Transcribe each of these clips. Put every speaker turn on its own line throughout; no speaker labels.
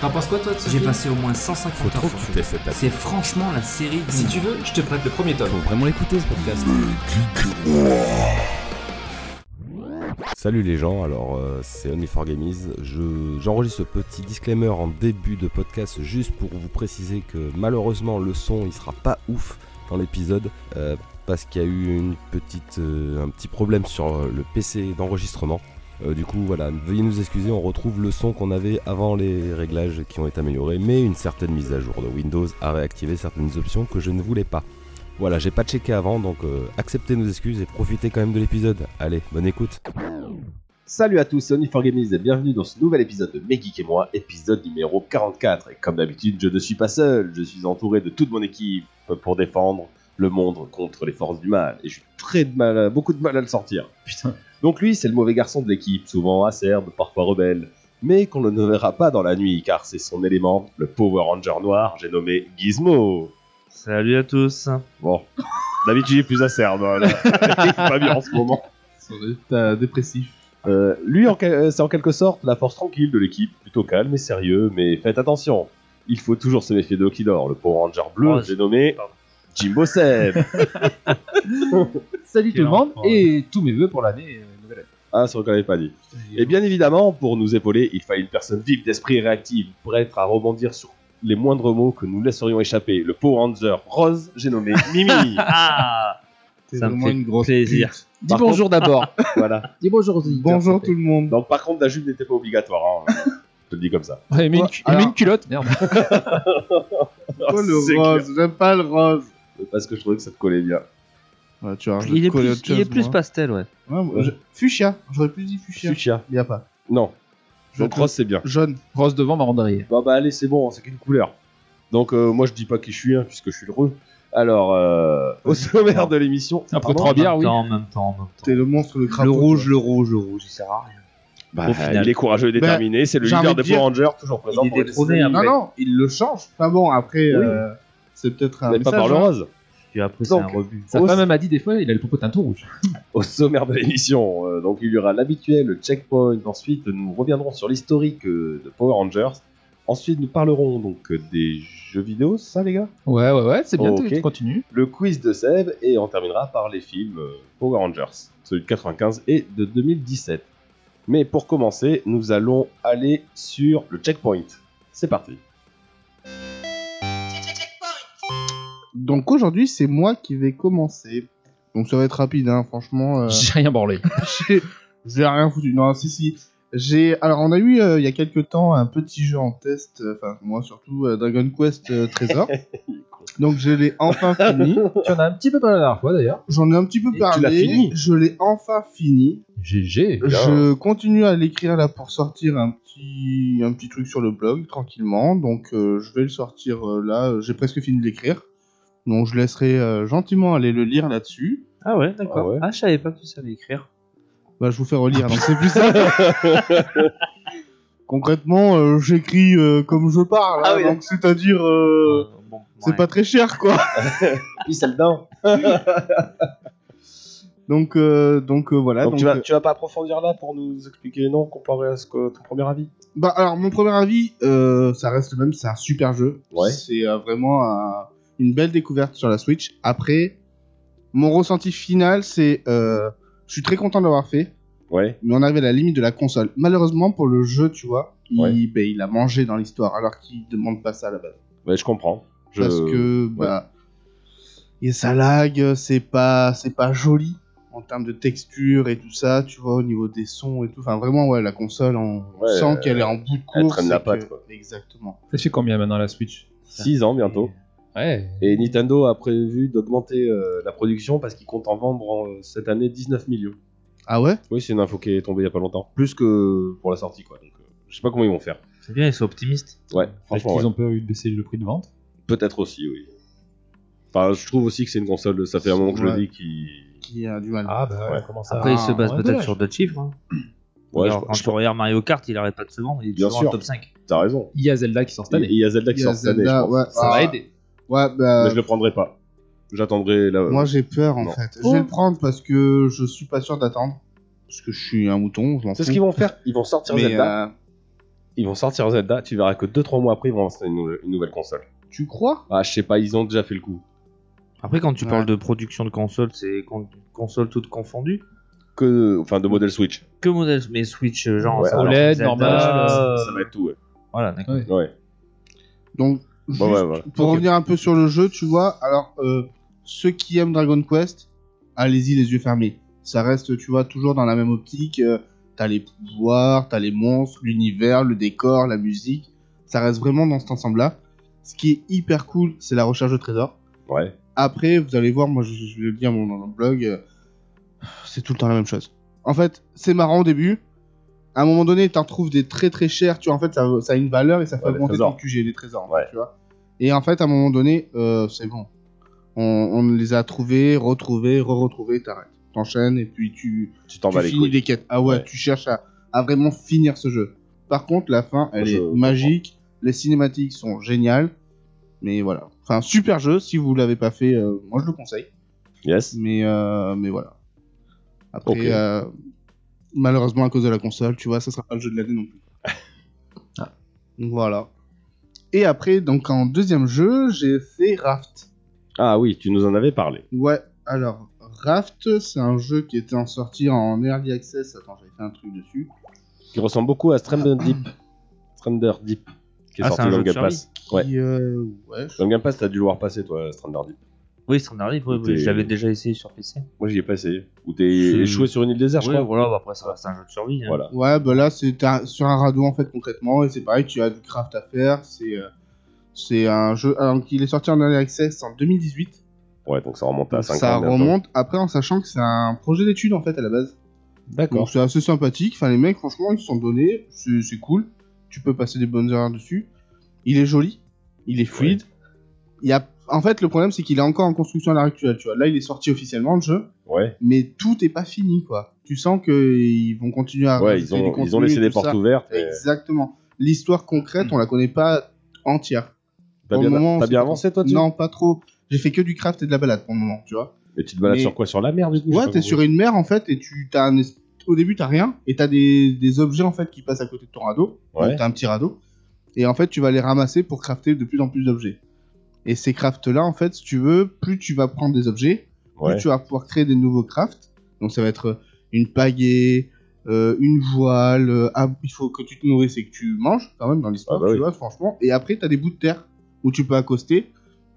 T'en penses quoi, toi, de ce
J'ai
film
passé au moins 150
Faut
heures.
trop que tu testes cette
C'est franchement la série.
Si tu veux, je te prête le premier tome.
Faut vraiment l'écouter ce podcast. Salut les gens, alors euh, c'est only for gamies Je- J'enregistre ce petit disclaimer en début de podcast juste pour vous préciser que malheureusement le son il sera pas ouf dans l'épisode euh, parce qu'il y a eu une petite, euh, un petit problème sur euh, le PC d'enregistrement. Euh, du coup voilà, veuillez nous excuser, on retrouve le son qu'on avait avant les réglages qui ont été améliorés, mais une certaine mise à jour de Windows a réactivé certaines options que je ne voulais pas. Voilà, j'ai pas checké avant, donc euh, acceptez nos excuses et profitez quand même de l'épisode. Allez, bonne écoute.
Salut à tous, c'est only for gamies et bienvenue dans ce nouvel épisode de Mes Geeks et moi, épisode numéro 44. Et comme d'habitude, je ne suis pas seul, je suis entouré de toute mon équipe pour défendre le monde contre les forces du mal. Et j'ai très de mal, à- beaucoup de mal à le sortir. Putain. Donc lui, c'est le mauvais garçon de l'équipe, souvent acerbe, parfois rebelle, mais qu'on ne verra pas dans la nuit car c'est son élément, le Power Ranger noir, j'ai nommé Gizmo.
Salut à tous.
Bon, d'habitude, il est plus acerbe. hein, là. Il est pas bien en ce moment.
T'as dépressif.
Euh, lui, en quel- euh, c'est en quelque sorte la force tranquille de l'équipe, plutôt calme et sérieux, mais faites attention. Il faut toujours se méfier de Okidor, le Power Ranger bleu,
Oh,
j'ai nommé
pardon.
Jimbo Seb.
Salut
tout le monde,
et tous mes vœux pour l'année nouvelle année.
ah, ça, on l'avait pas dit. Et bien évidemment, pour nous épauler, il fallait une personne vive d'esprit et réactive, prête à rebondir sur les moindres mots que nous laisserions échapper. Le Power Ranger rose, j'ai nommé Mimi.
Ah
C'est
Ça me
vraiment
fait
une grosse
plaisir.
pute. Dis
Par
bonjour d'abord.
voilà.
Dis bonjour. Zid. Bonjour tout le monde.
Donc, par contre, la jupe n'était pas obligatoire. hein. Je te le dis comme ça.
Il met une, culotte.
Merde.
Oh,
C'est
le
clair.
rose. J'aime pas le rose.
Parce que je trouvais que ça te collait bien.
Ouais, tu vois, je
Il est
te connais
plus,
autre
il est
chose,
plus
moi.
pastel, ouais.
Ouais, moi, je- Fuchsia. J'aurais plus dit fuchsia.
Fuchsia.
Il y a pas.
Non,
Je
donc
te-
rose, c'est bien.
Jaune.
Rose devant, marron derrière.
Bah bah allez, c'est bon, c'est qu'une couleur. Donc euh, moi je dis pas qui je suis, hein, puisque je suis le rouge. Alors, euh, au sommaire de l'émission...
Après
ah, Pardon
trois bières,
en même
oui.
temps, en même temps, en même temps.
T'es le monstre, le crapaud.
le
toi.
rouge, le rouge, il sert à rien.
Bah,
Au final.
Il est courageux et déterminé, c'est le
Bah, j'ai
leader
envie de
des
dire-
Power Rangers, toujours présent
Il est
pour les
détrôné,
dessiner.
hein.
Non, non, il le change. Enfin bon, après, euh, c'est peut-être un.
Mais pas par
message,
le
hein.
rose.
Puis après, c'est un
Donc,
rebut.
Sa
Rose.
femme elle m'a dit des fois, il a le popotin tout rouge.
Au sommaire de l'émission, euh, donc il y aura l'habituel le checkpoint. Ensuite, nous reviendrons sur l'historique euh, de Power Rangers. Ensuite, nous parlerons donc euh, des jeux vidéo, c'est ça les gars
Ouais, ouais, ouais, c'est bien,
Ok.
tu continues.
Le quiz de Seb et on terminera par les films euh, Power Rangers, celui de 95 et de 2017. Mais pour commencer, nous allons aller sur le checkpoint. C'est parti.
Donc aujourd'hui, c'est moi qui vais commencer. Donc ça va être rapide, hein, franchement. euh,
J'ai rien branlé.
j'ai j'ai rien foutu. Non, si, si. J'ai... Alors, on a eu euh, il y a quelques temps un petit jeu en test, euh, enfin, moi surtout, euh, Dragon Quest euh, Trésor. Donc, je l'ai enfin fini.
tu en as un petit peu parlé la dernière fois d'ailleurs.
J'en ai un petit peu
Et tu l'as
parlé.
fini
Je l'ai enfin fini.
GG.
Je continue à l'écrire là pour sortir un petit, un petit truc sur le blog tranquillement. Donc, euh, je vais le sortir euh, là. euh, J'ai presque fini de l'écrire. Donc, je laisserai euh, gentiment aller le lire là-dessus.
Ah ouais, d'accord.
Ah
Ah,
ouais.
je savais pas que tu savais écrire.
Bah, je vous fais relire, donc c'est plus simple. Concrètement, euh, j'écris euh, comme je parle,
Ah
hein,
oui,
donc c'est-à-dire, euh,
Euh, bon,
c'est
ouais.
pas très cher, quoi.
Pisse dedans.
Donc, euh, donc euh, voilà.
Ah, donc, tu,
donc,
vas, tu vas pas approfondir là pour nous expliquer non comparé à ce que ton premier avis
Bah alors mon premier avis, euh, ça reste le même, c'est un super jeu.
Ouais.
C'est euh, vraiment un- une belle découverte sur la Switch. Après, mon ressenti final, c'est, euh, je suis très content de l'avoir fait,
Ouais.
mais on arrive à la limite de la console. Malheureusement pour le jeu, tu vois, il,
Ouais.
bah, il a mangé dans l'histoire, alors qu'il demande pas ça à la base.
Ouais, je comprends. Je-
Parce que bah, et ça lag, c'est pas, c'est pas joli en termes de texture et tout ça, tu vois, au niveau des sons et tout. Enfin, vraiment, ouais, la console, on
Ouais,
sent qu'elle est en bout de course.
elle traîne la
et
patte,
que-
quoi.
Exactement.
Ça fait combien maintenant la Switch
6 ans bientôt.
Ouais.
Et Nintendo a prévu d'augmenter euh, la production parce qu'ils comptent en vendre en, euh, cette année 19 millions.
Ah ouais
Oui, c'est une info qui est tombée il y a pas longtemps. Plus que pour la sortie, quoi. Donc, euh, je sais pas comment ils vont faire.
C'est bien, ils sont optimistes.
Ouais,
Est-ce
franchement.
qu'ils
ouais.
ont peur de baisser le prix de vente
Peut-être aussi, oui. Enfin, je trouve aussi que c'est une console, ça fait un moment que je le
Ouais.
dis, qui.
Qui a du mal.
Ah bah
Ouais.
comment ça
Après, ils se basent
ouais,
peut-être
dommage.
sur d'autres chiffres. hein.
Ouais,
Alors,
je-
quand
je-
tu regardes Mario Kart, il arrête pas de se vendre. Il est
Bien
toujours
sûr.
en top 5.
t'as raison.
Il y a Zelda qui sort cette
Et et
année.
il y a Zelda qui
Il y a
sort cette année, je
Zelda,
pense.
ouais.
Ça va
Ah.
aider.
Ouais, bah,
Mais je le prendrai pas. J'attendrai la.
moi j'ai peur en
Non.
fait.
Oh.
Je vais le prendre parce que je suis pas sûr d'attendre. Parce que je suis un mouton, je m'en
C'est
fous.
ce qu'ils vont faire. Ils vont sortir
Mais,
Zelda.
euh,
Ils vont sortir Zelda, tu verras que 2-3 mois après, ils vont lancer une, nou- une nouvelle console.
Tu crois
Ah, je sais pas, ils ont déjà fait le coup.
Après, quand tu
Ouais.
parles de production de console, c'est con- console toute confondue.
Que, enfin, de modèle Switch.
Que modèle Mais Switch, euh, genre.
Ouais,
ça va,
OLED,
Zelda,
Ah, bah,
normal,
euh,
ça-
Ça va être tout, ouais.
Voilà, d'accord.
Ouais.
Donc,
Bon, ouais, voilà.
Pour
Ok.
revenir un peu sur le jeu, tu vois, alors euh, ceux qui aiment Dragon Quest, allez-y les yeux fermés. Ça reste, tu vois, toujours dans la même optique. euh, t'as les pouvoirs, t'as les monstres, l'univers, le décor, la musique. Ça reste vraiment dans cet ensemble-là. Ce qui est hyper cool, c'est la recherche de trésors.
Ouais.
Après, vous allez voir, moi je, je vais le dire mon- dans le blog, euh, c'est tout le temps la même chose. En fait, c'est marrant au début. À un moment donné, t'en trouves des très très chers. Tu vois, en fait, ça, ça a une valeur et ça fait
Ouais, les
augmenter ton
trésors.
QG, les trésors.
Ouais.
Tu vois. Et en fait, à un moment donné, euh, c'est bon. On, on les a trouvés, retrouvés, re-retrouvés, t'arrêtes. T'enchaînes et puis tu,
Tu t'en
tu
vas bah, les
finis
couilles.
les quêtes. Ah ouais,
Ouais.
tu cherches à, à vraiment finir ce jeu. Par contre, la fin, elle
je
est
comprends.
magique. Les cinématiques sont géniales. Mais voilà. Enfin, super jeu. Si vous l'avez pas fait, euh, moi je le conseille.
Yes.
Mais, euh, mais voilà. Après,
Ok.
euh, malheureusement, à cause de la console, tu vois, ça sera pas le jeu de l'année non plus.
Ah.
Voilà. Et après, donc en deuxième jeu, j'ai fait Raft.
Ah oui, tu nous en avais parlé.
Ouais, alors, Raft, c'est un jeu qui était en sortie en Early Access. Attends, j'avais fait un truc dessus.
Qui ressemble beaucoup à Stranger Deep. Stranger Deep. Qui est
Ah, c'est
sorti
un
dans
jeu
le
de
Game Pass. Ouais.
Qui, euh, ouais, je-
Dans le Game Pass, t'as dû le voir passer, toi, Stranger Deep.
Oui, Standard Libre, oui, oui,
T'es-
je l'avais déjà essayé sur PC.
Moi, j'y ai pas essayé. Ou t'es
C'est-
échoué sur une île déserte, je
Oui,
crois.
voilà, bah après, ça reste un jeu de survie. hein.
Voilà.
Ouais, bah là, c'est un- sur un radeau, en fait, concrètement, et c'est pareil, tu as du craft à faire, c'est... euh, C'est un jeu... Alors, il est sorti en Early Access en 2018,
Ouais, donc ça remonte à
donc
5 ans.
ça
bientôt.
remonte, après, en sachant que c'est un projet d'études, en fait, à la base. Donc
D'accord.
c'est assez sympathique, enfin, les mecs, franchement, ils se sont donnés, c'est c'est cool, tu peux passer des bonnes heures dessus. Il est joli, il est fluide, il y a... En fait, le problème, c'est qu'il est encore en construction à l'heure actuelle, tu vois. Là, il est sorti officiellement, le jeu,
Ouais.
mais tout est pas fini, quoi. Tu sens qu'ils vont continuer à...
Ouais,
rajouter
ils
Ah, du
ont, ils ont
contenu
laissé
et
des
tout
portes
ça.
ouvertes. et-
Exactement. L'histoire concrète, on la connaît pas entière.
T'as
Pour le
bien,
moment,
t'as bien
c'est-
avancé, toi, dessus
Non, pas trop. J'ai fait que du craft et de la balade pour le moment, tu vois.
Et tu te balades
Mais-
sur quoi Sur la mer, du coup j'ai
ouais,
pas
t'es
compris.
sur une mer en fait et tu t'as un es- au début t'as rien et t'as des, des objets en fait qui passent à côté de ton radeau.
Ouais.
Donc, T'as un petit radeau et en fait tu vas les ramasser pour crafter de plus en plus d'objets. Et ces crafts là en fait, si tu veux, plus tu vas prendre des objets, plus
Ouais.
tu vas pouvoir créer des nouveaux crafts. Donc ça va être euh, une pagaie, euh, une voile. euh, ah, il faut que tu te nourrisses et que tu manges quand même dans l'histoire,
Ah bah
tu
oui.
vois, franchement. Et après, t'as des bouts de terre où tu peux accoster.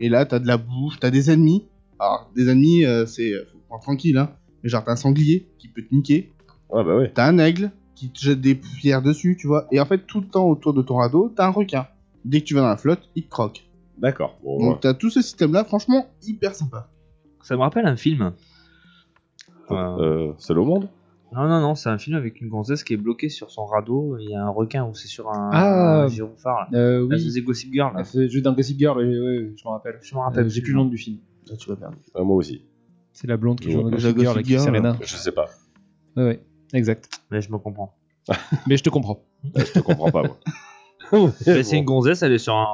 Et là, t'as de la bouffe, t'as des ennemis. Alors, des ennemis, euh, c'est. Faut prendre tranquille, hein. Mais genre, t'as un sanglier qui peut te niquer.
Ouais, bah ouais.
T'as un aigle qui te jette des pierres dessus, tu vois. Et en fait, tout le temps autour de ton radeau, t'as un requin. Dès que tu vas dans la flotte, il te croque.
D'accord. Bon, au moins.
Donc, t'as tout ce système-là, franchement, hyper sympa.
Ça me rappelle un film. Euh,
Euh, seul au monde
Non, non, non, c'est un film avec une gonzesse qui est bloquée sur son radeau. Il y a un requin où c'est sur un,
Ah.
un gyrophare. Là.
Euh,
La
oui,
faisait Gossip Girl. Là.
Ah, c'est juste dans Gossip Girl, oui, oui, oui, je m'en rappelle.
Je me rappelle.
Euh, J'ai plus le nom du film.
tu vas perdre.
Ah, Moi aussi.
C'est la blonde qui
Ouais,
joue dans
la
Gossip
Gossip
Girl, là, qui est
Girl.
Serena.
Je sais pas.
Ouais, ouais, exact.
Mais je me comprends.
Mais je te comprends.
Je te comprends pas, moi.
Mais c'est
Bon.
une gonzesse, elle est sur un.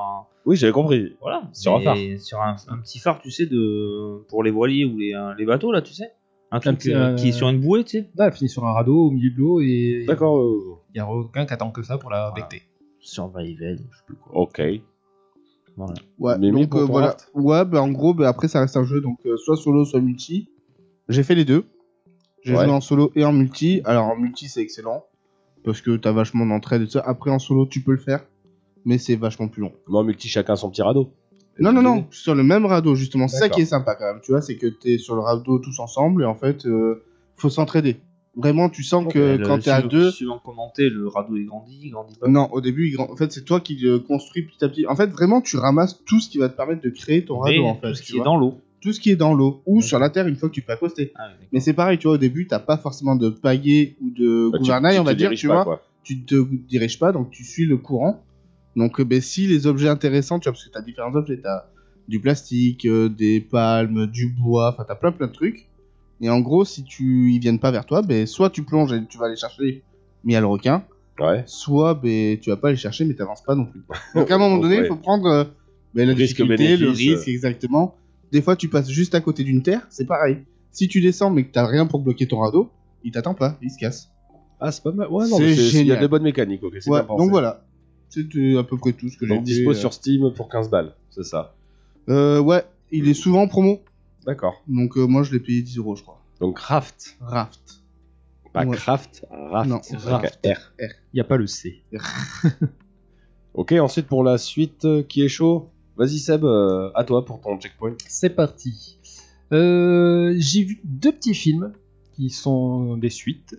Oui, j'avais compris.
Voilà.
Sur un phare.
mais Sur un, un petit phare, tu sais, de pour les voiliers ou les, euh, les bateaux, là, tu sais. Un truc
petit,
euh,
euh,
qui est sur une bouée, tu sais.
Là, elle finit sur un radeau au milieu de l'eau et
D'accord. euh,
il y a aucun qui attend que ça pour la
Voilà.
becter.
Sur Vaivelle, je sais plus quoi.
Ok.
Ouais,
Mais mille
donc
pour
euh,
ton
voilà.
raft.
Ouais, bah en gros, bah, après ça reste un jeu, donc euh, soit solo, soit multi. J'ai fait les deux. J'ai
Ouais.
joué en solo et en multi. Alors en multi, c'est excellent. Parce que t'as vachement d'entraide et tout ça. Après en solo, tu peux le faire. Mais c'est vachement plus long.
Moi, multi, chacun son petit radeau.
Non, non, non, sur le même radeau, justement. C'est ça
D'accord.
qui est sympa quand même. Tu vois, c'est que t'es sur le radeau tous ensemble et en fait, euh, faut s'entraider. Vraiment, tu sens que
Et
bah,
le-
euh, quand t'es à
suivant-
deux.
Suivant commenter, le radeau il grandit, il grandit pas.
Non, au début, il grand- en fait, c'est toi qui le construis petit à petit. En fait, vraiment, tu ramasses tout ce qui va te permettre de créer ton
Mais
radeau, en fait.
tout ce
tu
qui est
vois.
dans l'eau.
tout ce qui est dans l'eau ou
Ouais.
sur la terre une fois que tu peux accoster.
Ah, oui, d'accord.
Mais c'est pareil, tu vois, au début, t'as pas forcément de pagaie ou de
Bah, tu-
gouvernail,
tu
on va
te
dire,
diriges
tu
pas,
vois.
quoi.
Tu te diriges pas, donc tu suis le courant. Donc, euh, ben, si les objets intéressants, tu vois, parce que t'as différents objets, t'as du plastique, euh, des palmes, du bois, enfin, t'as plein plein de trucs. Et en gros, si tu ils viennent pas vers toi, ben, soit tu plonges et tu vas aller chercher, mais il y a le requin,
Ouais.
soit ben, tu vas pas aller chercher, mais t'avances pas non plus. Donc à un moment donné, il
Ouais.
faut prendre euh, ben, la
Risque,
difficulté, le
bénéfice,
risque, exactement. Des fois, tu passes juste à côté d'une terre, c'est pareil. Si tu descends mais que t'as rien pour bloquer ton radeau, il t'attend pas, il se casse.
Ah, c'est pas mal. Ouais, non,
C'est
mais c'est- Il y a
génial.
de bonnes mécaniques. ok, c'est
Ouais,
bien pensé.
donc voilà. C'était à peu près tout ce que j'ai
Donc
dit.
dispo
euh.
sur Steam pour 15 balles, c'est ça.
Euh, ouais, il est souvent en promo.
D'accord.
Donc euh, moi, je l'ai payé 10 euros, je crois.
Donc Raft,
Raft.
pas
Ouais.
Craft, Raft.
Non,
Avec
Raft.
un R.
Il n'y a pas le C.
Ok, ensuite pour la suite euh, qui est chaud, vas-y Seb, euh, à toi pour ton checkpoint.
C'est parti. Euh, J'ai vu deux petits films qui sont des suites.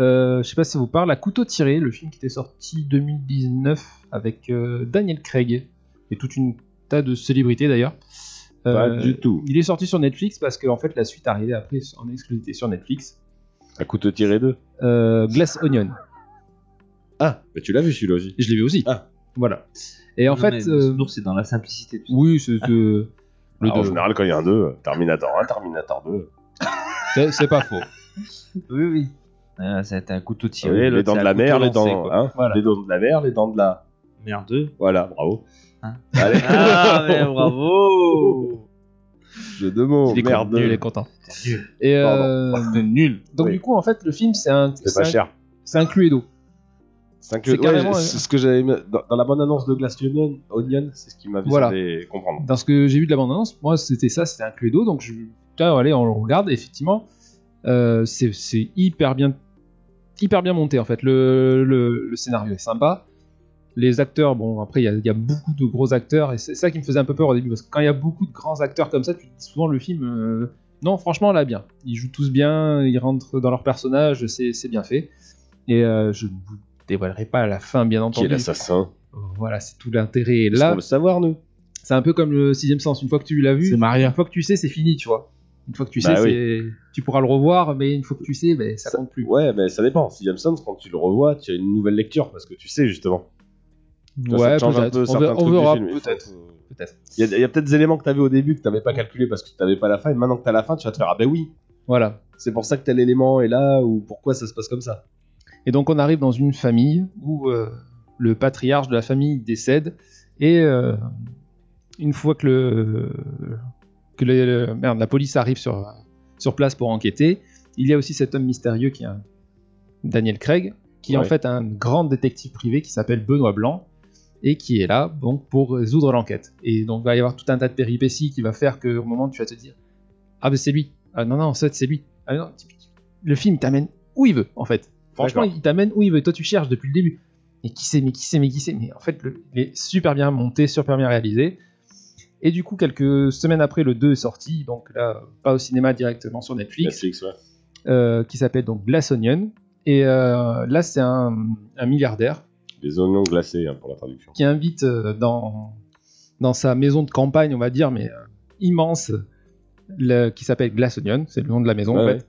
Euh, je sais pas si ça vous parle. À couteau tiré, le film qui était sorti 2019 avec euh, Daniel Craig et toute une tas de célébrités d'ailleurs.
Pas
Euh,
du tout.
Il est sorti sur Netflix parce que en fait la suite arrivait après en exclusivité sur Netflix.
À couteau tiré 2.
Euh, Glass Onion.
Ah, mais tu l'as vu celui-là aussi.
Je l'ai vu aussi.
Ah.
Voilà. Et en
Non, mais
fait, euh,
Bisounours, c'est dans la simplicité. tout ça.
oui, c'est euh, le
Ah, en
deux.
général, quand il y a un 2, Terminator 1, Terminator 2.
C'est- c'est pas faux.
Oui, oui. Ah, ça a été un couteau tiré.
Oui, les
l'autre,
dents
c'est
de
un
la mer,
couteau
les
lancé,
dents, euh.
quoi.
hein,
Voilà.
les dents de la mer, les dents de la.
Merdeux.
Voilà, bravo.
Hein.
Allez,
Ah, mais bravo
jeu de mots,
il, est
merde.
content, il est content. Et euh,
C'est nul.
Donc
Oui.
du coup, en fait, le film, c'est un,
C'est
c'est
pas
un-
cher.
c'est un Cluedo.
Cinq-
C'est
ouais,
carrément,
c'est
euh,
ce que j'avais mis dans, dans la bonne annonce de Glass Onion, Onion, c'est ce qui m'avait
Voilà.
semblé comprendre.
Dans ce que j'ai vu de la bande-annonce, moi, c'était ça, c'était un Cluedo. Donc, je... Putain, allez, on le regarde. Effectivement, euh, c'est c'est hyper bien, hyper bien monté, en fait. Le, le- le scénario est sympa. Les acteurs, bon, après, il y a- il y, a beaucoup de gros acteurs. Et c'est ça qui me faisait un peu peur au début. Parce que quand il y a beaucoup de grands acteurs comme ça, tu te dis souvent, le film... euh, Non, franchement, là, bien. Ils jouent tous bien, ils rentrent dans leur personnage, c'est c'est bien fait. Et euh, je ne vous dévoilerai pas la fin, bien
Qui est
entendu.
l'assassin
Voilà, c'est tout l'intérêt. Et
Là,
là,
pour le savoir, nous.
c'est un peu comme le sixième sens. Une fois que tu l'as vu,
C'est Maria.
une fois que tu sais, c'est fini, tu vois. Une fois que tu sais,
Bah oui.
c'est- tu pourras le revoir, mais une fois que tu sais, ben, ça compte plus.
Ouais, mais ça dépend. Si Jameson, quand tu le revois, tu as une nouvelle lecture parce que tu sais justement. Tu vois, ça te change un peu
peut-être. On,
certains
ver- on
trucs du
verra,
film. Il faut-
peut-être. peut-être.
Il y a- il y a, peut-être des éléments que tu avais au début que tu
Mm.
pas calculé parce que tu n'avais pas la fin. Et maintenant que tu as la fin, tu vas te faire Ah ben oui,
Voilà.
c'est pour ça que tel élément est là ou pourquoi ça se passe comme ça.
Et donc, on arrive dans une famille où euh, le patriarche de la famille décède. Et euh, une fois que, le, que le- merde, la police arrive sur, sur place pour enquêter, il y a aussi cet homme mystérieux qui est un- Daniel Craig, qui est en
Ouais.
fait un grand détective privé qui s'appelle Benoît Blanc et qui est là donc pour résoudre l'enquête. Et donc il va y avoir tout un tas de péripéties qui va faire qu'au moment tu vas te dire ah ben c'est lui ah non non en fait c'est lui ah non tu- tu- le film t'amène où il veut en fait franchement
D'accord.
il t'amène où il veut toi tu cherches depuis le début mais qui c'est mais qui c'est mais qui c'est mais en fait le- il est super bien monté super bien réalisé et du coup quelques semaines après le 2 est sorti donc là pas au cinéma directement sur Netflix
Netflix, ouais.
euh, qui s'appelle donc Glass Onion. Et euh, là, c'est un, un milliardaire
Les oignons glacés hein, pour la traduction.
qui invite euh, dans, dans sa maison de campagne, on va dire, mais euh, immense, le- qui s'appelle Glass Onion, c'est le nom de la maison en
Ouais,
fait,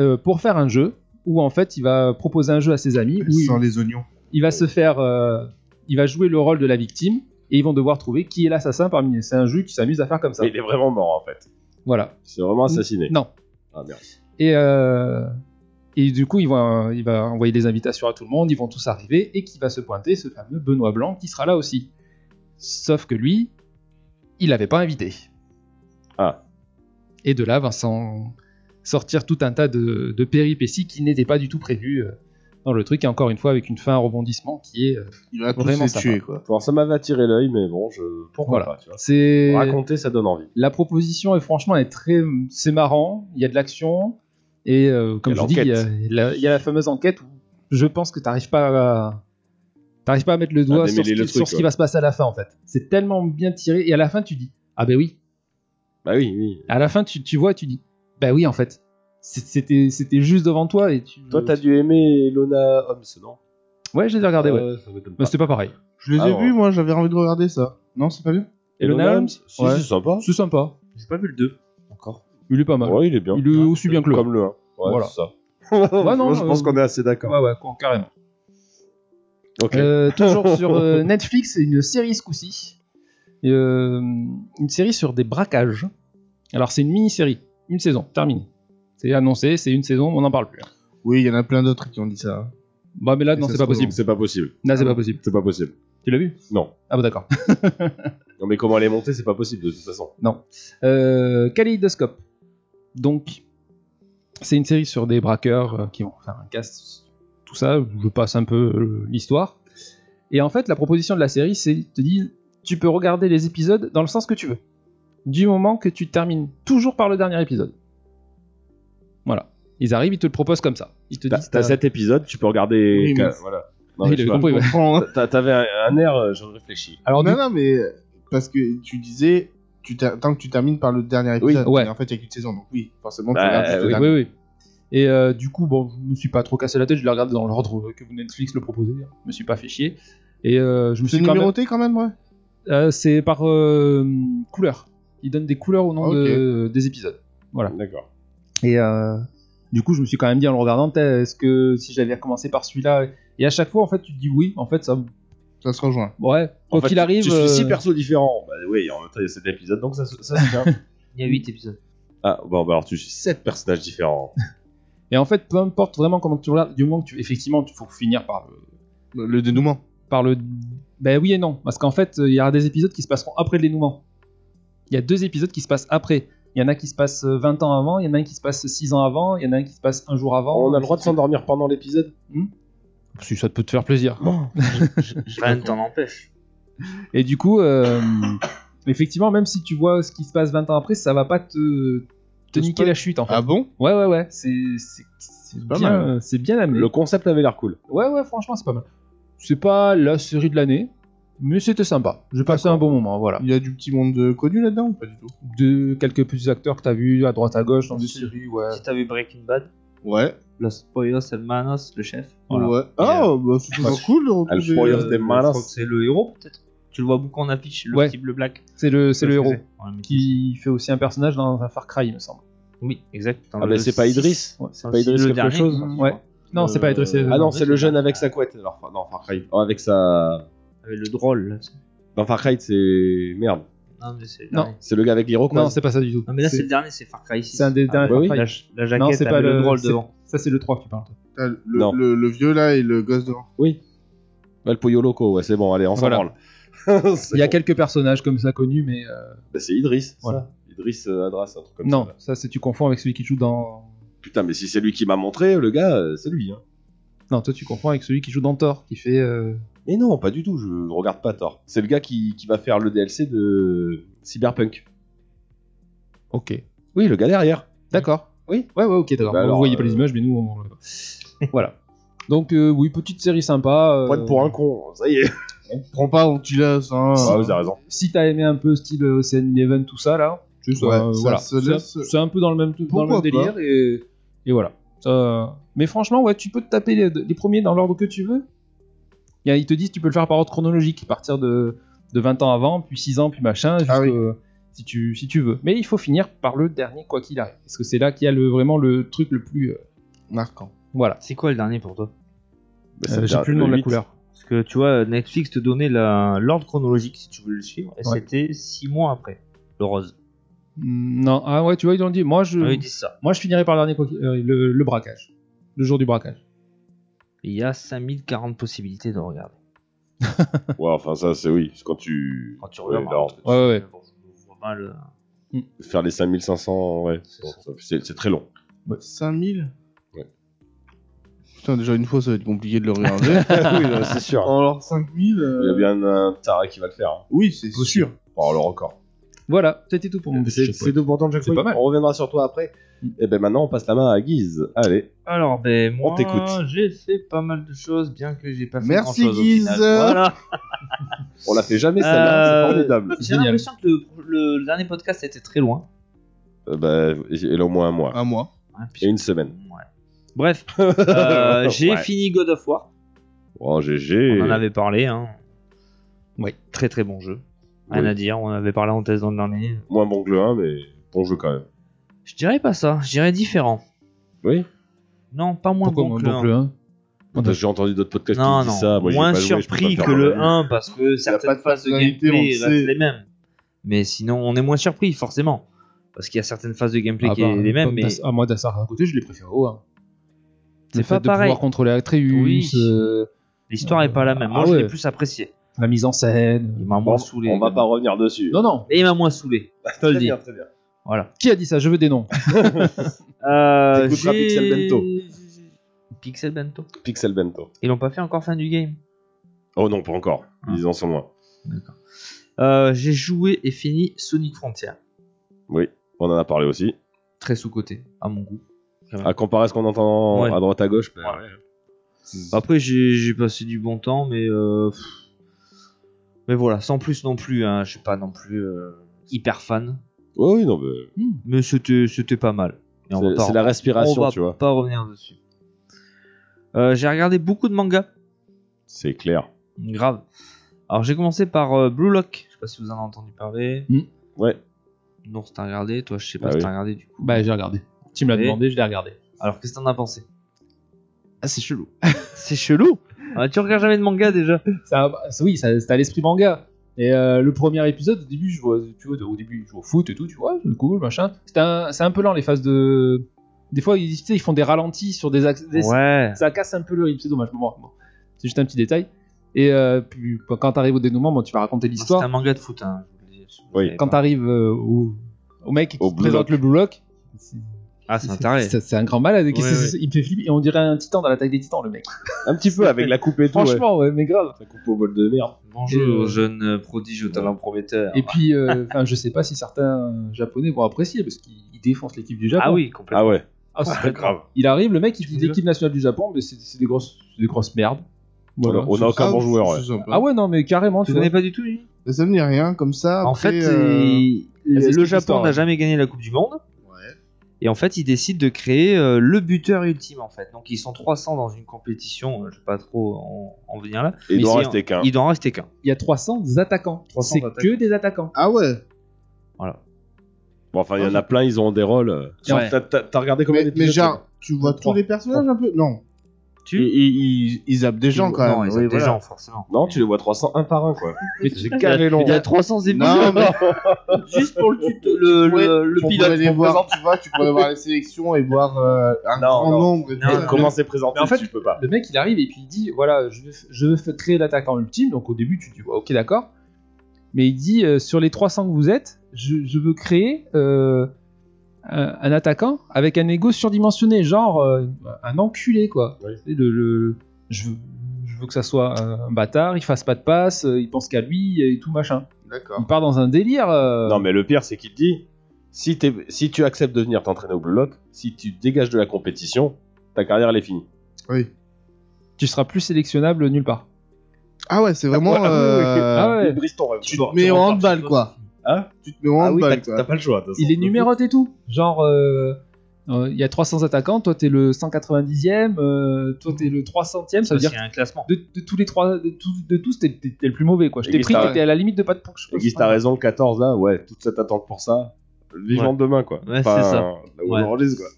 euh, pour faire un jeu où en fait il va proposer un jeu à ses amis où il,
Sans les oignons.
il va se faire, euh, il va jouer le rôle de la victime et ils vont devoir trouver qui est l'assassin parmi. C'est un jeu qui s'amuse à faire comme ça.
Mais il est vraiment mort en fait.
Voilà.
C'est vraiment assassiné.
Mm. Non.
Ah merde.
Et, euh, et du coup, il va, il va envoyer des invitations à tout le monde, ils vont tous arriver, et qui va se pointer, ce fameux Benoît Blanc, qui sera là aussi. Sauf que lui, il l'avait pas invité.
Ah.
Et de là va s'en sortir tout un tas de, de péripéties qui n'étaient pas du tout prévues euh, dans le truc, et encore une fois, avec une fin à rebondissement qui est... euh,
Il a tous
Vraiment
les
sympa.
tués, quoi.
Alors, ça m'avait attiré l'œil, mais bon, je... pourquoi
Voilà.
pas, tu vois.
C'est...
Raconter, ça donne envie.
La proposition est franchement elle est très, c'est marrant. Il y a de l'action et euh, comme
Il y a
je dis, il y, a,
l'enquête.
la- il y a la fameuse enquête où je pense que t'arrives pas, à, t'arrives pas à mettre le doigt sur, ce
démêler
qui,
le
sur
truc,
ce qui
ouais.
va se passer à la fin en fait. C'est tellement bien tiré et à la fin tu dis ah ben oui.
Bah oui, oui.
À la fin tu, tu vois et tu dis bah oui en fait. C'est- C'était c'était juste devant toi et tu.
Toi, t'as dû aimer Lona Holmes, non
Ouais, je les ai regardés. Ouais.
ça m'étonne
Mais
pas.
c'était pas pareil.
Je les
Ah
ai
bon.
vus, moi, j'avais envie de regarder ça. Non, c'est pas bien
Et Lona
Lona
Holmes
Holmes
Si,
Ouais.
c'est sympa.
C'est sympa.
J'ai pas vu le 2 encore.
Il est pas mal.
Ouais, il est bien.
Il est aussi bien que le.
Comme le 1. Ouais,
Voilà.
c'est ça. Moi,
non,
je pense
euh,
qu'on est assez d'accord.
Ouais ouais quoi, carrément.
Ok.
Euh, toujours sur euh, Netflix, une série ce coup-ci. Euh, une série sur des braquages. Alors, c'est une mini-série. Une saison, terminée. C'est annoncé, c'est une saison, on n'en parle plus.
Oui, il y en a plein d'autres qui ont dit ça.
Bah, mais là, non,
ça
c'est
se Ah
pas
trouve,
possible.
C'est pas possible.
Là, c'est pas possible.
C'est pas possible.
Tu l'as vu
Non.
Ah, bah, d'accord.
Non, mais comment elle est montée, c'est pas possible de toute façon.
Euh, Kaleidoscope. Donc, c'est une série sur des braqueurs euh, qui vont faire un casse, tout ça. Je passe un peu euh, l'histoire. Et en fait, la proposition de la série, c'est ils te disent tu peux regarder les épisodes dans le sens que tu veux, du moment que tu termines toujours par le dernier épisode. Voilà. Ils arrivent, ils te le proposent comme ça. Ils te
T'as
disent euh,
t'as
t'as-
cet épisode, tu peux regarder.
Oui, mais-
qu'un- Voilà. Non,
Oui,
mais
il avait
je sais pas.
compris, ouais.
Comprends, hein.
T'as- T'avais un- un air, euh, je réfléchis.
Alors, du
non, non, mais parce que tu disais, tu ter- tant que tu termines par le dernier
Oui,
épisode,
ouais.
mais en fait, il n'y a qu'une saison, donc oui, forcément, tu
Bah,
regardes juste
euh,
le
Oui,
dernier.
oui, oui. Et euh, du coup, bon, je me suis pas trop cassé la tête, je l'ai regardé dans l'ordre que vous Netflix le proposez. Je me suis pas fait chier. Et euh, je me
C'est
suis quand même.
numéroté quand même, ouais.
Euh, c'est par euh, couleur. Ils donnent des couleurs au nom
Ah, ok.
de- des épisodes. Voilà.
D'accord.
Et euh, du coup, je me suis quand même dit en le regardant, t'es- est-ce que si j'avais commencé par celui-là Et à chaque fois, en fait, tu te dis oui. En fait, ça.
Ça se rejoint.
Ouais,
En
quoi
fait,
qu'il arrive.
Tu suis
euh,
six persos différents. Bah oui, en même temps, il y a cet épisode, donc ça, se- ça se tient.
Il y a 8 épisodes.
ah, bon, bah alors tu suis sept personnages différents.
Et en fait, peu importe vraiment comment tu regardes, du moment que tu. Effectivement, il faut finir par le.
Le dénouement.
Par le... Ben oui et non. Parce qu'en fait, il y aura des épisodes qui se passeront après le dénouement. Il y a deux épisodes qui se passent après. Il y en a qui se passent euh, 20 ans avant, il y en a un qui se passe 6 ans avant, il y en a un qui se passe un jour avant.
On a le droit de s'endormir pendant l'épisode
Si ça peut te faire plaisir.
Rien ne t'en empêche.
Et du coup, euh, effectivement, même si tu vois ce qui se passe 20 ans après, ça va pas te, te
Te
niquer
spoil.
la chute en fait.
Ah bon
Ouais, ouais, ouais. C'est c'est- c'est
pas
bien,
mal.
euh, c'est bien amené.
Le concept avait l'air cool.
Ouais, ouais, franchement, c'est pas mal. C'est pas la série de l'année, mais c'était sympa. J'ai passé un bon moment, voilà.
Il y a du petit monde euh, connu là-dedans ou pas du tout
De quelques petits acteurs que t'as vu à droite à gauche dans des
Si.
séries, ouais.
Si t'as vu Breaking Bad,
Ouais.
Euh, Los Pollos Hermanos, le chef. Voilà.
Ouais. Ah, bah, c'est toujours cool de
El
retrouver.
Pollo
euh,
de
Je crois que
Manos.
c'est le héros peut-être. Tu le vois beaucoup en affiche, le
Ouais.
petit bleu black.
C'est le, c'est le héros
Ouais, mais-
qui fait aussi un personnage dans un Far Cry, il me semble.
Oui, exact.
Ah, bah c'est pas Idriss.
Ouais,
pas Idriss quelque chose
Ouais. Non, c'est pas Idriss Elba.
Ah non, c'est le jeune avec sa couette. Alors, enfin, non, Far Cry. Oh, avec sa.
Avec Ah, le drôle. là.
Dans Far Cry, c'est. Merde.
Non, mais c'est Ah, le
Non.
dernier.
C'est le gars avec l'hiro, quoi.
Non, c'est pas ça du tout.
Non, Ah, mais là c'est
c'est
le dernier, c'est Far Cry 6.
c'est un des derniers
bah oui.
Far
La,
Cry.
j- la jaquette
Non, c'est pas
avec
le,
le drôle
c'est-
devant.
Ça, c'est le 3 que tu parles. toi.
Ah, Le,
Non.
le- le vieux là et le gosse devant.
Ouais, le Pollo Loco, ouais, c'est bon, allez, on s'en
Voilà.
branle.
Il y a quelques personnages comme ça connus, mais euh,
Bah, c'est Idriss.
Voilà.
ça. Idriss euh, Adras, un truc comme
non,
ça.
ça, c'est tu confonds avec celui qui joue dans.
Putain, mais si c'est lui qui m'a montré, le gars, euh, c'est lui. Hein.
Non, toi, tu confonds avec celui qui joue dans Thor, qui fait. euh,
Mais non, pas du tout, je regarde pas Thor. C'est le gars qui, qui va faire le DLC de Cyberpunk.
Ok.
Oui, le gars derrière.
D'accord. Oui. Ouais, ouais, ok, d'accord.
Bah
Bon,
alors,
vous voyez pas
euh,
les images, mais nous, on. le voit. voilà. Donc euh, oui, petite série sympa. euh,
Point pour un con, ça y est.
Prends pas Antilas, hein.
Ah, vous avez raison.
Si t'as aimé un peu style Ocean Eleven, tout ça là, juste,
Ouais,
euh,
ça
voilà.
se
C'est-
laisse-
C'est un peu dans le même, dans le même
Pourquoi pas.
délire et, et voilà. Ça- Mais franchement, ouais, tu peux te taper les, les premiers dans l'ordre que tu veux. Il y a- Ils te disent tu peux le faire par ordre chronologique, partir de, de 20 ans avant, puis 6 ans, puis machin, jusqu'au-
Ah oui.
si, tu, si tu veux. Mais il faut finir par le dernier quoi qu'il arrive, parce que c'est là qu'il y a le, vraiment le truc le plus euh,
Marquant.
voilà.
C'est quoi le dernier pour toi
Bah,
Euh,
c'est
J'ai plus le nom de la
huit.
couleur.
Parce que tu vois, Netflix te donnait la- l'ordre chronologique si tu voulais le suivre, et
Ouais.
c'était 6 mois après, le rose.
Mm, Non, ah ouais, tu vois, ils ont dit. Moi, je,
Ah, ils disent ça.
moi, je finirai par le dernier, quoi qu'il- euh, le, le braquage. Le jour du braquage.
Il y a 5040 possibilités de regarder.
Ouais, enfin, ça, c'est oui. C'est quand tu.
Quand tu
Ouais,
regardes,
là,
en fait,
ouais, ouais, ouais.
bon, je vois mal, euh,
Faire les 5500, ouais. bon, ça- C'est c'est très long.
5000
Ouais.
Putain, déjà une fois, ça va être compliqué de le regarder.
oui, là, c'est sûr.
Alors 5000 euh,
Il y a bien un taré qui va le faire. Hein.
Oui, c'est
Possible.
sûr.
Pour avoir le record.
Voilà, c'était tout pour mon petit
C'est
checkpoint.
c'est tout pourtant Jack
C'est pas
White.
mal.
On reviendra sur toi après.
Mm.
Et ben maintenant on passe la main à Guise. Allez.
Alors, ben,
On
moi,
t'écoute.
j'ai fait pas mal de choses, bien que j'ai pas fait
Merci,
grand-chose au
Guise.
final. Voilà.
On la fait jamais celle-là,
Euh,
c'est formidable.
J'ai
Génial.
l'impression que le, le- le dernier podcast était très loin.
Euh, bah, il a au moins un mois.
À moi.
hein,
Et
puisque-
une semaine.
Ouais. Bref, euh, j'ai
Ouais.
fini God of War.
Oh GG.
On en avait parlé. Hein.
Oui.
Très très bon jeu. Rien
Oui.
à dire, on avait parlé en thèse dans le dernier.
Moins bon que le 1, mais bon jeu quand même.
Je dirais pas ça, je dirais différent.
Oui.
Non, pas moins
Pourquoi
bon que
mon
le 1.
oncle, hein
Parce que J'ai entendu d'autres podcasts
Non,
qui disent
non,
ça. Moi, j'ai
moins
pas joué, je peux pas
surpris
me faire
que le
mon avis.
1 parce que
pas
certaines
de
phases de
personnalité,
gameplay
on le
restent
sait.
les mêmes. Mais sinon, on est moins surpris, forcément. Parce qu'il y a certaines phases de gameplay
Ah
qui
bah,
sont les mêmes,
Dom
mais
Das- ah, moi, Dassar à côté, je l'ai préféré au 1.
C'est
Le
pas
fait de
pareil.
pouvoir contrôler Atreus,
Oui.
euh,
l'histoire est pas la même. Moi,
Ah
je l'ai
ouais.
plus apprécié.
la mise en scène.
Il m'a
Bon,
moins saoulé.
on va
quand
pas
même.
revenir dessus.
Non, non.
Et il m'a moins saoulé. Je te le
très
dis.
bien, très bien.
Voilà.
Qui a dit ça Je veux des noms.
Euh,
T'écouteras
j'ai-
Pixel Bento.
Pixel Bento.
Pixel Bento.
Ils l'ont pas fait encore fin du game.
Oh non, pas encore.
Ah.
Ils en sont loin.
Euh, J'ai joué et fini Sonic Frontier.
Oui, on en a parlé aussi.
Très sous-côté, à mon goût.
À comparer à ce qu'on entend
Ouais.
à droite à gauche, bah, Mmh.
Après, j'ai j'ai passé du bon temps, mais. euh, pff. Mais voilà, sans plus non plus. Hein, je suis pas non plus euh, hyper fan.
Ouais, oui, non, mais
Mais c'était c'était pas mal. Et on va
c'est-
pas-
c'est la
on
respiration,
va
tu vois.
pas revenir dessus. Euh, j'ai regardé beaucoup de mangas.
C'est clair.
Grave. Alors j'ai commencé par euh, Blue Lock. Je sais pas si vous en avez entendu parler.
Ouais.
Non, si t'as regardé. Toi, je sais pas
Bah
si
oui.
t'as regardé du coup.
Bah, j'ai regardé. Tu me l'as
Et
demandé, je l'ai regardé.
Alors qu'est-ce que t'en as pensé
Ah, c'est chelou.
C'est chelou. Ah, tu regardes jamais de manga déjà.
ça, ça- oui, ça, c'est à l'esprit manga. Et euh, le premier épisode, au début, je vois, tu vois, au début, je joue au foot et tout, tu vois, c'est cool, machin. C'est un, c'est un peu lent les phases de. Des fois, ils, tu sais, ils font des ralentis sur des axes. des-
Ouais.
Ça casse un peu le rythme, c'est dommage. mais bon, bon, c'est juste un petit détail. Et euh, puis, quand t'arrives au dénouement, bon, tu vas raconter
C'est un
l'histoire.
manga de foot. Hein. je vous le dis, si vous
Oui.
savez
Quand
pas.
t'arrives euh, au, au mec qui
Au
te
Blue
présente
Lock.
le Blue Lock, c'est-
Ah, c'est un taré.
c'est c'est un grand malade. qu'est-ce
Ouais,
que c'est- Il me fait flipper. Et on dirait un titan dans l'attaque des titans, le mec.
Un petit peu avec la coupe et tout.
Franchement, ouais, mais grave.
ouais. la coupe au bol de merde.
Bonjour,
Et, euh,
jeune euh, prodige au talent prometteur.
Et puis, euh, enfin, je sais pas si certains japonais vont apprécier parce qu'ils ils défoncent l'équipe du Japon.
ah oui,
Ah
complètement.
ouais.
Ah, c'est vrai.
grave.
Il arrive, le mec, il dit
veux dire
l'équipe nationale du Japon, mais c'est c'est des grosses, c'est des grosses merdes. Voilà.
On a aucun bon joueur. ouais.
C'est sympa.
Ah ouais, non, mais carrément, tu
Tu
vois.
connais pas du tout lui
Ça me dit rien comme ça.
En
après,
fait,
euh,
il-
explique
le
l'histoire,
Japon n'a
ouais.
jamais gagné la Coupe du Monde. Et en fait, ils décident de créer euh, le buteur ultime, en fait. Donc, ils sont 300 dans une compétition, euh, je ne vais pas trop en, en venir là.
Et il
Mais
doit en
si, hein.
rester qu'un.
Il doit en rester qu'un.
Il y a 300 attaquants.
300
C'est
attaquants.
que des attaquants.
Ah ouais.
Voilà.
Bon, enfin, il y en a plein, ils ont des rôles. euh,
Ouais.
T'as- T'as t'as regardé combien
Mais, mais
d'épisodes toi
genre, tu vois
Trois.
tous les personnages un peu Non.
Tu
ils, ils, ils zappent des gens quand
non,
même.
ils ont
oui,
des
voilà.
gens, forcément.
Non, tu les vois 300 un par un, quoi.
Mais
J'ai
carré long.
Il y a 300
Non,
épisodes
mais
juste pour le, tuto- le,
Ouais,
le- le
tu
pilote.
pourrais les voir, tu vois, tu pourrais voir les sélections et voir euh, un
Non,
grand
non.
nombre. et tout
Non,
ça.
Comment c'est présenté
Mais en fait-
Tu peux pas.
Le mec, il arrive et puis il dit voilà, je veux, je veux créer l'attaquant ultime. Donc au début, tu dis ouais, ok, d'accord. Mais il dit euh, sur les 300 que vous êtes, je, je veux créer euh, un, un attaquant avec un ego surdimensionné, genre euh, un enculé, quoi.
Oui.
C'est le- le- je, veux, je veux que ça soit un, un bâtard, il fasse pas de passe, euh, il pense qu'à lui et tout machin.
D'accord.
Il part dans un délire. euh,
Non, mais le pire, c'est qu'il te dit si, t'es- si tu acceptes de venir t'entraîner au Blue Lock, si tu te dégages de la compétition, ta carrière, elle est finie.
Oui.
Tu seras plus sélectionnable nulle part.
Ah ouais, c'est vraiment.
Ouais,
euh,
Ah ouais.
Et Briston, ouais,
Tu
tu dois-
te mets
tu
au
repars,
handball
tu dois-
quoi.
Hein
Tu te mets au
Ah oui, t'as
bah,
handball
t'as
quoi.
pas le choix. de toute
Il
façon.
est numérote et tout. Genre, euh, euh, il y a 300 attaquants, toi t'es le 190e, euh, toi t'es le 300e, ça veut dire
y a un classement.
que de, de tous les trois, de, tous- de tous, t'es t'es- t'es le plus mauvais quoi. Je
Et
t'ai pris,
Guistara.
t'étais à la limite de pas de pour
Et Guy, t'as raison, le 14 là, ouais, toute cette attente pour ça, vivant
Ouais.
demain quoi.
Ouais, c'est ça.
là où on
Ouais.
enregistre, quoi.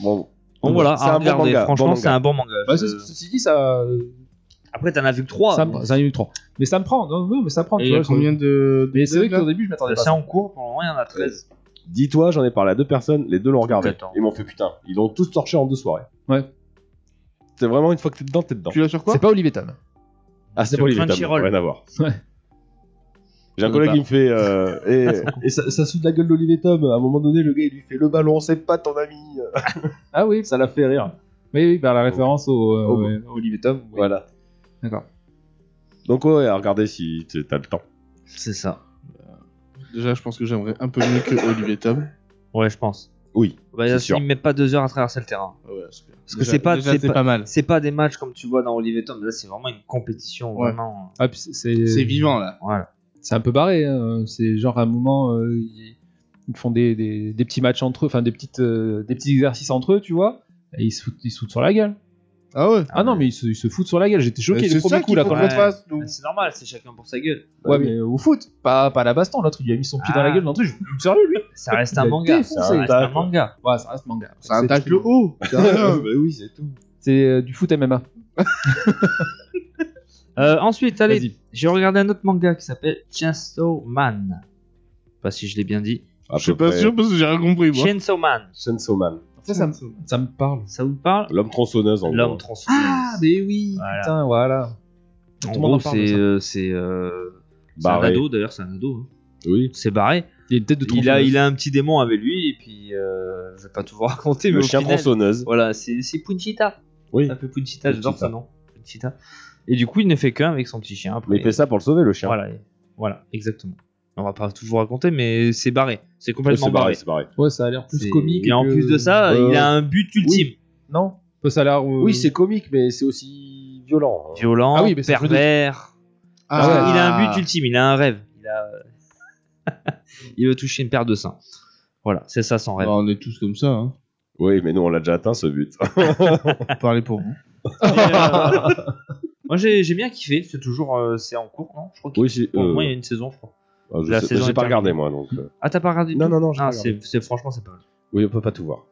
Bon,
Donc voilà,
c'est
à
un bon
regarder.
manga, bon
Franchement,
manga.
c'est un bon manga.
Bah,
Je-
c'est- Ceci dit, ça, euh,
Après, t'en as vu que 3.
ça, me- ça y a eu trois. Mais ça me prend, non, non, mais ça prend.
Et
tu
il y a
vois, ça-
combien de.
Mais c'est vrai
que
qu'au début, je m'attendais pas. à
C'est
ça.
en cours, pour le moment, il y en a 13.
dis-toi, j'en ai parlé à deux personnes, les deux l'ont regardé.
Attends.
Ils m'ont fait putain, ils l'ont tous torché en deux soirées.
Ouais.
C'est vraiment une fois que t'es dedans, t'es dedans.
Tu l'as sur quoi
C'est pas Olivier Tom.
Ah, c'est
Sur
pas Olivier
Crunchyroll.
Tam, rien à voir.
Ouais.
J'ai un
Je
collègue
veux
qui me fait. euh, et, et ça, ça soude la gueule d'Olivier Tom. À un moment donné, le gars, il lui fait le ballon, c'est pas ton ami.
Ah oui,
Ça l'a fait rire.
oui, oui, bah, la référence au, euh,
Au-
ouais, Olivier Tom. oui.
Voilà.
D'accord.
Donc, ouais, regardez si t- t'as le temps.
C'est ça.
Déjà, je pense que j'aimerais un peu mieux que Olivier Tom.
Ouais, je pense.
Oui.
Bah,
C'est
ils
sûr.
ne mettent pas deux heures à traverser le terrain.
Ah Ouais, super.
Parce que c'est pas-
déjà,
c'est
c'est
pas-
pas mal.
C'est pas des matchs comme tu vois dans Olivier Tom. Là, c'est vraiment une compétition.
Ouais.
Vraiment.
Ah, puis c'est
C'est vivant là.
Voilà.
c'est un peu barré. hein. C'est genre à un moment, euh, ils ils font des, des- des petits matchs entre eux, enfin des, petites, euh, des petits exercices entre eux, tu vois. Et ils se foutent, ils se foutent sur la gueule.
Ah ouais. Euh,
Ah, non, mais ils se, ils se foutent sur la gueule. J'étais choqué
C'est
le
ça
premier coup
qu'il
là
faut
quand
qu'on
ouais.
l'autre.
fasse, nous.
Mais Ah, C'est normal, c'est chacun pour sa gueule.
Ouais, mais au foot, pas, pas à la baston. L'autre il a mis son pied dans la
Ah.
gueule. L'autre, je sérieux lui.
Ça reste
Il
un
a
manga.
défoncé.
Ça reste
C'est un
un manga.
Ouais, ça reste manga.
C'est un
C'est-
tacle haut. C'est rien.
Bah oui, c'est tout.
C'est euh, du foot MMA.
Euh, ensuite, allez,
Vas-y.
j'ai regardé un autre manga qui s'appelle Chainsaw Man. Je sais pas si je l'ai bien dit.
À
Je suis
peu
pas
près.
sûr parce que j'ai rien compris moi.
Chainsaw Man.
Chainsaw Man.
Ça, ça, me- ça me parle.
Ça vous parle
L'homme tronçonneuse en
L'homme
gros.
transformé.
Ah, mais oui.
Voilà.
Putain, voilà.
En
Tout le monde en
gros,
parle de
c'est
ça.
euh, c'est euh, c'est un
Barré.
ado d'ailleurs, c'est un ado. hein.
Oui.
C'est barré.
euh, Il a une tête de
Il a,
tronçonneuse.
il a un petit démon avec lui et puis euh, je vais pas tout vous raconter. mais
Le
au
chien
final,
tronçonneuse.
Voilà, c'est c'est Punchita.
Oui.
Ça fait Punchita, j'adore
Punchita.
ce nom. Punchita. Et du coup, il ne fait qu'un avec son petit chien. après.
Mais il fait ça pour le sauver, le chien.
Voilà, et- voilà, exactement. On va pas tout vous raconter, mais c'est barré. C'est
Ouais,
complètement
c'est barré,
barré.
c'est barré.
Ouais, ça a l'air plus
C'est-
comique.
Et en
que-
plus de ça,
Euh,
il a un but ultime.
Non Enfin, Ça a l'air. euh,
Oui, c'est comique, mais c'est aussi violent. hein.
Violent,
Ah oui, mais c'est ce que je
pervers. Parce
Ah
qu'il a un but ultime, il a un rêve. Il, a... euh, il veut toucher une paire de seins. Voilà, c'est ça son rêve.
Bah, on est tous comme ça, hein.
Oui, mais nous, on l'a déjà atteint, ce but.
Ah.
Parlez pour vous.
Et, euh, Moi j'ai j'ai bien kiffé, c'est toujours euh, c'est en cours, non Je crois qu'il
oui, c'est.
pour
euh,
moi, il y a une saison, je crois.
ah, je
la
sais-
saison
J'ai
est
pas
terminée.
regardé, moi, donc. euh,
Ah, t'as pas regardé
Non,
du
non,
tout
non, j'ai
Ah,
pas
c'est c'est- franchement, c'est pas mal.
Oui, on peut pas tout voir.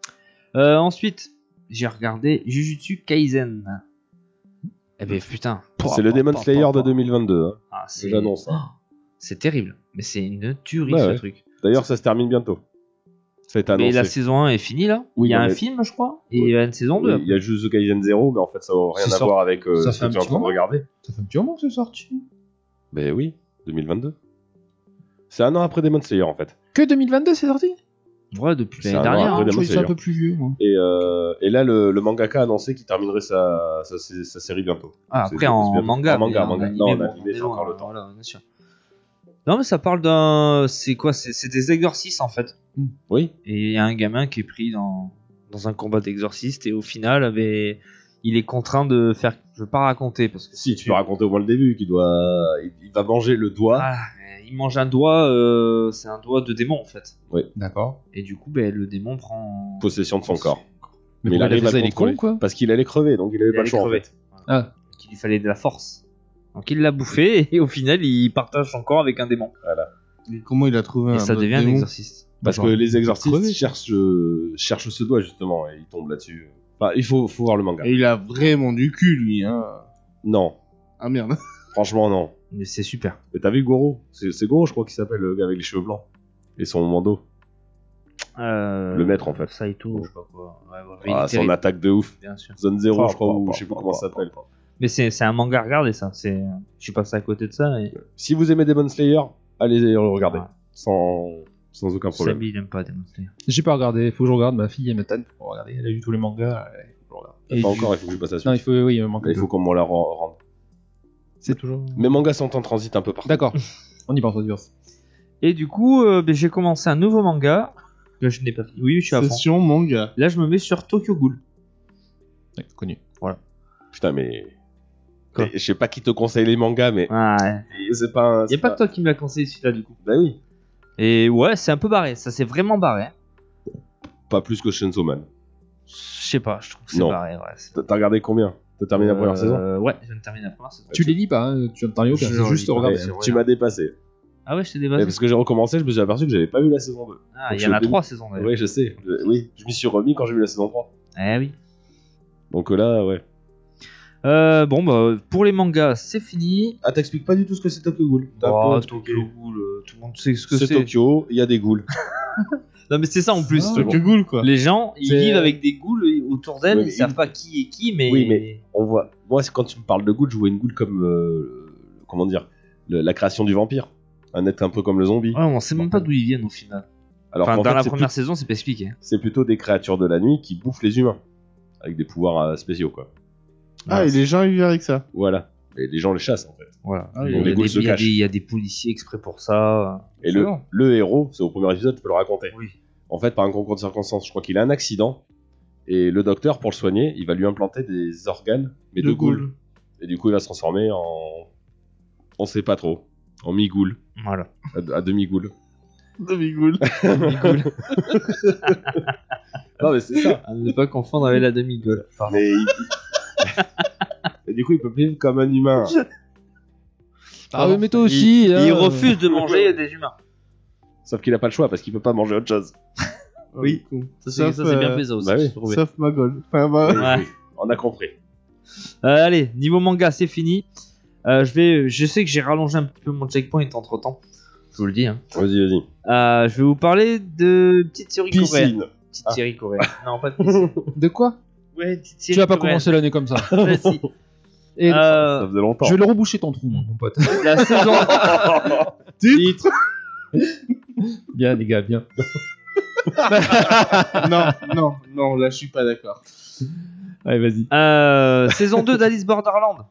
Euh, ensuite, j'ai regardé Jujutsu Kaisen. Eh
Mmh.
ben putain.
C'est le Demon Slayer de 2022. hein.
Ah, c'est-
J'annonce, hein.
Oh, c'est terrible, mais c'est une tuerie
Bah
ce
ouais.
truc.
D'ailleurs, ça se termine bientôt. C'est
Mais
annoncé.
la saison 1 est finie là
Oui,
Il y a
non,
un
mais-
film, je crois, et
Oui.
il y a une saison 2.
Oui, Il y a Jujutsu Kaisen 0, mais en fait, ça n'a rien
C'est
à
sorti-
voir avec euh,
ça
ce
fait
que
un
tu
petit
es en train de
moment.
regarder.
Ça fait un petit moment que c'est sorti.
Ben oui, 2022. C'est un an après Demon Slayer, en fait.
Que 2022, c'est sorti
Ouais, depuis
C'est
l'année
un
dernière. hein.
an
Je
après
crois que c'est un
Demon
peu plus vieux, moi.
Et, euh, et là, le, le mangaka a annoncé qu'il terminerait sa, sa, sa- sa série bientôt.
Ah,
C'est-
après
c'est
en
bien.
manga.
En manga,
mais
manga.
animé,
Non, en
bon,
animé,
on est
c'est
loin,
encore le temps.
voilà, bien sûr. Non, mais ça parle d'un. C'est quoi C'est c'est des exorcistes en fait.
Mm.
Oui.
Et il y a un gamin qui est pris dans, dans un combat d'exorcistes et au final, avait... il est contraint de faire. Je veux pas raconter parce que.
Si, tu peux raconter au moins le début qu'il doit. Il, il va manger le doigt.
Ah, mais il mange un doigt, euh, c'est un doigt de démon en fait.
D'accord.
Et du coup, ben, le démon prend.
Possession de son corps.
Mais, il arrive à ça, il est con,
contrôler.
quoi.
Parce qu'il allait crever, donc il avait
Il
pas le
allait
choix. en
crever.
fait.
Voilà. Donc, il lui fallait de la force. Donc il l'a bouffé et au final, il partage son corps avec un démon.
Et comment il a
et
trouvé Ah, un
ça
autre
devient un
démon
exorciste.
Parce que
D'accord.
les
Bah, Crever.
exorcistes cherchent, euh, cherchent ce doigt justement et ils tombent là-dessus. Enfin, il faut, faut voir le manga.
Et il a vraiment du cul, lui, hein.
Non,
Ah merde.
franchement non.
Mais c'est super.
Mais t'as vu Goro C'est c'est Goro, je crois qu'il s'appelle le gars avec les cheveux blancs et son mando.
Euh,
Le maître, en fait.
Saito, je sais pas quoi. Ouais, voilà. Il est
Ah, son
terrible,
attaque de ouf.
bien sûr.
Zone 0,
Oh,
Ah,
je crois,
ah,
ou
ah,
je sais plus
ah,
comment
ah,
ça s'appelle.
Mais c'est c'est un manga, regardez ça. c'est- Je suis passé à côté de ça. Et...
Si vous aimez Demon Slayer, allez le regarder.
Ouais.
Sans, sans aucun problème.
Samy, il aime pas Demon Slayer.
J'ai pas regardé, faut que je regarde, ma fille, elle m'attend pour regarder. Elle a vu tous les mangas. elle- faut que je regarde.
Pas
Et du-
encore, il faut que je passe à la
Non, il
suite.
faut, oui, il me manque
Mais
un
Il faut qu'on me la ren- rende.
peu. C'est toujours.
Mes mangas sont en transit un peu partout.
D'accord, on y pense, on y pense.
Et du coup, euh, ben, j'ai commencé un nouveau manga. que je n'ai pas fini. Oui, je suis à fond.
Session manga.
Là, je me mets sur Tokyo Ghoul.
Ouais, connu.
Putain, mais.
Quoi
mais Je sais pas qui te conseille les mangas, mais
Ouais.
c'est pas un.
Y
c'est
a pas que toi qui me l'a conseillé celui-là, du coup.
Bah oui.
Et ouais, c'est un peu barré. Ça, c'est vraiment barré.
Pas plus que Chainsaw Man.
Je sais pas, je trouve que c'est
Non.
barré. Ouais, c'est-
T'as t'as regardé combien T'as terminé la première
Euh,
saison
Ouais, je viens de terminer la première saison.
Tu les lis pas, hein, tu n'entends rien,
Je-
c'est juste
je-
regarder.
ouais,
Eh, Tu m'as dépassé.
Ah ouais, je t'ai
Mais
débattu.
Eh, parce que j'ai recommencé, je me suis aperçu que j'avais pas vu la saison 2.
Ah, il y
je
en a
dé-
trois saisons d'ailleurs.
Oui, je sais. Je- Oui, je m'y suis remis quand j'ai vu la saison 3.
Eh oui.
Donc euh, là, ouais.
Euh, bon, bah, pour les mangas, c'est fini.
Ah, t'expliques pas du tout ce que c'est Tokyo Ghoul. T'as
Oh,
pas expliqué.
Tokyo Ghoul, euh, tout le monde sait ce que
C'est
c'est.
Tokyo, il y a des ghouls.
Non, mais c'est ça en plus.
Ah,
c'est
Tokyo Ghoul, quoi.
Les gens, ils
C'est-
vivent avec des ghouls euh, autour d'elles,
Ouais, mais
ils savent
ils-
pas qui est qui, mais.
Oui, mais- On voit. Moi, c'est quand tu me parles de ghoul, je vois une ghoul comme. euh, comment dire le- La création du vampire. Un être un peu comme le zombie.
Ouais, on sait même pas d'où ils viennent au final.
Alors
enfin,
qu'en
dans
fait,
la
c'est
première saison, c'est pas expliqué.
plus- c'est plutôt des créatures de la nuit qui bouffent les humains. Avec des pouvoirs euh, spéciaux, quoi.
Ah, et les gens, ils vivent avec ça.
Voilà. Et les gens les chassent, en fait.
Voilà.
Ah,
il,
oui,
y a
les
des,
ghouls se
il y a
cachent.
des- il y a des policiers exprès pour ça.
Et le,
bon.
le héros, c'est au premier épisode, je peux le raconter.
Oui.
En fait, par un concours de circonstances, je crois qu'il a un accident. Et le docteur, pour le soigner, il va lui implanter des organes, mais de,
Le
ghoul. Et du coup, il va se transformer en. On sait pas trop. En mi-ghoul.
Voilà.
À, à demi-ghoul.
Demi Ghoul.
Non, mais c'est ça.
À ne pas confondre avec la demi-gueule.
Mais il- Et du coup, il peut vivre comme un humain.
Ah oui, mais toi aussi.
Il,
là,
il
euh,
refuse de manger des humains.
Sauf qu'il a pas le choix parce qu'il peut pas manger autre chose.
Oui. Ça, c'est-
Sauf,
ça, c'est bien
euh,
fait, ça aussi.
bah oui.
j'ai trouvé.
Ah, Sauf ma gueule. Enfin, bah,
Ouais.
On a compris.
Euh, allez, niveau manga, c'est fini. Euh, je, vais, je sais que j'ai rallongé un petit peu mon checkpoint entre temps. Je vous le dis. Hein.
Vas-y, vas-y.
Euh, je vais vous parler de petite série coréenne.
Piscine.
Petite
Ah.
série coréenne. Non, pas de piscine.
De quoi
Ouais, petite série
Tu vas pas
coréenne.
commencer l'année comme ça.
Ouais, si.
Et
Euh,
Ça faisait longtemps.
je vais le reboucher ton trou, moi, mon pote.
la saison.
Titre Bien, les gars, bien.
non, non, non, là, je suis pas d'accord.
Allez, vas-y.
Euh, saison 2 d'Alice Borderland.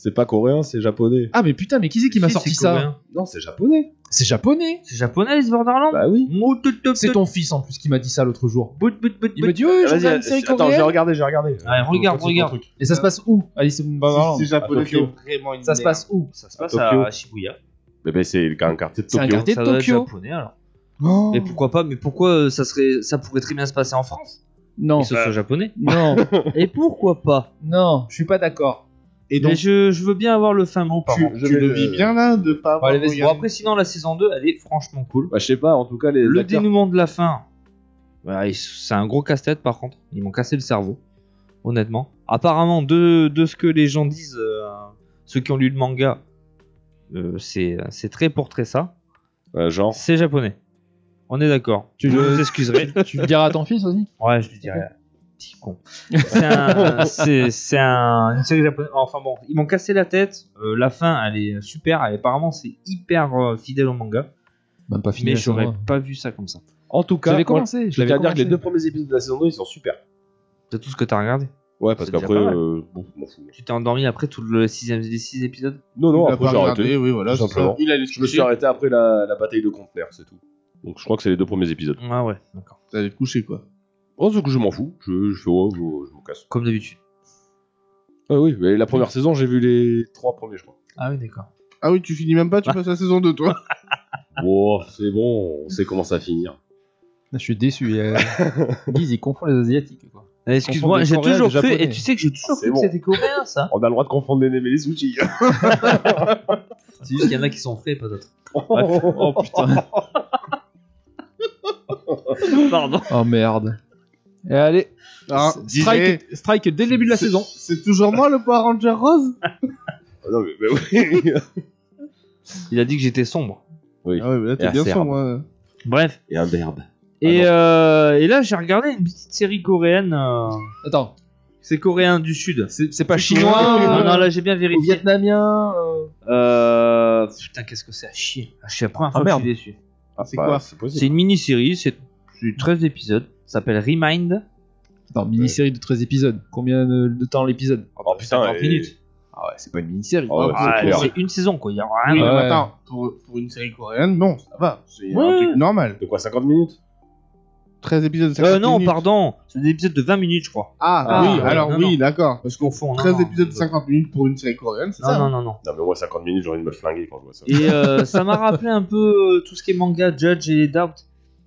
C'est pas coréen, c'est japonais.
Ah, mais putain, mais qui c'est qui m'a
Si,
sorti
c'est
ça
coréen.
Non, c'est japonais.
C'est japonais
C'est japonais, ce Borderlands
Bah oui.
Mou, tout, tout,
C'est
tout.
ton fils en plus qui m'a dit ça l'autre jour.
Bout, bout, bout,
Il
bout.
me dit, oui, je
Vas-y,
regarde une série
attends, j'ai
coréenne.
regardé, j'ai regardé.
Ouais, regarde,
Donc, c'est ton
regarde.
truc.
Et ça se passe où Alice in Borderland
Bah, Si c'est japonais,
À Tokyo.
c'est vraiment une
Ça se
merde.
passe où
Ça se passe
À
à,
Tokyo.
Shibuya.
Mais ben, c'est un quartier de
C'est un
Tokyo.
quartier de
ça doit être
Tokyo.
japonais alors.
Oh.
Mais pourquoi pas Mais pourquoi euh, ça serait, ça pourrait très bien se passer en France
Non,
Que ce soit japonais.
non,
Et pourquoi pas
non, je suis pas d'accord.
Et donc,
Mais je, je veux bien avoir le fin mot par
tu,
contre.
tu le vis bien là de pas avoir.
allez, vas-y,
Bon,
regardé
après, sinon, la saison 2, elle est franchement cool.
Bah, je sais pas, en tout cas, les
Le
acteurs.
dénouement de la fin, bah, ils- c'est un gros casse-tête par contre. Ils m'ont cassé le cerveau, honnêtement. Apparemment, de, de ce que les gens disent, euh, ceux qui ont lu le manga, euh, c'est c'est très pour très ça.
Euh, genre.
C'est japonais. On est d'accord.
Tu
Tu
le-
nous excuserai.
Tu le diras à ton fils aussi
Ouais, je lui dirais. Petit con. C'est un- c'est- c'est un- une série japonaise. Enfin bon, ils m'ont cassé la tête. Euh, la fin, elle est super. Elle, apparemment, c'est hyper euh, fidèle au manga.
Même Bah, pas
Mais j'aurais pas vu ça comme ça.
En tout
J'avais
cas, voilà.
commencé, je
je
l'avais
tiens à dire que les
commencé.
deux premiers épisodes de la saison 2, ils sont super.
C'est tout ce que t'as regardé.
Ouais, parce
C'est déjà
qu'après.
pas mal.
euh, bon, je m'en fous.
Tu t'es endormi après tout le sixième des six épisodes
Non,
Il
non,
a
après,
pas
j'ai
regardé,
arrêté.
oui, voilà,
Tout
c'est
simplement.
ça. Il allait se
Je me suis
coucher.
arrêté après la, la bataille de conteneurs, c'est tout. Donc je crois que c'est les deux premiers épisodes.
Ah ouais, d'accord.
Il allait se coucher quoi.
Oh, c'est que je m'en fous. Je, je fais, ouais, je, je vous casse.
Comme d'habitude.
Ah oui, mais la première saison, j'ai vu les trois premiers, je crois.
Ah oui, d'accord.
Ah oui, tu finis même pas, tu passes la saison 2 toi.
Bon, c'est bon, on sait comment ça hein. va finir.
Je suis déçu. euh, Guise, il confond les Asiatiques. Quoi.
Euh, Excuse-moi,
Confondre
j'ai
les Coréens et
toujours
les
cru,
Japonais.
et tu sais que j'ai toujours
C'est
cru
bon.
que c'était coréen ça.
On a le droit de confondre les Némé et les Sushi.
C'est juste qu'il y en a qui sont frais, pas d'autres.
Oh putain.
Pardon.
Oh merde. Et allez,
Ah,
strike, strike dès le début de la
c'est-
saison.
C'est toujours moi le Power Ranger Rose
Ah non, mais, mais oui.
Il a dit que j'étais sombre.
Ah ouais, mais là
Et
t'es
un
bien
Serbe.
sombre. hein.
Bref.
Et un berbe.
Et,
Ah
euh, et là, j'ai regardé une petite série coréenne. euh,
Attends,
C'est coréen du sud.
c'est c'est pas
Non, non,
chinois, euh,
là j'ai bien
ou
vérifié.
vietnamien. euh,
Euh, Putain, qu'est-ce que c'est à chier. Ah, c'est la première fois
Ah,
que je
merde.
suis déçu.
Ah,
C'est
bah,
quoi
C'est
C'est
possible.
une mini-série, c'est c'est 13 épisodes. Ça s'appelle Remind.
Attends, mini-série de 13 épisodes. Combien de, de temps l'épisode
Oh putain,
50
et-
minutes.
Ah ouais, c'est pas une mini-série.
Ah ouais,
Ah,
c'est
Ouais,
clair.
c'est une saison quoi. Il y a rien
Oui,
Ouais.
mais attends, pour, pour une série coréenne, non, ça va. C'est un
Ouais.
truc normal.
De quoi 50 minutes
13 épisodes,
Euh,
50
non,
minutes.
pardon, c'est des épisodes de 20 minutes, je crois.
Ah,
Ah,
oui,
ouais,
alors
non,
oui, d'accord.
Parce qu'on fond.
13 épisodes, 50 minutes pour une série coréenne, c'est
Non,
ça
non,
hein
non, non.
Non, mais moi, 50 minutes, j'aurais envie de me flinguer quand je vois ça.
Et euh, ça m'a rappelé un peu euh, tout ce qui est manga, Judge et Doubt.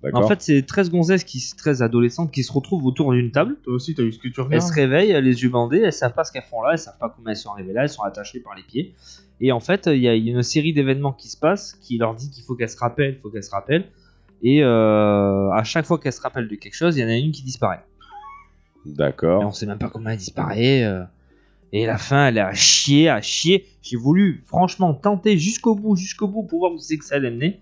D'accord.
En fait, c'est 13 gonzesses, qui, 13 adolescentes qui se retrouvent autour d'une table.
Toi aussi, t'as eu ce que tu
Elles
regardes.
se réveillent, elles les yeux bandés, elles savent pas ce qu'elles font là, elles savent pas comment elles sont arrivées là, elles sont attachées par les pieds. Et en fait, il y a une série d'événements qui se passent qui leur dit qu'il faut qu'elles se rappellent, il faut qu'elles se rappellent. Et euh, à chaque fois qu'elles se rappellent de quelque chose, il y en a une qui disparaît. Et
D'accord.
on sait même pas comment elle disparaît. euh. Et la fin, elle est à chier, à chier. J'ai voulu, franchement, tenter jusqu'au bout, jusqu'au bout pour voir où c'est que ça allait mener.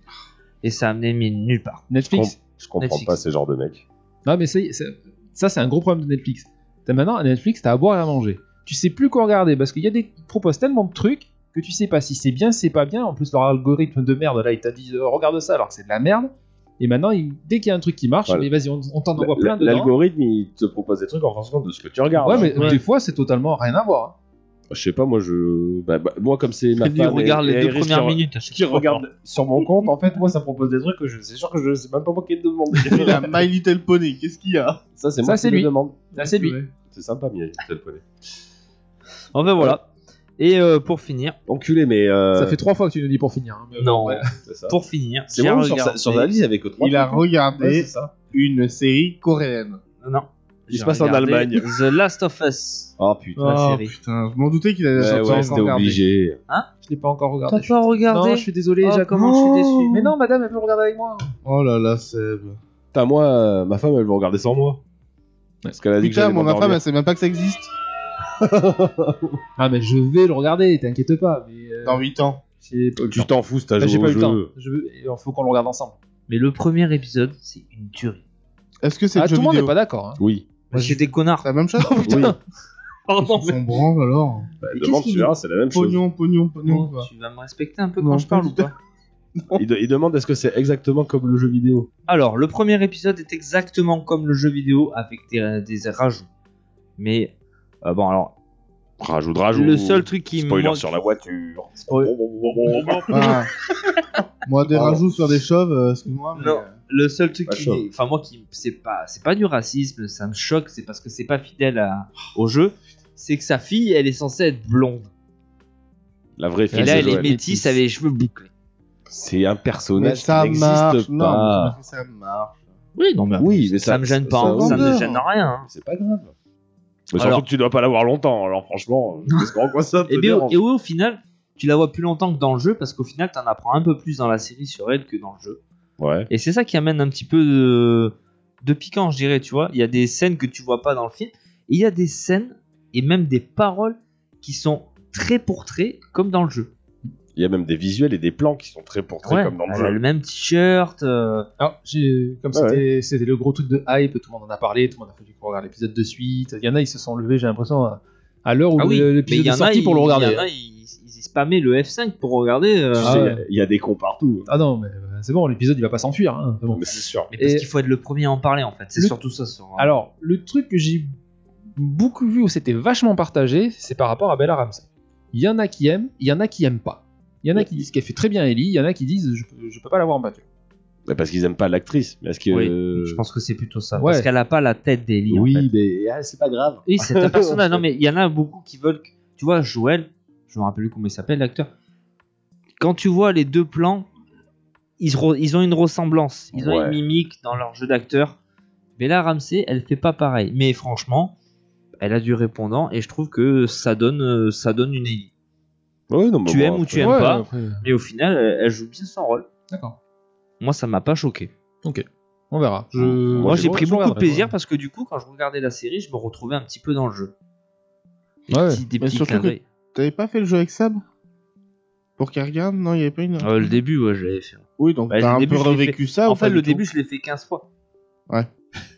Et ça a mené mais nulle part.
Netflix.
Je comprends
Netflix.
pas ces genres de mecs.
Non, mais ça, y est, ça- ça, c'est un gros problème de Netflix. T'as maintenant à Netflix, t'as à boire et à manger. Tu sais plus quoi regarder parce qu'il y a des ils te proposent tellement de trucs que tu sais pas si c'est bien, si c'est pas bien. En plus, leur algorithme de merde, là, il t'a dit euh, regarde ça alors que c'est de la merde. Et maintenant, il- dès qu'il y a un truc qui marche,
Voilà.
mais vas-y, on, on t'en envoie plein
L-
dedans.
L'algorithme, il te propose des trucs en fonction de ce que tu regardes.
Ouais, mais
Ouais.
des fois, c'est totalement rien à voir. hein.
Je sais pas, moi, je. bah, bah, moi, comme c'est ma
Lui,
femme.
regarde
et- et
les deux
Iris qui
premières
re-
minutes. à chaque
Qui
fois.
regarde sur mon compte, en fait, moi, ça me propose des trucs que je sais sûr que je sais même pas moi qui le demande.
Et la My Little Pony, qu'est-ce qu'il y a
ça, c'est
Ça,
moi
c'est
qui
lui.
le demande.
Là, c'est lui.
C'est sympa, mais je te le connais.
Enfin voilà. Et euh, pour finir,
Enculé, mais. euh,
Ça fait trois fois que tu nous dis pour finir. hein, mais
non.
bon, ouais.
c'est ça.
Pour finir,
C'est
j'ai
bon, sur,
regardé-
sa, sur sa liste, il y avait que trois.
Il a
trucs. Ouais,
regardé
c'est ça.
une série coréenne.
Non.
Il se
J'ai
passe en
regardé
Allemagne.
The Last of Us.
Oh putain.
La
Oh
série.
putain, je m'en doutais qu'il allait la
Ouais,
sortir
ouais,
sans
c'était
regarder.
obligé.
Je l'ai pas encore regardé.
T'as pas regardé
Non, je suis désolé,
Oh,
Jacques.
comment je suis déçu.
Mais non, madame, elle peut regarder avec moi.
Oh là là, Seb.
Putain, moi, euh, ma femme, elle va regarder sans moi. Parce qu'elle a dit que
Putain,
j'allais
moi, ma femme,
m'endormir.
elle sait même pas que ça existe.
Ah, mais je vais le regarder, t'inquiète pas. Mais euh,
Dans 8 ans.
j'ai pas eu le temps.
Oh, Tu t'en fous, c'est
Bah,
t'as
j'ai
joué
pas
au
eu le temps.
jeu.
Je veux- Il faut qu'on le regarde ensemble.
Mais le premier épisode, c'est une tuerie.
Est-ce que c'est
Ah,
le
tout
jeu
le monde n'est
vidéo
pas d'accord. hein.
Oui.
C'est des connards.
C'est la même chose
Oui.
Pardon,
Ils s'en branlent alors.
Bah,
Mais
demande,
qu'est-ce qu'il
tu verras, c'est la même chose.
Pognon, pognon, pognon. quoi.
tu vas me respecter un peu
Non,
quand je parle ou
putain.
pas
Il, de- il demande est-ce que c'est exactement comme le jeu vidéo.
Alors, le premier épisode est exactement comme le jeu vidéo avec des, des rajouts. Mais, euh, bon, alors,
Rajoute, rajoute.
Le seul truc qui me
Spoiler
manque-
sur la voiture.
Spoil-
Ah. Moi, des
Pardon.
rajouts sur des chauves, euh, excuse-moi. mais,
Non.
euh,
le seul truc
Pas
qui
chaud.
m'est- enfin moi qui c'est pas c'est pas du racisme ça me choque c'est parce que c'est pas fidèle à- au jeu c'est que sa fille elle est censée être blonde
La vraie
et
fille,
là
c'est
elle est
Joël.
métisse avec les cheveux bouclés
C'est un
mais
personnage qui
ça marche.
n'existe
Non,
pas.
mais ça marche.
oui non mais
Oui, mais
ça, me gêne pas
ça
hein, ça,
vendeur.
me gêne rien hein.
C'est pas grave. Mais surtout
Alors-
que tu dois pas l'avoir longtemps, alors franchement, je sais pas en quoi ça te
et, bien,
dérange.
et oui, au final tu la vois plus longtemps que dans le jeu parce qu'au final t'en apprends un peu plus dans la série sur elle que dans le jeu
Ouais.
Et c'est ça qui amène un petit peu de, de piquant, je dirais, tu vois. Il y a des scènes que tu vois pas dans le film, et il y a des scènes et même des paroles qui sont trait pour trait, comme dans le jeu.
Il y a même des visuels et des plans qui sont très pour très
Ouais,
comme dans le
elle a
jeu.
même t-shirt. euh,
Ah.
Alors, j'ai- comme
Ah Ouais,
c'était c'était le gros truc de hype, tout le monde en a parlé, tout le monde a fallu qu'on regarde l'épisode de suite. Il y en a, ils se sont levés, j'ai l'impression, à, à l'heure où
Ah oui,
le-
mais il
l'épisode
y
est
en a,
sorti
ils-
pour le
Il
regarder.
y en a, ils, ils y spammaient le F5 pour regarder. euh,
Tu sais,
Ah
Il
ouais.
y a- il y a des cons partout.
Ah non, mais euh, c'est bon, l'épisode il va pas s'enfuir. hein, c'est bon.
Mais c'est sûr.
Mais parce
Et-
qu'il faut être le premier à en parler, en fait. C'est
Le-
surtout ça. sur-
Alors, le truc que j'ai beaucoup vu où c'était vachement partagé, c'est par rapport à Bella Ramsey. Il y en a qui aiment, il y en a qui aiment pas. Il y en a qui disent qu'elle fait très bien Ellie, il y en a qui disent je, peux- je peux pas l'avoir en peinture.
Mais parce qu'ils aiment pas l'actrice. Mais est-ce que.
Oui, Euh, je pense que c'est plutôt ça.
ouais.
Parce qu'elle a pas la tête d'Ellie. en
Oui,
fait.
mais ah, c'est pas grave.
Oui, c'est un personnage. non, mais il y en a beaucoup qui veulent. que- Tu vois, Joël, je me rappelle plus comment il s'appelle l'acteur. Quand tu vois les deux plans, ils, re- ils ont une ressemblance, ils ont
Ouais.
une mimique dans leur jeu d'acteur. Bella Ramsey, elle fait pas pareil. Mais franchement, elle a du répondant et je trouve que ça donne, euh, ça donne une élite.
Ouais, non, mais
Tu
bon,
aimes ou
après-
tu aimes pas
après,
Mais au final, elle, elle joue bien son rôle.
D'accord,
Moi, ça m'a pas choqué.
on verra. Je-
Moi, j'ai
je-
pris
je
beaucoup de
regarderai,
plaisir
quoi.
parce que du coup, quand je regardais la série, je me retrouvais un petit peu dans le jeu. Des
Ouais.
petits, des
Mais
petits
surtout
clins
que-
d'œil.
T'avais pas fait le jeu avec Seb Pour qu'elle regarde Non, il y avait pas une.
Euh, le début, ouais, je l'avais fait.
Oui, donc
Bah,
t'as
le
un
début,
peu
je l'ai
revécu ça. ou
en fait,
pas
le
Ah, du
début,
tout
je l'ai fait 15 fois.
Ouais.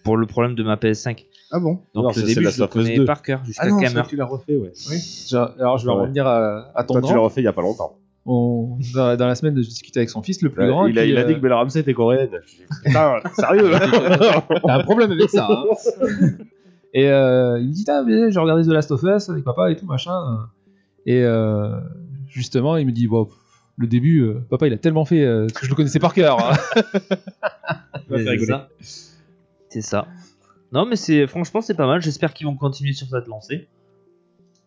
Pour le problème de ma PS5.
Ah bon
Donc
Non, ça,
le
c'est
début,
la
je le
Last of Us
connais
2.
par cœur jusqu'à
Ah non,
Camer.
tu l'as refait, ouais.
Je- Alors, je vais
Ouais.
revenir à, à ton
Toi, tu l'as
grand.
refait il y a pas longtemps.
On- dans, dans la semaine, je discutais avec son fils, le plus grand.
il, a,
qui,
il a dit
euh,
que Bella Ramsey était coréenne. Je dis, Putain, sérieux
T'as un problème avec ça. hein. et euh, il me dit Ah, mais j'ai regardé The Last of Us avec papa et tout, machin. Et euh, justement, il me dit Bon, pff, le début, euh, papa, il a tellement fait euh, que je le connaissais par cœur. hein.
Mais
faire rigoler.
C'est ça. C'est ça. Non, mais c'est franchement, c'est pas mal. J'espère qu'ils vont continuer sur cette lancée.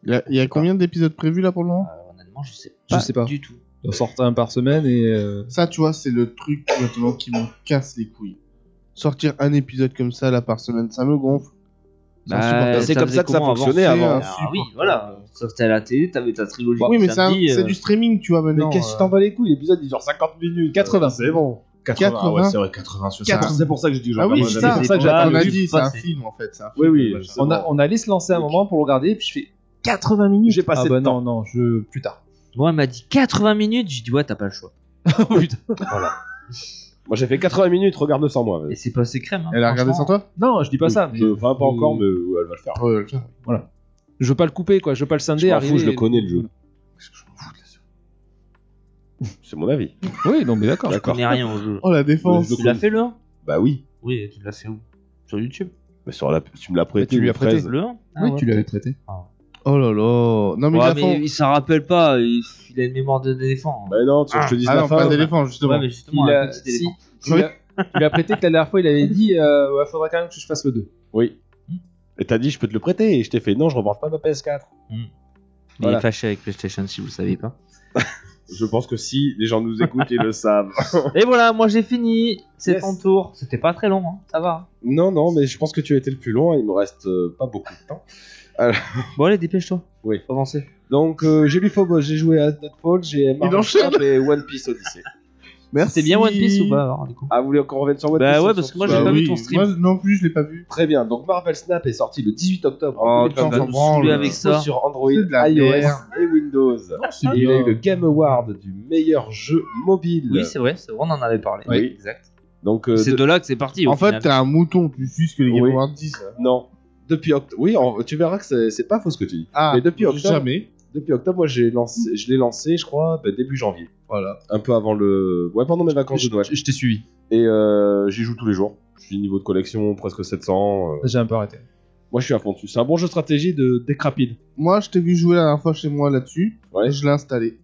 Il y a, il y a combien d'épisodes prévus là pour le moment
Euh, honnêtement, je sais
Je
pas,
sais pas.
du tout.
On sort un par semaine et. euh,
Ça, tu vois, c'est le truc maintenant qui me casse les couilles. Sortir un épisode comme ça là par semaine, ça me gonfle. C'est
Bah,
insupportable.
c'est comme
faisait
ça que ça
comment
fonctionnait
avant
avant.
Ah oui, voilà. Sauf que t'as la télé, t'avais ta trilogie.
oui,
du
mais c'est un-
samedi,
c'est
euh,
du streaming, tu vois, maintenant. euh,
bats les couilles L'épisode, il dure 50 minutes.
80.
C'est bon.
80,
hein.
ouais, c'est
vrai, 80 sur
50.
C'est pour ça que je dis que
Ah oui,
j'en
c'est
j'avais
parle
ça,
fait
c'est ça que
ça,
j'avais- on
le
a
film
dit, c'est un
passé.
film en fait. c'est un
Oui,
film,
oui,
machin.
c'est
on, a,
bon.
on allait se lancer un moment pour le regarder, puis je fais 80 minutes.
J'ai passé
ah bah
le temps.
non, non, je... plus tard.
Moi, elle m'a dit 80 minutes. J'ai dit, ouais, t'as pas le choix.
Oh, Putain.
Moi, j'ai fait 80 minutes, regarde sans moi.
Et c'est passé crème. hein,
Elle a regardé sans
franchement.
toi
Non, je dis pas ça. mais
Je- Enfin, pas
Euh,
encore, mais ouais, elle va le faire.
Je veux pas le couper, quoi. Je veux pas le scinder.
Je m'en
arriver-
fous, je le connais le jeu. C'est mon avis.
Oui, non, mais d'accord.
Je connais rien au jeu.
Oh la défense
Je
Tu l'as
connais.
fait le 1
Bah oui.
Oui, tu l'as fait où Sur YouTube.
Mais sur la, tu me l'as prêté.
tu lui
une
as prêté.
fraise.
Le 1
Oui, tu l'avais traité.
Oh là là Non mais
Ouais,
la
mais
fin-
il s'en rappelle pas, il, il a une mémoire de- d'éléphant. hein.
Bah non, tu veux que je te dise
Ah
la
non, pas
fin.
d'éléphant justement.
ouais, mais justement,
Il
un
a-
petit
si,
éléphant.
Tu l'as- tu l'as prêté que la dernière fois, il avait dit euh, ouais, faudra quand même que je fasse le 2.
Oui. Et t'as dit, je peux te le prêter. Et je t'ai fait, non, je remange pas ma PS4.
Il
Voilà.
est fâché avec PlayStation si vous le savez pas.
Je pense que si les gens nous écoutent, ils le savent.
Et voilà, moi j'ai fini, c'est
Yes.
ton tour. C'était pas très long, hein, ça va.
Non, non, mais je pense que tu as été le plus loin. Il me reste euh, pas beaucoup de temps.
Bon, allez, dépêche-toi.
Oui.
Faut avancer.
Donc, euh, j'ai lu Phobos, j'ai joué à Deadfall, j'ai Marvel
enchaîne.
Snap et One Piece Odyssey.
Merci.
C'était bien One Piece ou pas alors, du coup
Ah, vous voulez qu'on revienne sur One
Bah
Piece
ouais,
ou
parce
sur-
que moi,
Bah
j'ai pas
oui.
vu ton stream.
Moi non plus, je l'ai pas vu.
Très bien, donc Marvel Snap est sorti le 18 octobre
Oh,
Bah, On
putain,
va
ça
nous
branle.
saouler avec ça.
sur Android,
C'est de la
iOS
merde.
et Windows. Et il a eu le Game Award du meilleur jeu mobile.
Oui, c'est vrai, c'est vrai, on en avait parlé.
Oui.
exact.
Donc, euh,
C'est
de-
de là que c'est parti. au
En fait,
final.
t'es un mouton, tu suis ce que les Game
Oui.
Awards disent.
non, depuis octobre. Oui, en- tu verras que c'est- c'est pas faux ce que tu dis.
Ah,
Mais depuis octobre-
jamais.
Depuis octobre, moi, j'ai lancé, je l'ai lancé, je crois, bah, début janvier.
Voilà.
Un peu avant le. Ouais, pendant mes vacances de Noël.
Je, je t'ai suivi.
Et euh, j'y joue tous les jours. Je suis niveau de collection presque 700. euh,
J'ai un peu arrêté.
Moi, je suis à fond dessus. C'est un bon jeu de stratégie de deck rapide.
Moi, je t'ai vu jouer la dernière fois chez moi là-dessus.
Ouais.
et Je l'ai installé.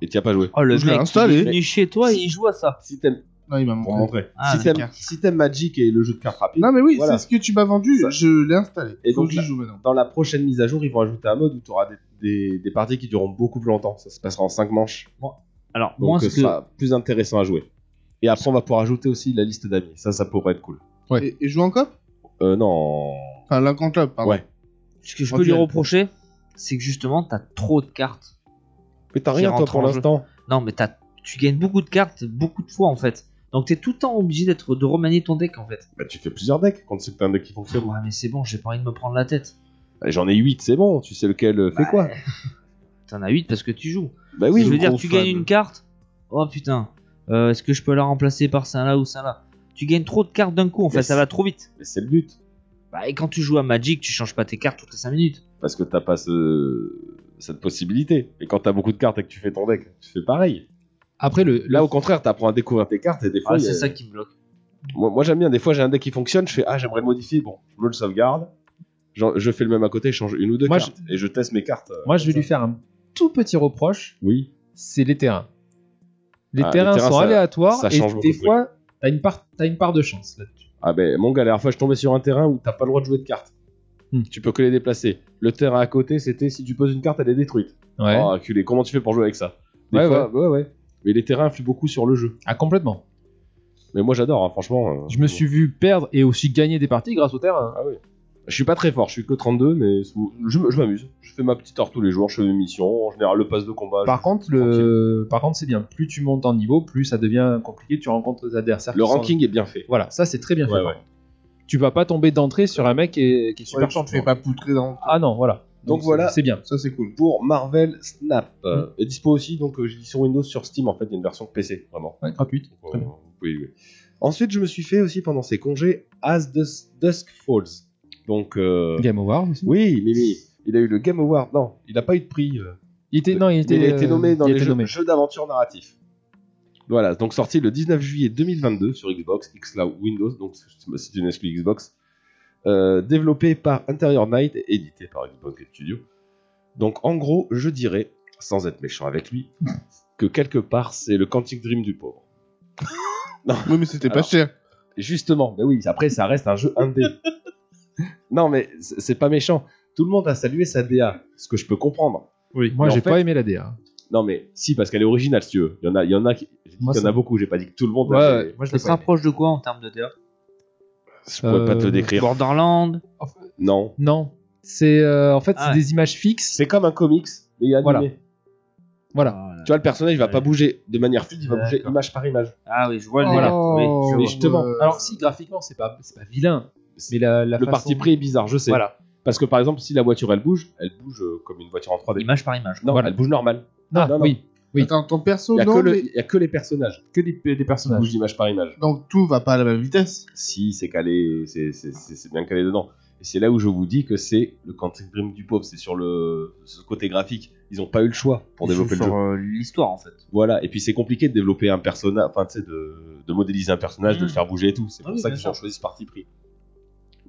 Et tu as pas joué.
Oh, le
Je l'ai
mec, il
installé.
est venu chez toi et il joue à ça.
Si t'aimes,
Non, il m'a
pour
montré.
montrer.
Ah,
si t'aimes,
d'accord.
si t'aimes Magic et le jeu de cartes rapide,
Non, mais oui,
Voilà.
c'est ce que tu m'as vendu.
Ça.
Je l'ai installé.
Et
Faut
donc
que j'y
là-
joue maintenant.
dans la prochaine mise à jour, ils vont ajouter un mode où tu auras des, des- des parties qui dureront beaucoup plus longtemps. Ça se passera en 5 manches.
Alors,
Donc,
moi,
euh,
ce
ce
que.
sera plus intéressant à jouer. Et après, on va pouvoir ajouter aussi la liste d'amis. Ça, ça pourrait être cool.
Ouais.
Et, et jouer en cop
Euh, non.
Enfin, là, en club, pardon.
Ouais.
Ce que je
Ok.
peux lui reprocher, c'est que justement, t'as trop de cartes.
Mais t'as
Qui
rien, toi,
rentre
pour
en jeu.
l'instant.
Non, mais t'as- tu gagnes beaucoup de cartes, beaucoup de fois en fait. Donc t'es tout le temps obligé d'être de remanier ton deck en fait.
Bah, tu fais plusieurs decks quand c'est un deck qui fonctionne.
Ouais, mais c'est bon, j'ai pas envie de me prendre la tête.
Allez, J'en ai 8, c'est bon. Tu sais lequel euh, fait
Bah,
quoi
T'en as 8 parce que tu joues.
Bah
je veux dire,
gros
tu
fan.
gagnes une carte. Oh putain, euh, est-ce que je peux la remplacer par ça là ou ça là Tu gagnes trop de cartes d'un coup en fait,
Yes.
ça va trop vite.
Mais c'est le but.
Bah, et quand tu joues à Magic, tu changes pas tes cartes toutes les 5 minutes.
parce que t'as pas ce- cette possibilité. Et quand t'as beaucoup de cartes et que tu fais ton deck, tu fais pareil.
Après, le,
Là, au contraire, t'apprends à découvrir tes cartes et des fois,
Ah,
il y a-
c'est ça qui me bloque.
moi, moi, j'aime bien. Des fois, j'ai un deck qui fonctionne, je fais ah j'aimerais le modifier, bon, je me le sauvegarde, J'en- je fais le même à côté, je change une ou deux
Moi,
cartes et je teste mes cartes. euh,
moi, je vais
comme
lui faire un tout petit reproche.
Oui.
c'est les terrains. Les,
Ah, les
terrains,
terrains,
sont
ça-
aléatoires
ça
et
change beaucoup
des
de
fois, t'as une part, t'as une part de chance là-dessus.
Ah ben mon gars, la dernière fois, je tombais sur un terrain où t'as pas le droit de jouer de cartes.
Hmm.
Tu peux que les déplacer. Le terrain à côté, c'était si tu poses une carte, elle est détruite.
Ouais.
Oh, culé, comment tu fais pour jouer avec ça Des
Ouais,
fois, ouais, ouais. Mais les terrains influent beaucoup sur le jeu.
Ah, complètement.
Mais moi, j'adore, hein, franchement. euh,
Je me suis vu perdre et aussi gagner des parties grâce au terrain.
Ah oui. Je suis pas très fort, je suis que 32, mais sous- je, m- je m'amuse. Je fais ma petite heure tous les jours, je fais mes missions, en général le pass de combat.
Par contre, le... Par contre, c'est bien. Plus tu montes en niveau, plus ça devient compliqué. Tu rencontres des adversaires.
je- le
qui sont-
ranking est bien fait.
Voilà, ça c'est très bien fait.
Ouais,
par
ouais.
contre. Tu vas pas tomber d'entrée sur un mec qui est, qui est super
Ouais, tu te
champion.
fais pas poutrer dans.
Ah non, voilà.
Donc
c'est-
voilà.
C'est bien.
Ça, c'est cool.
Pour Marvel Snap, euh, est dispo aussi, donc euh, je dis sur Windows, sur Steam en fait, il y a une version PC, vraiment.
gratuite.
Donc, euh,
Très bien.
vous pouvez y jouer. Ensuite, je me suis fait aussi pendant ces congés As Dus- Dusk Falls. Donc, euh,
Game Award aussi.
oui, mais, mais il a eu le Game Award, non, il n'a pas eu de prix. euh,
Il était, non, il était,
Mais il a été
euh,
nommé dans
il a
les
été
jeux,
nommé.
jeux d'aventure narratif. Voilà, donc sorti le 19 juillet 2022 sur Xbox, xCloud, Windows, donc c'est- c'est une exclu Xbox. Euh, développé par Interior Night et édité par Xbox Game Studio. Donc en gros, je dirais, sans être méchant avec lui, que quelque part c'est le Quantic Dream du pauvre.
Oui, mais c'était pas
Alors.
cher.
Justement, mais oui, après ça reste un jeu indé. non mais c'est c'est pas méchant. Tout le monde a salué sa DA, ce que je peux comprendre.
Oui. Moi,
Mais en
j'ai
fait-
pas aimé la DA.
Non, mais si, parce qu'elle est originale, si tu veux. Il y en a, il y en a, qui, j'ai dit
Moi,
qu'il y en
ça-
a beaucoup, j'ai pas dit que tout le monde.
Ouais,
l'avait.
ouais, moi, je
Ça
l'ai
se
pas aimé.
rapproche de quoi en termes de DA
Je pourrais pas te le
Euh,
décrire.
Borderland
Non.
Non. C'est euh, en fait
Ah
c'est
ouais.
des images fixes.
C'est comme un comics, mais animé.
Voilà. Voilà.
Ah, Voilà.
Tu vois, le personnage, il va pas
Ouais.
bouger de manière fluide, il va bouger
D'accord.
image par image.
Ah oui, je vois le
Oh,
délire. Oui, je
Mais
vois.
justement.
euh,
Alors si graphiquement c'est pas c'est pas vilain, mais la, la
le
façon-
parti pris est bizarre, je sais.
Voilà.
Parce que par exemple, si la voiture elle bouge, elle bouge euh, comme une voiture en 3D.
Image par image.
Non,
Voilà.
elle bouge normale.
Ah,
non, non.
oui. Oui.
Attends, ton
Il
perso,
y a,
non,
que, le-
mais-
il y a que les personnages.
Que des, des
qui bougent
personnages.
d'image par image.
Donc tout va pas à la même vitesse.
Si, c'est calé, c'est c'est- c'est- c'est bien calé dedans. Et c'est là où je vous dis que c'est le Quantic Dream du pauvre, c'est sur le ce côté graphique. Ils ont pas eu le choix pour
Ils
développer
sont
le jeu.
sur, euh, l'histoire en fait.
Voilà, et puis c'est compliqué de développer un personnage, enfin tu sais, de, de modéliser un personnage, de le
Mm.
faire bouger et tout. C'est
Ah
pour
oui,
ça
bien
qu'ils ont choisi ce parti pris.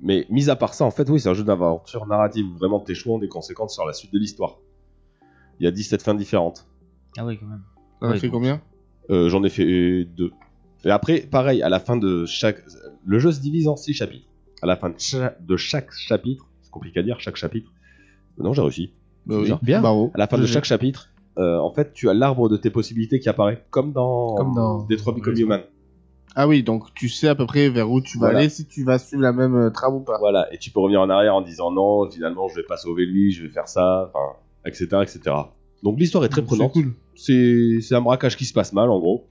Mais mis à part ça, en fait, oui, c'est un jeu d'aventure narrative où vraiment t'échoues en des conséquences sur la suite de l'histoire. Il y a 17 fins différentes.
Ah oui, quand même.
Ça en
Ouais,
fait
donc.
combien
Euh, J'en ai fait euh, deux. Et après, pareil, à la fin de chaque. Le jeu se divise en six chapitres. À la fin de, cha- de chaque chapitre, c'est compliqué à dire, chaque chapitre. Non, j'ai réussi.
Bah oui,
Bien. Bien.
Bravo.
À la fin de
Génial.
chaque chapitre, euh, en fait, tu as l'arbre de tes possibilités qui apparaît, comme dans,
Comme dans-
Detroit Become Human.
Ah oui, donc tu sais à peu près vers où tu vas
Voilà.
aller, si tu vas suivre la même euh, trame ou pas.
Voilà, et tu peux revenir en arrière en disant non, finalement, je vais pas sauver lui, je vais faire ça, enfin, etc., etc. Donc l'histoire est très prenante.
C'est cool.
C'est c'est un braquage qui se passe mal, en gros.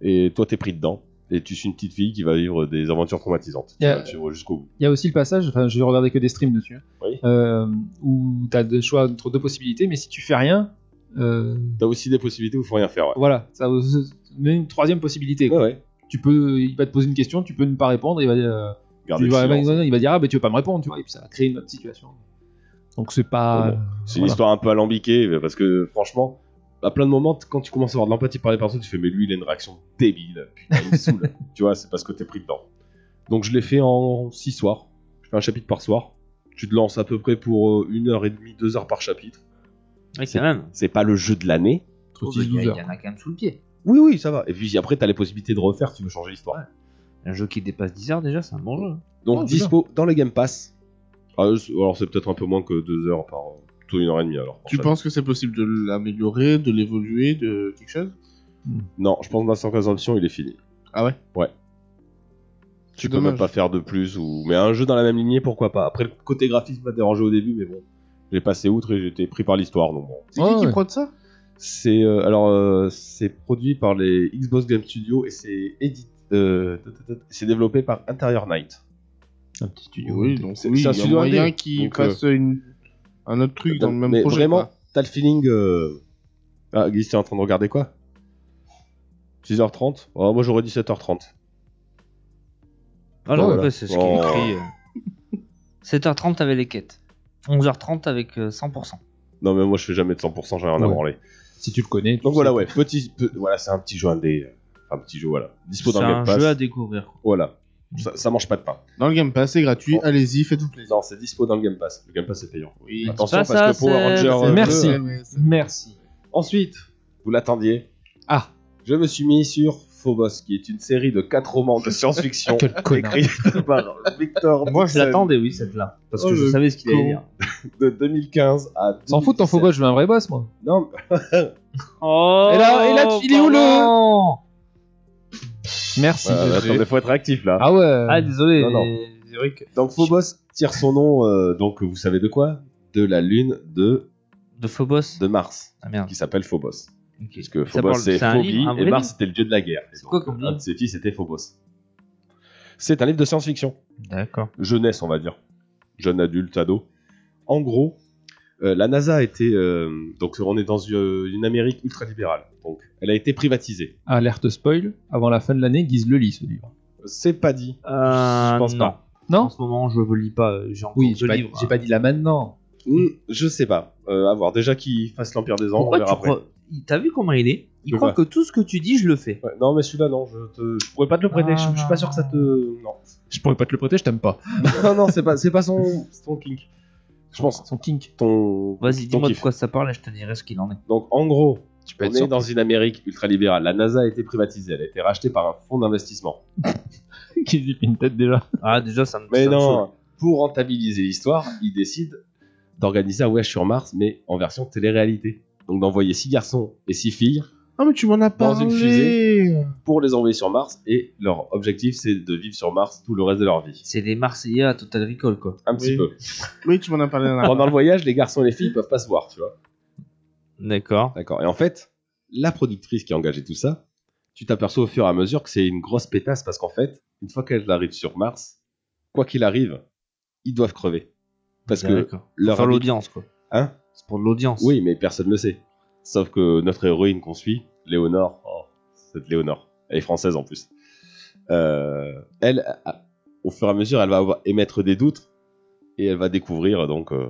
Et toi, t'es pris dedans. Et tu suis une petite fille qui va vivre des aventures traumatisantes.
Et,
Tu vas
euh,
le suivre jusqu'au bout.
Il y a aussi le passage, enfin j'ai regardé que des streams dessus,
Oui.
euh, où t'as le choix entre deux possibilités, mais si tu fais rien, euh,
T'as aussi des possibilités où faut rien faire, ouais.
voilà, ça donne une troisième possibilité. quoi.
Ouais, ouais.
Tu peux, il va te poser une question, tu peux ne pas répondre, il va, euh,
Garder
tu
le
vas-
silence.
il va dire ah ben tu veux pas me répondre, tu vois, et puis ça va créer une autre situation. Donc c'est pas,
Ouais, C'est une
Voilà.
histoire un peu alambiquée, mais parce que franchement, à plein de moments, t- quand tu commences à avoir de l'empathie par les personnes, tu fais mais lui il a une réaction débile, putain, il me saoule. Tu vois, c'est parce que t'es pris dedans. Donc je l'ai fait en 6 soirs. Je fais un chapitre par soir. Tu te lances à peu près pour euh, une heure et demie, deux heures par chapitre.
Ouais, quand même.
C'est pas le jeu de l'année.
Oh, bah,
36,
Il y,
12
a-
heures.
il y en a quand même sous le pied.
Oui, oui, ça va. Et puis après, t'as les possibilités de refaire, tu veux changer l'histoire.
Un jeu qui dépasse 10 heures déjà, c'est un bon jeu. hein.
Donc,
Oh, c'est
dispo dans le Game Pass. Ah, euh, c'est- alors, c'est peut-être un peu moins que deux heures par. euh, Plutôt une heure et demie alors. par
Tu
chapitre.
penses que c'est possible de l'améliorer, de l'évoluer, de quelque chose
Non, je pense que dans sa consomption, il est fini.
Ah ouais
Tu
C'est
peux même
dommage.
pas faire de plus. ou Mais un jeu dans la même lignée, pourquoi pas. Après, le côté graphisme m'a dérangé au début, mais bon. J'ai passé outre et j'étais pris par l'histoire, donc bon.
C'est
Ouais,
qui qui
ouais.
prod ça
C'est euh, alors euh, c'est produit par les Xbox Game Studios et c'est édit- euh, tut, tut, tut, c'est développé par Interior Night.
Un petit studio.
Oui, donc
C'est-
oui,
c'est un
il y a
studio
moyen
indé,
qui
donc, euh,
fasse une- un autre truc dans le même
mais
projet.
vraiment,
quoi.
t'as le feeling. euh, Ah, Guy, t'es en train de regarder quoi 6h30 oh, Moi j'aurais dit 7h30.
Ah non,
Voilà.
ouais, c'est ce euh. qui
Oh.
est écrit. 7h30 avec les quêtes. 11h30 avec euh, 100%.
Non, mais moi je fais jamais de 100%, j'en ai rien à
Ouais.
branler.
Si tu le connais. tu
Donc voilà,
sais.
ouais, petit, peu- voilà, c'est un petit jeu indé. euh, Un petit jeu, voilà. Dispo
C'est
dans le
un
Game Pass.
jeu à découvrir. quoi.
Voilà. Ça, ça mange pas de pain.
Dans le Game Pass, c'est gratuit,
Bon.
allez-y, faites-vous plaisir.
Non, c'est dispo dans le Game Pass. Le Game Pass est payant.
Oui.
Attention
pas
parce
ça,
que Power
c'est-
Ranger.
c'est-
euh,
Merci.
deux,
Ouais, ouais, c'est-
Merci.
Ensuite, vous l'attendiez,
Ah,
je me suis mis sur Phobos, qui est une série de quatre romans de science-fiction
quel connard.
écrits par Victor
Moi, je
Dixon
l'attendais, oui, celle-là. Parce que
Oh,
je
le
savais ce qu'il allait
con.
dire.
de 2015 à.
S'en fout, t'en faut
2017.
pas, je veux un vrai boss, moi.
Non,
Ah,
mais-
Oh,
Et là- et là, il est où, le-
pardon.
Merci.
Ouais,
j'ai-
attendez, faut être réactif là.
Ah ouais.
Ah, désolé.
Non, non.
mais C'est vrai que.
Donc Phobos tire son nom, euh, donc vous savez de quoi De la lune de,
De Phobos
de Mars,
Ah merde.
qui s'appelle Phobos.
ok.
Puisque
Ça
Phobos
parle-
c'est
c'est un
Phobie
livre, un
et
vrai
Mars
livre
c'était le dieu de la guerre. Et
C'est quoi
donc,
comme
Un
livre
de Ah, ses fils c'était Phobos. Mmh. C'est un livre de science-fiction.
D'accord.
jeunesse, on va dire, jeune adulte, ado. En gros, euh, la NASA a été. euh, donc, on est dans une, une Amérique ultralibérale. Donc, elle a été privatisée.
Alerte spoil. Avant la fin de l'année, Guise le lit, ce livre.
C'est pas dit.
Euh,
Je pense
non.
pas.
Non
En ce moment, je ne lis pas. euh, J'ai encore
Oui,
deux
j'ai pas,
livres.
j'ai pas dit là maintenant.
Hmm, je sais pas. Euh, à voir. Déjà qu'il fasse l'Empire des Anges, on
Pourquoi tu
verra après.
crois Il- T'as vu comment il est Il
Je
croit
vois.
que tout ce que tu dis, je le fais.
Ouais, non, mais celui-là, non. Je, te... je pourrais pas te le prêter.
Ah,
je, je suis pas sûr que ça te. Non,
Je pourrais pas te le prêter, je t'aime pas.
non, non c'est pas, c'est pas son, son kink. Je pense.
Son kink.
Ton.
Vas-y,
ton
dis-moi de
kiff.
quoi ça parle et je te dirai ce qu'il en est.
Donc, en gros,
Tu
On est dans une Amérique ultralibérale. La NASA a été privatisée, elle a été rachetée par un fonds d'investissement.
Guise il fait une tête déjà.
Ah, déjà, ça me.
Mais
ça me saoule.
non, pour rentabiliser l'histoire, ils décident d'organiser un voyage sur Mars, mais en version télé-réalité. Donc d'envoyer six garçons et six filles
Ah, mais tu m'en as
Dans une
parlé
pour les envoyer sur Mars, et leur objectif c'est de vivre sur Mars tout le reste de leur vie.
C'est des Marseillais à Total Recall, quoi.
Un petit
Oui.
peu.
Oui, tu m'en as parlé. dans la-
Pendant le voyage, les garçons et les filles peuvent pas se voir, tu vois.
D'accord.
D'accord. Et en fait, la productrice qui a engagé tout ça, tu t'aperçois au fur et à mesure que c'est une grosse pétasse parce qu'en fait, une fois qu'elles arrivent sur Mars, quoi qu'il arrive, ils doivent crever. Parce que
D'accord.
leur.
Pour
habit-
l'audience, quoi.
Hein
C'est pour de l'audience.
Oui, mais personne ne le sait. Sauf que notre héroïne qu'on suit, Léonore, oh, cette Léonore, elle est française en plus. Euh, elle, a- a- au fur et à mesure, elle va avoir- émettre des doutes et elle va découvrir donc euh,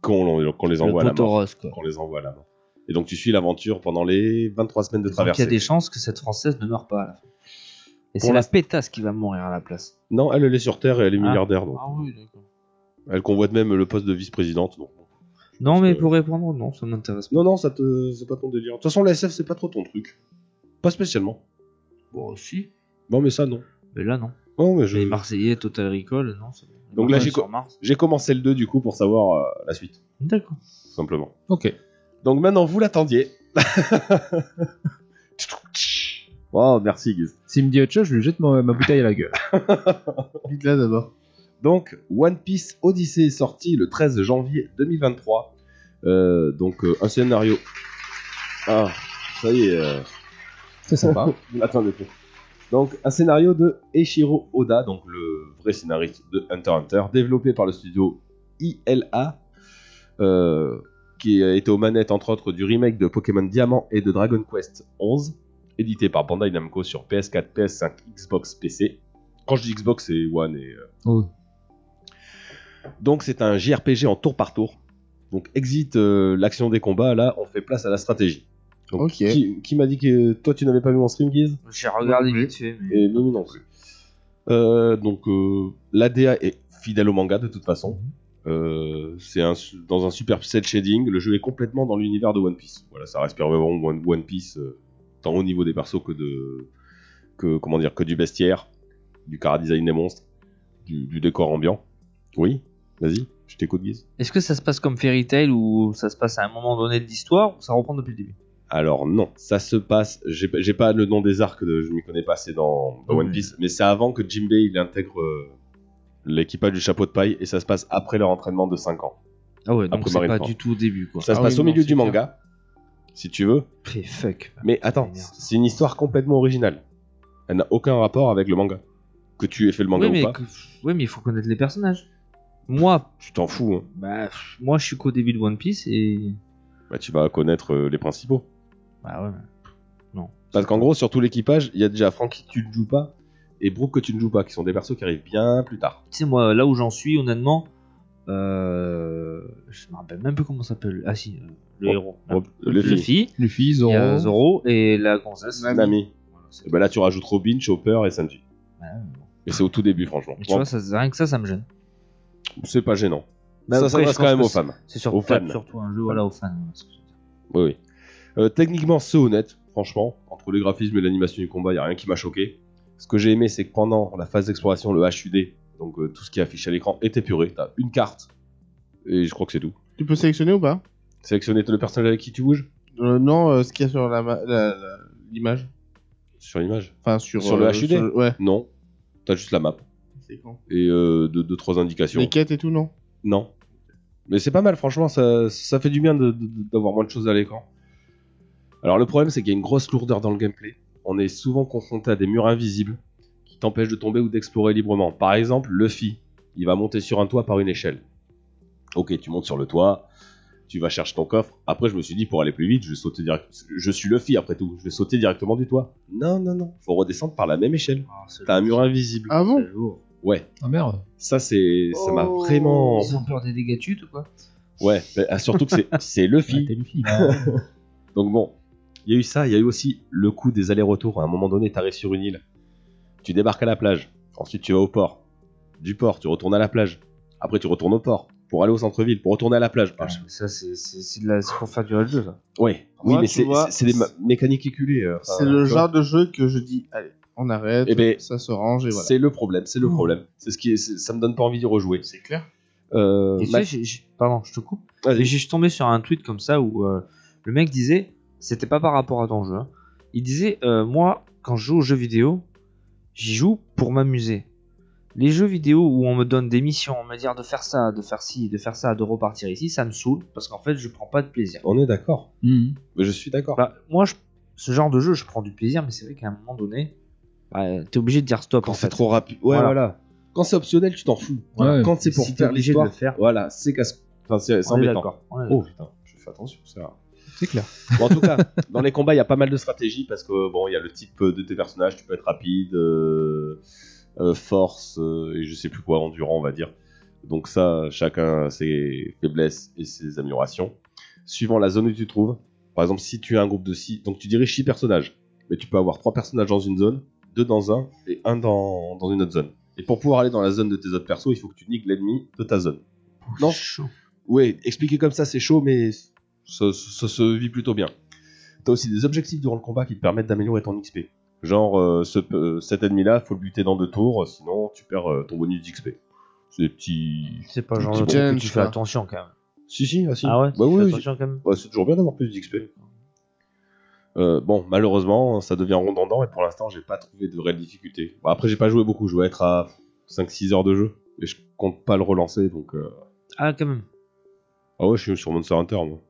qu'on l'en- qu'on les
le
envoie à la
poteau
mort.
rose, quoi.
Qu'on les envoie à la mort. Et donc tu suis l'aventure pendant les 23 semaines de
Donc il y
traversée.
a des chances que cette française ne meure pas à la fin. Et
Pour
c'est la
l'instant-
pétasse qui va mourir à la place.
Non, elle, elle est sur Terre et elle est
Ah.
milliardaire. Donc.
oui, d'accord.
Elle convoite même le poste de vice-présidente. donc.
Non,
Parce
mais
que-
pour répondre, non, ça m'intéresse pas.
Non, non, ça te... c'est pas ton délire. De toute façon, la SF, c'est pas trop ton truc. Pas spécialement.
Bon, si.
Non, mais ça, non.
Mais là, non.
Non, mais je...
Les Marseillais, Total Recall, non. c'est bon. Les
Donc là,
Marseillais
j'ai
sur
co-
Mars.
J'ai commencé le 2 du coup pour savoir euh, la suite,
D'accord.
tout simplement.
Ok.
Donc maintenant, vous l'attendiez. oh, merci Guise.
S'il me dit autre chose, je lui jette ma, ma bouteille à la gueule.
Vite là d'abord.
Donc, One Piece Odyssey est sorti le 13 janvier 2023. Euh, donc, euh, un scénario. Ah, ça y est. euh,
C'est sympa.
vous l'attendez plus. Donc, un scénario de Eiichiro Oda, donc le vrai scénariste de Hunter x Hunter, développé par le studio ILA, euh, qui a été aux manettes entre autres du remake de Pokémon Diamant et de Dragon Quest 11, édité par Bandai Namco sur PS4, PS5, Xbox, PC. Quand je dis Xbox, c'est One et. euh,
Oui.
Donc, c'est un JRPG en tour par tour. Donc, exit euh, l'action des combats, là, on fait place à la stratégie. Donc,
Ok.
qui, qui m'a dit que toi tu n'avais pas vu mon stream, Guise
J'ai regardé
Oui.
vite fait, mais.
et Mimi non plus. Euh, donc euh, l'ADA est fidèle au manga de toute façon. Euh, c'est un, su- dans un superbe cel shading. Le jeu est complètement dans l'univers de One Piece. Voilà, ça respire vraiment One, One Piece, euh, tant au niveau des persos que de, que comment dire, que du bestiaire, du cara design des monstres, du, du décor ambiant. Oui, vas-y, je t'écoute, Guise.
Est-ce que ça se passe comme Fairy Tail ou ça se passe à un moment donné de l'histoire ou ça reprend depuis le début
Alors non, ça se passe. J'ai j'ai pas le nom des arcs, de, je m'y connais pas assez dans, dans One
Oui.
Piece, mais c'est avant que Jinbei il intègre euh, l'équipage du chapeau de paille et ça se passe après leur entraînement de 5 ans.
Ah ouais,
Après
donc c'est
Marineford.
pas du tout au début quoi.
Ça se
Ah
passe
oui,
au
non,
milieu
c'est
du
clair. Ah,
manga, si tu veux.
Pff, fuck.
Mais attends,
Merde.
c'est une histoire complètement originale. Elle n'a aucun rapport avec le manga. Que tu aies fait le manga
Oui mais,
ou pas,
que- oui, mais il faut connaître les personnages. Moi,
tu t'en fous. hein.
bah, pff, moi je suis qu'au début de One Piece et.
Bah, tu vas connaître euh, les principaux.
Bah ouais.
Parce qu'en gros, sur tout l'équipage, il y a déjà Frankie que tu ne joues pas et Brooke que tu ne joues pas, qui sont des persos qui arrivent bien plus tard.
Tu sais, moi, là où j'en suis, honnêtement, euh, je me rappelle même plus comment ça s'appelle. Ah si, euh, le
Oh,
héros.
Rob-
le
Luffy,
Luffy,
Luffy,
il y a
Zoro.
Zoro et la gonzesse.
Nami.
Voilà, c'est
Et bah là, tu rajoutes Robin, Chopper et Sanji.
Ouais,
Et c'est au tout début, franchement.
Mais Ah, tu vois, ça, rien que ça, ça me gêne.
c'est pas gênant.
Bah,
ça
après,
s'adresse
je
quand
pense
même
que
aux femmes.
C'est sur
Aux
tape,
fans.
surtout un jeu, voilà, aux fans. voilà, c'est ce que je veux dire.
Oui, oui. Euh, techniquement, c'est honnête, franchement. Entre les graphismes et l'animation du combat, il n'y a rien qui m'a choqué. Ce que j'ai aimé, c'est que pendant la phase d'exploration, le HUD, donc euh, tout ce qui est affiché à l'écran, est épuré. T'as une carte, et je crois que c'est tout.
Tu peux sélectionner ou pas
Sélectionner le personnage avec qui tu bouges
Euh, Non, euh, ce qu'il y a sur la ma- la- la- l'image.
Sur l'image
Enfin, sur, euh,
Sur le HUD?
sur- Ouais.
Non. T'as juste la map.
C'est con.
Et euh, deux, deux, trois indications.
Les quêtes et tout, non
Non. Mais c'est pas mal, franchement, ça, ça fait du bien de- de- de- d'avoir moins de choses à l'écran. Alors le problème, c'est qu'il y a une grosse lourdeur dans le gameplay. On est souvent confronté à des murs invisibles qui t'empêchent de tomber ou d'explorer librement. Par exemple, Luffy, il va monter sur un toit par une échelle. Ok, tu montes sur le toit, tu vas chercher ton coffre. Après, je me suis dit, pour aller plus vite, je vais sauter direct. Je suis Luffy, après tout, je vais sauter directement du toit. Non, non, non, faut redescendre par la même échelle.
Ah, c'est
T'as un mur invisible.
Ah bon
le jour.
Ouais,
Ah merde.
ça c'est, ça m'a
Oh.
vraiment.
Ils ont peur des dégâts tutes ou quoi
Ouais, bah, surtout que c'est- c'est
Ouais,
Luffy.
Ah, t'es Luffy.
Donc bon, il y a eu ça, il y a eu aussi le coup des allers-retours. À un moment donné, t'arrives sur une île, tu débarques à la plage, ensuite tu vas au port, du port, tu retournes à la plage, après tu retournes au port, pour aller au centre-ville, pour retourner à la plage. Ah, je-
Ça, c'est- c'est c'est de la- c'est pour faire durer le jeu, ça.
Ouais, oui,
Moi,
mais
tu
c'est
vois,
c'est- c'est des ma- mécaniques éculées. euh,
C'est
enfin,
le
tu vois.
genre de jeu que je dis, allez, on arrête,
Eh ben,
ça se range et voilà. Mmh.
C'est le problème, c'est le problème. C'est ce qui, est- c'est- ça me donne pas envie de rejouer.
C'est clair.
Euh,
Et tu
Max-
sais, j'ai- j'ai- pardon, je te coupe.
Vas-y.
Mais j'ai- je suis tombé sur un tweet comme ça où euh, le mec disait, c'était pas par rapport à ton jeu, hein. il disait, euh, moi, quand je joue aux jeux vidéo, j'y joue pour m'amuser. Les jeux vidéo où on me donne des missions, on me dit de faire ça, de faire ci, de faire ça, de repartir ici, ça me saoule parce qu'en fait, je prends pas de plaisir.
on est d'accord.
Mhm.
Mais Je suis d'accord.
Bah, moi, je- ce genre de jeu, je prends du plaisir, mais c'est vrai qu'à un moment donné, bah, t'es obligé de dire stop.
Quand
en
c'est
fait.
trop rapide. Ouais, voilà.
Voilà.
Quand c'est optionnel, tu t'en fous. Voilà.
Ouais.
Quand c'est
Mais
pour
si t'es
faire
obligé de le
l'histoire,
faire.
voilà, c'est casse. Enfin, c'est c'est
On est
embêtant.
d'accord. on est d'accord.
Oh putain, je fais attention, c'est rare.
C'est clair.
Bon, en tout cas, dans les combats, il y a pas mal de stratégies parce que bon, il y a le type de tes personnages, tu peux être rapide, euh, euh, force euh, et je sais plus quoi, endurant, on va dire. Donc ça, chacun a ses faiblesses et ses améliorations. Suivant la zone où tu te trouves, par exemple, si tu as un groupe de 6, donc tu diriges 6 personnages, mais tu peux avoir 3 personnages dans une zone, 2 dans un et 1 dans, dans une autre zone. Et pour pouvoir aller dans la zone de tes autres persos, il faut que tu niques l'ennemi de ta zone. Non, oui, expliquer comme ça, c'est chaud, mais ça, ça- ça se vit plutôt bien. T'as aussi des objectifs durant le combat qui te permettent d'améliorer ton XP. Genre, euh, ce, euh, cet ennemi-là, faut le buter dans deux tours, sinon tu perds euh, ton bonus d'XP. C'est des petits.
C'est pas le genre
Petit
de truc que
challenge,
tu fais
quoi.
attention quand même.
Si, si, ah, si.
Ah ouais,
Bah
tu
oui,
fais
oui,
attention quand même.
Ouais, c'est toujours bien d'avoir plus d'XP. Euh, bon, malheureusement, ça devient rondandant et pour l'instant, j'ai pas trouvé de réelle difficulté. Bon, après, j'ai pas joué beaucoup, je dois être à 5-6 heures de jeu et je compte pas le relancer donc. euh,
Ah, quand même.
Ah ouais, je suis sur Monster Hunter moi.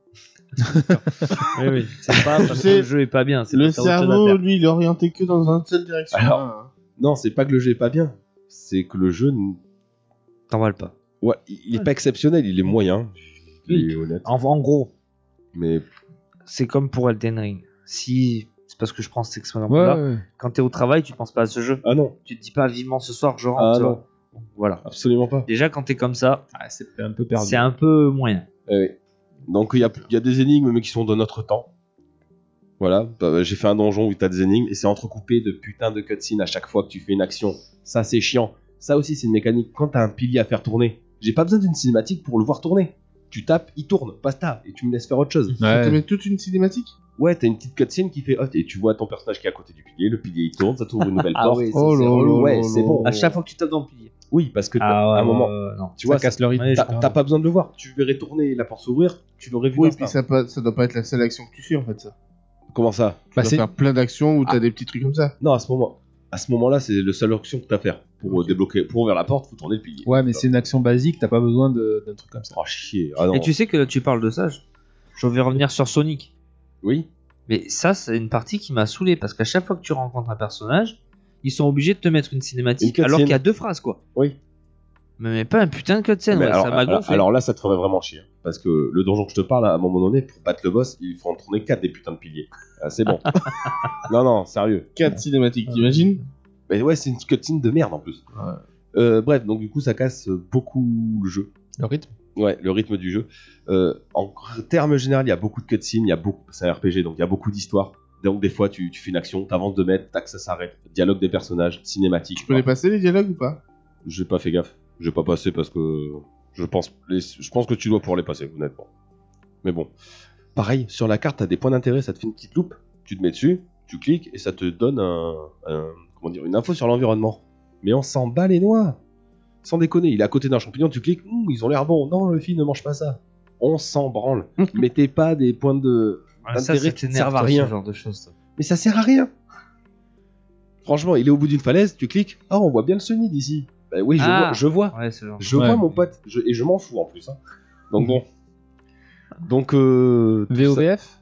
Oui, oui. C'est pas parce que
sais,
le jeu est pas bien. c'est
Le
parce que t'as autre chose à
cerveau,
faire.
lui, il est orienté que dans une seule direction.
Alors,
hein.
Non, c'est pas que le jeu est pas bien, c'est que le jeu, n-
T'en vales pas.
ouais, il il est pas exceptionnel, il est moyen, il est honnête,
En, en gros,
mais
c'est comme pour Elden Ring. Si. C'est parce que je prends cet
Ouais,
exemple-là.
ouais.
Quand t'es au travail, tu penses pas à ce jeu.
ah non,
Tu te dis pas vivement ce soir, je rentre.
ah
tu
non,
vois. Voilà.
absolument pas.
Déjà, quand t'es comme ça,
Ah, c'est un peu perdu.
c'est un peu moyen.
Eh oui. Donc il y a, il y a des énigmes mais qui sont de notre temps. Voilà, bah, j'ai fait un donjon où t'as des énigmes et c'est entrecoupé de putains de cutscenes à chaque fois que tu fais une action. Ça c'est chiant. Ça aussi c'est une mécanique. Quand t'as un pilier à faire tourner, J'ai pas besoin d'une cinématique pour le voir tourner. Tu tapes, il tourne, basta, et tu me laisses faire autre chose.
Ça te
Ouais.
met toute une cinématique
Ouais, t'as une petite cutscene qui fait hop, et tu vois ton personnage qui est à côté du pilier, le pilier il tourne, ça t'ouvre une nouvelle
Ah
porte.
oui,
Oh là là
ouais,
là
c'est
là
bon.
À chaque fois que tu tapes dans le pilier.
Oui, parce que
Ah
t'as- à un moment, tu
Ça
vois,
casse le hein. rythme.
ouais,
t'as-
je-
t'as pas besoin de le voir. Tu verrais tourner la porte s'ouvrir, tu l'aurais vu.
Oui,
d'instinct.
puis ça, peut- ça doit pas être la seule action que tu fais en fait. Ça.
Comment ça
Tu
Bah,
dois
c'est-
faire plein d'actions où t'as
Ah.
des petits trucs comme ça.
Non, à ce moment, à ce moment-là, c'est la seule action que t'as à faire pour euh, débloquer, pour ouvrir la porte, faut tourner le pilier.
Ouais, mais c'est une action basique, t'as pas besoin de- d'un truc comme ça.
Oh chier. Ah non.
Et tu sais que là, tu parles de ça. Je, je vais revenir sur Sonic.
Oui.
Mais ça, c'est une partie qui m'a saoulé parce qu'à chaque fois que tu rencontres un personnage, ils sont obligés de te mettre une cinématique
Une cutscene.
alors qu'il y a deux phrases quoi.
Oui.
Mais, mais pas un putain de cutscene,
Mais
ouais,
alors,
ça m'a
alors-
gonflé.
alors là, ça te ferait vraiment chier. hein, Parce que le donjon que je te parle, à un moment donné, pour battre le boss, il faut en tourner 4 des putains de piliers. Ah, c'est bon. non, non, sérieux.
4 cinématiques, t'imagines
Mais ouais, c'est une cutscene de merde en plus.
Ouais.
Euh, bref, donc du coup, ça casse beaucoup le jeu.
Le rythme
Ouais, le rythme du jeu. Euh, en termes généraux, il y a beaucoup de cutscenes, il y a beaucoup, c'est un RPG, donc il y a beaucoup d'histoires. Donc des fois, tu, tu fais une action, t'avances de mètres, tac, ça s'arrête. Dialogue des personnages, cinématique.
Tu peux les passer les dialogues ou pas
J'ai pas fait gaffe. J'ai pas passé parce que je pense, les- je pense que tu dois pouvoir les passer, honnêtement. Mais bon. Pareil, sur la carte, t'as des points d'intérêt, ça te fait une petite loupe. Tu te mets dessus, tu cliques et ça te donne un, un- comment dire, une info sur l'environnement. Mais on s'en bat les noix. Sans déconner, il est à côté d'un champignon, tu cliques, Hum, ils ont l'air bons. Non, le film ne mange pas ça. On s'en branle. Mettez pas des points de.
Ah, ça,
l'intérêt
ça
qui ne
t'énerve
sert à
à
rien.
rien. Ce genre de choses. toi.
Mais ça sert à rien. Franchement, il est au bout d'une falaise, tu cliques. Ah, on voit bien le Sony d'ici. Bah oui, je
Ah.
vois- Je vois.
Ouais, ce genre.
Je
Ouais.
vois mon pote, je- et je m'en fous en plus. hein. Donc bon. Donc. euh, tout
VOVF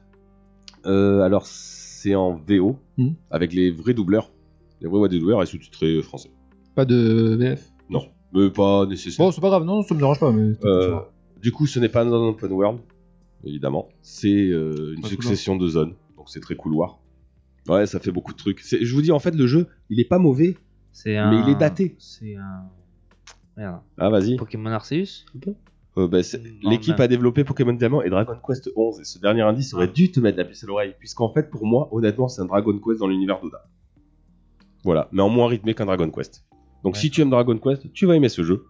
ça- euh, Alors, c'est en VO,
Mhm.
avec les vrais doubleurs. Les vrais voix des doubleurs et sous-titrés français.
Pas de VF
Non, mais pas nécessaire.
Bon, c'est pas grave, non, ça me dérange pas. Mais...
Euh, du coup, ce n'est pas un open world, évidemment. C'est euh, une
Pas
succession de zones, donc c'est très couloir. Ouais, ça fait beaucoup de trucs. C'est- Je vous dis, en fait, le jeu, il est pas mauvais.
C'est un-
Mais il est daté.
C'est un. Merde.
Ah, vas-y.
Pokémon Arceus un peu
Euh, bah, c'est-
Mm, Non,
L'équipe
non.
a développé Pokémon Diamant et Dragon Quest 11, et ce dernier indice aurait dû te mettre la puce à l'oreille, puisqu'en fait, pour moi, honnêtement, c'est un Dragon Quest dans l'univers d'Oda. Voilà, mais en moins rythmé qu'un Dragon Quest. Donc
Ouais.
si tu aimes Dragon Quest, tu vas aimer ce jeu.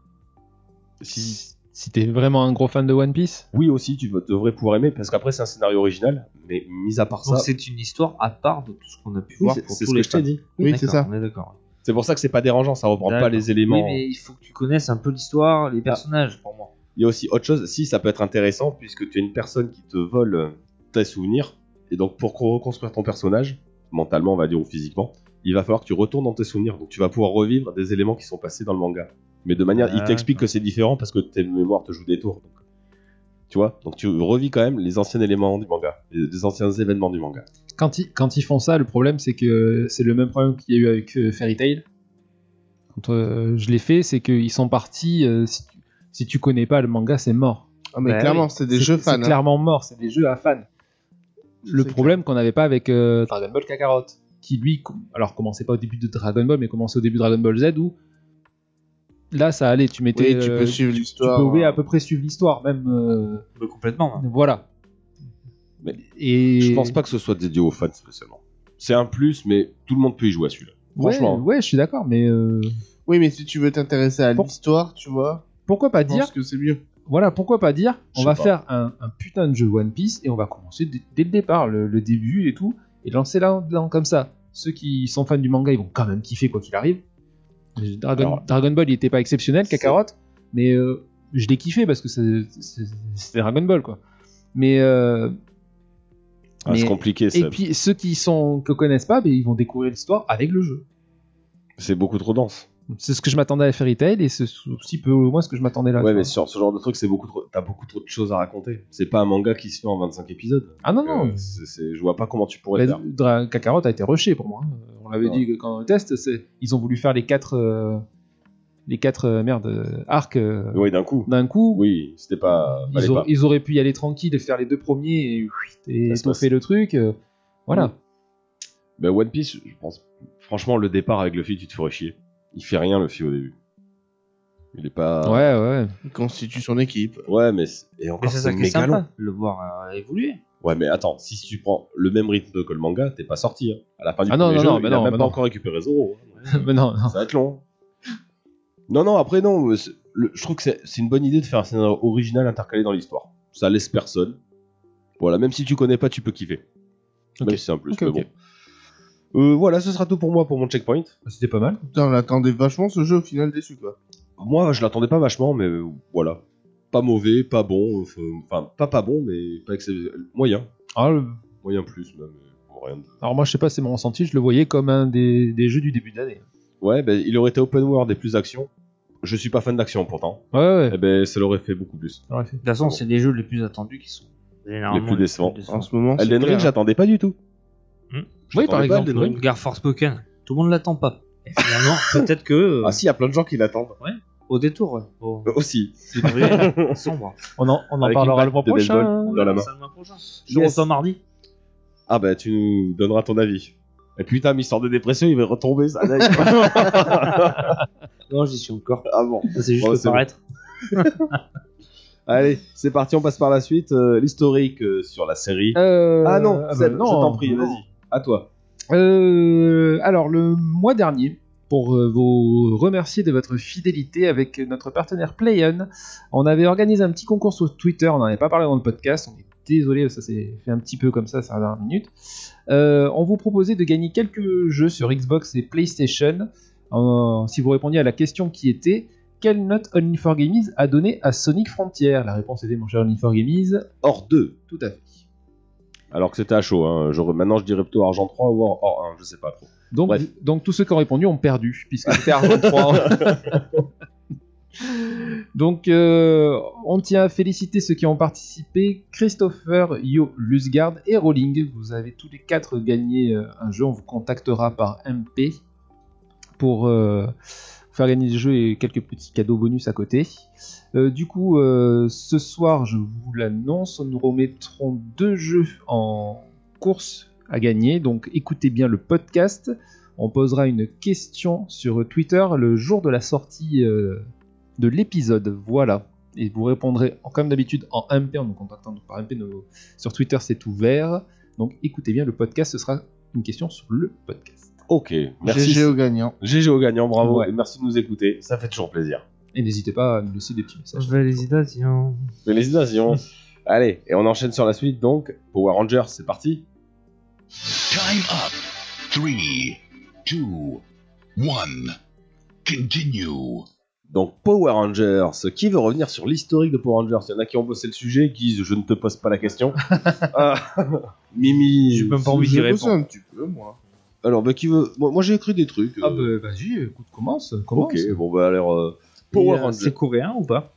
Si...
Si t'es vraiment un gros fan de One Piece,
Oui aussi, tu vas- devrais pouvoir aimer, parce qu'après, c'est un scénario original, mais mis à part ça,
Donc c'est une histoire à part de tout ce qu'on a pu
Oui,
voir
c'est
pour
c'est
tous
ce que
les
je t'ai
fans.
dit.
Oui, c'est
D'accord,
ça.
On est d'accord.
C'est pour ça que c'est pas dérangeant, ça reprend pas
D'accord.
les éléments.
Oui, mais il faut que tu connaisses un peu l'histoire,
Ah.
les personnages pour moi.
Il y a aussi autre chose, si ça peut être intéressant, puisque tu es une personne qui te vole euh, tes souvenirs, et donc pour reconstruire ton personnage, mentalement on va dire ou physiquement, il va falloir que tu retournes dans tes souvenirs, donc tu vas pouvoir revivre des éléments qui sont passés dans le manga. Mais de manière, il
Ah,
t'explique
d'accord.
que c'est différent parce que tes mémoires te jouent des tours. donc. Tu vois, donc tu revis quand même les anciens éléments du manga, les les anciens événements du manga.
quand ils, quand ils font ça, le problème c'est que c'est le même problème qu'il y a eu avec euh, Fairy Tail. Quand euh, je l'ai fait, c'est qu'ils sont partis. euh, si, tu, si tu connais pas le manga, c'est mort.
Ah, mais
Bah
clairement, c'est des
C'est-
jeux fans.
C'est
hein.
clairement mort, c'est des jeux à fans. le
C'est
problème qu'on n'avait pas avec euh, Dragon Ball Kakarot, qui lui, com- alors commençait pas au début de Dragon Ball, mais commençait au début de Dragon Ball Z, où là ça allait, tu mettais,
Oui, tu
euh,
peux suivre
tu
l'histoire.
pouvais
hein.
à peu près suivre l'histoire, même euh,
complètement. hein.
voilà.
Mais
Et
Je pense pas que ce soit dédié aux fans spécialement. C'est un plus, mais tout le monde peut y jouer à celui-là.
Ouais,
Franchement. hein.
ouais, je suis d'accord, mais euh,
Oui, mais si tu veux t'intéresser à
Pour-
l'histoire, tu vois,
pourquoi pas
je pense
dire,
que c'est mieux.
voilà, pourquoi pas dire,
Je
on
sais
va
pas.
faire un, un putain de jeu One Piece et on va commencer dès, dès le départ, le, le début et tout, et lancer là, là comme ça. Ceux qui sont fans du manga, ils vont quand même kiffer quoi qu'il arrive. Dragon,
Alors-
Dragon Ball, il était pas exceptionnel, Kakarot, mais euh, je l'ai kiffé parce que c'est- c'est- c'était Dragon Ball quoi. Mais, euh,
Ah, c'est
Mais-
compliqué,
et
c'est-
puis ceux qui sont que connaissent pas, ben, ils vont découvrir l'histoire avec le jeu.
c'est beaucoup trop dense.
C'est ce que je m'attendais à Fairy Tail et c'est aussi peu au moins ce que je m'attendais là.
Ouais,
tu
mais
vois.
sur ce genre de truc, c'est beaucoup trop. T'as beaucoup trop de choses à raconter. C'est pas un manga qui se fait en 25 épisodes.
Ah non
Euh,
non,
c'est- c'est- je vois pas comment tu pourrais
Bah,
faire.
Dra- Kakarot a été rushé pour moi. hein. On l'avait
Ouais.
dit que quand on teste, c'est- ils ont voulu faire les quatre, euh, les quatre euh, merde, euh, arcs euh,
Oui, d'un coup.
d'un coup.
Oui, c'était pas. fallait
ils, aura-
pas.
ils auraient pu y aller tranquille et faire les deux premiers et, whitt, et
Ça se passe.
étoffer le truc. euh, voilà.
Ben, One Piece, je pense. Franchement, le départ avec le fil, tu te ferais chier. Il fait rien le fil au début. Il est pas.
Ouais, ouais.
Il constitue son équipe.
Ouais, mais c'est- et
Mais
encore
c'est ça
Ah, c'est
qui est
méga long.
sympa, le voir euh, évoluer.
Ouais, mais attends, si tu prends le même rythme que le manga, t'es pas sorti. hein. À la fin du
Ah non,
premier
non,
jeu,
non,
il
bah
a
non,
même
bah
pas
non.
encore récupéré Zoro. hein.
mais non, non.
Ça va être long. Non, non, après, non. euh, c'est- le- je trouve que c'est c'est une bonne idée de faire un scénario original intercalé dans l'histoire. Ça laisse personne. Voilà, même si tu connais pas, tu peux kiffer.
Ok.
Même si c'est un plus,
Ok,
mais
ok.
bon. Euh, voilà, ce sera tout pour moi pour mon checkpoint.
C'était pas mal.
Putain, on attendait vachement ce jeu au final déçu quoi.
Moi, je l'attendais pas vachement, mais euh, voilà. Pas mauvais, pas bon, euh, enfin, pas pas bon, mais pas excell- moyen.
Ah, le-
Moyen plus, même. euh, bon, rien de-
Alors moi, je sais pas, c'est mon ressenti, je le voyais comme un des, des jeux du début de l'année.
Ouais, ben, il aurait été open world et plus d'action. Je suis pas fan d'action pourtant.
Ouais, ouais,
Eh ben, ça l'aurait fait beaucoup plus.
j'aurais fait.
toute façon, c'est les jeux les plus attendus qui sont généralement
Les plus décevants.
En ce
Ah,
moment, c'est
Elden Ring,
clair, hein.
j'attendais pas du tout.
Hmm.
Je
Oui, par
l'attendais pas,
exemple,
Elden Ring.
Regarde Force Pokémon, tout le monde l'attend pas. Et finalement, peut-être que euh,
Ah si, il y a plein de gens qui l'attendent.
au détour, ouais. au
Euh, Aussi.
février, sombre.
On en, on en
Avec
parlera
une
le mois
batte de
prochain.
baseball.
hein.
Dans la main.
Ça, le mois prochain. Je
Yes.
reçois mardi.
Ah bah tu nous donneras ton avis. Et putain, mais histoire de dépression, il va retomber ça. dingue.
Non, j'y suis encore.
ah bon.
Ça, C'est juste
Ouais,
le
c'est bon.
paraître.
Allez, c'est parti, on passe par la suite. euh, L'historique euh, sur la série.
Euh,
ah non,
bah
Seb, je t'en prie,
non.
vas-y. À toi.
Euh, alors, le mois dernier, pour euh, vous remercier de votre fidélité avec notre partenaire PlayOn, on avait organisé un petit concours sur Twitter, on n'en avait pas parlé dans le podcast, on est désolé, ça s'est fait un petit peu comme ça, ça a 20 minutes. Euh, on vous proposait de gagner quelques jeux sur Xbox et PlayStation. Euh, si vous répondiez à la question qui était quelle note Only4Gamies a donné à Sonic Frontier La réponse était mon cher Only4Gamies,
Hors 2.
tout à fait.
Alors que c'était à chaud. Hein. J'aurais- Maintenant, je dirais plutôt argent 3 ou hors- hors 1, je sais pas trop.
Donc,
Bref.
donc tous ceux qui ont répondu ont perdu, puisque c'était Argent 3. donc euh, on tient à féliciter ceux qui ont participé, Christopher, Yo, Lusgard et Rowling. Vous avez tous les quatre gagné euh, un jeu, on vous contactera par MP pour euh, faire gagner le jeu et quelques petits cadeaux bonus à côté. Euh, du coup, euh, ce soir, je vous l'annonce, nous remettrons deux jeux en course à gagner. Donc écoutez bien le podcast. On posera une question sur Twitter le jour de la sortie euh, de l'épisode. Voilà. Et vous répondrez en- comme d'habitude en MP, en nous contactant par MP. nos- Sur Twitter, c'est ouvert. Donc écoutez bien le podcast, ce sera une question sur le podcast.
Ok, merci.
GG au gagnant.
GG aux gagnants, bravo.
Ouais.
Et merci de nous écouter. Ça fait toujours plaisir.
Et n'hésitez pas à nous laisser des petits messages.
Validation.
Félicitations. Allez, et on enchaîne sur la suite donc. Power Rangers, c'est parti.
Time up. Three, two, one. Continue.
Donc Power Rangers, qui veut revenir sur l'historique de Power Rangers Il y en a qui ont bossé le sujet, qui disent je ne te pose pas la question. Ah, Mimi,
J'ai même pas envie d'y
J'ai bossé
répondre.
un petit peu moi.
alors bah, qui veut Moi, moi, j'ai écrit des trucs. euh,
Ah bah vas-y, écoute, commence. commence.
ok, bon bah alors euh, Power
Et, euh,
Rangers.
C'est coréen ou pas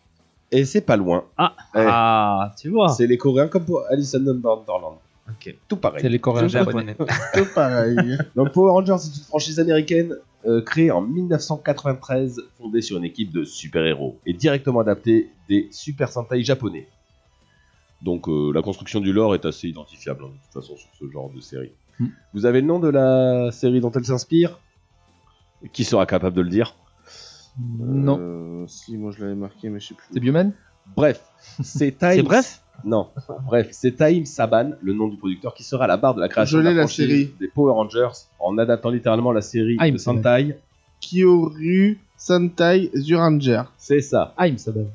Et c'est pas loin.
Ah,
Eh.
ah, tu vois.
C'est les Coréens comme pour Alice in Borderland.
Ok.
Tout pareil.
C'est les Coréens japonais.
Tout pareil.
Donc Power Rangers, c'est une franchise américaine euh, créée en 1993, fondée sur une équipe de super-héros et directement adaptée des Super Sentai japonais. Donc euh, la construction du lore est assez identifiable hein, de toute façon sur ce genre de série.
Hmm.
Vous avez le nom de la série dont elle s'inspire Qui sera capable de le dire
Non.
Euh, si, moi je l'avais marqué, mais je sais plus.
C'est Bioman
Bref, c'est Time.
C'est bref
Non, bref, c'est Taïm Saban, le nom du producteur, qui sera à la barre de la création
Je
de
l'ai,
la,
la
franchise
série.
des Power Rangers en adaptant littéralement la série
Taïm
de
Saban.
Sentai.
Kyoru Sentai Zuranger.
C'est ça,
Haim Saban.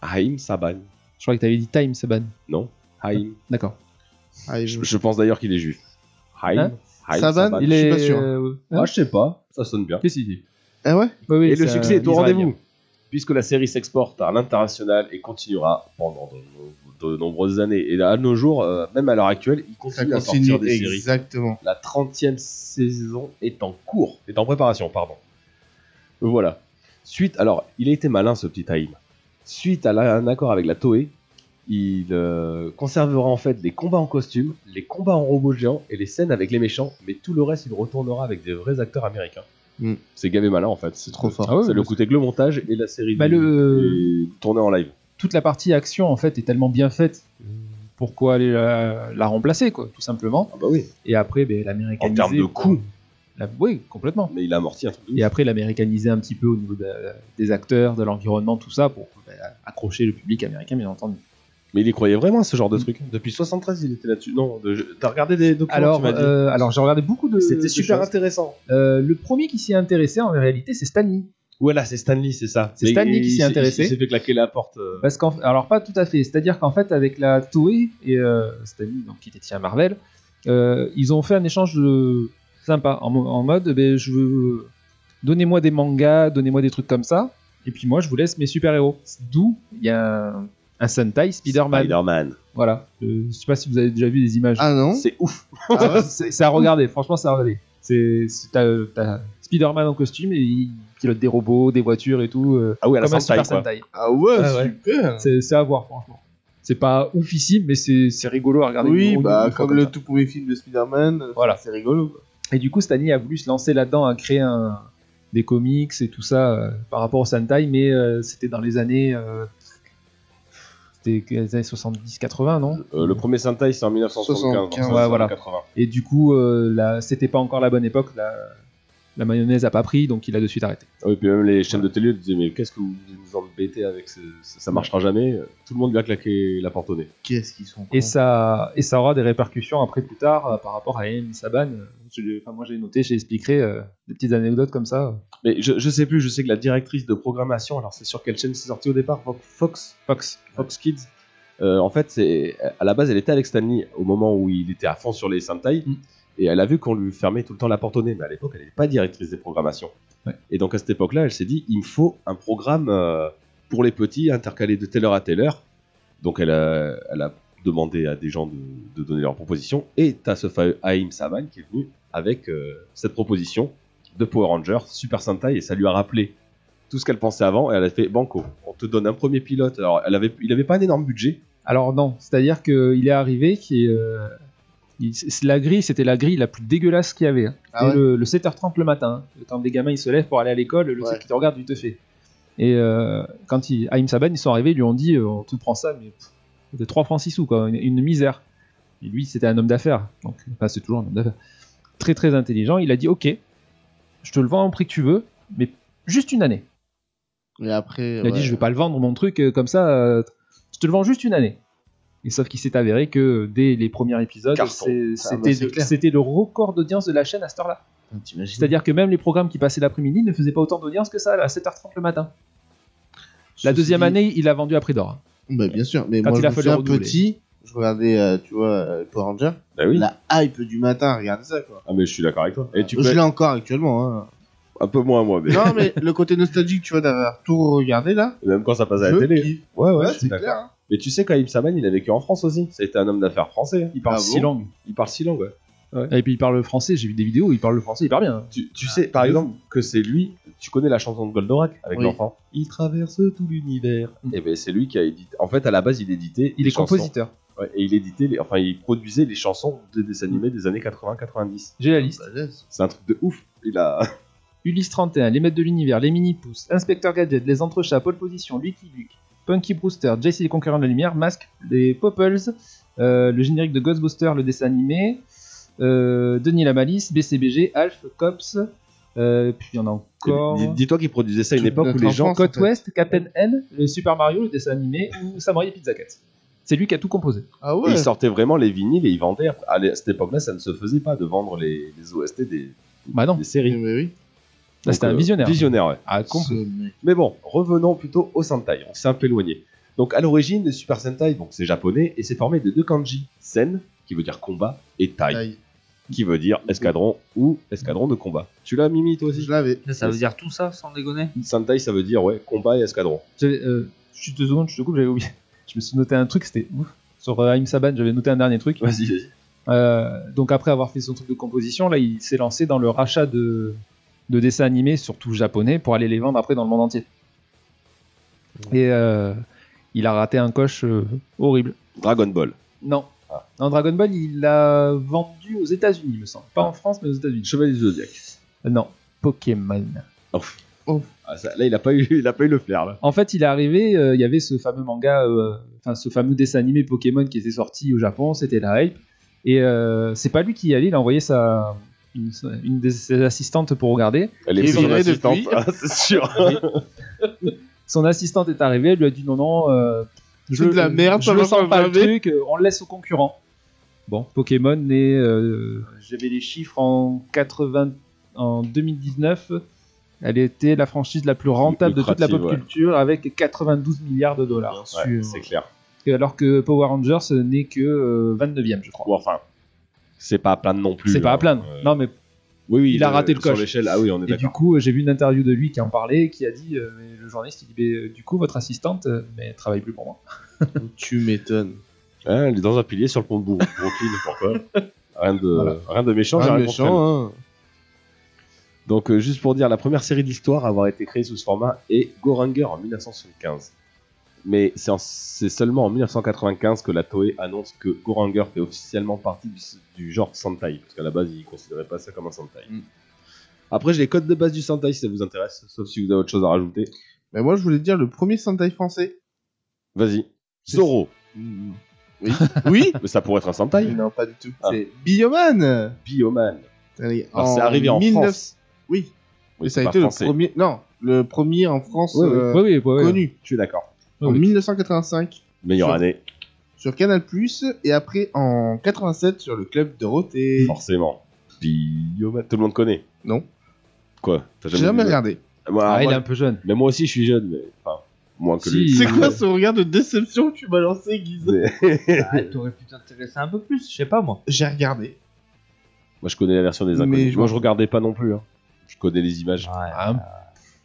Haïm Saban.
Je crois que t'avais dit Time Saban.
Non, Haïm.
D'accord.
Allez,
Je, je pense d'ailleurs qu'il est juif. Haïm.
Hein
Haïm
Saban,
Saban.
il est- Je suis pas sûr.
euh, hein
Ah, je sais pas, ça sonne bien.
Si, si, si.
Eh ouais
Oui, oui,
Et le
c'est
succès
un
est au
Israélien.
rendez-vous, puisque la série s'exporte à l'international et continuera pendant de, de nombreuses années. Et à nos jours, euh, même à l'heure actuelle, il
Ça
continue, à
continue
sortir des séries.
exactement.
La 30e saison est en cours, est en préparation, pardon. Voilà. Suite, alors, il a été malin ce petit Haïm. Suite à la- un accord avec la Toei, il euh, conservera en fait les combats en costume, les combats en robots géants et les scènes avec les méchants, mais tout le reste, il retournera avec des vrais acteurs américains.
Mm.
C'est gavé malin en fait. C'est
trop fort.
Ah ouais,
ça
mais
le coûtait que le montage et la série
Bah,
du-
le-
et tournée en live.
Toute la partie action, en fait, est tellement bien faite. que Pourquoi aller la, la remplacer, quoi, tout simplement
Ah bah oui.
Et après, ben, l'américaniser.
En termes de coût.
La- Oui, complètement.
Mais il a amorti un truc. de ouf.
Et après, l'américaniser un petit peu au niveau de- des acteurs, de l'environnement, tout ça, pour ben, accrocher le public américain, bien entendu.
Mais il y croyait vraiment à ce genre de truc. Depuis 73, il était là-dessus. Non, de- t'as regardé des documents tu
Alors,
m'as dit.
euh, alors j'ai regardé beaucoup de.
C'était
de
super
choses.
intéressant.
Euh, le premier qui s'y est intéressé, en réalité, c'est Stanley.
Voilà, c'est Stanley, c'est ça.
C'est Stan Lee qui
il
s'y est
s'est-
intéressé.
Il s'est fait claquer la porte. euh,
Parce qu'en alors pas tout à fait, c'est-à-dire qu'en fait avec la Toei et euh, Stan Lee, donc qui était chez Marvel, euh, ils ont fait un échange de- sympa en, mo- en mode ben, je veux donnez-moi des mangas, donnez-moi des trucs comme ça et puis moi je vous laisse mes super-héros. D'où il y a un, un Sentai Spider-Man.
Spider-Man.
Voilà. Euh, je sais pas si vous avez déjà vu des images.
Ah non
C'est ouf.
Ah ouais
C'est c'est à regarder, franchement c'est à regarder. C'est c'est- t'as euh, t'as Spider-Man en costume et il pilote des robots, des voitures et tout euh,
Ah oui, à la
comme un
Sentai,
super
quoi.
Sentai.
Ah ouais,
Ah ouais.
super
C'est c'est à voir, franchement. C'est pas oufissime, mais c'est c'est rigolo à regarder.
Oui,
Une- une-
bah
une fois
comme
comme
le
ça.
tout premier film de Spider-Man,
Voilà.
c'est rigolo. quoi.
Et du coup, Stanley a voulu se lancer là-dedans, à créer un- des comics et tout ça euh, par rapport au Sentai, mais euh, c'était dans les années. euh, c'était que les années 70-80, non
Euh, le premier Sentai, c'est en 1975.
75,
donc ça,
ouais, voilà.
80.
Et du coup, euh, là, c'était pas encore la bonne époque, la, la mayonnaise a pas pris, donc il a de suite arrêté.
Ah oui, puis même les chaînes de télé disaient Mais qu'est-ce que vous nous embêtez avec ce- ça, ça marchera jamais. Tout le monde lui a claqué la porte au nez.
Qu'est-ce qu'ils sont
Et
cons.
ça, et ça aura des répercussions après plus tard euh, par rapport à Amy Saban. Euh, je- enfin, moi j'ai noté, j'expliquerai euh, des petites anecdotes comme ça. euh,
Mais je, je sais plus, je sais que la directrice de programmation, alors c'est sur quelle chaîne c'est sorti au départ Fo- Fox
Fox.
Fox Kids Euh, En fait, c'est à la base, elle était avec Stanley au moment où il était à fond sur les Sentai.
Mm.
Et elle a vu qu'on lui fermait tout le temps la porte au nez. Mais à l'époque, elle n'était pas directrice des programmations.
Ouais.
Et donc à cette époque-là, elle s'est dit Il me faut un programme euh, pour les petits intercalé de telle heure à telle heure. Donc elle a, elle a demandé à des gens de, de donner leur proposition. Et t'as ce fameux Haïm Saban qui est venu avec euh, cette proposition de Power Rangers, Super Sentai, et ça lui a rappelé tout ce qu'elle pensait avant, et elle a fait Banco, on te donne un premier pilote. Alors, elle avait, il avait pas un énorme budget.
Alors non, c'est-à-dire qu'il est arrivé qui la grille, c'était la grille la plus dégueulasse qu'il y avait. hein.
Ah
C'était
ouais
le, le 7h30 le matin, hein. quand les gamins ils se lèvent pour aller à l'école, le
Ouais.
truc qui te regarde, il te fait. Et euh, quand ils, Haïm Saban, ils sont arrivés, ils lui ont dit euh, on te prend ça, mais pff, de 3 francs 6 sous, quoi, une, une misère. Et lui, c'était un homme d'affaires, donc enfin, c'est toujours un homme d'affaires. Très très intelligent, il a dit ok, je te le vends au prix que tu veux, mais juste une année.
Et après,
Il a dit je vais pas le vendre mon truc euh, comme ça, euh, je te le vends juste une année. Et sauf qu'il s'est avéré que euh, dès les premiers épisodes,
Carton.
c'est-
Ah, bah,
c'était
c'est
le-
clair. Mmh.
c'était le record d'audience de la chaîne à cette heure-là.
T'imagines
C'est-à-dire que même les programmes qui passaient l'après-midi ne faisaient pas autant d'audience que ça à 7h30 le matin. La
Ceci
deuxième
dit-
année, il a vendu à prix d'or.
Bah bien sûr, mais
Quand
moi
il
je
a
me
fallu
souviens
renouveler.
petit, je regardais, euh, tu vois, euh, Power Ranger,
Bah oui.
la hype du matin, regardez ça quoi.
Ah, mais je suis d'accord avec toi. Et tu
je
peux
l'ai encore actuellement. hein.
un peu moins, moi, mais
non mais le côté nostalgique, tu vois, d'avoir tout regardé là,
même quand ça passe à
je
la télé.
kiffe.
Ouais, ouais,
Ouais,
je suis
c'est
d'accord.
clair. hein.
Mais tu sais, quand Haïm Saman, il a vécu en France aussi. Ça a été un homme d'affaires français. hein.
Il parle
Ah
six
bon
langues.
Il parle six langues. ouais.
Et puis il parle le français, j'ai vu des vidéos, il parle le français hyper bien.
Tu, tu sais, par
de
exemple, que c'est lui. Tu connais la chanson de Goldorak avec
Oui.
l'enfant Il traverse tout l'univers.
Mm.
Et ben c'est lui qui a édité. En fait, à la base, il éditait.
Il
les
est
chansons.
compositeur.
Ouais, et il éditait, les... enfin, il produisait les chansons des dessins animés des années 80-90.
J'ai la
Bah,
liste.
C'est un truc de ouf. Il a.
Ulysse 31, Les Maîtres de l'Univers, Les Mini-Pousses, Inspecteur Gadget, Les Entrechats, Pole Position, Lucky Luke, Punky Brewster, JC les Conquérants de la Lumière, Mask, Les Popples, euh, le générique de Ghostbusters, le dessin animé, euh, Denis la Malice, BCBG, Alf, Cops, euh, puis il y en a encore.
Dis- Dis-toi qu'il produisait ça à une
Toute
époque où
notre
les gens.
enfance.
Côte
en fait.
Ouest, Captain N, le Super Mario, le dessin animé, ou Samurai et Pizza Cat. C'est lui qui a tout composé.
Ah ouais.
Ils sortaient vraiment les vinyles et ils vendaient. Après, À l'é- à cette époque-là, ça ne se faisait pas de vendre les, les OST des,
Bah non,
des
Eh
séries.
ben oui.
là
Donc,
c'était un
euh,
visionnaire.
Visionnaire, ouais.
Ah, complet.
Ce mec.
Mais bon, revenons plutôt au Sentai. On s'est un peu éloigné. Donc, à l'origine, le Super Sentai, donc c'est japonais et c'est formé de deux kanji. Sen, qui veut dire combat, et Tai,
Aïe.
qui veut dire escadron ou escadron de combat. Tu l'as, Mimi, toi aussi
Je l'avais.
Ça, veut dire tout ça, sans dégonner
Sentai, ça veut dire, ouais, combat et escadron.
J'avais, euh, juste deux secondes, je te coupe, j'avais oublié. Je me suis noté un truc, c'était ouf. Sur euh, Haïm Saban, j'avais noté un dernier truc.
Vas-y, vas-y.
Euh, donc après avoir fait son truc de composition, là, il s'est lancé dans le rachat de, de dessins animés, surtout japonais, pour aller les vendre après dans le monde entier. Et euh, il a raté un coche euh, horrible.
Dragon Ball.
Non.
Ah.
Non, Dragon Ball, il l'a vendu aux États-Unis, il me semble. Pas en France, mais aux États-Unis.
Ah. Chevalier du Zodiac.
Euh, Non, Pokémon.
Ah, ça- là, il a, pas eu, il a pas eu le flair, là.
En fait, il est arrivé, euh, il y avait ce fameux manga, euh, enfin ce fameux dessin animé Pokémon qui était sorti au Japon, c'était la hype. Et euh, c'est pas lui qui y allait, il a envoyé sa, une, une de ses assistantes pour regarder.
Elle
Il est
sans
viré
assistante,
depuis.
hein, c'est sûr.
Son assistante est arrivée, elle lui a dit non, non, euh, je,
C'est de la merde,
je
ça
le
va
sens
pas
pas le
laver.
truc, euh, on le laisse aux concurrents. Bon, Pokémon, euh, et j'avais les chiffres en, 80, en 2019, Elle était la franchise la plus rentable de toute la
Lucrative,
pop
ouais.
culture avec 92 milliards de dollars.
Ouais,
Sur-
c'est clair.
Alors que Power Rangers n'est que euh, 29e, je crois.
Ou enfin, c'est pas à plaindre non plus.
C'est pas
hein.
à plaindre.
Euh,
Non, mais
Oui, oui,
il a
euh,
raté le
sur
coche.
l'échelle. Ah oui, on est
Et du
d'accord.
coup, euh, j'ai vu une interview de lui qui en parlait, qui a dit, euh, mais le journaliste, il dit, mais, euh, du coup, votre assistante, euh, mais elle travaille plus pour moi.
tu m'étonnes.
Hein, elle est dans un pilier sur le pont de Brou- Brooklyn, pourquoi rien de,
Voilà.
rien de méchant, j'ai
Ah,
rien contre elle.
méchant, hein.
Donc, euh, juste pour dire, la première série d'histoire à avoir été créée sous ce format est Goranger en 1975. Mais c'est en- c'est seulement en 1995 que la Toei annonce que Goranger fait officiellement partie du, du genre Sentai, parce qu'à la base, ils ne considéraient pas ça comme un Sentai.
Mm.
Après, j'ai les codes de base du Sentai si ça vous intéresse, sauf si vous avez autre chose à rajouter.
Mais moi, je voulais dire le premier Sentai français.
Vas-y.
C'est-
Zoro.
Oui. oui
Mais ça pourrait être un Sentai.
Non, pas du tout.
Ah.
C'est Bioman
Bioman.
Allez,
Alors, c'est arrivé en
1900
France.
Oui,
Oui,
mais ça
c'est
a
pas
été
français.
le premier. Non, le premier en France
Ouais, ouais.
euh,
Ouais, oui, ouais, ouais.
connu.
Je suis d'accord.
Ouais,
en
oui.
1985
Meilleure
Sur-
année,
sur Canal et après en 87 sur le club Dorothée.
forcément. Bioman. Tout le monde connaît.
Non,
Quoi T'as
j'ai jamais
vu-
regardé.
Moi,
Ah, il
moi-
est un peu jeune.
Mais moi aussi, je suis jeune, mais enfin, moins que
Si.
lui.
C'est quoi ce regard de déception que tu m'as lancé, Guise
Ah, T'aurais pu t'intéresser un peu plus, je sais pas moi.
J'ai regardé.
Moi, je connais la version des
Mais
inconnus.
je-
Moi, je regardais pas non plus. hein. Je connais les images.
Ah,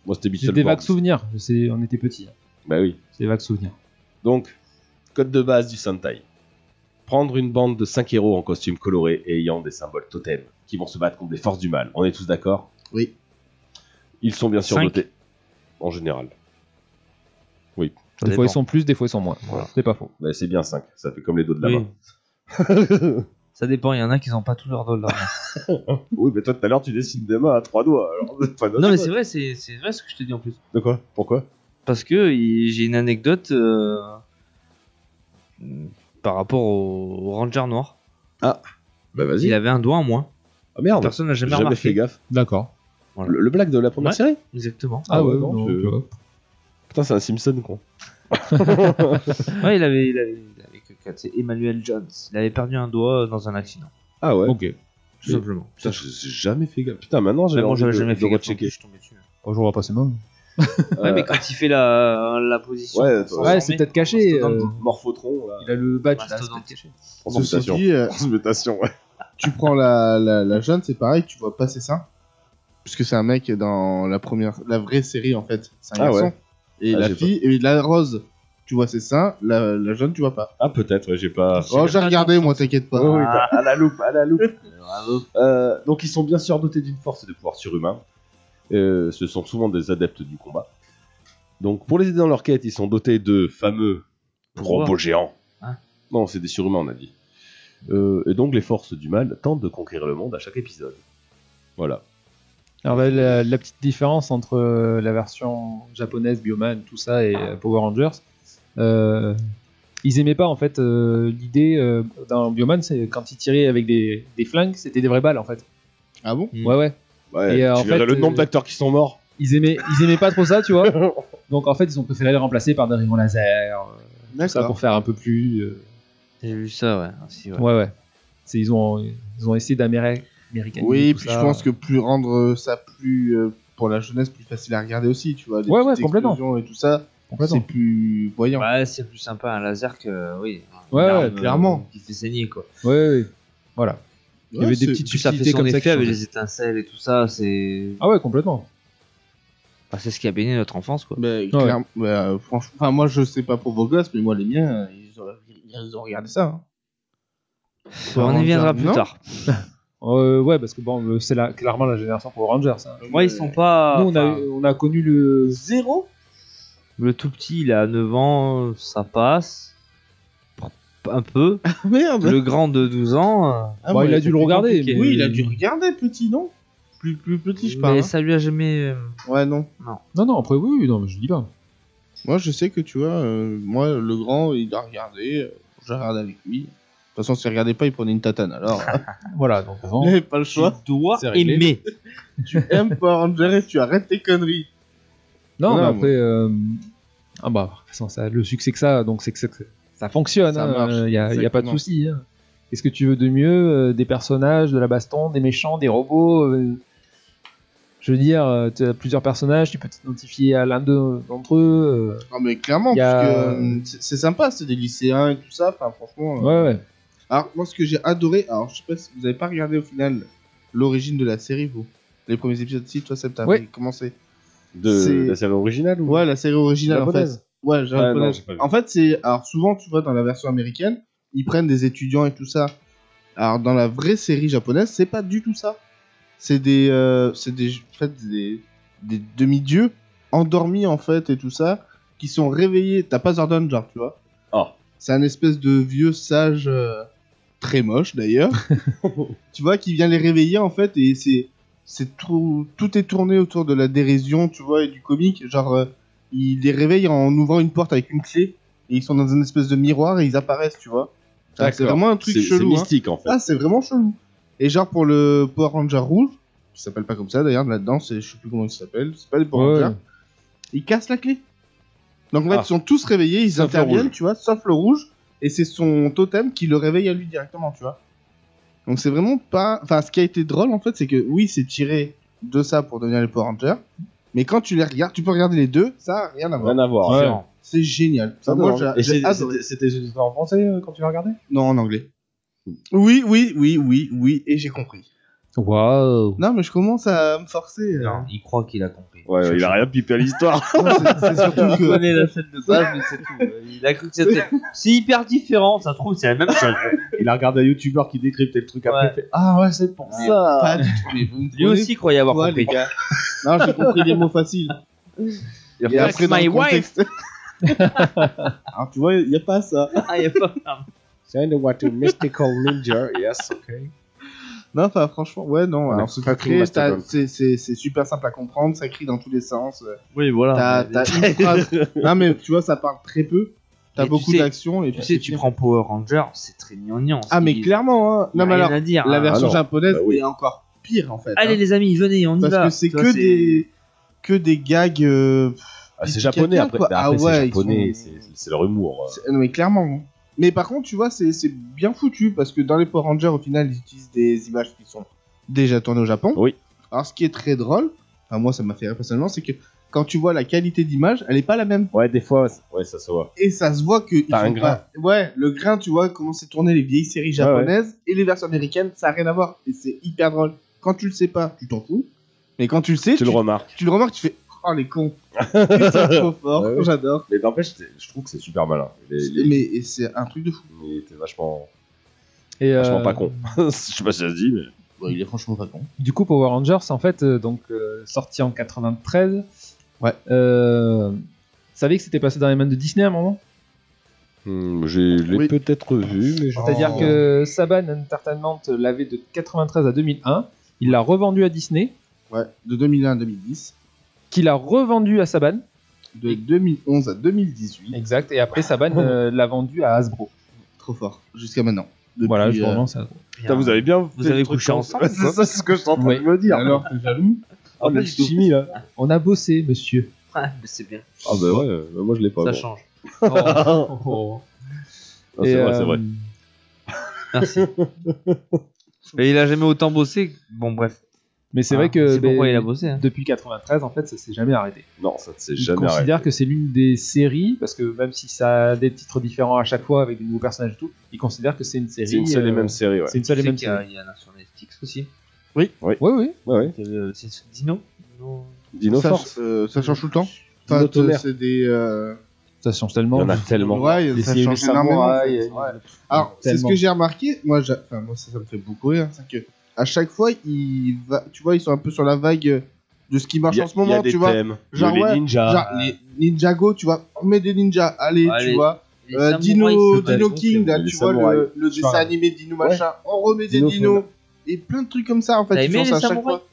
Moi,
J'ai
c'était Beetle
des
Boys.
vagues souvenirs. C'est- On était petits. hein.
Bah oui.
C'est des vagues souvenirs.
Donc, code de base du Sentai. Prendre une bande de 5 héros en costume coloré et ayant des symboles totems qui vont se battre contre des forces du mal. On est tous d'accord
Oui.
Ils sont bien sûr
Cinq.
dotés. En général.
Ça
Des fois,
dépend.
ils sont plus, des fois, ils sont moins.
Voilà.
C'est pas faux.
Mais c'est bien 5. Ça fait comme les dos de la
Oui.
main.
Ça dépend, il y en a qui n'ont pas tous leurs dollars.
Bah, Hein oui, mais toi, tout à l'heure, tu dessines des mains à trois doigts. Alors, enfin,
non mais c'est vrai, c'est c'est vrai ce que je te dis en plus.
De quoi Pourquoi
parce que il- j'ai une anecdote euh, par rapport au, au Ranger noir.
Bah,
Il
vas-y.
avait un doigt en moins.
Ah merde.
Personne n'a jamais,
J'ai jamais
remarqué.
fait gaffe.
D'accord.
Le, le blague de la première
Ouais.
série
Exactement.
Ah, ouais,
non,
non,
je-
tu vois.
Putain, c'est un Simpson, con.
Ouais, il avait, il avait, il avait que quatre. C'est Emmanuel Jones. Il avait perdu un doigt dans un accident,
Ah ouais
Ok.
tout
Oui.
simplement.
Putain, je- j'ai jamais fait gaffe. Putain, maintenant, j'ai
Même moi,
envie
j'avais
de,
jamais
de
fait gaffe, hein.
rechecker. Euh,
je suis tombé dessus.
Bonjour, on va passer main.
Ouais, mais quand il fait la, la position.
Ouais,
sans
ouais,
s'en
c'est
mettre,
peut-être caché.
mastodonte.
euh,
Morphotron, là.
Il a le badge. là, c'est
Mastodonte.
peut-être caché.
Ceci
Transmutation.
dit, euh,
Transmutation, ouais.
tu prends la, la, la jeune, c'est pareil, tu vois passer ça. Puisque c'est un mec dans la première, la vraie série en fait. C'est un
Ah
garçon.
ouais.
Et
Ah,
la
j'ai
fille, et la rose, tu vois ses seins, la, la jeune, tu vois pas.
Ah, peut-être, ouais, j'ai pas.
Oh, j'ai regardé, moi, t'inquiète pas.
Ouais, ouais,
Ah,
bah, à la loupe, à la loupe. Euh, donc, ils sont bien surdotés d'une force et de pouvoirs surhumains. Euh, ce sont souvent des adeptes du combat. Donc, pour les aider dans leur quête, ils sont dotés de fameux
Pourquoi
robots géants.
Hein
non, c'est des surhumains, on a dit. Euh, et donc, les forces du mal tentent de conquérir le monde à chaque épisode. Voilà.
Alors bah, la, la petite différence entre euh, la version japonaise Bioman, tout ça et euh, Power Rangers, euh, ils aimaient pas en fait euh, l'idée euh, dans Bioman, c'est quand ils tiraient avec des, des flingues, c'était des vraies balles en fait.
Ah bon
Mm.
Ouais ouais.
Ouais,
Et, euh, en
tu verrais
fait,
le nombre
euh,
d'acteurs qui sont morts.
Ils aimaient ils aimaient pas trop ça, tu vois. Donc en fait ils ont préféré le remplacer par des rayons laser, euh, tout ça
D'accord.
pour faire un peu plus. euh,
J'ai vu ça, ouais. aussi, ouais.
ouais ouais. C'est ils ont ils ont essayé d'américain.
Oui, puis je pense que plus rendre euh, ça plus euh, pour la jeunesse plus facile à regarder aussi, tu vois. les
Ouais, ouais,
petites
complètement.
explosions Et tout ça, c'est
complètement.
plus voyant.
Ouais, c'est plus sympa un laser que. Oui. une
Ouais,
arme,
ouais,
euh,
clairement.
Qui fait saigner, quoi.
Ouais, ouais. Voilà. Il y avait des petites
Puis ça fait
subtilités
son
comme ça. qui
effet avec
changeaient.
les étincelles et tout ça, c'est.
Ah ouais complètement.
Bah, c'est ce qui a baigné notre enfance, quoi.
Bah, clairement, bah, euh, franchement, enfin, moi je sais pas pour vos gosses, mais moi les miens, euh, ils ont, ils ont regardé ça. hein.
on y viendra plus
Bah, Non
tard.
Euh, ouais, parce que bon, euh, c'est la- clairement la génération Power Rangers. hein.
Euh,
Moi, ils sont pas.
Nous, on a,
enfin,
on a connu le.
Zéro
Le tout petit, il a 9 ans, ça passe. Un peu.
Ah, Merde
Le grand de 12 ans. euh,
Ah,
Bon,
ouais,
il a
c'était
dû le regarder.
compliqué.
mais-
Oui, il a dû regarder petit, non plus, plus
euh,
petit, je parle.
Mais
hein.
ça lui a jamais. euh,
Ouais, non.
Non, non, après, oui, oui, non, mais je dis pas.
Moi, je sais que tu vois, euh, moi, le grand, il a regardé, euh, j'ai regardé avec lui. De toute façon, s'il regardait pas, il prenait une tatane. Alors,
Ah,
hein.
Voilà, donc avant.
il avait pas le choix.
Tu dois
C'est réglé.
aimer.
tu aimes Power Rangers et tu arrêtes tes conneries.
Non, mais
Non,
après. euh, Ah bah, de toute façon, ça, le succès que ça, donc c'est que c'est que ça fonctionne.
Ça marche,
Il n'y a, y a pas de
exactement.
souci. hein. Qu'est-ce que tu veux de mieux euh, Des personnages, de la baston, des méchants, des robots euh, Je veux dire, tu as plusieurs personnages, tu peux t'identifier à l'un d'eux- d'entre eux. euh,
Non, mais clairement,
Y a-
parce que, euh, c'est c'est sympa, c'est des lycéens et tout ça. Enfin, franchement. euh,
Ouais, ouais.
Alors, moi, ce que j'ai adoré, alors, je sais pas si vous avez pas regardé au final l'origine de la série, vous. Les premiers épisodes, si, toi, Seb, t'as
Oui.
commencé.
De
C'est-
la série originale ou
Ouais, la série originale, en fait.
Japonaise.
Ouais, j'ai
Ah,
reconnu.
non, j'ai pas vu.
En fait, c'est. Alors, souvent, tu vois, dans la version américaine, ils prennent des étudiants et tout ça. Alors, dans la vraie série japonaise, c'est pas du tout ça. C'est des. euh, c'est des. En fait, des, des demi-dieux endormis, en fait, et tout ça, qui sont réveillés. T'as pas Zordon, genre, tu vois.
Ah.
C'est un espèce de vieux sage euh, très moche d'ailleurs. tu vois, qui vient les réveiller en fait et c'est c'est tout tout est tourné autour de la dérision, tu vois, et du comique. Genre, euh, ils les réveillent en ouvrant une porte avec une clé et ils sont dans une espèce de miroir et ils apparaissent, tu vois. Enfin, Ah, C'est
D'accord.
vraiment un truc
C'est c'est
chelou. hein.
mystique en fait.
Ah, c'est vraiment chelou. Et genre pour le Power Ranger rouge, qui s'appelle pas comme ça d'ailleurs là-dedans, c'est- je sais plus comment il s'appelle, c'est pas les Power
Ouais.
Rangers ils cassent la clé. Donc là,
Ah.
ils sont tous réveillés, ils
Sauf le
interviennent,
rouge.
tu vois, sauf le rouge, et c'est son totem qui le réveille à lui directement, tu vois. Donc c'est vraiment pas. Enfin, ce qui a été drôle en fait, c'est que oui, c'est tiré de ça pour devenir les Power Rangers, mais quand tu les regardes, tu peux regarder les deux, ça a rien à voir.
Rien à voir.
Ouais.
Différent.
C'est génial.
Ça,
Enfin, moi,
non.
j'ai-
Et
j'ai
c'est-
adoré.
c'était c'était une histoire en français euh, quand tu l'as regardé Hmm.
Non, en anglais. Oui, oui, oui, oui, oui, et j'ai compris.
Waouh.
Non, mais je commence à me forcer. euh.
Non, il croit qu'il a compris.
Ouais, ouais, il a rien pipé à l'histoire.
Non, c'est- c'est surtout
Il
que.
connaît la scène de base, mais c'est tout. Euh, Il a cru que c'était. C'est hyper différent, ça se trouve, c'est la même chose.
il a regardé un youtubeur qui décryptait le truc après.
Ouais.
il fait, Ah ouais, c'est pour ça.
Pas du tout, mais vous me
Lui aussi croyait avoir
Ouais, les
compris.
gars. Non, j'ai compris les mots faciles.
Il
Et
a
après,
fait
dans
my
le
wife!
contexte... Alors, tu vois, il n'y a pas ça.
Ah, il y a pas.
Kind of what a mystical ninja, yes, okay.
Non, enfin, franchement, ouais, non.
On
Alors,
a
ce
pas
secret,
pris Mastodon.
t'as- c'est c'est- c'est super simple à comprendre, ça crie dans tous les sens. euh,
Oui, voilà.
T'as t'as une phrase. Non, mais tu vois, ça parle très peu. T'as
Mais
beaucoup
tu sais-
d'action. et
Tu
puis
sais,
c'est
tu
fini.
prends Power Ranger, c'est très gnangnan.
Ah, mais
Il-
clairement, hein.
il y a
Non, mais
rien
alors,
à dire.
la
hein.
version
non.
japonaise
Bah oui.
est encore pire, en fait.
Allez,
hein.
les amis, venez, on y va.
Parce que c'est
Tu vois,
que des... que des gags. euh,
Ah,
Pipi
c'est japonais
caca,
après.
quoi.
Bah,
Ah
après,
ouais,
c'est
ils
japonais,
sont-
c'est- c'est leur humour. euh.
C'est- Non, mais clairement. hein. Mais par contre, tu vois, c'est c'est bien foutu parce que dans les Power Rangers, au final, ils utilisent des images qui sont déjà tournées au Japon.
Oui.
Alors, ce qui est très drôle, enfin, moi, ça m'a fait rire personnellement, c'est que quand tu vois la qualité d'image, elle est pas la même.
Ouais, des fois, c'est- ouais, ça se voit.
Et ça se voit que. ils
T'as
font
un grain.
pas- Ouais, le grain, tu vois, comment c'est tourné les vieilles séries
Ah ouais.
japonaises et les versions américaines, ça a rien à voir. Et c'est hyper drôle. Quand tu le sais pas, tu t'en fous. Mais quand tu le sais,
Tu le remarques.
tu le remarques, tu fais Oh les cons. Ils sont trop forts,
Ouais, ouais.
j'adore.
Mais n'empêche, c'est- je trouve que c'est super malin. Il est- il est-
Mais et c'est un truc de fou.
il était vachement,
Et
vachement
euh,
pas con. je sais pas si ça se dit, mais.
Ouais, il est franchement pas con.
Du coup, Power Rangers, en fait, euh, donc euh, sorti en 93.
Ouais.
Euh, vous savez que c'était passé dans les mains de Disney à un moment
Hmm, je l'ai
Oui.
peut-être vu, mais je.
C'est-à-dire que Saban Entertainment l'avait de 93 à 2001. Il l'a revendu à Disney,
Ouais, de 2001 à 2010,
qui l'a revendu à Saban.
de 2011 à 2018.
Exact. Et après, Saban euh, l'a vendu à Hasbro.
Trop fort, jusqu'à maintenant. Depuis,
voilà, je
euh,
relance à Hasbro.
Putain, vous avez bien.
Vous
fait le
avez
truc
couché
en-
ensemble
Ouais, C'est ça ce que je suis en train de me dire.
Alors, t'es jaloux
Ah,
Oh, la
pas du tout.
chimie là.
On a bossé, monsieur.
Ah, mais c'est bien,
Ah bah ouais, euh, moi je l'ai pas.
ça
bon.
change.
Oh.
Ah, Oh, C'est
Et,
vrai, c'est vrai.
euh,
Merci. Mais il a jamais autant bossé. Bon, bref.
Mais c'est
Ah,
vrai que
C'est pourquoi
ben,
il a bossé. hein.
depuis 93, en fait, ça s'est jamais arrêté.
Non, ça ne s'est
Je
jamais arrêté.
considère que c'est l'une des séries, parce que même si ça a des titres différents à chaque fois avec des nouveaux personnages et tout, ils considèrent que c'est une série.
C'est une seule et
euh,
même série, ouais.
C'est une seule
Tu
et
sais
même
qu'il y a-
série.
Il y en a sur Netflix aussi.
Oui, oui.
Ouais, ouais.
Il y avait, euh, C'est ce- Dino Dino-
Dino
ça,
Force.
euh, ça change tout le temps Enfin,
Dino Tonnerre.
C'est des. euh,
Ça change
Il y
tellement.
en a tellement.
ouais,
Des
ça
séries
change
samouraïs,
énormément. en
euh,
fait. Ouais. Alors, c'est ce
Tellement.
que j'ai remarqué. Moi, j'a- enfin, moi ça, ça me fait beaucoup rire. C'est que à chaque fois, ils va... tu vois, ils sont un peu sur la vague de ce qui marche
Il y a-
en ce moment,
il y a des
tu vois.
thèmes. Ah. Il y a
Genre,
les
ouais,
ninjas.
Genre, les Ninjago, tu vois, on met des ninjas, allez,
Allez.
tu vois.
Les
Euh,
samouraïs,
Dino,
c'est pas
Dino
bon,
King,
c'est
là,
bon.
tu
Les
vois,
samouraïs.
le, le dessin
Enfin,
animé Dino machin, on remet des
Dino
dinos, et plein de trucs comme ça, en
T'as
fait, ils
aimé
font
les
ça à chaque
samouraïs
fois.
bon.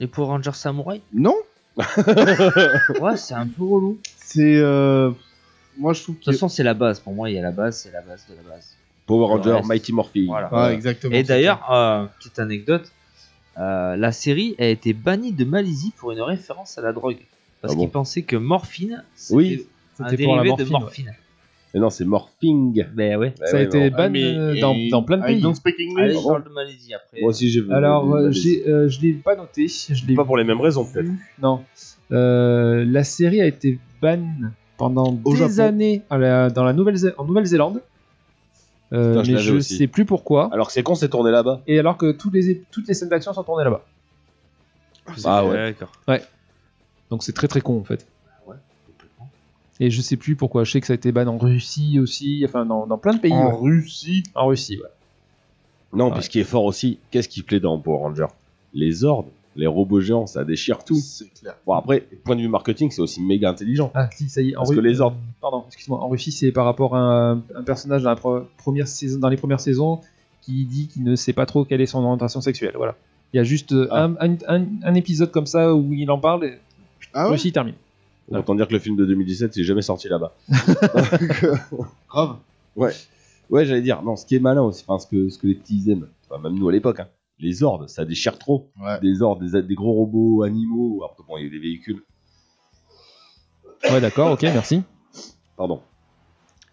Les Power Rangers Samouraï
Non,
Ouais, c'est un peu relou.
c'est... euh, Moi, je trouve
De
que...
toute façon, c'est la base. Pour moi, il y a la base, c'est la base de la base.
Power Ranger,
Ouais,
Mighty Morphin.
Voilà.
Ouais, exactement.
Et
c'est
d'ailleurs, euh, petite anecdote, euh, la série a été bannie de Malaisie pour une référence à la drogue. Parce
Ah bon
qu'ils pensaient que morphine, c'était
Oui,
un
c'était pour la
dérivé de
morphine, ouais.
morphine.
Mais non, c'est Morphing.
Ben ouais.
Ouais,
Ça a
ouais,
été
bon.
ban euh, dans, dans plein de
I
pays.
don't speak
Allez,
English.
je parle de Malaisie après.
Moi aussi, j'ai vu.
Alors, euh,
Allez-y.
j'ai, euh, je l'ai pas noté. Je l'ai
Pas pour les mêmes raisons, peut-être.
Non. Euh, la série a été ban pendant
Au
des
Japon.
années à la- dans la Nouvelle en Nouvelle-Zélande. Euh,
Putain, je
mais
l'avais
je
aussi.
sais plus pourquoi.
Alors que c'est con, c'est tourné là-bas.
Et alors que toutes les, toutes les scènes d'action sont tournées là-bas.
Ah ouais.
D'accord.
Donc c'est très très con en fait. Et je sais plus pourquoi. Je sais que ça a été ban en Russie aussi. Enfin, dans, dans plein de pays. ouais.
En Russie.
En Russie, ouais.
Non,
Ouais.
puis ce qui est fort aussi, qu'est-ce qui plaît dans Power Ranger Les ordres, les robots géants, ça déchire tout.
C'est clair.
Bon, après, point de vue marketing, c'est aussi méga intelligent.
Ah, si, ça y est. En
Parce que
Ru-
les ordres.
Pardon, excuse-moi. En Russie, c'est par rapport à un, un personnage dans, la pre- première saison, dans les premières saisons qui dit qu'il ne sait pas trop quelle est son orientation sexuelle. Voilà. Il y a juste euh,
Ah.
un, un- un- un épisode comme ça où il en parle et
Ah ouais
Russie il termine.
on Autant dire que le film de 2017, c'est jamais sorti là-bas.
Grave.
Ouais, j'allais dire, non, ce qui est malin aussi, enfin, ce que, ce que les petits aiment, enfin, même nous à l'époque, hein, les ordres, ça déchire trop.
Ouais.
Des ordres, des, des gros robots, animaux, alors que bon, il y a eu des véhicules,
Ouais, d'accord, ok, merci.
pardon,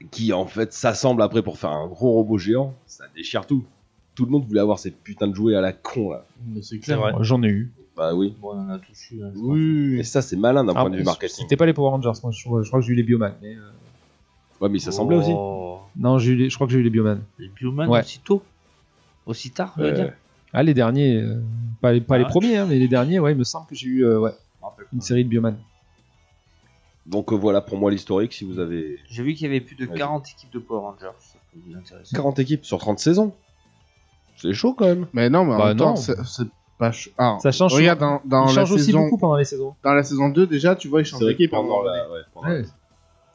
qui en fait s'assemblent après pour faire un gros robot géant, ça déchire tout. Tout le monde voulait avoir ces putains de jouets à la con là.
Mais c'est
C'est
clair.
vrai.
J'en ai eu.
Bah oui.
Bon, on en a tous eu. hein, je pense.
Et
Oui.
ça, c'est malin d'un
Ah,
point de vue marketing.
C'était pas les Power Rangers, moi, je, crois- je crois que j'ai eu les Bioman. mais, euh,
Ouais, mais ça semblait aussi.
Oh,
Non, j'ai eu les- je crois que j'ai eu les Bioman.
Les Bioman
Ouais.
aussi tôt Aussi tard, je veux
Euh,
dire.
Ah, les derniers, euh, pas, les, pas les
Ah.
premiers, hein, mais les derniers, ouais, il me semble que j'ai eu euh, ouais,
Je me rappelle pas.
une série de Bioman.
Donc euh, voilà pour moi l'historique. Si vous avez
J'ai vu qu'il y avait plus de
Vas-y.
40 équipes de Power Rangers. Ça peut vous intéresser.
40 équipes sur 30 saisons, c'est chaud quand même.
Mais non, mais en
Bah
même
non.
temps, c'est c'est pas. ch- Ah,
Ça change.
regarde dans, dans
il
la
change aussi
saison.
beaucoup pendant les saisons.
Dans la saison 2, déjà, tu vois, ils changent
C'est vrai que
d'équipe.
pendant
hein.
la- ouais, pendant-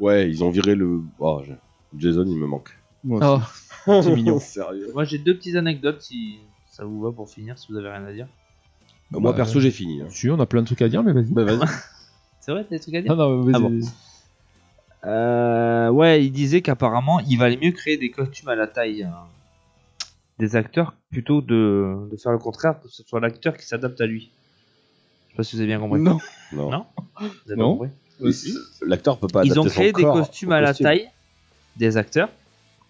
Ouais, ils ont viré le. Oh, je- Jason, il me manque.
Moi aussi.
Oh, c'est mignon.
Sérieux.
Moi, j'ai deux petites anecdotes si ça vous va pour finir, si vous avez rien à dire.
Euh, moi
Bah,
perso, j'ai fini. hein.
Si, on a plein de trucs à dire, mais vas-y.
Bah, vas-y.
C'est vrai, t'as des trucs à dire
Non, non, vas-y.
Ah bon. Euh, ouais, il disait qu'apparemment, il valait mieux créer des costumes à la taille euh, des acteurs plutôt de, de faire le contraire, que ce soit l'acteur qui s'adapte à lui. Je sais pas si vous avez bien compris.
Non.
Non.
Non. Vous avez
Non.
compris
Mais c'est- L'acteur peut pas
Ils ont
adapter son
créé des
corps
costumes
au
à la
costume.
taille des acteurs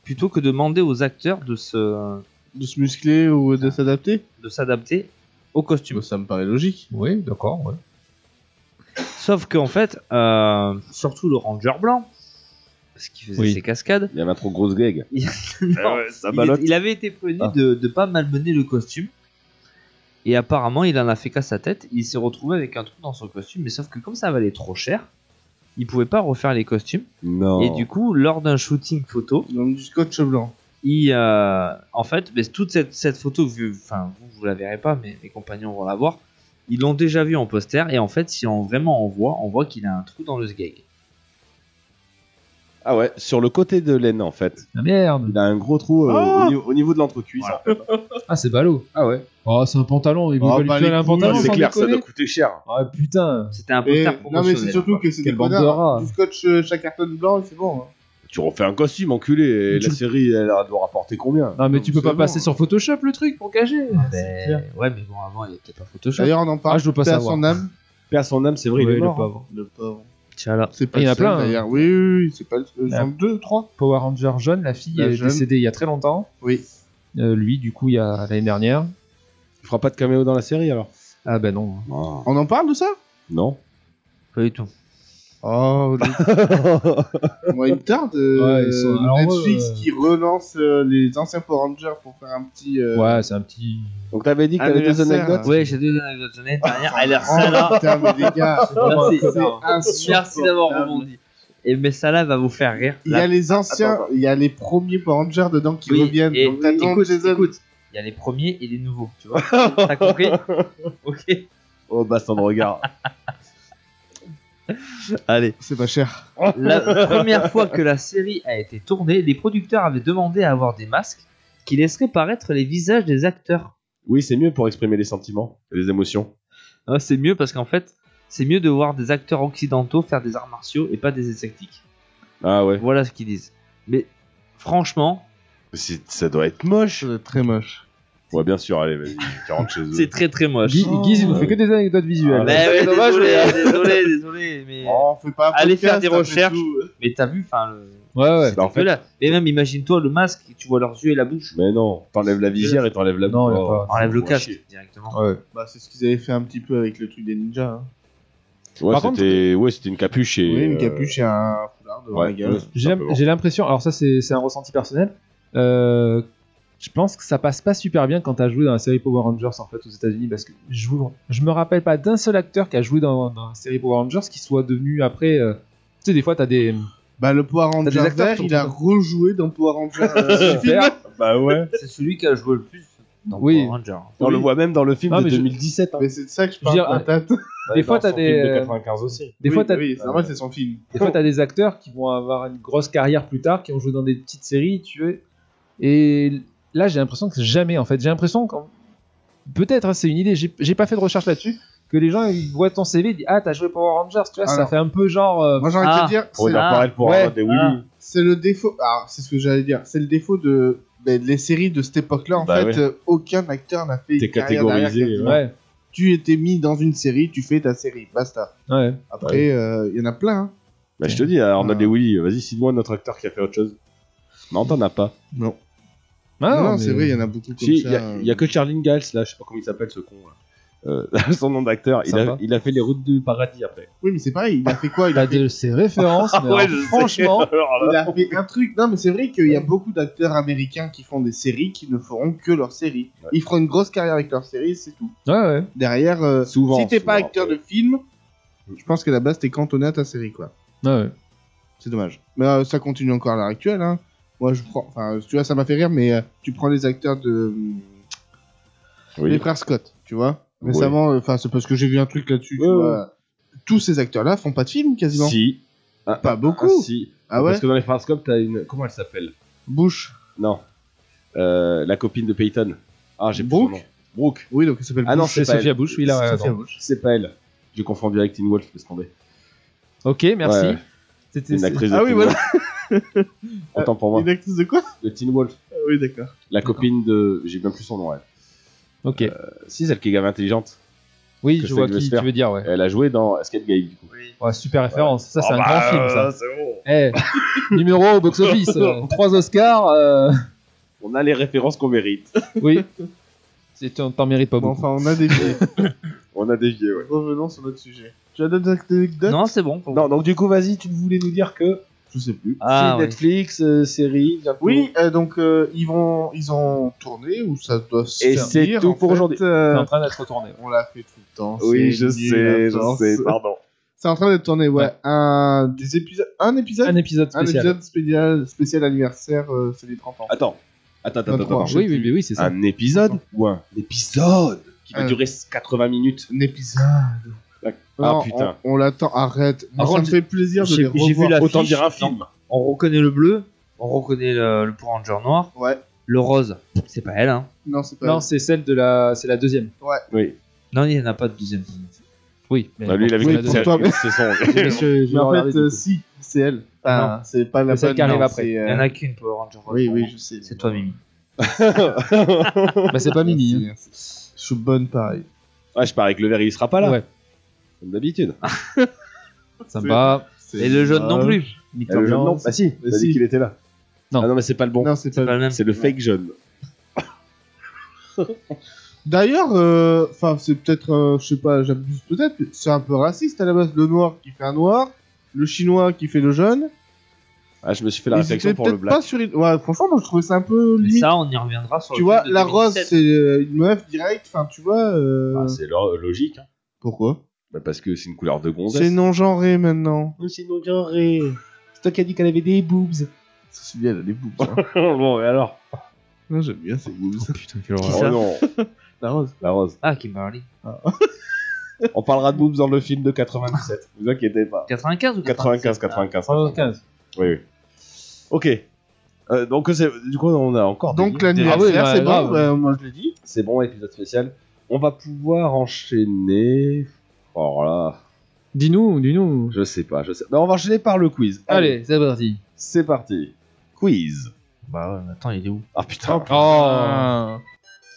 plutôt que de demander aux acteurs de se
De se muscler ou de s'adapter
de s'adapter au costume.
Bah, Ça me paraît logique.
Oui, d'accord. Ouais.
Sauf qu'en fait, euh, surtout le ranger blanc, parce qu'il faisait
Oui.
ses cascades.
Il y avait un trop grosse gag.
Bah
Non,
ça
il, est- il avait été prévenu
Ah.
de ne pas malmener le costume. Et apparemment, il en a fait qu'à sa tête. Il s'est retrouvé avec un trou dans son costume. Mais sauf que comme ça valait trop cher, il pouvait pas refaire les costumes.
Non.
Oh.
Et du coup, lors d'un shooting photo,
Donc, du scotch blanc.
il, euh, en fait, mais toute cette, cette photo, vu- enfin, vous, vous la verrez pas, mais mes compagnons vont la voir. Ils l'ont déjà vu en poster. Et en fait, si on vraiment on voit, on voit qu'il a un trou dans le sgeg.
Ah ouais, sur le côté de l'aine en fait.
Ah merde.
Il a un gros trou euh,
Ah
au, niveau, au niveau de l'entrecuisse. en fait.
Ah, c'est ballot.
Ah ouais.
Oh, c'est un pantalon. Il va
Oh,
lui
bah,
faire
les
un
couilles,
pantalon.
Non,
c'est
sans
clair, ça
déconner.
doit coûter cher.
Ah putain.
C'était un
Et-
poster
Non, mais
promotionnel.
c'est surtout que c'est des
Quelle bande de
connards.
rats.
Du scotch euh, chaque carton blanc, et c'est bon. hein.
Tu refais un costume, enculé. Et
Tu-
la série, elle, elle doit rapporter combien
Non, mais tu peux
C'est
pas
bon.
passer sur Photoshop le truc pour cacher.
Ah,
Ben, ouais, mais bon, avant, il n'y avait peut-être pas Photoshop.
D'ailleurs, on en parle.
Ah, je veux pas
Paix à
savoir.
son âme.
Père son âme, c'est vrai, il est
Ouais,
mort. hein.
le pauvre.
Le pauvre.
Tiens là.
C'est pas
Il y en
le
a
seul,
plein, hein.
D'ailleurs, oui, oui, oui, c'est pas le seul. Ils
Ah.
sont deux, trois.
Power Ranger jeune, la fille
La
est
jeune.
décédée il y a très longtemps.
Oui.
Euh, lui, du coup, il y a l'année dernière.
Il fera pas de caméo dans la série alors
Ah ben non.
On en parle de ça
Non.
Pas du tout.
Oh, le- moi, il me tarde. euh,
Ouais, ils sont- alors,
Netflix
euh,
qui relance euh, les anciens Power Rangers pour faire un petit. euh,
Ouais, c'est un petit.
Donc t'avais dit que t'avais des
Anniversaire.
anecdotes
Ouais, j'ai deux anecdotes. J'en ai une dernière. Elle est
Oh,
celle-là.
putain, mais les gars,
Merci,
c'est insupportable.
merci d'avoir rebondi. Et mais celle-là va vous faire rire.
euh, Il y a les anciens, il y a les premiers Power Rangers dedans qui
Oui,
reviennent.
et-
donc t'attends
écoute,
que les hommes-
écoute. Il y a les premiers et les nouveaux, tu vois. T'as compris Ok.
Oh, baston de regard.
Allez.
C'est pas cher.
La première fois que la série a été tournée, les producteurs avaient demandé à avoir des masques qui laisseraient paraître les visages des acteurs.
oui, c'est mieux pour exprimer les sentiments, les émotions.
Ah, c'est mieux parce qu'en fait, c'est mieux de voir des acteurs occidentaux faire des arts martiaux et pas des esthétiques.
Ah ouais.
Voilà ce qu'ils disent. Mais franchement,
C'est- Ça doit être moche.
C'est très moche.
Ouais, bien sûr, allez, vas-y, tu rentres chez eux.
c'est très très moche.
Guy, Guy, il nous fait que des anecdotes
Ah,
visuelles.
Mais ouais,
C'est dommage,
désolé,
mais-
désolé, désolé, mais
Oh, fais pas un
Allez
podcast,
faire des
après
recherches.
tout. euh.
mais t'as vu, enfin, le-
Ah
Ouais, ouais.
Bah, en fait,
Voilà. Et même imagine-toi le masque, tu vois leurs yeux et la bouche.
mais non, t'enlèves la visière et t'enlèves la
Non, y a
Oh,
pas.
Enlève le
faut
casque
chier.
directement.
Ouais.
Bah, c'est ce qu'ils avaient fait un petit peu avec le truc des ninjas. hein.
Ouais,
Par contre-
c'était ouais, c'était une capuche et.
Oui, une
euh,
capuche et un foulard devant
ouais,
la gueule.
ouais,
J'ai l'im-
simplement.
j'ai l'impression, alors ça c'est c'est un ressenti personnel, euh, je pense que ça passe pas super bien quand t'as joué dans la série Power Rangers en fait aux États-Unis parce que je, vous- je me rappelle pas d'un seul acteur qui a joué dans, dans la série Power Rangers qui soit devenu après. euh, tu sais, des fois t'as des.
Bah, le Power
des
Ranger
acteurs
vert,
qui
il a
ont-
rejoué dans Power Ranger. euh,
Super.
Bah ouais.
C'est celui qui a joué le plus dans
Oui.
Power Ranger.
On le voit même dans le film
Non,
de
mais je-
2017. hein.
Mais c'est de ça que je
Je veux
parle,
dire,
patate.
euh,
Des fois, t'as des,
De
euh,
95 aussi.
Des
Oui,
fois t'as
Oui, c'est normal, c'est son film.
Des fois, t'as des acteurs qui vont avoir une grosse carrière plus tard, qui ont joué dans des petites séries, tu vois. Et là, j'ai l'impression que c'est jamais, en fait. J'ai l'impression que. Peut-être, hein, c'est une idée, j'ai j'ai pas fait de recherche là-dessus, que les gens ils voient ton CV ils disent Ah, t'as joué Power Rangers, tu vois, ça
Alors.
fait un peu genre. euh,
Moi, j'ai envie
Ah.
de te dire,
Pour
c'est-
une appareil pour
Ouais.
avoir des Willy.
c'est le défaut. Ah, c'est ce que j'allais dire. C'est le défaut de. ben, les séries de cette époque-là, en
Bah
fait,
ouais.
euh, aucun acteur n'a fait.
T'es
une carrière derrière
catégorisé,
quelqu'un.
ouais,
Tu étais mis dans une série, tu fais ta série, basta.
ouais.
Après, euh, il y en a plein. hein.
Bah je te dis, Arnold
Ah.
et Willy, vas-y, cite-moi notre acteur qui a fait autre chose. Non, t'en as pas.
Non,
Ah,
non,
mais-
c'est vrai, il y en a beaucoup comme
Si, il
ça.
y, a- y a que Charlie Gals, là, je sais pas comment il s'appelle ce con. là. Euh, son nom d'acteur, il a,
Sympa.
il a fait les routes du paradis après.
Oui, mais c'est pareil, il a fait quoi il
Il a
a Ah fait...
de ses références, mais alors, franchement,
il a fait un truc. Non, mais c'est vrai qu'il y a beaucoup d'acteurs américains qui font des séries qui ne feront que leur série. Ils feront une grosse carrière avec leur série, c'est tout.
ouais, ouais.
Derrière, euh,
Souvent, hein,
si t'es pas
souvent, Mm.
acteur
ouais.
de film, je pense qu'à la base, t'es cantonné à ta série, quoi.
ouais, ouais.
C'est dommage. Mais euh, ça continue encore à l'heure actuelle. Hein. Moi, je prends. Enfin, tu vois, ça m'a fait rire, mais euh, tu prends les acteurs de. hum, Les
Oui.
frères Scott, tu vois.
Oui.
Récemment, euh, enfin, c'est parce que j'ai vu un truc là-dessus. tu
Ouais,
vois. Tous ces acteurs-là font pas de film quasiment.
Si. Ah,
Pas
ah,
beaucoup.
ah, si.
Ah ouais
Parce que dans les Farscope, t'as une. Comment elle s'appelle
Bush.
Non. Euh, la copine de Peyton. Ah, j'ai plus
Brooke
son nom. Brooke.
Oui, donc il s'appelle
Ah non, c'est
C'est
pas
Sophia
elle.
Bush, oui, là, ouais,
C'est-
attends.
C'est pas elle. J'ai confondu avec Teen Wolf, laisse tomber.
Ok, merci.
Ouais,
C'était.
une
c'est-
actrice de
Ah oui,
Teen
voilà.
Wolf. Autant pour moi.
Une actrice de quoi
De Teen Wolf.
Ah Oui, d'accord.
La copine de. J'ai même plus son nom, elle. Euh,
Ok.
Si, celle qui est gamme intelligente.
oui,
que
je vois
c'est une
qui
sphère.
tu veux dire, ouais.
Elle a joué dans Skate Game, du coup.
Ouais, super référence. Ça, c'est un grand film, ça. Eh, numéro au box-office, euh, trois Oscars. euh,
On a les références qu'on mérite.
Oui. C'est- T'en t'en mérites pas
Bon,
beaucoup.
enfin, on a des.
On a dévié, ouais.
Revenons sur notre sujet. Tu as d'autres anecdotes
Non, c'est bon. pour-
Non, donc du coup, vas-y, tu voulais nous dire que.
Je sais plus.
Ah,
c'est
ouais.
Netflix, euh, série. bientôt.
Oui, euh, donc euh, ils vont, ils ont tourné ou ça doit se
Et
faire
c'est
dire,
tout
en
pour
fait,
aujourd'hui.
C'est
euh,
en train d'être retourné.
On l'a fait tout le temps.
Oui,
c'est
je
nul,
sais,
la
je
chance.
sais, pardon.
C'est en train d'être tourné, ouais.
Ouais.
Un des épisodes, un épisode,
Un épisode
un
spécial.
épisode spécial, spécial anniversaire, euh, c'est les 30 ans.
Attends, attends, attends,
Notre
attends.
ange.
attends.
Oui, oui, oui, oui, c'est ça.
Un épisode ou un épisode qui va
Un.
durer 80 minutes.
Un épisode.
Ah putain.
On, on l'attend. Arrête. Moi,
Par
ça me
contre,
fait plaisir de
j'ai-
les revoir.
j'ai vu la-
Autant
fiche,
dire un
non.
film.
On reconnaît le bleu, on reconnaît le, le Power Ranger noir,
Ouais.
le rose. C'est pas elle, hein.
Non, c'est pas.
Non, c'est celle de la, c'est la deuxième.
Oui.
Non, il n'y en a pas de deuxième.
Oui. mais-
Bah, lui, il a vu
Oui,
qu'une
pour
série-
toi, mais-
une saison.
Mais je- je
Mais
vais
en
regarder
fait,
du
euh,
coup.
si, c'est elle. Enfin, c'est pas la
C'est celle
bonne,
qui arrive
non,
après.
c'est, euh,
Il n'y en a qu'une Power Ranger rose.
Oui,
pour
oui,
moi.
je sais.
C'est toi, Mimi.
Bah, c'est pas
Merci,
Mimi. hein.
merci. Je suis bonne pareil.
Ah, je parie que le verre, il sera pas là.
Ouais.
Comme d'habitude.
Ah,
Sympa.
Et le jaune non plus.
Ah, le jeune, non. Bah si,
Mais
t'as
si.
dit qu'il était là.
Non.
Ah non, mais c'est pas le bon.
Non, c'est
C'est
pas.
pas le même.
C'est le fake jeune.
D'ailleurs, euh, enfin, c'est peut-être, euh, je sais pas, j'abuse peut-être, mais c'est un peu raciste à la base. Le noir qui fait un noir, le chinois qui fait le jaune.
Ah, je me suis fait la
Ils
réflexion
étaient
pour le
peut-être
black.
pas sur une- Ouais, franchement, moi je trouvais ça un peu
Mais
limite.
ça, on y reviendra sur
tu
le
vois,
film de
la rose,
2017.
c'est euh, une meuf direct. Enfin, tu vois. euh,
Ah, c'est lo- logique. hein.
Pourquoi
Bah, parce que c'est une couleur de gonzesse.
C'est non genré maintenant.
C'est non genré. C'est toi qui as dit qu'elle avait des boobs.
C'est bien, elle a des boobs. hein.
bon, et alors
Non, j'aime bien ces boobs.
Putain, quelle
Qui
horreur.
ça
Oh non,
La rose.
la rose.
Ah, Kimberly.
On parlera de boobs dans le film de 97. vous inquiétez pas.
95 ou
95,
97?
95.
Ah,
75.
Oui, oui. Ok. Euh, donc, c'est- du coup, on a encore.
Donc
des-
Ah oui,
l'anniversaire,
ouais,
c'est bon.
grave.
bah, moi je l'ai dit.
C'est bon, épisode spécial. On va pouvoir enchaîner. Alors là,
Dis-nous, dis-nous.
je sais pas, je sais. Non, on va enchaîner par le quiz.
Allez, c'est parti.
C'est parti. Quiz.
Bah ouais, mais attends, il est où
Ah putain.
Oh.
Ah,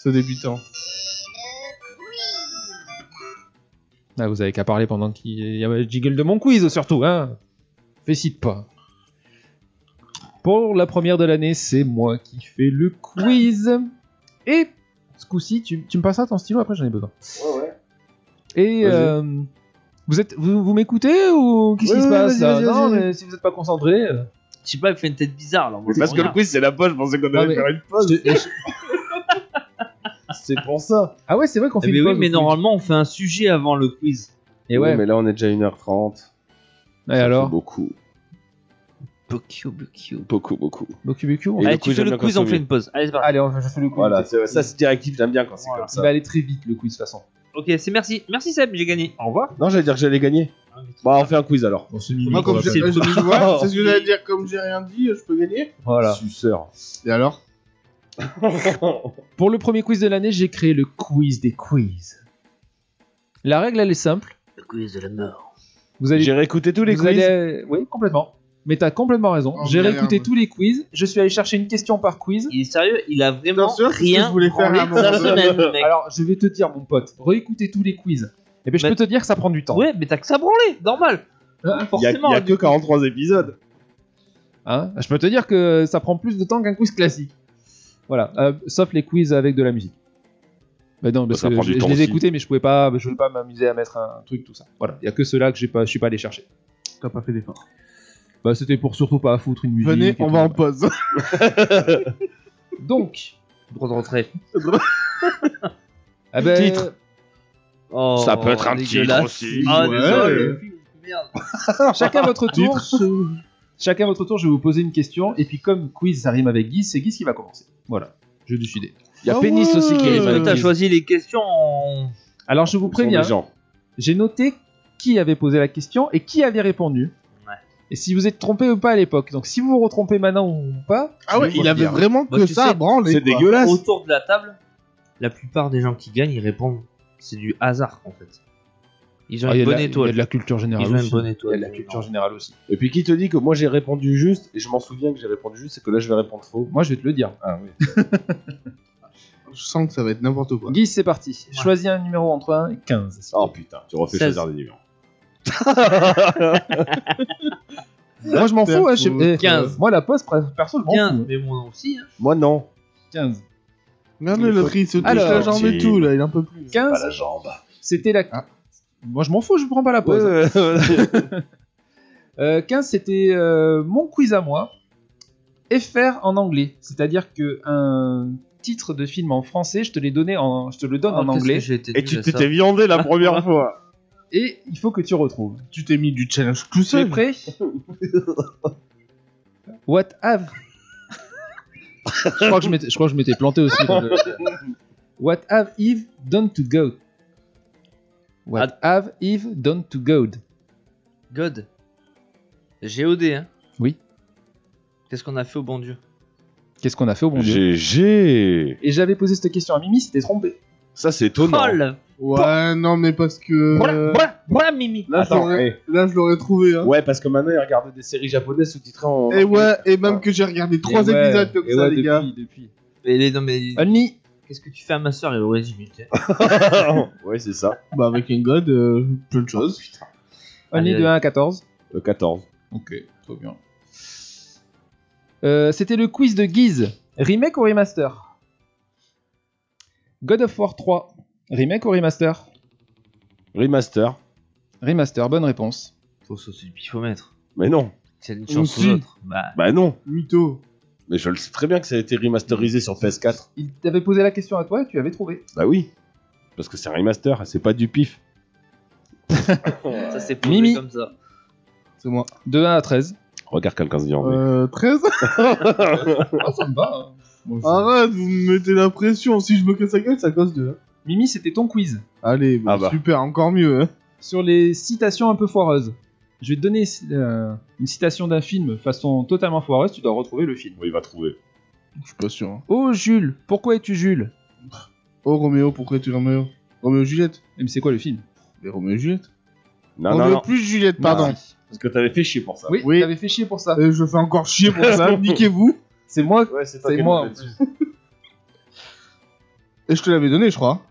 ce débutant.
Ah, vous avez qu'à parler pendant qu'il y a le jiggle de mon quiz, surtout. Hein. Fécite pas. Pour la première de l'année, c'est moi qui fais le quiz. Et ce coup-ci, tu, tu me passes ton stylo, après j'en ai besoin.
Ouais, ouais.
Et
Vas-y.
euh, vous êtes, vous, vous m'écoutez ou qu'est-ce
Ouais,
qui se
ouais,
passe
vas-y,
là
vas-y,
Non,
vas-y.
mais si vous n'êtes pas concentré. euh,
Je sais pas, il fait une tête bizarre là. moi, je
Parce que le
regarde.
quiz, c'est la poche, je pensais qu'on
Non,
allait
mais-
faire une pause.
C'est pour ça. Ah ouais, c'est vrai qu'on fait
Eh ben
une
oui,
pause
mais
au quiz.
normalement on fait un sujet avant le quiz.
Et ouais.
mais là, on est déjà à 1h30.
Et alors
Beaucoup,
Bokyo, bokyo.
beaucoup, beaucoup.
BQBQ, on-
Et- le
Allez,
quiz,
tu fais
j'aime
le
bien
quiz,
quand
on
c'est
fait
lui.
une pause. Allez, c'est parti.
Allez, on- je fais le quiz.
Voilà, c'est- ça c'est directif, j'aime bien quand c'est
Voilà.
comme
Il
ça.
va aller très vite le quiz de toute façon.
Ok, c'est merci. Merci Seb, j'ai gagné. Au revoir.
Non, j'allais dire que j'allais gagner. Bah, on fait un quiz alors.
Moi, comme j'ai- euh,
c'est
j'ai-
le-
tu vois, c'est ce que j'allais dire, comme j'ai rien dit, je peux gagner.
Voilà.
Suceur.
Et alors
Pour le premier quiz de l'année, j'ai créé le quiz des quiz. La règle, elle est simple.
Le quiz de la mort.
Vous allez
J'ai réécouté tous les
Vous
quiz.
allez- Oui, complètement. Mais t'as complètement raison.
Oh,
J'ai
merde.
réécouté tous les quiz. Je suis allé chercher une question par quiz.
Il est sérieux, il a vraiment
Bien sûr, c'est ce que
rien
je voulais faire
branlé
à un
de sa
moment donné.
semaine, mec.
Alors, je vais te dire, mon pote, réécouter tous les quiz. Et ben, je
Mais-
peux te dire que ça prend du temps.
Ouais, mais t'as que ça branlé, normal.
Hein
Euh,
Il y a,
Forcément.
il y a que 43 épisodes.
Hein je peux te dire que ça prend plus de temps qu'un quiz classique. Voilà, Euh, sauf les quiz avec de la musique. Mais non, parce
Ça
que
prend
je,
du
je
temps
les
aussi.
écoutais, mais je pouvais pas, je pouvais pas m'amuser à mettre un truc tout ça. Voilà, il y a que ceux-là que j'ai pas, je suis pas allé chercher.
T'as pas fait d'effort.
Bah, c'était pour surtout pas foutre une musique.
Venez,
et
on
tout.
va en pause.
Donc,
Droit de retrait.
ah ben,
Titre.
Oh,
Ça peut être un titre
dégueulasse.
aussi.
Ah,
Ouais.
désolé. Merde.
chacun votre tour. Chacun votre tour, je vais vous poser une question. Et puis, comme quiz, ça rime avec Guy, c'est Guy qui va commencer. Voilà, je décidé.
Il y a
Ah
Pénis aussi qui
ouais.
est
Est-ce que
dans
Euh, t'as
les quiz.
choisi hein. les questions en-
Alors, je vous
Ce sont des
préviens,
gens.
j'ai noté qui avait posé la question et qui avait répondu.
Ouais.
Et si vous êtes trompé ou pas à l'époque. Donc, si vous vous retrompez maintenant ou pas,
Ah ouais,
Oui,
il
moi,
avait
bien.
vraiment
Bah,
que
tu
ça
sais,
à branler.
C'est
quoi.
dégueulasse.
autour de la table, la plupart des gens qui gagnent, ils répondent. C'est du hasard en fait. Ils ont
Ah, il y a
une
de
bonne
la- Il y a
étoile.
de la culture générale.
Ils ont une
aussi.
bonne
Il y
étoile.
a de la culture générale aussi.
Et puis qui te dit que moi j'ai répondu juste et je m'en souviens que j'ai répondu juste, c'est que là je vais répondre faux.
Moi, je vais te le dire.
Ah oui.
Oh, Je sens que ça va être n'importe quoi.
Guy, c'est parti. Choisis un numéro entre 1 et 15.
Oh putain, tu refais
16.
choisir des numéros.
Moi, je m'en fous. hein, je sais-
Perso.
eh,
15.
Moi, la poste, perso, je m'en
15,
fous.
mais moi aussi. hein.
Moi non.
15.
Regarde le prix, il se touche
Alors,
la jambe et
c'est-
tout, là, il en peut plus.
15,
Pas la jambe.
c'était la.
Ah.
Moi, je m'en fous, je prends pas la pause. Euh, 15, c'était euh, mon quiz à moi. FR en anglais, c'est-à-dire que un titre de film en français, je te l'ai donné en, je te le donne
Ah,
en
qu'est-ce
anglais,
que j'ai été
Et
nul
tu
à ça.
t'étais viandé la première fois.
et il faut que tu retrouves.
Tu t'es mis du challenge
Tu
tout
es
seul.
prêt What have je, crois que je, m'étais, je crois que je m'étais planté aussi.
Ah,
dans le- What have Eve done to God What have Eve done to God
God. GOD, hein
Oui.
Qu'est-ce qu'on a fait au bon Dieu
Qu'est-ce qu'on a fait au bon Dieu
GG.
Et j'avais posé cette question à Mimi, c'était trompé.
Ça c'est étonnant.
Oh là
Ouais, non, mais parce que.
Voilà, voilà, voilà, Mimi
Là, je
Attends,
l'aurais-
eh.
là, je l'aurais trouvé. Hein.
Ouais, parce que maintenant il regarde des séries japonaises sous-titrées en.
Et ouais, et même que j'ai regardé trois
Et ouais,
épisodes comme
et
ça,
ouais,
les gars.
depuis- depuis.
Mais les- non, mais
Only
qu'est-ce que tu fais à ma soeur Elle aurait dit, mais t'es-
ouais, c'est ça.
Bah, avec un god, euh, plein de choses.
Only
Allez,
de
allez.
1 à 14.
Le 14.
Ok, trop bien. Euh, C'était le quiz de Guise. Remake ou remaster God of War 3. Remake ou remaster
Remaster.
Remaster, bonne réponse.
Faut sauter du pifomètre.
Mais non.
C'est une chance
Aussi.
ou l'autre. Bah,
Bah non.
Mytho.
Mais je le sais très bien que ça a été remasterisé sur PS4.
Il t'avait posé la question à toi et tu avais trouvé.
Bah oui. Parce que c'est un remaster, c'est pas du pif.
ça c'est
Mimi.
posé comme ça.
C'est moi.
De 1 à 13.
Regarde quelqu'un se viander.
Euh, 13
Ah, ça me va. hein. Ah.
Arrête, vous me mettez la pression. Si je me casse la gueule, c'est à cause de.
Mimi, c'était ton quiz.
Allez, bah,
Ah bah.
super, encore mieux. Hein.
Sur les citations un peu foireuses. Je vais te donner euh, une citation d'un film façon totalement foireuse, tu dois retrouver le film.
Oui, il va trouver.
Je suis pas sûr. hein.
Oh Jules, pourquoi es-tu Jules
Oh, Roméo, pourquoi tu Roméo Roméo Juliette.
Eh, Mais c'est quoi le film
Mais Roméo Juliette.
Non, non,
Roméo
non.
plus Juliette, pardon.
Parce que t'avais fait chier pour ça.
Oui,
Oui.
t'avais fait chier pour ça.
Euh, je fais encore chier pour ça, niquez-vous.
C'est moi
Ouais, c'est
C'est moi.
Et je te l'avais donné, je crois.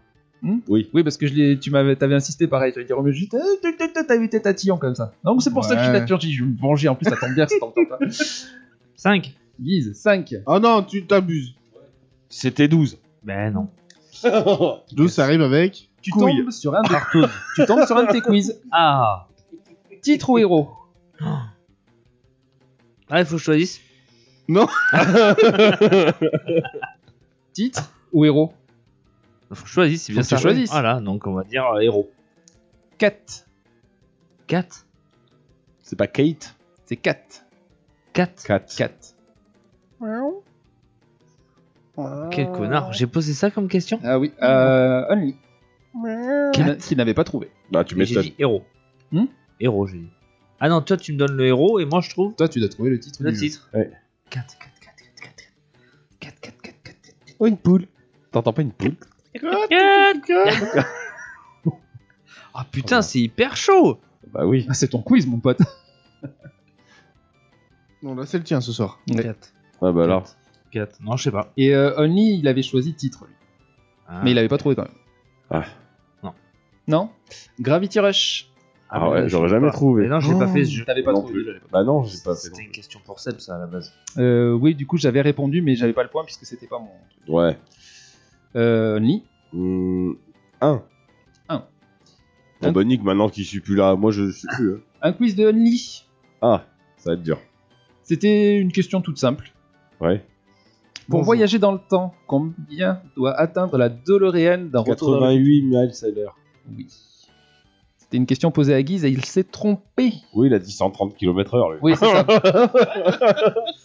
Oui, parce que je l'ai- tu m'avais, t'avais insisté pareil. Tu avais dit Roméo Juliette, euh, tu- tu- tu- t'avais été tatillon comme ça. Donc c'est pour ça que je suis
Ouais.
tatillon. Je me venger. En plus, ça tombe bien, ça tombe pas.
5
Guise, 5.
Ah non, tu t'abuses.
C'était 12.
Ben non.
D'où ça arrive avec
Tu
Couille.
tombes sur un de Tu tombes sur un de tes quiz.
Ah
Titre ou héros
Ah, il faut que je choisisse.
Titre ou héros
Il faut que je choisisse, c'est bien
Faut que
ça.
tu choisisses.
Voilà, donc on va dire euh, héros.
4.
4
C'est pas Kate
C'est 4.
4
Kate.
4.
Quel connard. J'ai posé ça comme question
Ah oui. Euh, Only. Qui n'a-
Quatre.
Qui n'avait pas trouvé.
Bah, tu
Et J'ai
m'étonnes.
dit héros.
Hmm
héros, j'ai dit. Ah non, toi, tu me donnes le héros et moi, je trouve
Toi, tu dois trouver le titre.
le
du jeu.
titre.
Ouais.
4, 4, 4, 4, 4, 4, 4, 4, 4, 4, 4.
Oh, une poule. T'entends pas une poule
Ah putain, c'est hyper chaud
Bah oui.
Ah, c'est ton quiz, mon pote.
Non, là c'est le tien ce soir.
Ouais.
4,
Ah bah alors.
4, non, je sais pas.
Et euh, Only, il avait choisi titre, lui.
Ah.
Mais il avait pas trouvé quand même.
Ah.
Non.
Non Gravity Rush.
Ah,
Ah
mais
ouais,
je
j'aurais
sais
jamais
pas.
trouvé.
Mais non, je l'ai pas fait ce jeu.
T'avais pas
Non
trouvé
plus.
déjà, à l'époque.
Bah non, j'ai pas fait.
C'était une question pour Seb, ça, à la base.
Euh, oui, du coup, j'avais répondu, mais j'avais pas le point puisque c'était pas mon.
Ouais.
Euh, Only.
Hmm, un.
Un.
Bon, bah, Nick, maintenant qu'il suis plus là, moi je, je suis plus. hein.
Un quiz de Only.
Ah, ça va être dur.
C'était une question toute simple.
Ouais.
Pour
Bonjour.
voyager dans le temps, combien doit atteindre la DeLorean d'un retour dans le-
88 miles à l'heure.
Oui. C'était une question posée à Guise et il s'est trompé.
Oui, il a dit 130 km/h. lui.
Oui, c'est ça.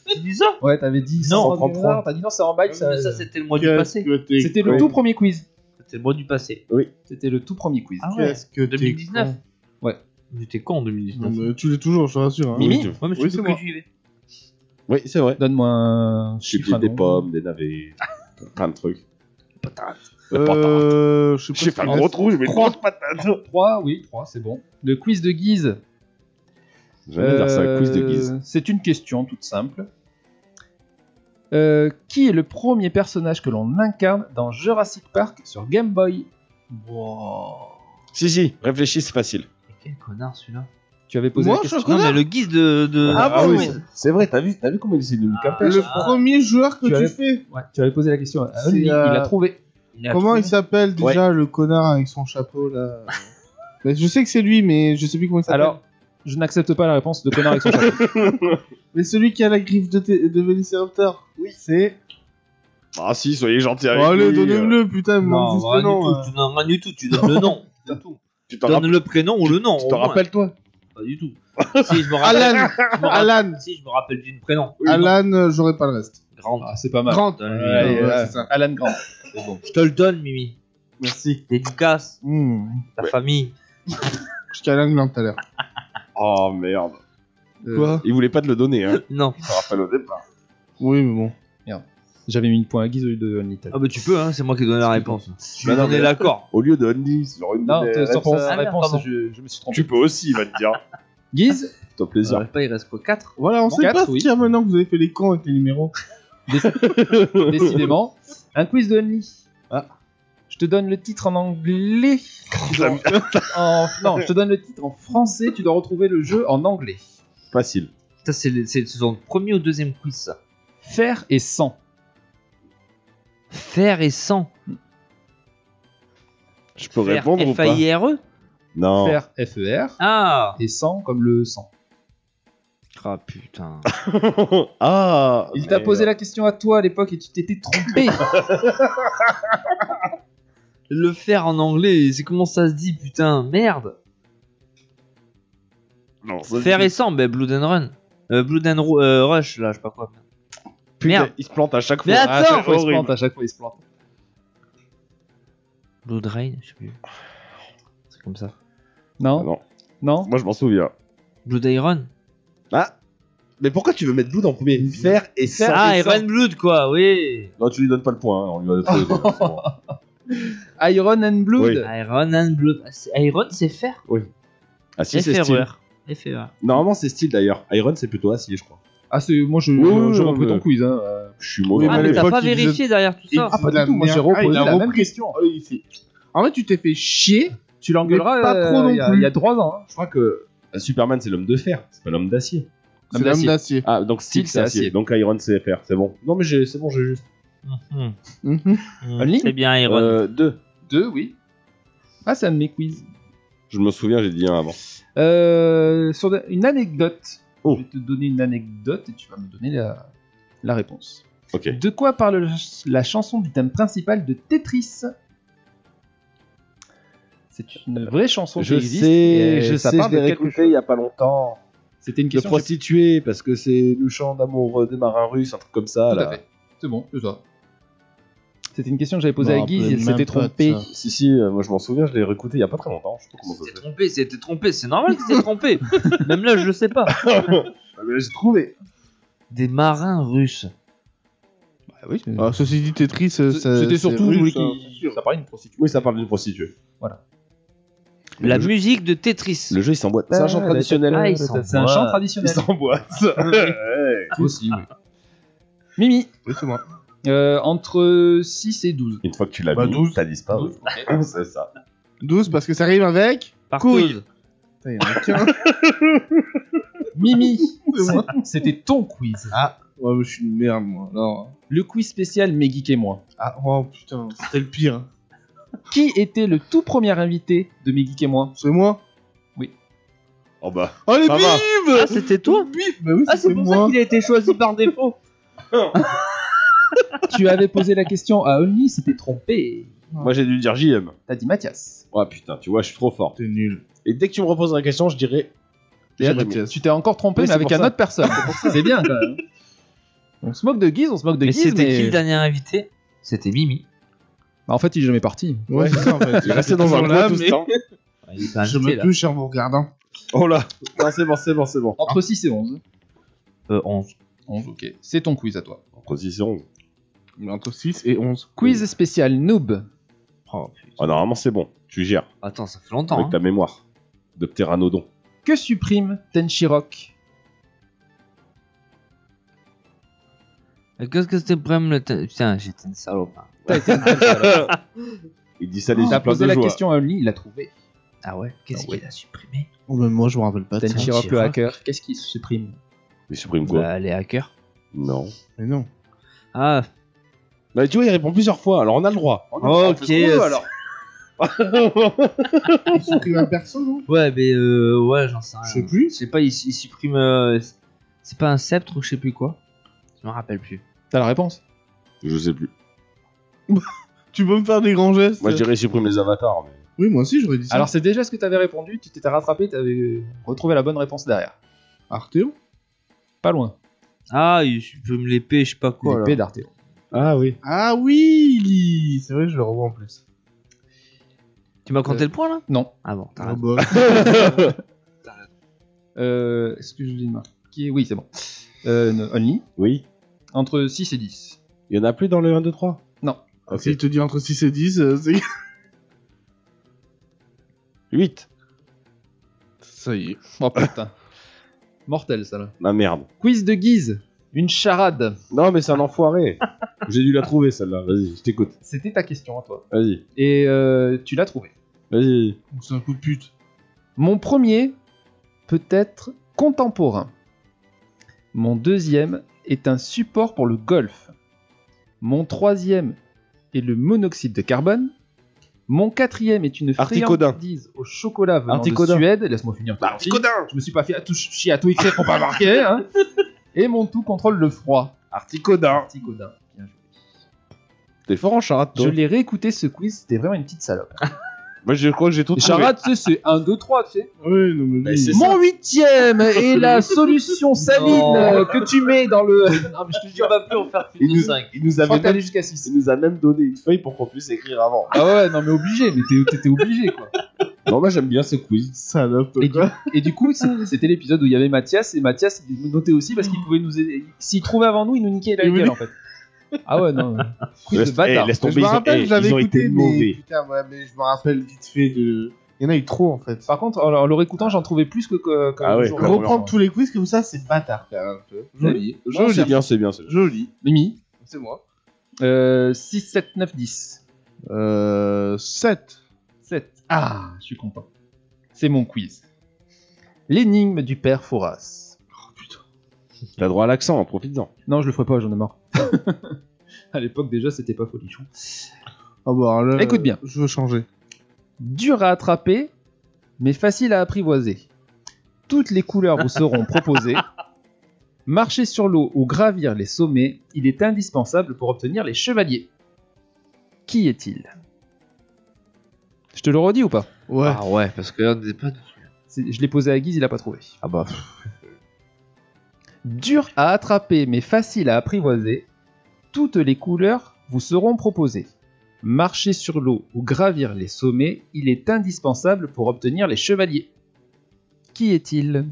Tu dis ça
Ouais, t'avais dit
Non,
133.
133.
T'as dit non, c'est en bike. ça-
Ça, c'était le mois du passé.
C'était le tout premier quiz.
C'était le mois du passé.
C'était le tout premier quiz.
Ah ouais
Qu'est-ce que t'es
2019
Ouais.
J'étais con en
con. Non,
2019.
mais tu l'es toujours, je te rassure. hein.
Mimi
Oui, tu-
Ouais, mais
Oui,
surtout
c'est
que
moi.
tu y vais.
oui, c'est vrai.
Donne-moi un
J'ai
chiffre. un
des
nom.
pommes, des navets, plein de trucs. Des patates.
Euh, je
J'ai
sais
fait
pas.
un gros trou, j'ai mis 30 patates.
3, oui, 3, c'est bon. Le quiz de Guise.
J'aime dire ça,
Euh,
quiz de Guise.
C'est une question toute simple. Euh, qui est le premier personnage que l'on incarne dans Jurassic Park sur Game Boy
Euh, Si, si, réfléchis, c'est facile.
Mais quel connard celui-là
Tu avais posé la
Moi, je
question.
suis
Non, mais le guise de. de...
Ah bon, oui.
c'est vrai, t'as vu, t'as vu comment il s'est nul
Ah,
qu'un
Le
Ah.
premier joueur que
Tu
tu,
avais-
fais.
Ouais, tu avais posé la question. à
C'est,
Only, Il a
euh,
trouvé.
a
Comment
trouvé.
il s'appelle déjà le connard avec son chapeau là Bah, Je sais que c'est lui, mais je sais plus comment il s'appelle.
Alors, je n'accepte pas la réponse de connard avec son chapeau.
Mais celui qui a la griffe de, t- de Velociraptor. Oui. C'est.
Ah si, soyez gentil
Oh,
avec
allez,
lui. euh,
donnez-le, putain, il me manque
Non,
juste
rien
le
du
nom.
tout,
hein.
tu donnes rien du tout, tu donnes le nom. c'est tout.
Tu t'en rappelles
Donne le prénom ou le nom.
tu
au
t'en
moins.
rappelles, toi
Pas du tout. Si je me rappelle,
Alan
je me rappelle-
Alan
si je me rappelle du prénom.
Alan, euh, j'aurai pas le reste.
Grande.
Ah, c'est pas mal.
Grant
Donne-lui.
Ouais,
Ouais,
ouais,
ouais,
ouais.
c'est ça.
Alan Grant.
Je te le donne, Mimi.
Merci.
Dédicace,
Mmh.
ta famille.
Je câlin Grant tout à l'heure. Euh,
Oh merde.
Quoi
Il voulait pas te le donner, hein.
Non.
Je te rappelle au départ.
Oui, mais bon.
J'avais mis une point à guise au lieu de Only.
Ah bah tu peux, hein, c'est moi qui ai donné la réponse. Tu
Bah
lui
non,
donnais
mais-
l'accord.
Au lieu de Only, sur une
Non,
des
t'es- euh, sur
réponses,
sa
Ah, merde,
réponse,
pardon.
je, je me suis trompé.
tu peux aussi, il va te dire.
Guise,
Toi plaisir.
Ouais, pas, il reste quoi 4
Voilà, on sait
Quatre,
pas ce
oui.
qu'il y a maintenant que vous avez fait les cons avec les numéros.
décidément. Un quiz de Only.
Ah.
Je te donne le titre en anglais. Tu dois- en- Non, je te donne le titre en français. Tu dois retrouver le jeu en anglais.
Facile.
Putain, c'est le- c'est son premier ou deuxième quiz ça.
Fer et sang.
Faire et sans.
Je peux
Faire E.
répondre ou pas
F-A-I-R-E
Non.
Fer, F-E-R.
Ah
Et sang comme le sang.
Ah putain.
ah
Il t'a
mais-
posé la question à toi à l'époque et tu t'étais trompé.
Ah,
Le faire en anglais, c'est comment ça se dit, putain, merde.
Non, ça,
Faire
il-
et sans, ben Blood and Run. Euh, Blood and Ru- euh, Rush, là, je sais pas quoi.
putain,
Merde.
il se plante à chaque fois.
Mais
à chaque
attends
fois, il se
Ah, horrible.
plante. À chaque fois, il se plante.
Blood Rain, je sais plus. C'est comme ça.
Ah
Non,
non,
non.
moi je m'en souviens.
Blood Iron
Ah Mais pourquoi tu veux mettre Blood en premier Fer et
Fer
Ah,
et sang.
Iron Blood, quoi, oui
Mm. Non, tu lui donnes pas le point, hein, on lui va le trouver, là, c'est bon.
Iron and Blood.
Oui.
Iron and Blood. Ah, c'est- Iron, c'est fer
Ah si, c'est style.
F-R-E-R. F-R-E-R.
Normalement, c'est style d'ailleurs. Iron, c'est plutôt acier, je crois.
Ah, c'est moi je,
Oui, oui,
je
oui,
repris
oui.
ton quiz. hein, euh.
Je suis mauvais.
Oui,
Ah,
mais
mais
à
t'as
l'époque,
pas
il disait-
vérifié derrière tout ça
Ah, pas
de
du
la
tout, moi j'ai
merde.
reposé
Ah, il a
la même
repris.
question.
Oh, il fait- En fait, tu t'es fait chier.
Tu l'engueuleras
Mais pas
euh,
trop non
il y a-
plus.
il y a 3 ans. hein.
euh, Je crois que Superman, c'est l'homme de fer, c'est pas l'homme d'acier.
C'est l'homme
d'acier.
d'acier.
Ah, donc style, c'est acier. Donc Iron, c'est FR, c'est bon. Non, mais j'ai- c'est bon, j'ai juste.
Mhm.
Mhm.
Mhm.
Une ligne
C'est bien Iron.
Euh, deux.
Deux, oui.
Ah, c'est un de mes quiz.
Je me souviens, j'ai dit un avant.
Euh, sur de- une anecdote.
Oh.
Je vais te donner une anecdote et tu vas me donner la, la réponse.
Ok.
De quoi parle la ch- la chanson du thème principal de Tetris C'est une vraie chanson
Je
qui existe.
sais,
et
je
ça
sais, je
parle
l'ai
de quelque
réécouté
chose.
il y a pas longtemps.
C'était une
De
question. je sais
prostituée, parce que c'est le chant d'amour euh, des marins russes, un truc comme ça.
Tout à
là.
fait. C'est bon, c'est ça. C'était une question que j'avais posée
Je me
à Guise,
rappelle
il s'était
même pas de
trompé.
ça.
Si, si, euh, moi je m'en souviens, je l'ai réécouté il y a pas très longtemps. Je sais pas comment ça
C'était
se fait.
trompé, c'était trompé, c'est normal qu'il s'est trompé. Même là, je le sais pas.
Ah, mais là, j'ai trouvé.
Des marins russes.
oui,
Ah, ceci dit, Tetris, euh, ça-
c'était
c'est
surtout
russe,
Louis
hein.
qui. Ça parlait d'une prostituée.
Oui, ça parle d'une prostituée.
La musique de Tetris.
Le jeu, il s'emboîte. C'est un chant traditionnel.
Ah, ils sont-
C'est un chant traditionnel.
s'emboîte. Ouais.
Aussi, oui. Mimi,
Oui, c'est moi.
euh, entre 6 et 12.
Une fois que tu l'as
Bah,
mis,
12.
t'as disparu. c'est ça.
12 parce que ça arrive avec.
Partouze.
Putain, il y en a qu'un.
Mimi, c'est- c'était ton quiz.
Ah, Ouais, mais je suis une merde, moi. Non.
Le quiz spécial Mes geeks et moi.
Ah, oh putain, c'était le pire.
Qui était le tout premier invité de Mes geeks et moi
C'est moi.
Oh bah.
Oh, les
Ça va.
bibes
Ah, c'était toi
Bibes Bah oui,
Ah, c'est
c'était
pour
moi.
ça qu'il a été choisi par défaut.
Tu avais posé la question à Olny, c'était trompé.
Moi j'ai dû dire JM.
T'as dit Mathias.
Oh putain, tu vois, je suis trop fort.
T'es nul.
Et dès que tu me reposes la question, je dirais.
Et là,
Jérémy.
tu- tu t'es encore trompé, mais
Oui, c'est
avec
pour
un
ça.
autre personne. C'est bien, quand même. On se moque de Guise, on se moque de
Mais
Guise,
c'était
mais...
qui le dernier invité C'était Mimi.
Bah, en fait, il est jamais parti.
Ouais, c'est ça en fait.
Il restait dans un
Toujours
coin
là,
tout ce
mais
temps.
Il était
Je
invité,
me
là.
touche en vous regardant.
Oh là. Non, c'est bon, c'est bon, c'est bon.
Entre 6 et 11.
Euh, on-
11, ok. C'est ton quiz à toi.
Position.
Entre 6 et 11.
Quiz spécial noob.
Oh,
Oh, normalement, c'est bon. Tu gères
Attends, ça fait longtemps.
avec ta mémoire de pteranodon.
Que supprime Tenshirok
hein. Qu'est-ce que c'était le problème le te- Putain, j'étais une salope. hein.
T'as été une salope, alors.
Il dit ça les yeux
T'as
pleins
posé
de
la
joie.
question à Only, il l'a trouvé.
Ah ouais Qu'est-ce
Ah ouais.
qu'il a supprimé
Oh, mais moi, je me rappelle pas de ça.
Tenshirok le
Tenshirok.
hacker, qu'est-ce qu'il supprime
Il supprime quoi
bah, Les hackers.
Non.
Mais non.
Ah,
Bah, tu vois, il répond plusieurs fois, alors on a le droit. On a le droit, on fait ce qu'on veut,
c'est-
alors.
Il supprime un perso, non
Ouais, mais euh, ouais, j'en sais rien.
Je sais plus.
Je sais pas, il, il supprime. euh, c'est pas un sceptre ou je sais plus quoi. Je me rappelle plus.
T'as la réponse
Je sais plus.
Tu peux me faire des grands gestes
Moi, je dirais, il supprime les avatars. mais-
Oui, moi aussi, j'aurais dit ça.
Alors c'est déjà ce que t'avais répondu, tu t'étais rattrapé, t'avais euh, retrouvé la bonne réponse derrière.
Arthéo
Pas loin.
Ah, il supprime l'épée, je sais pas quoi.
L'épée
là.
d'Arthéo.
Ah oui.
Ah oui il- C'est vrai, je le revois en plus.
Tu m'as compté
Euh,
le point là
Non.
Ah bon, t'as
Ah
raison.
bah.
Euh, Est-ce que je l'ai marqué Oui, c'est bon. Euh, no- Only,
Oui.
entre 6 et 10.
Il y en a plus dans le 1, 2, 3
Non.
Ok.
ah, S'il te dit entre 6 et 10, euh, c'est...
8.
Ça y est.
Oh putain. Mortel ça là.
Ma merde.
Quiz de Guise, une charade.
Non, mais c'est un enfoiré. J'ai dû la trouver, celle-là. Vas-y, je t'écoute.
C'était ta question à toi.
Vas-y.
Et euh, tu l'as trouvé.
Vas-y.
Oh, C'est un coup de pute.
Mon premier peut être contemporain. Mon deuxième est un support pour le golf. Mon troisième est le monoxyde de carbone. Mon quatrième est une
Articodin.
friandise au chocolat venant
Articodin.
de Suède. Laisse-moi finir. Bah, ton article. Je me suis pas fait à tout chier à tout écrire pour pas marquer. hein. Et mon tout contrôle le froid.
Articodin.
Articodin. Bien joué.
T'es fort en charade,
Je
toi.
l'ai réécouté ce quiz, c'était vraiment une petite salope.
Moi, je crois que j'ai tout
Les
trouvé.
charades, tu sais, c'est 1, 2, 3, tu sais.
Oui, non, mais
Bah, c'est
Mon huitième est la solution
Non.
saline euh, que tu mets dans le.
Non, mais je te dis, on va plus en faire plus
Il
de
nous,
5.
il nous
Je crois
avait
que t'allais
donné,
jusqu'à 6.
il nous a même donné une feuille pour qu'on puisse écrire avant.
Ah ouais, non mais obligé, mais t'es- t'étais obligé quoi.
non, moi, j'aime bien ce quiz.
Salope,
Et du,
quoi.
et du coup, c'est- c'était l'épisode où il y avait Mathias, et Mathias il notait aussi parce qu'il pouvait nous aider. S'il trouvait avant nous, il nous niquait la
Il
gueule
voulait-
en fait. Ah ouais, non. Quiz de
Laisse, eh,
bâtard.
laisse
Je
tomber,
me
ils ont,
rappelle,
eh,
je l'avais
ils ont
écouté,
été
mais
mauvais.
putain, ouais, mais je me rappelle vite fait de. Il y en a eu trop en fait.
Par contre, en, en le réécoutant, j'en trouvais plus que. que, que
Ah ouais,
jour-
clairement.
Reprendre tous les quiz comme ça, c'est bâtard quand même. un peu. Joli.
Non,
Joli.
c'est bien, c'est bien. c'est bien.
Joli.
Mimi,
C'est moi.
euh, 6, 7, 9, 10.
Euh. 7.
7. Ah, je suis content. C'est mon quiz. L'énigme du père Fouras.
T'as droit à l'accent, en profites-en.
Non, je le ferai pas, j'en ai marre. à l'époque, déjà, c'était pas folichon.
Ah bah, alors là,
Écoute bien.
Je veux changer.
Dur à attraper, mais facile à apprivoiser. Toutes les couleurs vous seront proposées. Marcher sur l'eau ou gravir les sommets, il est indispensable pour obtenir les chevaliers. Qui est-il Je te le redis ou pas
Ouais.
Ah ouais, parce que là, on n'est pas.
C'est- Je l'ai posé à Guise, il a pas trouvé.
Ah bah.
Dur à attraper mais facile à apprivoiser, toutes les couleurs vous seront proposées. Marcher sur l'eau ou gravir les sommets, il est indispensable pour obtenir les chevaliers. Qui est-il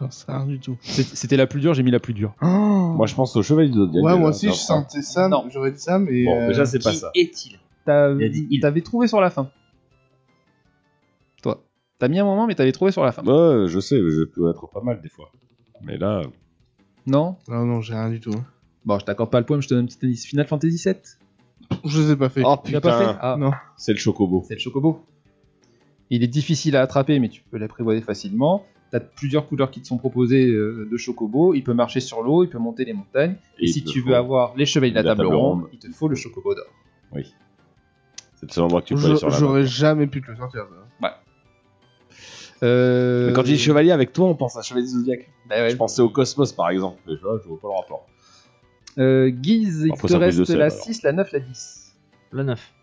J'en sais rien du tout.
C'est- C'était la plus dure, j'ai mis la plus dure.
Moi, je pense au chevalier de Zodiac.
ouais,
déjà,
moi aussi,
dans
je
ça.
sentais ça.
Non.
J'aurais dit ça, mais.
Bon,
euh,
déjà, c'est pas
Qui
ça.
est-il
T'as-
Il a dit il.
T'avais trouvé sur la fin. Toi. T'as mis un moment, mais t'avais trouvé sur la fin.
Ah bah Ouais, je sais, je peux être pas mal des fois. Mais là,
Non
Non, non, j'ai rien du tout.
Bon, je t'accorde pas le point, mais je te donne un petit indice. Final Fantasy VII
Je les ai pas fait.
Oh,
Tu l'as pas
putain.
fait Ah,
Non.
c'est le chocobo.
c'est le chocobo. Il est difficile à attraper, mais tu peux l'apprivoiser facilement. T'as plusieurs couleurs qui te sont proposées euh, de chocobo. Il peut marcher sur l'eau, il peut monter les montagnes. Et,
Et
si
il
tu
le
veux
faut.
avoir les chevaliers de la, table, ronde, il te faut le chocobo d'or.
Oui. C'est le seul endroit que tu peux aller
Je-
sur la map.
J'aurais jamais pu te le sortir. ça.
Euh...
Mais Quand je dis chevalier avec toi, on pense à chevalier du Zodiac.
bah ouais.
Je pensais au Cosmos, par exemple. Mais je vois, je vois pas le rapport.
Euh, Guise, il
Après,
te
ça brise
reste
le sel,
la
alors.
6, la 9, la 10.
La 9.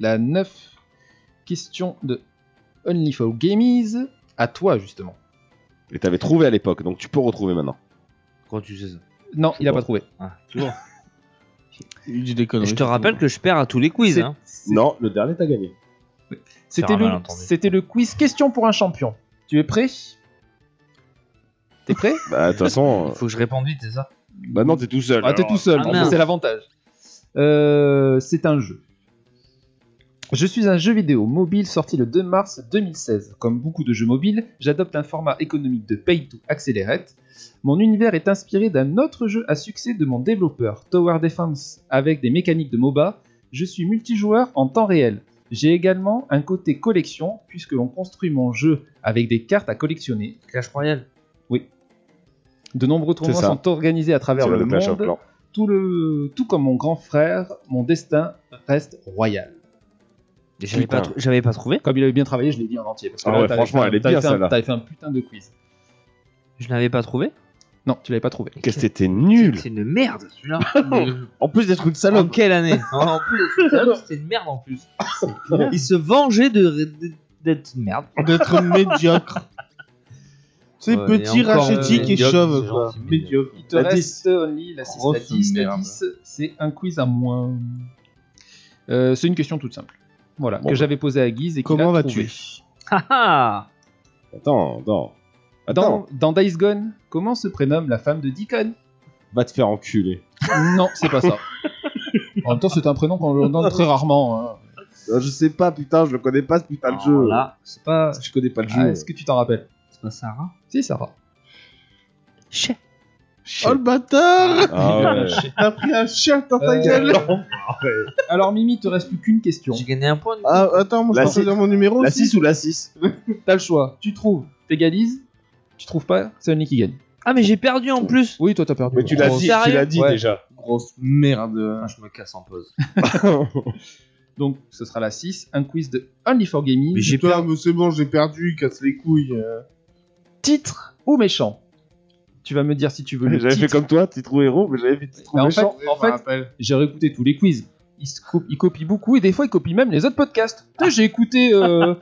La 9 question de Only for Gamies. À toi, justement.
Et t'avais trouvé à l'époque, donc tu peux retrouver maintenant.
Quand tu sais ça.
Non, il a
Bon.
pas trouvé.
Ah, toujours.
Il dit des
Et
conneries.
je te rappelle que je perds à tous les quiz.
C'est-
Hein.
c'est-
Non, le dernier t'as gagné.
C'était
un
le,
malentendu.
c'était le quiz question pour un champion. Tu es prêt T'es prêt
Bah, de toute façon,
Il faut que je réponde vite, c'est ça
bah non, t'es tout seul.
Ah, t'es
alors.
tout seul,
Ah,
bon,
mince.
c'est l'avantage. Euh, c'est un jeu. Je suis un jeu vidéo mobile sorti le 2 mars 2016. Comme beaucoup de jeux mobiles, j'adopte un format économique de Pay to Accelerate. Mon univers est inspiré d'un autre jeu à succès de mon développeur, Tower Defense, avec des mécaniques de MOBA. Je suis multijoueur en temps réel. J'ai également un côté collection, puisque l'on construit mon jeu avec des cartes à collectionner.
Clash Royale.
De nombreux tournois
ça.
sont organisés à travers
C'est
le
le Clash of
monde
Clans.
tout, le, tout comme mon grand frère, mon destin reste royal.
Et J'avais
Putain.
pas, trou- j'avais pas trouvé.
Comme il avait bien travaillé, je l'ai dit en entier. Parce que
Ah
là,
ouais,
t'avais
franchement,
fait un-
elle est
t'avais
bien,
fait un-
celle-là.
T'avais fait un putain de quiz.
Je n'avais pas trouvé.
Non, tu l'avais pas trouvé.
Qu'est-ce que t'étais nul Oh,
C'est une merde, celui-là.
En plus d'être une
en
salope
quelle année En plus, c'était une merde en plus.
Ah,
Il se vengeait de de- d'être une merde.
D'être médiocre. C'est
Ouais,
petit,
et encore,
rachétique
euh,
et
médiocre,
chauve,
c'est
quoi.
gentil,
Médiocre.
Il te
La
reste
10.
only la 6, la
Grosse
10, la
merde.
10. C'est un quiz à moins. Euh, C'est une question toute simple. Voilà,
Bon,
que
bah.
j'avais posée à Guise et qu'il
Comment
a
vas-tu
trouvé.
Ah ah
Attends, attends. Attends,
Dans, dans Days Gone, comment se prénomme la femme de Deacon
va te faire enculer.
Non, c'est pas ça. en même temps, c'est un prénom qu'on donne très rarement. hein.
Euh, je sais pas, putain, je le connais pas ce putain
Alors Oh, Là, c'est pas,
Je connais pas le
Ah, Est-ce que tu t'en rappelles
c'est pas Sarah.
Si, ça va.
Chef.
Oh le bâtard
Ah ouais.
T'as pris un chien dans ta
Euh,
gueule
Alors, Mimi, il te reste plus qu'une question.
J'ai gagné un point. du coup.
Ah, attends, moi
La
je peux
six.
choisir mon numéro
La
aussi
6 ou la 6
T'as le choix. Tu trouves, t'égalises. Tu trouves pas, c'est Only qui gagne.
Ah mais j'ai perdu en plus.
Oui, toi t'as perdu.
Mais tu l'as
Oh.
Grosse-
dit, tu
sérieux
l'as dit
Ouais.
déjà.
Grosse merde.
Ah, je me casse en pause.
Donc ce sera la 6, un quiz de Only for Gaming.
Mais j'ai perdu, c'est bon, j'ai perdu, il casse les couilles. euh.
Titre ou méchant Tu vas me dire si tu veux le
J'avais fait
titre.
comme toi, petit trou héros, mais j'avais fait petit trou
Mais en
méchant.
fait, en fait, j'ai réécouté tous les quiz. Ils, se copient- ils copient beaucoup et des fois ils copient même les autres podcasts. Tu sais, j'ai écouté euh,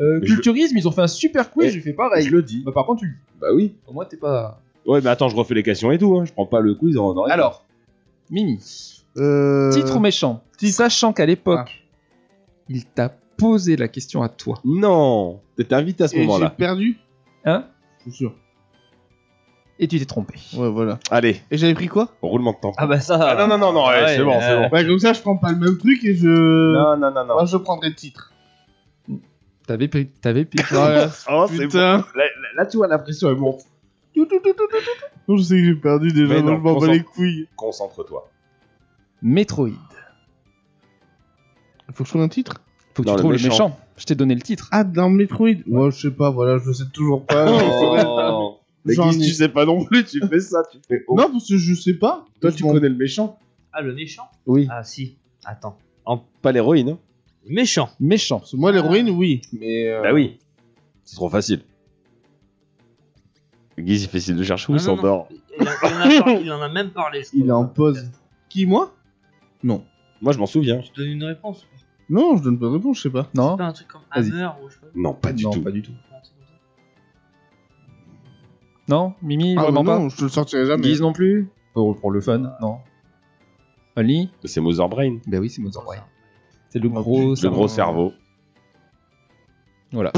euh,
Mais je-
Culturisme, ils ont fait un super quiz,
Mais-
j'ai fait pareil.
Je le dis.
Bah, par contre, tu le dis.
Bah oui.
Au moins t'es pas.
Ouais, mais attends, je refais les questions et tout. Hein. Je prends pas le quiz en en-
Alors, Mimi,
Euh,
titre ou méchant Sachant qu'à l'époque, il t'a posé la question à toi.
Non T'étais invité à ce
Et j'ai
moment-là.
perdu
Hein
Je suis sûr.
Et tu t'es trompé.
Ouais, voilà.
Allez,
Et j'avais pris quoi
roulement de temps.
Ah bah ça.
Ah non, non, non, non, ouais, c'est bon, c'est bon.
Bah, comme ça, je prends pas le même truc et je.
Non, non, non, non.
Moi, je prendrais le titre.
T'avais pris. T'avais pris.
Voilà.
ah,
Oh, c'est bon.
Putain.
Là, là- là, tu vois, la pression elle monte.
Je sais que j'ai perdu déjà,
Mais non,
donc je m'en bats
concentre.
les couilles.
Concentre-toi.
Metroid.
Faut que je trouve un titre
Faut que
Non,
tu
le
trouves le
méchant.
méchant. Je t'ai donné le titre.
Ah, dans Metroid Ouais, je sais pas, voilà, je sais toujours pas.
Oh. Mais
J'en
Guise,
ai-
tu sais pas non plus, tu fais ça, tu fais. oh.
Non, parce que je sais pas.
Toi, tu connais le méchant.
Ah, le méchant
Oui.
Ah, si. Attends.
Pas l'héroïne. hein.
Méchant.
Méchant.
Parce que moi, l'héroïne, oui. Mais. euh,
Bah oui. C'est trop facile. Guise, il fait signe de chercher où il
Ah, non, non.
s'endort.
Il en, il en a par- il en a même parlé, je crois.
Il est en pause. Qui, moi Non.
Moi, je m'en souviens.
Tu donnes une réponse ou
Non, je donne pas de réponse, je sais pas.
Non.
pas un truc comme
Hein Vas-y.
Hammer ou je sais pas.
Non, pas du
non,
tout.
pas du tout.
un truc comme ça.
Non, Mimi,
Ah,
vraiment
bah non, je te le sortirai
pas.
jamais.
Guise non plus. Ah. Pour, pour le fun, non. Oli.
C'est Mother Brain,
Bah oui, c'est Mozart.
Ouais.
C'est le gros.
le gros
cerveau.
cerveau.
Voilà.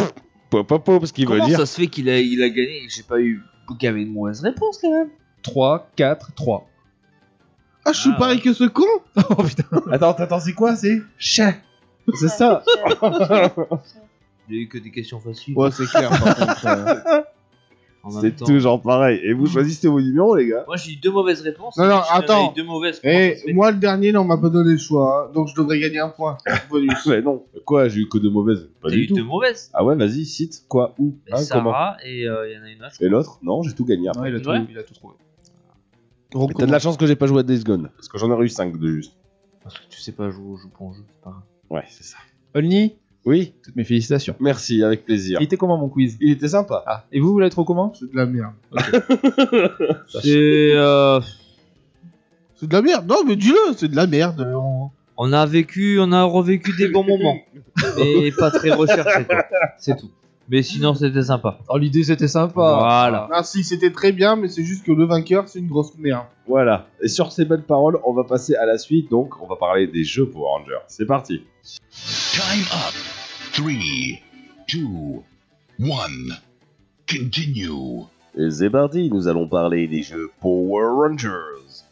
Pop, pop, pop, ce qu'il veut
Comment
dire.
ça se fait qu'il a, il a gagné et que j'ai pas eu qu'il y avait une mauvaise réponse quand même
3, 4, 3.
Ah, je suis
Ah,
pareil
ouais.
que ce con
oh putain.
Attends, attends, c'est quoi C'est chat. C'est ça.
Il y a eu que des questions faciles.
Ouais, c'est clair, par contre. euh.
En même
C'est
temps.
toujours pareil. Et vous choisissez vos numéros, les gars.
Moi j'ai eu deux mauvaises réponses.
Non, non,
Michel avait
attends.
eu Deux mauvaises
Eh,
réponses. Mais-
moi, le dernier, là, on m'a pas donné le choix. hein, donc, je devrais gagner un point. Bonus.
Mais non. Quoi J'ai eu que de mauvaises. Pas
T'as
du
eu
tout.
deux mauvaises.
Ah ouais, vas-y, cite quoi, où,
Mais
hein, comment.
Sarah et euh, il y en a une autre.
Et l'autre Non, j'ai tout gagné. après.
Ouais, Ah, il, a
C'est vrai
tout, il a tout trouvé.
Mais T'as de la chance que j'ai pas joué à Days Gone, parce que j'en ai eu 5 de juste.
Parce que tu sais pas jouer au jeu pour un jeu, c'est pas grave.
Ouais, c'est ça.
Olni,
Oui,
toutes mes félicitations.
merci, avec plaisir.
Il était comment mon quiz
Il était sympa.
Ah, et vous, vous l'avez trop comment
C'est de la merde.
C'est. euh,
C'est de la merde. Non, mais dis-le, c'est de la merde. euh, On-
on a vécu, on a revécu des bons moments. mais pas très recherchés, quoi. C'est tout. Mais sinon, c'était sympa.
Alors Oh, l'idée c'était sympa.
Voilà.
Merci, Ah, c'était très bien, mais c'est juste que le vainqueur, c'est une grosse merde.
Voilà. Et sur ces belles paroles, on va passer à la suite, donc on va parler des jeux Power Rangers. C'est parti.
Time up. Three, two, one. Continue.
Et c'est parti, nous allons parler des jeux Power Rangers.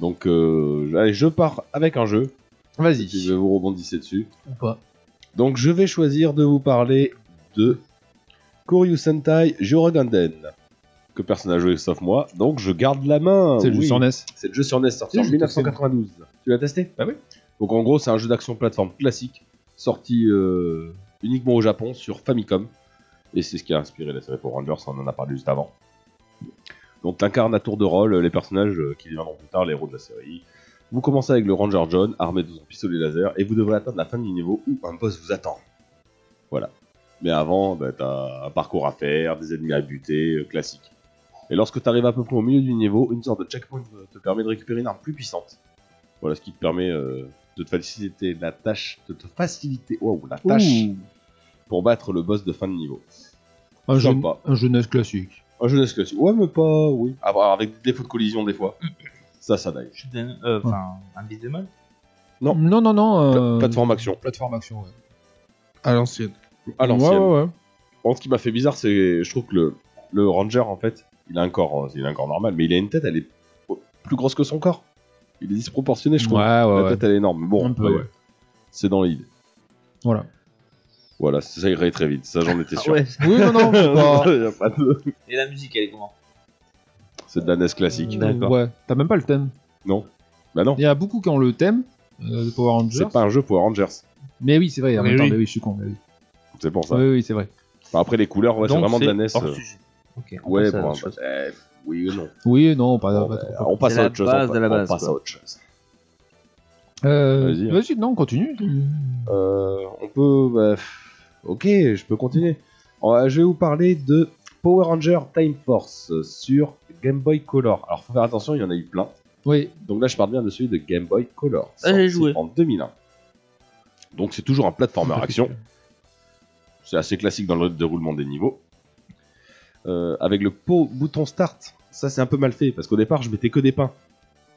Donc, euh, allez, je pars avec un jeu. Vas-y. Je vous rebondissez dessus.
Ou pas.
Donc, je vais choisir de vous parler de Koryu Sentai Juroganden. Que personne n'a joué sauf moi, donc je garde la main.
C'est le jeu
oui.
sur E NES.
C'est le jeu sur NES sorti
Oui,
en
je
1992. Tu l'as testé
E Bah oui.
Donc en gros, c'est un jeu d'action plateforme classique, sorti euh, uniquement au Japon sur Famicom. Et c'est ce qui a inspiré la série Power Rangers, on en a parlé juste avant. Donc t'incarnes à tour de rôle les personnages euh, qui deviendront plus tard les héros de la série. Vous commencez avec le Ranger John, armé de son pistolet laser, et vous devrez atteindre la fin du niveau où un boss vous attend. Voilà. Mais avant, bah, t'as un parcours à faire, des ennemis à buter, euh, classique. Et lorsque tu arrives à peu près au milieu du niveau, une sorte de checkpoint euh, te permet de récupérer une arme plus puissante. Voilà ce qui te permet euh, de te faciliter la tâche, de te faciliter waouh, la tâche pour battre le boss de fin de niveau.
Un jeu,
Sympa.
un jeu NES classique.
Un jeu d'escalade. Ouais, mais pas, oui. Ah, bah, avec des défauts de collision des fois. ça, ça d'ailleurs.
Enfin, euh, enfin, un bis de mal.
Non.
non, non. non euh,
Bah, Plateforme action.
Plateforme action, ouais.
À l'ancienne.
À
ouais,
l'ancienne.
ouais, ouais.
Bon, ce qui m'a fait bizarre, c'est je trouve que le, le Ranger, en fait, il a un corps, euh, il a un corps normal, mais il a une tête, elle est plus grosse que son corps. Il est disproportionné, je trouve.
Ouais, ouais,
La
ouais.
tête, elle est énorme. Bon,
Un peu,
ouais,
ouais.
c'est dans l'idée.
Voilà. Ah
Voilà, ça irait très vite, ça j'en étais sûr.
ouais.
Oui, non, non, c'est pas.
Y a pas de-
Et la musique, elle est comment
C'est de la NES classique.
D'accord.
Ouais, t'as même pas le thème.
Non. Bah non.
Il y a beaucoup qui ont le thème euh, de Power Rangers.
C'est pas un jeu Power Rangers.
Mais oui, c'est vrai, en
Mais
même temps,
oui.
mais oui, je suis con. mais oui.
C'est pour ça.
Oui, oui, c'est vrai.
Enfin, après les couleurs, ouais, c'est
Donc,
vraiment de la NES.
hors
euh,
sujet. Ok, on
Ouais,
passe à
bon,
autre chose.
euh, oui ou non.
Oui, non, pas.
Bon,
pas-
bah,
pas-
on passe
C'est
à
la
autre chose.
base
on
de la
pa- on
base,
passe à
quoi.
autre chose.
Euh,
vas-y, hein.
Vas-y, non, continue.
Euh, on peut. bah, pff, ok, je peux continuer. Euh, je vais vous parler de Power Ranger Time Force sur Game Boy Color. Alors, faut faire attention, il y en a eu plein.
Oui,
Donc là, je parle bien de celui de Game Boy Color.
Ah, j'ai
sorti
joué.
En 2001. Donc, c'est toujours un platformer action. C'est assez classique dans le déroulement des niveaux. Euh, avec le pot bouton start, ça c'est un peu mal fait parce qu'au départ je mettais que des pains,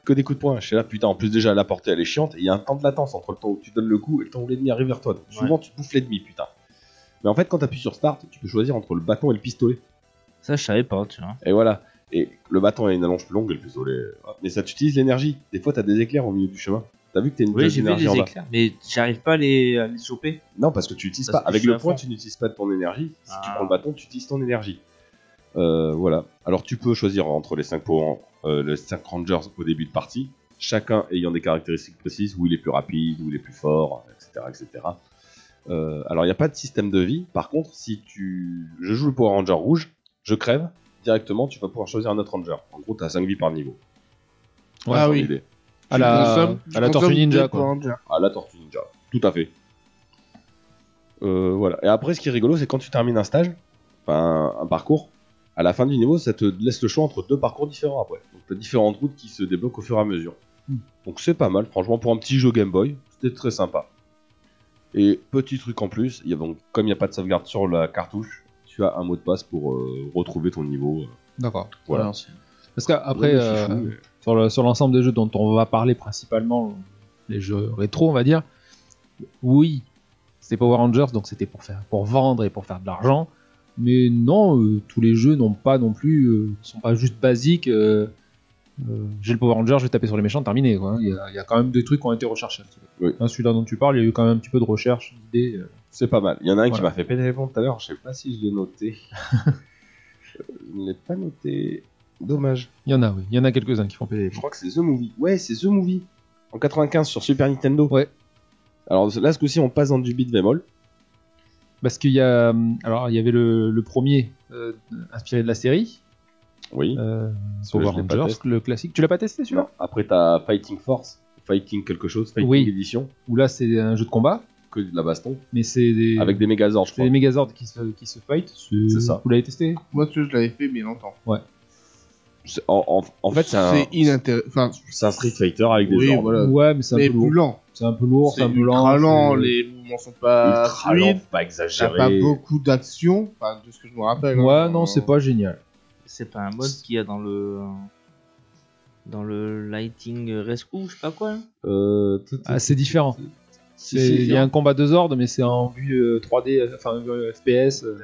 que des coups de poing. Je suis là, putain, en plus déjà la portée elle est chiante et il y a un temps de latence entre le temps où tu donnes le coup et le temps où l'ennemi arrive vers toi. Donc, Souvent tu bouffes l'ennemi, putain. Mais en fait, quand tu appuies sur start, tu peux choisir entre le bâton et le pistolet.
Ça, je savais pas, tu vois.
Et voilà. Et le bâton a une allonge plus longue et le pistolet. euh, hop. Mais ça t'utilise l'énergie. Des fois, t'as des éclairs au milieu du chemin. T'as vu que t'as une
Oui,
dose
j'ai vu
d'énergie
les
en bas.
éclairs, mais j'arrive pas à les, à les choper.
Non, parce que tu utilises
Parce
pas.
que
Avec
je suis
le
à
point,
fond.
tu n'utilises pas de ton énergie. Si tu
Ah.
prends le bâton, tu utilises ton énergie. Euh, voilà. Alors, tu peux choisir entre les 5 les cinq Rangers au début de partie, chacun ayant des caractéristiques précises, où il est plus rapide, où il est plus fort, etc. etc. Euh, alors, il n'y a pas de système de vie. Par contre, si tu. Je joue le Power Ranger rouge, je crève. directement, tu vas pouvoir choisir un autre ranger. En gros, t'as 5 vies par niveau.
Ouais,
ah
Dans
oui.
l'idée.
À la- à la Tortue Ninja, quoi.
à Ah, la Tortue Ninja. Tout à fait. Euh, voilà. Et après, ce qui est rigolo, c'est quand tu termines un stage, enfin un parcours, à la fin du niveau, ça te laisse le choix entre deux parcours différents après. Donc t'as différentes routes qui se débloquent au fur et à mesure. Donc c'est pas mal, franchement, pour un petit jeu Game Boy, c'était très sympa. Et petit truc en plus, il y a donc, comme il n'y a pas de sauvegarde sur la cartouche, tu as un mot de passe pour euh, retrouver ton niveau. euh,
D'accord.
Voilà.
Parce qu'après,
Ouais, c'est
euh,
chou, mais-
sur le- sur l'ensemble des jeux dont on va parler principalement, les jeux rétro, on va dire, oui, c'était Power Rangers, donc c'était pour, faire, pour vendre et pour faire de l'argent. Mais non, euh, tous les jeux n'ont pas non plus, euh, sont pas juste basiques. euh, euh, j'ai le Power Ranger, je vais taper sur les méchants, terminé. quoi. hein. Il y, a- il y a quand même des trucs qui ont été recherchés. un petit peu.
Oui.
Hein, Celui-là dont tu parles, il y a eu quand même un petit peu de recherche, d'idées. euh.
C'est pas mal. Il y en a un qui
Voilà.
m'a fait péter les plombs tout à l'heure, je sais pas si je l'ai noté. je ne l'ai pas noté. Dommage.
Il y en a, oui. Il y en a quelques-uns qui font péter. les
Je
plombs.
crois que c'est The Movie. Ouais, c'est The Movie. En 95 sur Super Nintendo.
Ouais.
Alors là, ce coup-ci, on passe dans du beat bémol.
Parce qu'il y a. euh, Alors, il y avait le, le premier euh, inspiré de la série,
Oui.
euh,
Celui-là,
Power
je l'ai pas
Rangers,
testé.
le classique. Tu l'as pas testé celui-là
Non, Après, t'as Fighting Force, Fighting quelque chose, Fighting
Oui.
Edition,
Où là, c'est un jeu de combat,
que de la baston,
mais c'est des.
avec des Megazords, je
c'est
crois.
des Megazords qui se, qui se fight.
C'est ça.
Vous l'avez testé
Moi, tu sais, je l'avais fait, mais longtemps.
C'est- En, en- en fait, c'est un,
C'est inintéressant. Enfin,
c'est un Street Fighter avec des
oui,
ordres.
voilà.
Ouais, mais c'est un
C'est
peu lourd.
plus lent.
C'est un peu lourd, c'est
C'est
un peu lent.
ultra lent,
c'est-
les mouvements sont pas
Ultra lent,
fluides.
pas
T'as
exagéré.
pas beaucoup d'action, enfin, de ce que je me rappelle.
Ouais,
hein.
non, c'est pas génial.
C'est pas un mode qu'il y a dans le. Dans le Lighting Rescue, je sais pas quoi. là.
Euh, tout-
Ah, c'est différent.
si,
C'est-
si,
Il y a un combat de Zord, mais c'est en vue euh, 3D, euh, enfin euh, FPS. euh.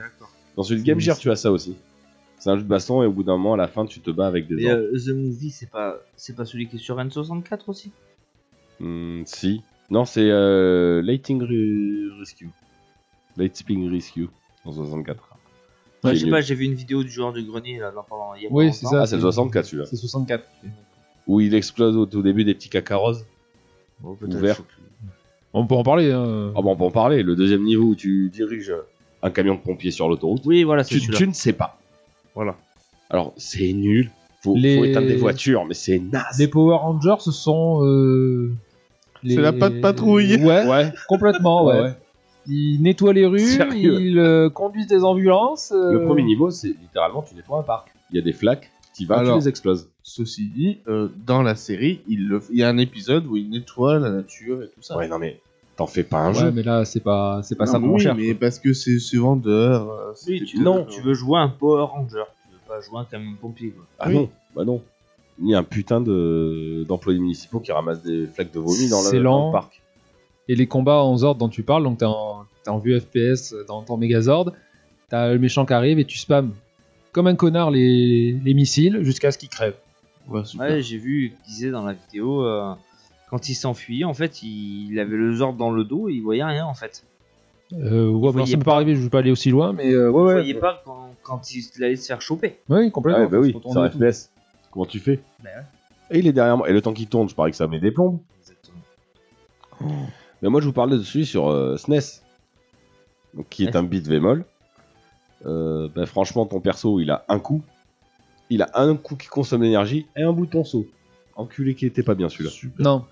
Dans celui de Game Gear, tu as ça aussi. C'est un jeu de baston et au bout d'un moment, à la fin, tu te bats avec des
Mais
ordres.
euh, The Movie, c'est pas, c'est pas celui qui est sur N64 aussi
Hmm, si. Non, c'est euh, Lighting Re- Rescue. Lighting Rescue, en 64.
Je
Qui est
sais pas,
mieux.
j'ai vu une vidéo du joueur du grenier là, dans- pendant il y a
Oui,
pas
c'est
longtemps.
ça.
Ah, c'est le 64 celui-là.
C'est 64.
Où il explose au tout début des petits caca roses.
Bon, Oh, peut-être,
Ouvert.
je sais plus.
On peut en parler. hein.
Ah bon, on peut en parler. Le deuxième niveau où tu diriges un camion de pompiers sur l'autoroute.
Oui, voilà, c'est
Tu,
celui-là.
tu ne sais pas.
Voilà.
Alors, c'est nul. Faut,
Les-
faut éteindre des voitures, mais c'est naze.
Les Power Rangers, ce sont. euh, les-
C'est la patte patrouille.
Ouais,
Ouais.
complètement, Bah ouais.
Ouais, ouais.
Ils nettoient les rues,
Sérieux.
ils euh, conduisent des ambulances. euh,
Le premier niveau, c'est littéralement, tu nettoies un parc. Il y a des flaques, tu y vas,
Alors.
tu les exploses.
Ceci dit, euh, dans la série, il, le- il y a un épisode où il nettoie la nature et tout ça.
Ouais, non mais, t'en fais pas un
Ouais,
jeu.
mais là, c'est pas, c'est pas
Non,
ça
mais
qu'on
oui,
cherche.
mais parce que c'est c'est vendeur. euh, c'est-
Oui, tu- non, tu veux jouer un Power Ranger, tu veux pas jouer un camion de pompier. Quoi.
Ah
Oui.
non, bah non. Il y a un putain de d'employés municipaux qui ramassent des flaques de vomi dans,
C'est
le- dans
lent.
le parc.
Et les combats en Zord dont tu parles, donc t'es en, t'es en vue FPS dans ton Megazord, t'as le méchant qui arrive et tu spams comme un connard les, les missiles jusqu'à ce qu'ils crèvent.
Ouais, super.
Ouais, j'ai vu, il disait dans la vidéo, euh, quand il s'enfuyait, en fait, il, il avait le Zord dans le dos et il voyait rien en fait.
Euh, ouais,
voyez
alors ça m'est pas arrivé, je vais pas aller aussi loin, mais euh,
il
ouais, ouais,
voyait pas quand, quand il allait se faire choper.
ouais, complètement.
Ah ouais, bah oui,
Faut
c'est
tourner
un
tout.
FPS. Comment tu fais
Bah
Et il est derrière moi. Et le temps qu'il tourne, je parie que ça met des plombes.
Exactement.
Mais moi, je vous parlais de celui sur euh, SNES, donc, qui est un beat bémol. Euh, bah, franchement, ton perso, il a un coup. Il a un coup qui consomme l'énergie et un bouton saut. Enculé qui était pas bien bah, celui-là.
Non,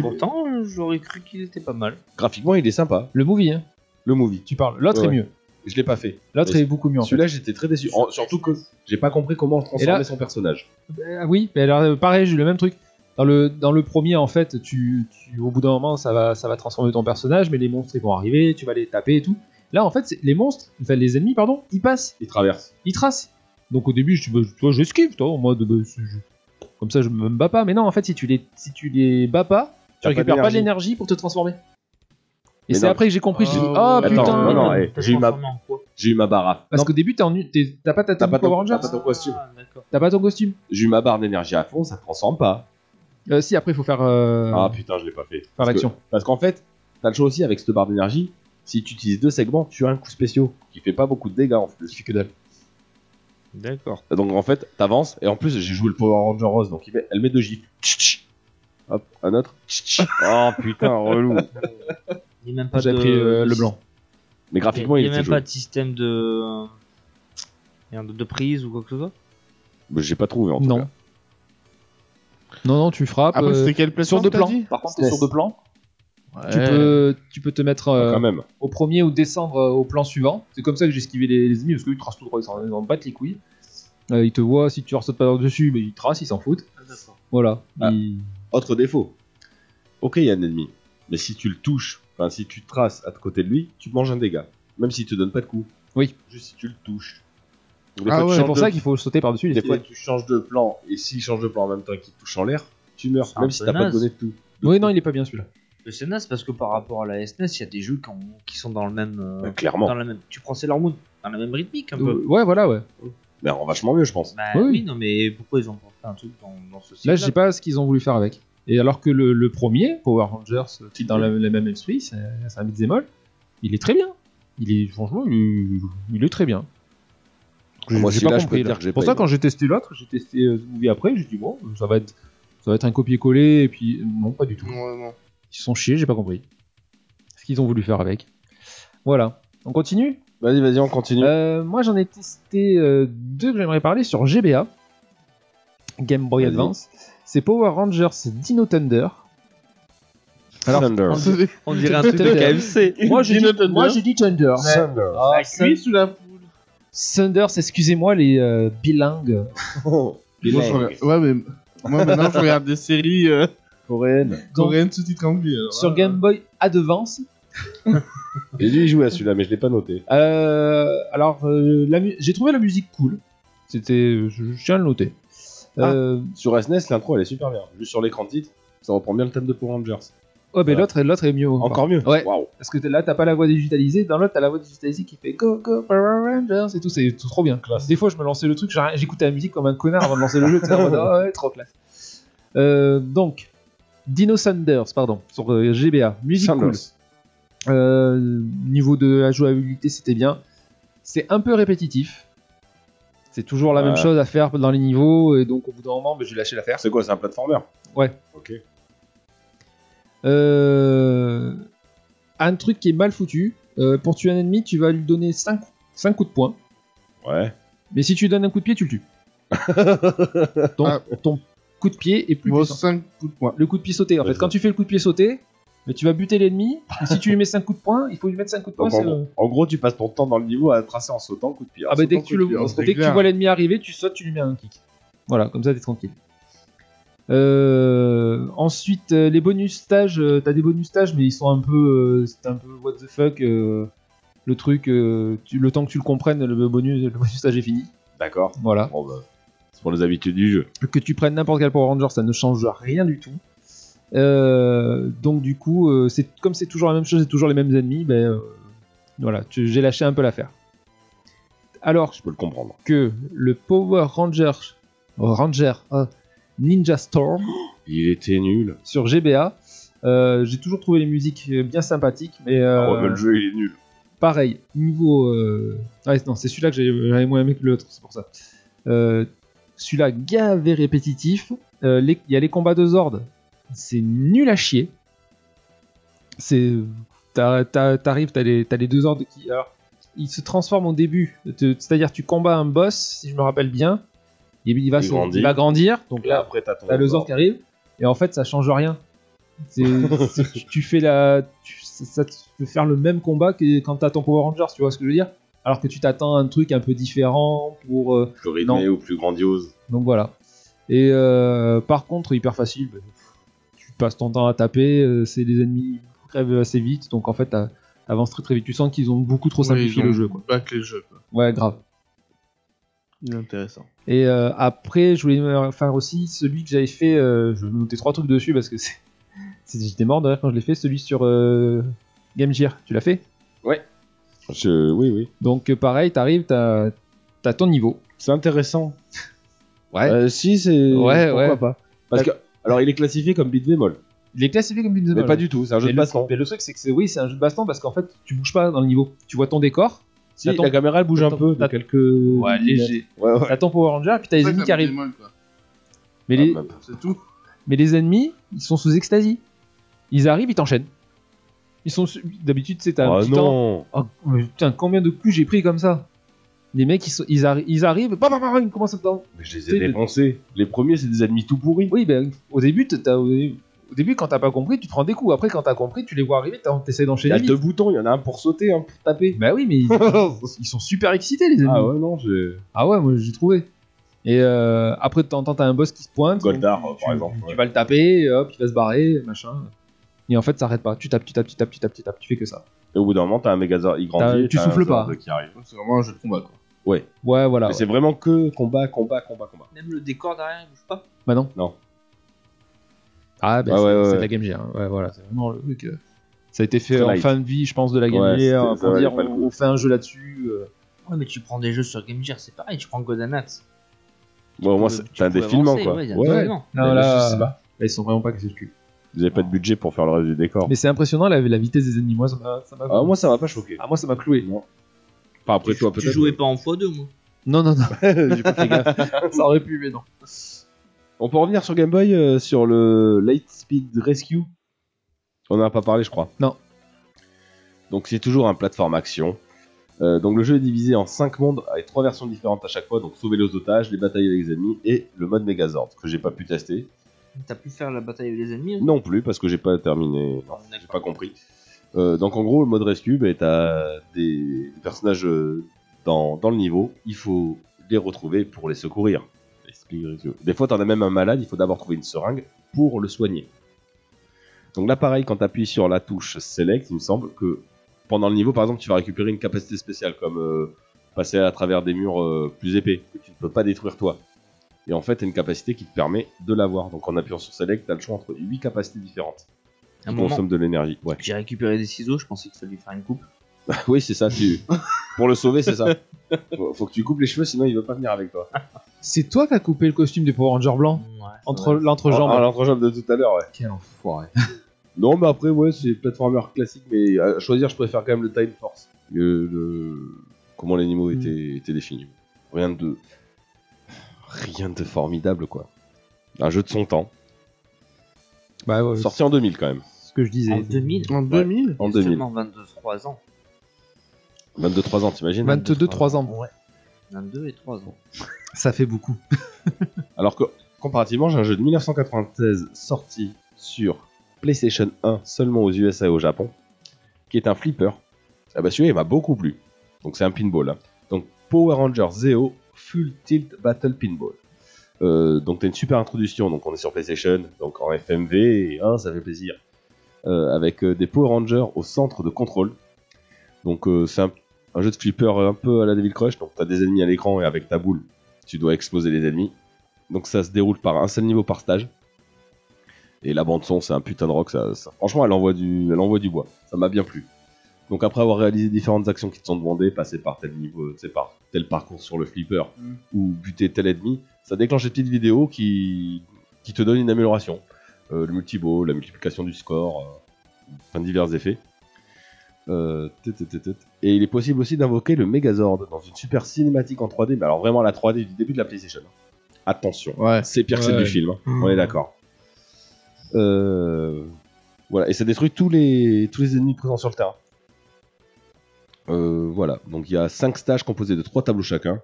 Pourtant, euh, j'aurais cru qu'il était pas mal.
Graphiquement, il est sympa,
le movie, hein,
le movie.
tu parles. L'autre
Ouais,
est mieux.
Je l'ai pas fait.
L'autre
Mais
est beaucoup mieux en fait.
Celui-là, j'étais très déçu. En- surtout que j'ai pas compris comment on transformait
là-
son personnage.
Ah oui, mais alors, euh, pareil, j'ai eu le même truc. Dans le, dans le premier, en fait, tu, tu- au bout d'un moment, ça va, ça va transformer ton personnage, mais les monstres, ils vont arriver, tu vas les taper et tout. Là, en fait, c'est- les monstres, enfin, les ennemis, pardon, ils passent,
Il traverse.
ils tracent. Donc au début, je dis, bah, toi, j'esquive, toi, moi, de, bah, c'est- je- comme ça, je me bats pas. Mais non, en fait, si tu les, si tu les bats pas, tu
T'as pas
récupères pas de
d'énergie.
l'énergie pour te transformer. Et
Mais
c'est
non.
après que j'ai compris, j'ai dit,
Oh,
ah
Attends,
putain
non, non, eh,
T'as
j'ai eu ma-
transformé en quoi
J'ai eu ma barafe.
Parce qu'au début, t'es en- t'es- t'as pas ta
T'as
tenue
pas ton-
Power Rangers,
t'as pas ton costume.
Ah, d'accord.
t'as pas ton costume.
J'ai eu ma barre d'énergie à fond, ça transforme pas.
Euh, si, après, il faut faire, euh,
Ah putain, je l'ai pas fait.
faire
Parce que-
l'action.
Parce qu'en fait, t'as le choix aussi avec cette barre d'énergie. Si tu utilises deux segments, tu as un coup spéciaux qui fait pas beaucoup de dégâts en fait. que dalle.
D'accord.
Donc en fait, t'avances et en plus j'ai joué le Power Ranger Rose, donc il met- elle met deux gifles. Tch, tch. Hop, un autre. Tch, tch. oh putain, relou.
Il n'y a même pas
J'ai
de...
pris euh, le blanc.
Mais graphiquement, il
n'y a
était
même pas
joli.
de système de... merde, de prise ou quoi que ce soit
Mais J'ai pas trouvé en tout
Non.
cas.
Non, non, tu frappes.
Après,
euh,
c'était quelle
sur
plateforme
deux
t'as
plans.
dit
Par contre, t'es sur deux plans.
Ouais.
Tu, peux, tu peux te mettre euh,
Quand même.
au premier ou descendre euh, au plan suivant. C'est comme ça que j'ai esquivé les, les ennemis parce qu'ils tracent tout droit, ils s'en ils en battent les couilles. Euh, ils te voient, si tu leur sautes pas dessus, mais ils tracent, ils s'en foutent. Voilà.
Ah.
Ils-
Autre défaut. Ok, il y a un ennemi. Mais si tu le touches, enfin si tu traces à côté de lui, tu manges un dégât. Même s'il te donne pas de coup.
Oui.
Juste si tu le touches. Donc,
Ah ouais.
tu
C'est
changes
pour
de-
ça qu'il faut sauter par-dessus les
Des fois,
filets.
tu changes de plan, et s'il change de plan en même temps qu'il touche en l'air, tu meurs,
C'est un
même si
peu
t'as pas
naze.
donné de tout.
Oui, non, il est pas bien celui-là.
Mais C'est naze E parce que par rapport à la SNES, il y a des jeux qui, ont- qui sont dans le même. euh,
Bah, clairement.
dans la même... Tu prends Sailor Moon, dans la même rythmique un peu.
Euh, Ouais, voilà, ouais.
Mais en vachement mieux, je pense.
Bah
Oui,
oui.
oui.
non, mais pourquoi ils ont pas fait un truc dans, dans ce
Là,
style
je sais pas ce qu'ils ont voulu faire avec. Et alors que le, le premier, Power Rangers, euh, qui est dans la, la même esprit, c'est c'est un beat'em all, il est très bien. Il est, franchement, il, il est très bien. J'ai-
Ah, moi,
j'ai
celui-là,
pas
je peux
compris.
dire que j'ai
pour
pas
ça,
aimé.
quand j'ai testé l'autre, j'ai testé euh, ce movie après, j'ai dit, bon, ça va être, ça va être un copier-coller, et puis, non, pas du tout.
Ouais, non.
Ils se sont chiés, j'ai pas compris. Ce qu'ils ont voulu faire avec. Voilà. On continue
Vas-y, vas-y, on continue.
Euh, moi, j'en ai testé euh, deux que j'aimerais parler sur GBA, Game Boy
Vas-y.
Advance. C'est Power Rangers Dino Thunder. alors,
Thunder.
C'est-
On dirait un truc de
Thunder.
KFC.
Moi, j'ai dit,
Dino Thunder.
moi, j'ai dit Thunder.
Thunder.
Ah,
La cuisse ou la poule
Thunders, excusez-moi les euh, bilingues.
Moi, je regarde- Ouais, mais moi maintenant je regarde des séries euh,
Coréenne.
Donc,
coréennes sous-titres anglais. alors,
sur
hein.
Game Boy Advance.
J'ai dû y jouer à celui-là, mais je l'ai pas noté.
euh, alors, euh, la mu- j'ai trouvé la musique cool. C'était, euh, je je tiens à le noter.
Ah.
Euh,
Sur SNES, l'intro, elle est super bien. Juste sur l'écran de titre, ça reprend bien le thème de Power Rangers.
ouais, mais
Voilà.
l'autre, l'autre est mieux.
Encore mieux.
Ouais.
Waouh.
Parce que t'es- là, t'as pas la voix digitalisée. Dans l'autre, t'as la voix digitalisée qui fait Go Go Power Rangers et tout. C'est tout trop bien. Des fois, je me lançais le truc, j'ai- j'écoutais la musique comme un connard avant de lancer le jeu. t'sais, en mode, Ah ouais, trop classe. Euh, donc, Dino Sanders, pardon, sur euh, GBA. Musique cool.
Thunders.
Euh, niveau de la jouabilité, c'était bien. C'est un peu répétitif. C'est toujours la
Ouais.
même chose à faire dans les niveaux. Et donc, au bout d'un moment, bah, j'ai lâché l'affaire.
C'est quoi, c'est un platformer
Ouais.
Ok.
Euh, un truc qui est mal foutu. euh, pour tuer un ennemi, tu vas lui donner 5, coups de poing.
Ouais.
Mais si tu lui donnes un coup de pied, tu le tues. Donc
Ah.
ton coup de pied est plus
Bon,
puissant.
5 coups de poing.
Le coup de pied sauté, en
Ouais,
fait. Quand tu fais le coup de pied sauté, mais tu vas buter l'ennemi. Et si tu lui mets 5 coups de poing, il faut lui mettre 5 coups de poing.
Donc, en,
c'est euh, le-
gros- en gros, tu passes ton temps dans le niveau à tracer en sautant, coup de pied. en
Ah bah dès
sautant,
que tu,
coup
le,
de pied, en sautant.
dès que tu
clair.
vois l'ennemi arriver, tu sautes, tu lui mets un kick. Voilà, comme ça t'es tranquille. Euh, ensuite, euh, les bonus stages, euh, t'as des bonus stages, mais ils sont un peu, euh, c'est un peu what the fuck. euh, le truc, euh, tu- le temps que tu le comprennes, le bonus, le bonus stage est fini.
D'accord.
Voilà.
Bon, bah, c'est pour les habitudes du jeu.
Que tu prennes n'importe quel Power Ranger, ça ne change rien du tout. Euh, donc du coup, euh, c'est comme c'est toujours la même chose, et toujours les mêmes ennemis, ben euh, voilà, tu- j'ai lâché un peu l'affaire. Alors
Je peux le comprendre.
que le Power Ranger, oh, Ranger euh, Ninja Storm
Il était nul.
sur GBA. euh, j'ai toujours trouvé les musiques euh, bien sympathiques, mais euh,
Ah ouais, mais le jeu, il est nul.
pareil, niveau. euh, ah, non, c'est celui-là que j'avais j'avais moins aimé que l'autre, c'est pour ça. Euh, celui-là, gavé répétitif. Euh, les- Il y a les combats de Zord, c'est nul à chier. C'est. t'as- t'as- T'arrives, t'as les, t'as les deux Zords qui. Alors, ils se transforment au début. Te- C'est-à-dire, tu combats un boss, si je me rappelle bien. Il, il va,
Il
se-
grandit.
il va grandir. Donc
Donc
là,
là, après, t'as ton.
t'as le Zord qui arrive, et en fait, ça change rien. C'est- c'est- tu fais la. tu- ça, ça te fait faire le même combat que quand t'as ton Power Rangers, tu vois ce que je veux dire Alors que tu t'attends à un truc un peu différent pour. euh,
Plus rythmé
Non.
ou plus grandiose.
donc voilà. Et euh, par contre, hyper facile, bah, tu passes ton temps à taper, euh, c'est les ennemis crèvent assez vite, donc en fait, t'as- t'avances très très vite. Tu sens qu'ils ont beaucoup trop
Oui,
simplifié
ils ont
le jeu, quoi.
Back les jeux, quoi.
Ouais, grave.
Intéressant.
Et euh, après, je voulais me faire aussi celui que j'avais fait. euh, je vais noter trois trucs dessus parce que c'est. c'est- J'étais mort derrière quand je l'ai fait, celui sur euh, Game Gear. Tu l'as fait
Je... Oui, oui.
Donc, euh, pareil, t'arrives, t'as t'as ton niveau.
C'est intéressant.
Ouais.
Euh, si, c'est.
Ouais,
Pourquoi
ouais.
pas Parce que. Alors, il est classifié comme beat bémol.
Il est classifié comme beat'em
Mais
up.
pas du tout, c'est un jeu
Mais
de
le-
baston.
Mais le truc, c'est que c'est oui, c'est un jeu de baston parce qu'en fait, tu bouges pas dans le niveau. Tu vois ton décor.
Si,
t'as ton-
la caméra elle bouge un
t'as-
peu de
t'as-
quelques.
Ouais, léger.
Ouais, ouais.
T'as ton Power Ranger et puis t'as les
Ça,
ennemis
ça
qui
me
arrivent.
démole, quoi.
Mais les,
Ah, bah,
C'est tout.
mais les ennemis, ils sont sous extasie. Ils arrivent, ils t'enchaînent. Ils sont su- d'habitude, c'est un
Ah
petit temps.
non
Oh, mais putain, combien de coups j'ai pris comme ça Les mecs, ils, sont- ils, arri- ils arrivent, bah, bah, bah, ils commencent à te dam-
Mais je les
C'est
ai
de-
défoncés. Les premiers, c'est des ennemis tout pourris.
Oui, ben, au début, t'as- au au début, quand t'as pas compris, tu te prends des coups. Après, quand t'as compris, tu les vois arriver, t'en- t'essayes
Il y
d'enchaîner.
a deux
vite.
boutons, il y en a un pour sauter, un pour taper.
Bah oui, mais ils, ils sont super excités, les ennemis.
Ah ouais, non, j'ai.
Ah ouais, moi j'ai trouvé. Et euh, après, de temps en temps, t'as un boss qui se pointe.
Goldar,
donc,
euh,
tu-
par exemple,
Tu
ouais.
vas le taper, hop, il va se barrer, machin. Et en fait, ça arrête pas. Tu tapes, tu tapes, tu tapes, tu tapes, tu tapes, tu fais que ça.
Et au bout d'un moment, t'as un Megazord, il grandit.
T'as-
et
tu
t'as un
souffles
Zord
pas.
Qui arrive.
C'est vraiment un jeu de combat, quoi.
Ouais.
Ouais, voilà. ouais.
Mais c'est vraiment que combat, combat, combat, combat.
Même le décor derrière, il bouge pas.
Bah non.
Non.
Ah, bah
Ah
c'est
ouais, ouais,
c'est de
ouais.
la Game Gear. hein. Ouais, voilà, c'est vraiment le truc. euh, Ça a été fait
Très
en
light.
fin de vie, je pense, de la Game
Ouais, c'était-
Gear.
ça
Pour
valait
dire,
pas le
on,
coup.
on fait un jeu là-dessus. euh,
Ouais, mais tu prends des jeux sur Game Gear, c'est pareil. Tu prends Godanax.
Bon, au moins,
Tu
c'est
peux- tu
t'as un
peux
défilement,
avancer,
quoi.
Ouais, il y a
Ouais.
un défilement.
Non,
Mais
Ah là, euh,
je sais
là, ils sont vraiment pas cassés le cul.
Vous avez pas de budget pour faire le reste du décor.
Mais c'est impressionnant la, la vitesse des ennemis. Moi, ça m'a. ça m'a-
Ah, moi, ça m'a pas choqué.
Ah, moi, ça m'a cloué.
Enfin, après
Tu,
toi,
tu
peut-être.
jouais pas en x2, moi.
Non, non, non,
J'ai pas fait gaffe.
ça aurait pu, mais non.
On peut revenir sur Game Boy euh, sur le Light Speed Rescue. On n'en a pas parlé, je crois.
Non.
Donc c'est toujours un plateforme action. Euh, donc le jeu est divisé en 5 mondes avec trois versions différentes à chaque fois. Donc sauver les otages, les batailles avec les ennemis et le mode Megazord que j'ai pas pu tester.
T'as pu faire la bataille avec les ennemis. hein
Non plus parce que j'ai pas terminé. Non, j'ai pas compris. Euh, donc en gros, le mode rescue, bah, t'as des, des personnages euh, dans, dans le niveau, il faut les retrouver pour les secourir. Les speed rescue. Des fois, t'en as même un malade, il faut d'abord trouver une seringue pour le soigner. Donc là, pareil, quand t'appuies sur la touche select, il me semble que pendant le niveau, par exemple, tu vas récupérer une capacité spéciale comme euh, passer à travers des murs euh, plus épais que tu ne peux pas détruire toi. Et en fait, t'as une capacité qui te permet de l'avoir. Donc en appuyant sur select, t'as le choix entre 8 capacités différentes.
À
Qui
un moment,
consomment de l'énergie. Ouais.
J'ai récupéré des ciseaux, je pensais qu'il fallait faire une coupe.
Oui, c'est ça. Tu... Pour le sauver, c'est ça. Faut, faut que tu coupes les cheveux, sinon il veut pas venir avec toi.
C'est toi qui as coupé le costume du Power Ranger blanc entre l'entrejambe.
Ah, l'entrejambe de tout à l'heure, ouais.
Quel enfoiré.
Non, mais après, ouais, c'est platformer classique, mais à choisir, je préfère quand même le Time Force. Le, le- Comment l'animaux
Hmm.
étaient, étaient définis. Rien de. Rien de formidable, quoi. Un jeu de son temps.
Bah
Euh,
ouais,
Sorti en 2000 quand même.
c'est ce que je disais.
En 2000.
En 2000
il
En
y a
2000.
Seulement 23 ans.
22-3 ans, t'imagines
22, 3 ans.
Ouais. 22 et 3 ans.
Ça fait beaucoup.
Alors que, comparativement, j'ai un jeu de 1996 sorti sur PlayStation 1 seulement aux USA et au Japon, qui est un flipper. Ah bah celui-là, il m'a beaucoup plu. Donc c'est un pinball. hein. Donc Power Rangers Zeo Full Tilt Battle Pinball. Euh, donc t'as une super introduction, donc on est sur PlayStation, donc en FMV, et hein, ça fait plaisir. Euh, avec euh, des Power Rangers au centre de contrôle. Donc euh, c'est un, un jeu de flipper un peu à la Devil Crush, donc t'as des ennemis à l'écran et avec ta boule, tu dois exploser les ennemis. Donc ça se déroule par un seul niveau par stage. Et la bande son, c'est un putain de rock. Ça, ça- franchement, elle envoie du, elle envoie du bois. Ça m'a bien plu. Donc après avoir réalisé différentes actions qui te sont demandées, passer par tel niveau, tu sais, par tel parcours sur le flipper ou buter tel ennemi, ça déclenche des petites vidéos qui, qui te donnent une amélioration. Euh, le multiball, la multiplication du score, euh, enfin divers effets. Euh, tut, tut, tut, tut. Et il est possible aussi d'invoquer le Megazord dans une super cinématique en 3D, mais alors vraiment la 3D du début de la PlayStation. hein. Attention.
Ouais.
C'est pire que celle
Ouais.
du film, hein. on est d'accord. Euh, Voilà, et ça détruit tous les, tous les ennemis présents sur le terrain. Euh, voilà, donc il y a 5 stages composés de 3 tableaux chacun.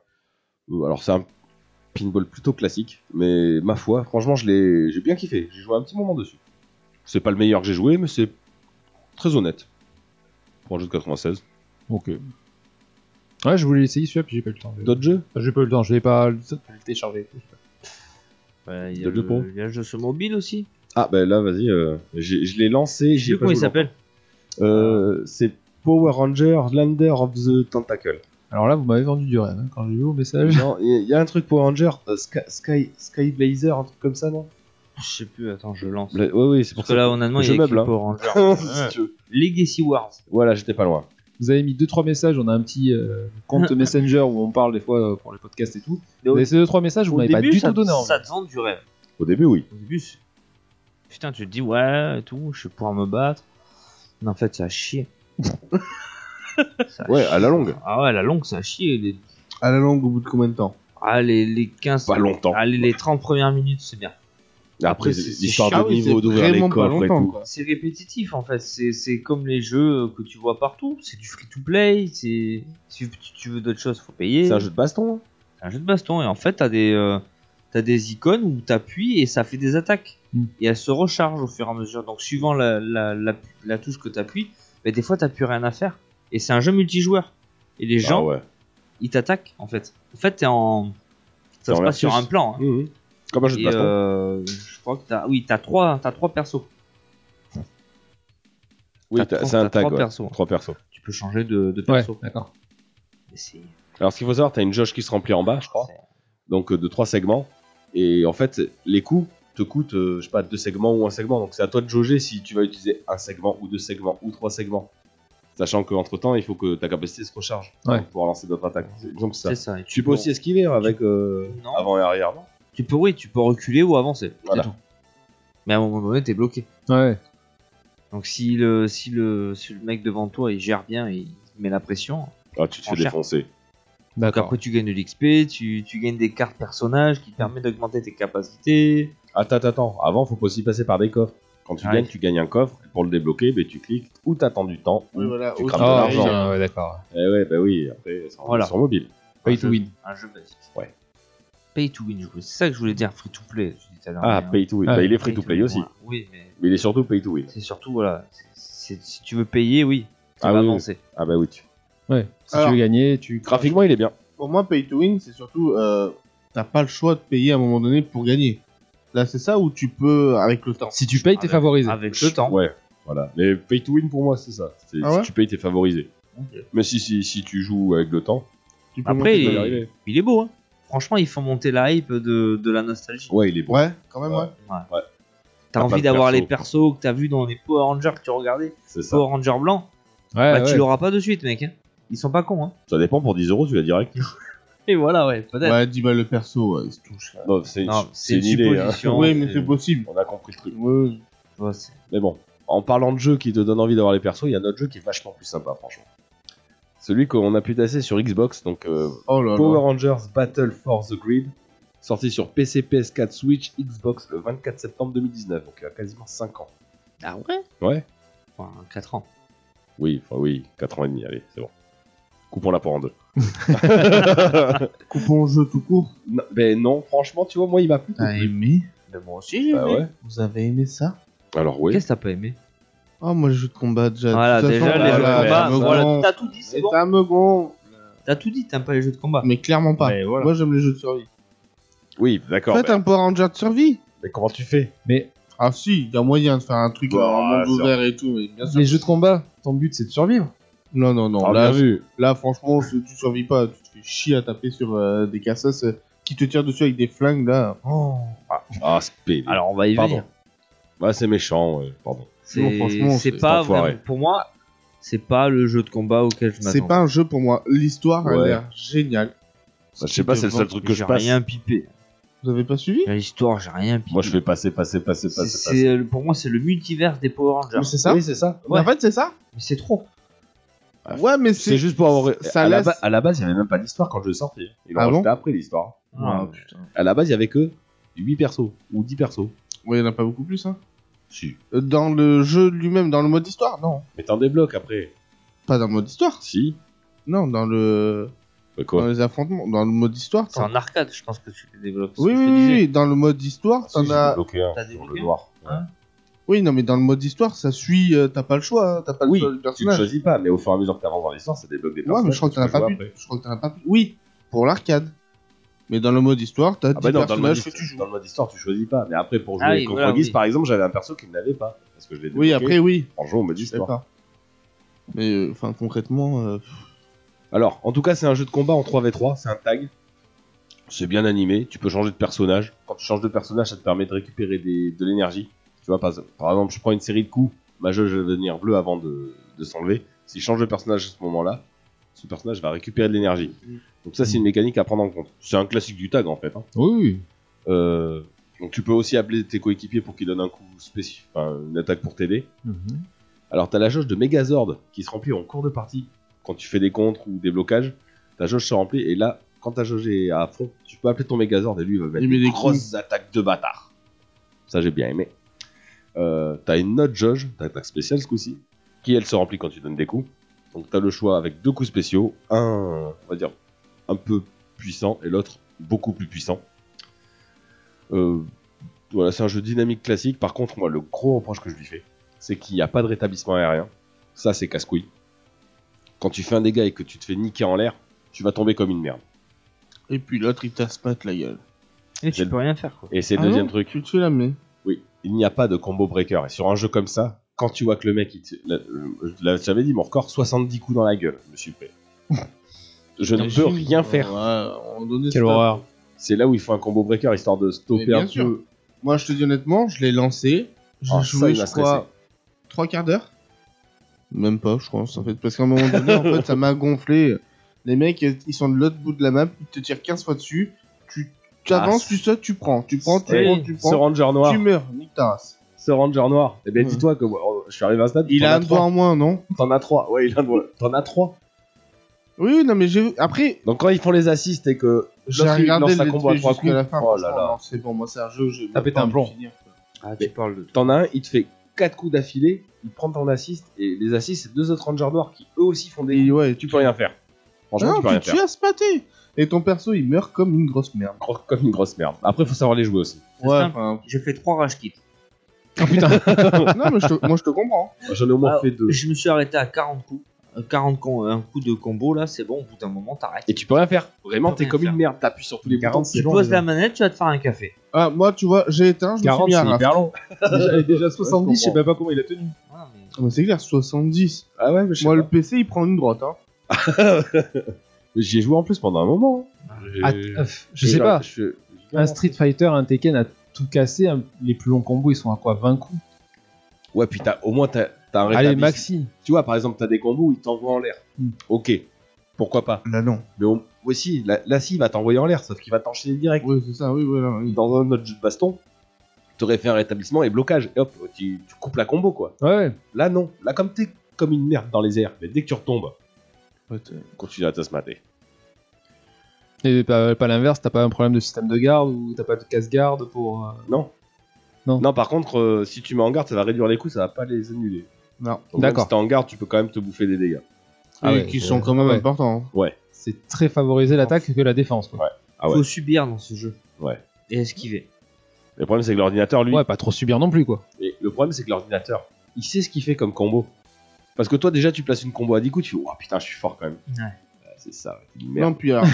Euh, Alors c'est un pinball plutôt classique, mais ma foi, franchement, je l'ai, j'ai bien kiffé. J'ai joué un petit moment dessus. C'est pas le meilleur que j'ai joué, mais c'est très honnête pour un jeu de 96.
Ok. Ouais, je voulais essayer celui-là, puis j'ai pas eu le temps.
D'autres jeux
J'ai pas eu le temps, je l'ai pas le télécharger.
Ouais, il y
De
a
deux ponts.
le village de ce mobile aussi.
Ah ben là, vas-y, euh, j'ai- je l'ai
Je sais
lancé, j'ai
plus
pas
comment il
joué
s'appelle.
longtemps. Euh, c'est Power Ranger Lander of the Tentacle.
Alors là, vous m'avez vendu du rêve hein, quand j'ai vu vos messages.
Non, il y, y a un truc Power Ranger, euh, Sky, Sky, Sky Blazer, un truc comme ça, non
Je sais plus, attends, je lance.
Oui, oui, c'est pour
Parce que
ça.
là, honnêtement, il y
Je
a écrit
meuble, hein.
Power Ranger.
Si tu veux.
Legacy Wars.
Voilà, j'étais pas loin.
Vous avez mis 2-3 messages, on a un petit euh, compte Messenger où on parle des fois euh, pour les podcasts et tout.
Mais au-
Vous avez ces 2-3 messages, vous
Au
m'avez pas
début,
du
ça,
tout donné envie.
ça te vend du rêve.
Au début, oui.
Au début, c'est- putain, tu te dis ouais, et tout, je vais pouvoir me battre. Mais en fait, ça a chier. Ça a
Ouais, à la longue.
Ah ouais, à la longue, ça a chier. Les,
À la longue, au bout de combien de temps
ah, les, les 15.
Pas longtemps.
Allez, les 30 premières minutes, c'est bien.
Après,
c'est- c'est
l'histoire
chiant,
de
oui,
niveau
c'est
d'ouvrir les
vraiment pas
coffres et
longtemps,
tout.
quoi.
C'est répétitif en fait, c'est c'est comme les jeux que tu vois partout, c'est du free to play, c'est si tu- tu veux d'autres choses, faut payer.
C'est un jeu de baston. hein.
C'est un jeu de baston et en fait t'as des euh, t'as des icônes où t'appuies et ça fait des attaques
Mm.
et elles se rechargent au fur et à mesure. Donc suivant la, la, la, la touche que t'appuies, mais des fois t'as plus rien à faire. Et c'est un jeu multijoueur et les gens
Ah ouais.
ils t'attaquent en fait. En fait t'es en ça
en
se passe
versus.
sur un plan. hein.
Mhm. Comme un jeu de
Et,
baston.
euh, je crois que t'as oui t'as trois t'as trois persos.
oui,
t'as
t'as-
trois-
c'est un
t'as
tag.
trois
ouais.
persos. hein.
Trois persos.
Tu peux changer de, de
Ouais,
perso.
d'accord.
Et c'est-
Alors, ce qu'il faut savoir, t'as une jauge qui se remplit en bas, je crois. donc euh, de trois segments. Et en fait, les coups te coûtent, euh, je sais pas, deux segments ou un segment. Donc c'est à toi de jauger si tu vas utiliser un segment ou deux segments ou trois segments. Sachant qu'entre temps, il faut que ta capacité se recharge
Ouais.
pour pouvoir lancer d'autres attaques. C'est- Donc ça.
C'est ça. Et
Tu peux aussi esquiver avec euh,
Non.
avant et arrière. non
tu peux oui tu peux reculer ou avancer. c'est
Voilà.
tout. Mais à un moment donné t'es bloqué.
Ouais.
Donc si le, si le, si le mec devant toi il gère bien, il met la pression.
Ah, tu te fais
Enchère.
défoncer.
Donc
D'accord.
après tu gagnes de l'XP, tu, tu gagnes des cartes personnages qui te permettent d'augmenter tes capacités.
Attends, attends, attends. Avant, faut aussi passer par des coffres. Quand tu
Ouais.
gagnes, tu gagnes un coffre. Et Pour le débloquer, ben, tu cliques ou t'attends du temps ou
Oui, voilà,
tu
ou
crames
tu
de
Ah,
payes,
l'argent.
ouais, ouais, d'accord.
Eh ouais, bah oui, après, c'est en-
Voilà.
sur mobile.
Pay
Un
to
jeu-
win.
Un jeu basique.
Ouais.
Pay to win, je voulais- c'est ça que je voulais dire, free to play. je disais tout à l'heure,
Ah,
mais, hein,
pay to win.
Ouais.
Bah, il est free to play aussi.
voilà. Oui, mais
Mais il est surtout pay to win.
c'est surtout, voilà, c'est- c'est- si tu veux payer, oui, tu
Ah
vas
oui, oui.
avancer.
Ah bah oui. tu-
Ouais. Si
Alors-
tu veux gagner, tu.
Graphiquement, il est bien.
Pour moi, pay to win, c'est surtout, euh, t'as pas le choix de payer à un moment donné pour gagner. Là, c'est ça où tu peux, avec le temps.
Si tu payes, t'es
Avec-
favorisé.
Avec le temps.
Ouais, voilà. Mais pay to win pour moi, c'est ça. C'est-
Ah
si
ouais
tu payes, t'es favorisé. Mais si, si, si tu joues avec le temps,
Tu peux
Après,
monter
il,
ta-
arriver.
il est beau, hein. Franchement, ils font monter la hype de, de la nostalgie.
ouais, il est bon.
Ouais, quand même, ouais.
Ouais. T'as
Ouais. T'as pas
envie
de
d'avoir
perso.
les persos que t'as vu dans les Power Rangers que tu regardais,
C'est ça.
Power Ranger blanc,
Ouais,
bah
ouais.
tu l'auras pas de suite, mec. hein. Ils sont pas cons, hein.
Ça dépend pour 10 euros, tu l'as direct.
Et voilà, ouais, peut-être.
Ouais, 10 balles le perso, ouais, il se touche.
Non, c'est une,
Non,
c'est une idée. hein.
supposition.
oui, mais c'est possible.
On a compris le truc.
Ouais.
Tu vois, c'est-
Mais bon, en parlant de jeux qui te donnent envie d'avoir les persos, il y a un autre jeu qui est vachement plus sympa, franchement. Celui qu'on a pu tasser sur Xbox, donc euh,
Oh là
Power
là.
Rangers Battle for the Grid, sorti sur PC, PS4, Switch, Xbox le 24 septembre 2019, donc il y a quasiment 5 ans.
Ah ouais
Ouais.
Enfin, 4 ans.
Oui, enfin oui, 4 ans et demi, allez, c'est bon. Coupons la poire en deux.
Coupons jeu tout court.
Non, ben non, franchement, tu vois, moi, il m'a
Ah,
plu.
T'as aimé
Mais moi aussi, j'ai
Bah
aimé.
ouais.
Vous avez aimé ça
Alors oui.
Qu'est-ce que t'as pas aimé
Oh, moi, les jeux de combat, déjà.
Voilà,
De toute
déjà,
façon,
les jeux
voilà,
de combat,
me
voilà,
gonfle.
t'as tout dit, c'est
C'est
bon.
un meugon.
T'as tout dit, t'aimes pas les jeux de combat.
Mais clairement pas.
Ouais, voilà.
Moi, j'aime les jeux de survie.
Oui, d'accord. bah.
Faites
ben-
un Power Ranger de survie.
Mais comment tu fais
Mais
Ah si, y a moyen de faire un truc
Bah,
en monde
ça-
ouvert et tout, mais bien sûr.
les jeux de combat, ton but c'est de survivre.
Non, non, non.
Ah,
là,
bien vu.
là, franchement, si tu survis pas, tu te fais chier à taper sur euh, des cassasses euh, qui te tirent dessus avec des flingues, là.
Oh.
Ah, c'est pédé.
Alors, hein. on va y
pardon.
venir.
Bah, c'est méchant, ouais, pardon.
Non,
C'est
franchement,
c'est
c'est-
pas
c'est enfoiré.
vraiment- Pour moi, c'est pas le jeu de combat auquel je
C'est
m'attends.
pas un jeu pour moi. L'histoire a
Ouais.
l'air géniale.
Bah, je sais pas, c'est le seul truc que je
J'ai
passe.
rien pipé.
Vous avez pas suivi
L'histoire, j'ai rien pipé.
Moi, je fais passer, passer, passer,
C'est-
passer, passer.
c'est- Pour moi, c'est le multivers des Power Rangers.
Mais c'est ça
Oui, c'est ça.
Mais En fait, c'est ça
Mais c'est trop.
Ah,
Ouais, mais c'est...
C'est juste pour avoir.
Ça
à, la
laisse-
ba- à la base, il n'y avait même pas d'histoire quand je le sortais. Ils l'ont
Ah bon
rajouté après l'histoire.
Ah,
Ouais.
putain.
À la base, il y avait que 8 persos ou 10 persos.
Ouais, y'en a pas beaucoup plus, hein.
Si.
Euh, Dans le jeu lui-même, dans le mode histoire, non.
Mais t'en débloques après.
Pas dans le mode histoire.
Si. Euh,
Non, dans le...
Mais Bah, quoi
Dans les affrontements, dans le mode histoire.
C'est
t'en-
en arcade, je pense que tu les développes. c'est ce
Oui,
que
oui,
je te
oui,
disais.
oui, dans le mode histoire,
Si,
t'en
j'ai
as...
débloqué un
T'as
sur
débloqué
le noir.
Hein
Oui, non, mais dans le mode histoire, ça suit, euh, t'as pas le choix, hein, t'as pas le
Oui,
choix du
tu ne
personnage.
choisis pas, mais au fur et à mesure que t'avances dans l'histoire, ça débloque des
Ouais,
personnages.
mais je crois que t'en as
tu peux
pas
jouer
plus.
après.
Je crois que t'en as pas plus. Oui, pour l'arcade. Mais dans le mode histoire, t'as
Ah
10
bah non, dans le, mode,
personnages que tu joues.
dans le mode histoire, tu choisis pas. Mais après, pour jouer
Ah oui,
contre
voilà,
Guise,
oui.
par exemple, j'avais un perso qui ne l'avait pas. Parce que je l'ai
Oui,
débloqué
après, oui.
en jouant au mode
Je sais
histoire.
pas. Mais euh, enfin, concrètement, euh,
Alors, en tout cas, c'est un jeu de combat en 3v3, c'est un tag. C'est bien animé, tu peux changer de personnage. Quand tu changes de personnage, ça te permet de récupérer des- de l'énergie. Tu vois, par, par exemple, je prends une série de coups, ma jauge va devenir bleue avant de, de s'enlever. Si je change de personnage à ce moment-là, ce personnage va récupérer de l'énergie. Donc ça, c'est une mécanique à prendre en compte. C'est un classique du tag, en fait. hein.
Oui.
Euh, donc tu peux aussi appeler tes coéquipiers pour qu'ils donnent un coup spécifique, enfin, une attaque pour t'aider. Alors t'as la jauge de Megazord qui se remplit en cours de partie. Quand tu fais des contres ou des blocages, ta jauge se remplit et là, quand ta jauge est à fond, tu peux appeler ton Megazord et lui il va mettre
Il met
des
des
grosses attaques de bâtard. Ça, j'ai bien aimé. Euh, t'as une note jauge, t'as attaque spéciale ce coup-ci, qui elle se remplit quand tu donnes des coups. Donc t'as le choix avec deux coups spéciaux, un, on va dire, un peu puissant et l'autre beaucoup plus puissant. Euh, voilà, c'est un jeu dynamique classique. Par contre, moi, le gros reproche que je lui fais, c'est qu'il n'y a pas de rétablissement aérien. Ça, c'est casse-couille. Quand tu fais un dégât et que tu te fais niquer en l'air, tu vas tomber comme une merde.
Et puis l'autre, il t'aspate la gueule.
Et tu
J'ai-
peux rien faire quoi.
Et c'est le
Ah
deuxième
non
truc.
Tu te fais la main.
Oui, il n'y a pas de combo breaker. Et sur un jeu comme ça, quand tu vois que le mec, il te- la- euh, la- j'avais dit mon record, 70 coups dans la gueule, je me suis fait. Je ne peux rien faire.
Ouais, on donnait
Quelle
ça.
horreur.
C'est là où il faut un combo breaker histoire de
Mais
stopper
bien
un
sûr.
peu.
Moi, je te dis honnêtement, je l'ai lancé. J'ai
Ah, ça,
joué,
il m'a
je crois, trois quarts d'heure. Même pas, je pense, en fait. Parce qu'à un moment donné, en fait, ça m'a gonflé. Les mecs, ils sont de l'autre bout de la map, ils te tirent 15 fois dessus. Tu tu
Ah,
avances,
c'est-
tu sautes, tu prends. Tu prends, tu
Eh,
prends, tu
ce
prends.
ranger noir,
Tu meurs, nique ta race.
ce ranger noir. Eh bien,
Ouais.
dis-toi que moi, oh, je suis arrivé à un stade.
Il
t'en
a
as
un doigt
trois.
en moins, non
T'en as trois. Ouais, il a un doigt. T'en as trois.
Oui, non, mais j'ai. Après,
Donc quand ils font les assists et que
j'ai
l'autre, il
regardé
lance un
le
combo à
let's play
trois
jusqu'à
coups.
la fin.
Oh là
franchement,
là.
non, C'est bon, moi, c'est un jeu. j'ai
T'as
même
pété
pas
un
envie de
plomb.
finir, quoi.
Ah, tu parles de.
T'en as un, il te fait 4 coups d'affilée, il prend ton assist, et les assists, c'est deux autres rangers noirs qui eux aussi font des.
Et ouais,
Tu peux rien faire. Franchement,
Non,
tu peux rien
Ah, tu
faire.
as spaté Et ton perso, il meurt comme une grosse merde.
Gros- Comme une grosse merde. Après, faut savoir les jouer aussi.
C'est
Ouais,
simple.
enfin,
J'ai fait trois rage kits.
Oh putain.
non, mais je te- moi je te comprends.
J'en ai au moins
Ah,
fait deux.
Je me suis arrêté à 40 coups. Euh, 40 com- un coup de combo là, c'est bon, au bout d'un moment t'arrêtes.
Et tu peux rien faire. Vraiment,
Tu peux
t'es
rien
comme
faire.
une merde. T'appuies sur tous les boutons.
tu poses la manette, tu vas te faire un café.
Ah, moi, tu vois, j'ai éteint, je me suis
40,
mis à
c'est
raf.
hyper long. Déjà, déjà
Ouais,
70,
je
je sais même pas comment il a tenu.
Ah, mais-
Ah, mais c'est clair, 70.
Ah ouais, mais je sais
Moi,
pas.
le PC, il prend une droite. Hein.
Mais J'y ai joué en plus pendant un moment. hein.
Ah,
J'ai-
euh, je sais pas.
je-
Un Street Fighter, un Tekken a tout cassé. un- Les plus longs combos, ils sont à quoi 20 coups
Ouais, puis t'as- au moins t'as t'as un
Allez,
rétablissement.
maxi.
Tu vois, par exemple, t'as des combos, ils t'envoient en l'air.
Hmm.
Ok, pourquoi pas.
Là, non.
Mais au- aussi, là, là, si, il va t'envoyer en l'air, sauf qu'il va t'enchaîner direct.
Oui, c'est ça, oui, voilà. oui.
dans un autre jeu de baston, t'aurais fait un rétablissement et blocage, et hop, tu, tu coupes la combo quoi.
Ouais, ouais.
Là non, là comme t'es comme une merde dans les airs, mais dès que tu retombes,
Ouais,
euh,
t'es-
continue à te se mater.
Et pas, pas l'inverse, t'as pas un problème de système de garde ou t'as pas de casse-garde pour. euh,
Non.
Non.
Non, par contre, euh, si tu mets en garde, ça va réduire les coups, ça va pas les annuler.
Non.
Donc, même
D'accord.
Si t'es en garde, tu peux quand même te bouffer des dégâts.
Ah
Et
ouais,
qui
c'est-
sont quand même
ouais.
importants. hein.
C'est très favorisé l'attaque que la défense. Quoi.
Ah ouais.
Faut subir dans ce jeu.
Ouais.
Et esquiver.
Le problème, c'est que l'ordinateur, lui,
Ouais, pas trop subir non plus, quoi.
et le problème, c'est que l'ordinateur, il sait ce qu'il fait comme combo. Parce que toi, déjà, tu places une combo à 10 coups, tu fais, oh putain, je suis fort quand même.
Ouais.
Euh, C'est ça, ouais, t'es une
Non,
merde.
puis alors,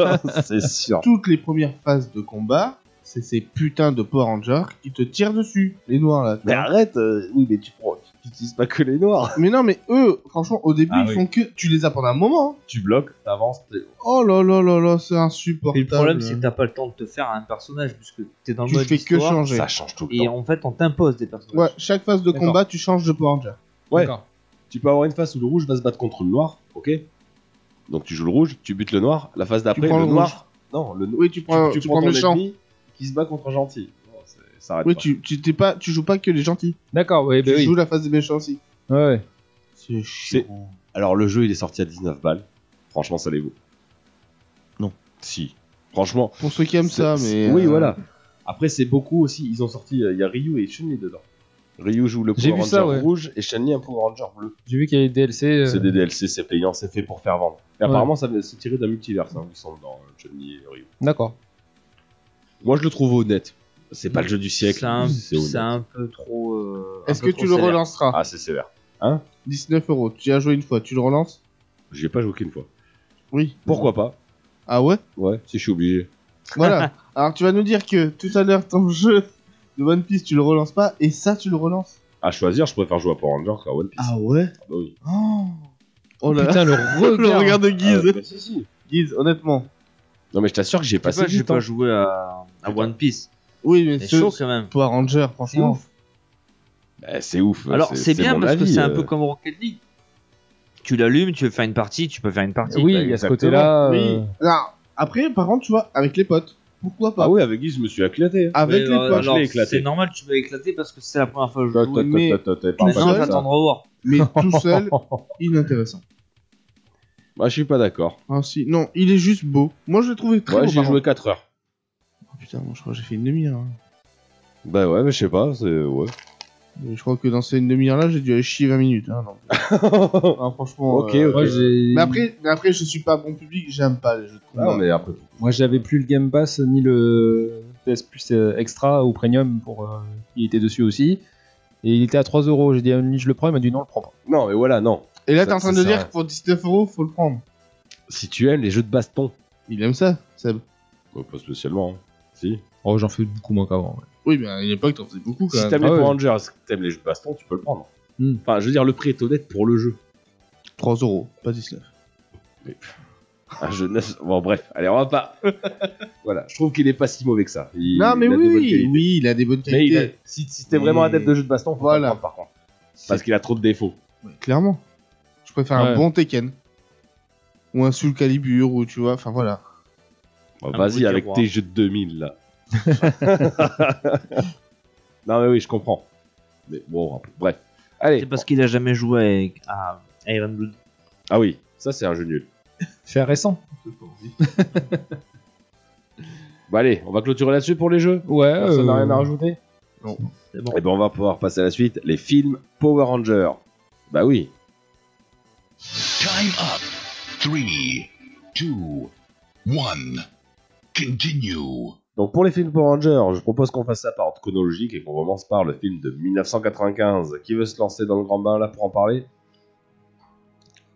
c'est sûr.
toutes les premières phases de combat, c'est ces putains de Power Rangers qui te tirent dessus, les noirs là.
Mais arrête, euh, oui, mais tu prends, tu utilises pas que les noirs.
Mais non, mais eux, franchement, au début,
Ah
ils
oui.
font que. Tu les as pendant un moment. hein.
tu bloques, t'avances. t'es-
Oh là là là là, c'est
Et
insupportable.
le problème, c'est que t'as pas le temps de te faire un personnage puisque t'es dans le
tu
mode
fais que
histoire,
changer.
Ça change tout le
Et
temps.
en fait, on t'impose des personnages.
Ouais, chaque phase de
D'accord.
combat, tu changes de Power Ranger.
Ouais.
D'accord.
Tu peux avoir une phase où le rouge va se battre contre le noir, ok Donc tu joues le rouge, tu butes le noir, la phase d'après,
prends
le,
le
noir. Non, le no-
Oui, tu prends,
tu,
tu
tu
prends
prends
le
ton
champ.
ennemi qui se bat contre un gentil. Oh, c'est- ça arrête
Oui,
pas.
tu, tu, t'es pas, tu joues pas que les gentils.
D'accord, ouais, bah
tu
oui.
joues la phase des méchants aussi.
Ouais, ouais.
C'est
C'est- Alors le jeu, il est sorti à 19 balles. Franchement, ça les vaut.
Non.
Si. Franchement.
Pour ceux qui aiment
c'est-
ça,
c'est-
mais.
Oui,
euh,
voilà. Après, c'est beaucoup aussi. Ils ont sorti, euh, il y a Ryu et Chun-Li dedans. Ryu joue le
J'ai
Power
vu
Ranger
ça, ouais.
rouge et Chun-Li un Power Ranger bleu.
J'ai vu qu'il y avait des DLC. euh,
C'est des DLC, c'est payant, c'est fait pour faire vendre. Et
Ouais.
apparemment, ça vient- c'est tiré d'un multiverse, hein, ils sont dans euh, Johnny et Ryu.
D'accord.
Moi, je le trouve honnête. C'est pas le jeu du siècle,
C'est un,
c'est
c'est un
honnête.
peu trop. euh, un
Est-ce
peu
que
trop
tu le
sévère.
relanceras
Ah, c'est sévère.
19 euros. Tu y as joué une fois, tu le relances
J'y ai pas joué qu'une fois.
Oui.
Pourquoi pas
Ah ouais
Ouais, si je suis obligé.
Voilà. Alors tu vas nous dire que tout à l'heure, ton jeu de One Piece, tu le relances pas, et ça, tu le relances.
À choisir, je préfère jouer à Power Ranger qu'à One Piece.
ouais
Ah bah oui.
Oh, Oh là là.
Putain, le
Le
regard.
regard de Guise.
Ah, bah, si, si.
Guise, honnêtement.
Non, mais je t'assure que j'ai
Je sais
passé
pas, J'ai
du temps.
pas joué à, à One Piece.
Oui, mais
C'est
ce
chaud quand même.
Power Ranger,
C'est
franchement.
ouf.
Bah, c'est ouf.
Alors c'est bien
mon
parce que
avis,
c'est un
euh.
peu comme Rocket League. Tu l'allumes, tu veux faire une partie, tu peux faire une partie.
Oui,
bah,
il y a ce
exactement.
côté-là.
Oui.
euh,
Alors, après, par contre, tu vois, avec les potes. Pourquoi pas
Ah oui, avec Guise, je me suis éclaté. hein.
Avec
Mais,
les
euh,
potes.
alors,
l'ai éclaté.
C'est normal, tu vas éclater parce que c'est la première fois que je
Toi,
joue.
toi,
mais-
toi, toi, toi, t'es pas
Mais
tout
mal,
non,
seul,
ça.
j'attends de revoir.
Mais tout seul, inintéressant.
Bah, je suis pas d'accord.
Ah si, non, il est juste beau. Moi, je l'ai trouvé très
Ouais,
beau.
j'ai
par
joué
contre.
4 heures.
Oh, putain, moi, je crois que j'ai fait une demi-heure. hein.
Bah ouais, mais je sais pas, c'est. Ouais.
Et je crois que dans ces une demi-heure là, j'ai dû aller chier 20 minutes. hein, donc. Ah, franchement.
Ok,
euh,
ok.
Moi, j'ai-
Mais après, mais après, je suis pas bon public, j'aime pas les jeux de combat.
Non, Ah, mais après.
Moi, j'avais plus le Game Pass ni le PS Plus euh, Extra ou Premium pour. euh, Il était dessus aussi. Et il était à 3 euros. J'ai dit à Omni, je le prends. Il m'a dit non, on le prends pas.
Non, mais voilà, non.
Et là,
Ça-
t'es en train
ça
de
sert à
dire
rien.
que pour 19 euros, faut le prendre.
Si tu aimes les jeux de baston.
Il aime ça, Seb.
Ouais, pas spécialement. hein. Si.
Oh, j'en fais beaucoup moins qu'avant. ouais.
Oui, mais à une époque, t'en faisais beaucoup quand
Si
même. Ah
t'aimes les Power Rangers, si t'aimes les jeux de baston, tu peux le prendre.
Hmm.
Enfin, je veux dire, le prix est honnête pour le jeu.
3 euros, pas 19.
Un jeu neuf. Ah, Bon, bref, allez, on va pas. voilà, je trouve qu'il est pas si mauvais que ça. Il-
non, mais
il a de bonnes
oui,
qualités.
oui, il a des bonnes
Mais il a-
qualités.
si, si t'es vraiment
Mais-
adepte de jeux de baston, faut pas
Voilà.
le prendre, par contre. Parce qu'il a trop de défauts.
Clairement. Je préfère
Ouais.
un bon Tekken. Ou un Soul Calibur, ou tu vois, enfin voilà.
Bah,
Un bruit
Vas-y
de
avec
tiroir.
tes jeux de 2000 là. non mais oui, je comprends. Mais bon, bref. Allez.
C'est parce qu'il a jamais joué avec- à Iron Blood.
Ah oui, ça c'est un jeu nul.
C'est récent.
Bah allez, on va clôturer là-dessus pour les jeux.
Ouais. euh,
Personne n'a rien à
rajouter.
C'est bon.
Et ben on va pouvoir passer à la suite, les films Power Rangers. Bah oui.
Time up. Three, two, one. Continue.
Donc pour les films Power Rangers, je propose qu'on fasse ça par ordre chronologique et qu'on commence par le film de 1995. Qui veut se lancer dans le grand bain là pour en parler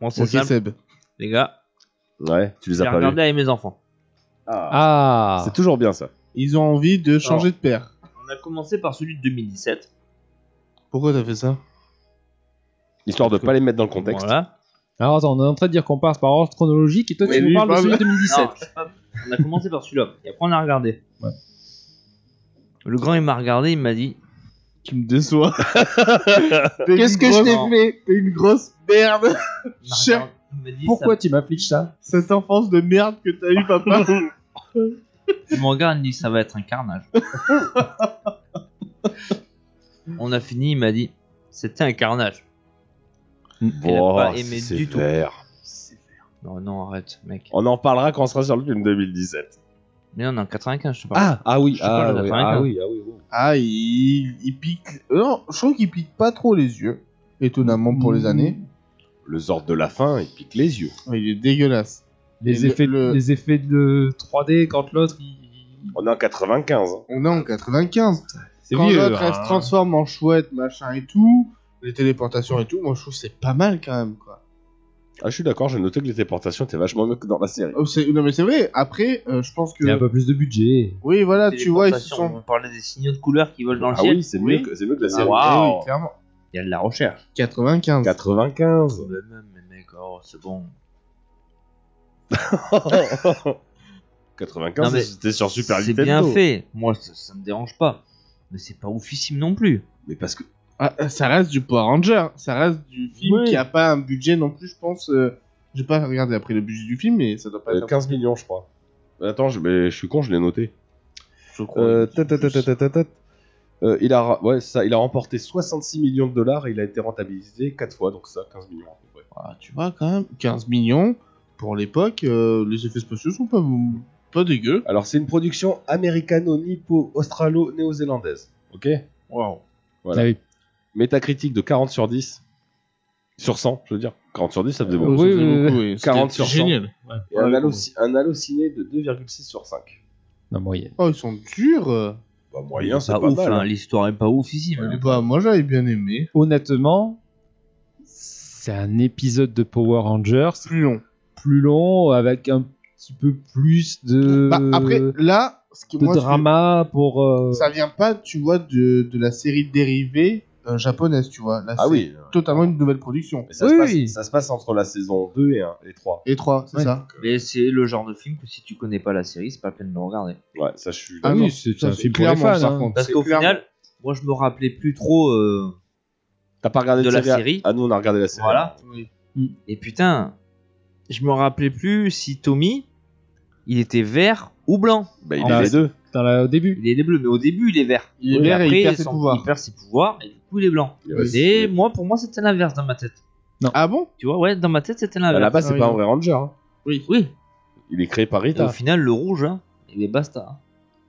Bon, c'est
Ok,
simple,
Seb.
les gars.
Ouais, tu les
J'ai
as pas vus.
regardé avec mes enfants.
Ah,
Ah.
C'est toujours bien ça.
Ils ont envie de changer de paire.
On a commencé par celui de 2017.
Pourquoi t'as fait ça
Histoire de
Parce que-
pas les mettre dans le contexte.
Voilà.
Alors attends, on est en train de dire qu'on passe par ordre chronologique et toi
Oui, Ah.
tu nous
lui,
parles de
pas
celui de
Non,
2017.
je sais pas. on a commencé par celui-là. Et après, on a regardé.
Ouais.
Le grand, il m'a regardé, il m'a dit
Tu me déçois. Qu'est-ce que je t'ai fait T'es une grosse merde.
il m'a
Cher-
regardé, il m'a dit,
Pourquoi tu m'affliges ça
Cette enfance de merde que t'as eu, papa.
ça- Il me regarde, il me dit Ça va être un carnage. on a fini, il m'a dit C'était un carnage. Il a pas aimé
oh, c'est
du tout.
sévère.
Non, non, arrête, mec.
On en parlera quand on sera sur le film 2017.
Mais on est en 95, je te parle.
Ah, ah oui,
Je sais pas,
ah,
le
oui,
95.
ah oui, ah oui, oui.
Ah, il, il pique. euh, non, je trouve qu'il pique pas trop les yeux. Étonnamment pour
Mm.
les années.
Le Zord de la fin, il pique les yeux.
Ouais, il est dégueulasse.
les
Et
effets,
le-
les effets de 3D quand l'autre il...
On est en 95. hein.
On est en 95.
c'est
Quand
vieux.
l'autre elle
hein.
se transforme en chouette, machin et tout, les téléportations et tout, moi je trouve que c'est pas mal quand même quoi.
Ah, je suis d'accord, j'ai noté que les déportations étaient vachement mieux que dans la série.
Oh, c'est- non mais c'est vrai. Après, euh, je pense que
Il y a un peu plus de budget.
oui voilà, Ah, tu vois ils se
Téléportation,
sont.
On parlait des signaux de couleur qui volent dans le
Ah
ciel.
oui, c'est mieux,
Oui.
que- c'est mieux que la
Ah
série.
oui,
Waouh.
oui, clairement.
Il y a de la recherche.
95.
95.
Mais même, mais mec, oh, c'est bon.
95,
Non, mais
c'était sur Super
C'est
Nintendo.
bien fait. Moi, ça, ça me dérange pas. Mais c'est pas oufissime non plus.
Mais parce que
Ah, ça reste du Power Ranger. hein. Ça reste du film
Ouais.
qui a pas un budget non plus, je pense. euh, J'ai pas regardé après le budget du film, mais ça doit pas
euh,
être.
15 millions, je crois. Attends, je, mais je suis con, je l'ai noté.
Je crois.
Euh, ta- ta- ta- ta- ta- ta- ta- ta. Euh, il a, ra- ouais, c'est ça, il a remporté 66 millions de dollars et il a été rentabilisé 4 fois, donc ça, 15 millions à peu près.
Ah, tu vois, quand même, 15 millions, pour l'époque, euh, les effets spatiaux sont pas, pas dégueux.
Alors, c'est une production américano-nippo-australo-néo-zélandaise. Ok
Waouh.
Voilà.
Ah oui.
Métacritique de 40 sur 10. Sur 100, je veux dire. 40 sur 10, ça faisait
Euh,
Oui,
beaucoup.
oui, oui.
C'était
40 sur 100.
Génial.
Et un, halluci- un halluciné de 2,6 sur 5.
Non, moyenne.
Oh, ils sont durs. euh.
Bah, moyen, c'est
pas,
pas,
ouf.
mal.
hein,
hein.
L'histoire est pas oufissime. hein.
Bah, moi, j'avais bien aimé.
Honnêtement, c'est un épisode de Power Rangers
Plus long.
plus long avec un petit peu plus de,
Bah, après, là, ce qui
de
moi, ce que-
drama pour. euh,
ça vient pas, tu vois, de, de la série dérivée euh, japonaise, tu vois. Là,
Ah
c'est
oui.
Totalement une nouvelle production.
Mais ça,
Oui,
se passe,
oui.
ça se passe entre la saison 2 et, 1, et 3.
Et 3, c'est
Ouais.
ça.
Mais c'est le genre de film que si tu connais pas la série, c'est pas la peine de le regarder.
Ouais, ça, je suis.
Ah
non,
oui, c'est c'est
ça,
un
c'est
film pour les
clairement,
fans.
par
hein.
contre.
Parce
C'est
qu'au
clairement-
final, moi, je me rappelais plus trop. euh,
T'as pas regardé
de la
à-
série.
Ah, nous, on a regardé la série.
Voilà.
Oui.
Et putain, je me rappelais plus si Tommy, il était vert ou blanc.
Bah, il
En
a
fait-
les deux.
Dans la- au début.
Il est bleu, mais au début, il est vert.
Il est
Et
vert et
après,
il perd ses
son-
pouvoirs. Bah,
Il perd ses pouvoirs et du coup, il est blanc.
Il reste-
Et moi, pour moi, c'était l'inverse dans ma tête.
Ah bon
Tu vois, ouais, dans ma tête, c'était
Bah,
l'inverse.
Là-bas, c'est
oui,
pas un
non.
vrai Ranger. hein.
Oui. oui.
Il est créé par
Et au
Rita.
final, le rouge, hein, il est basta. hein.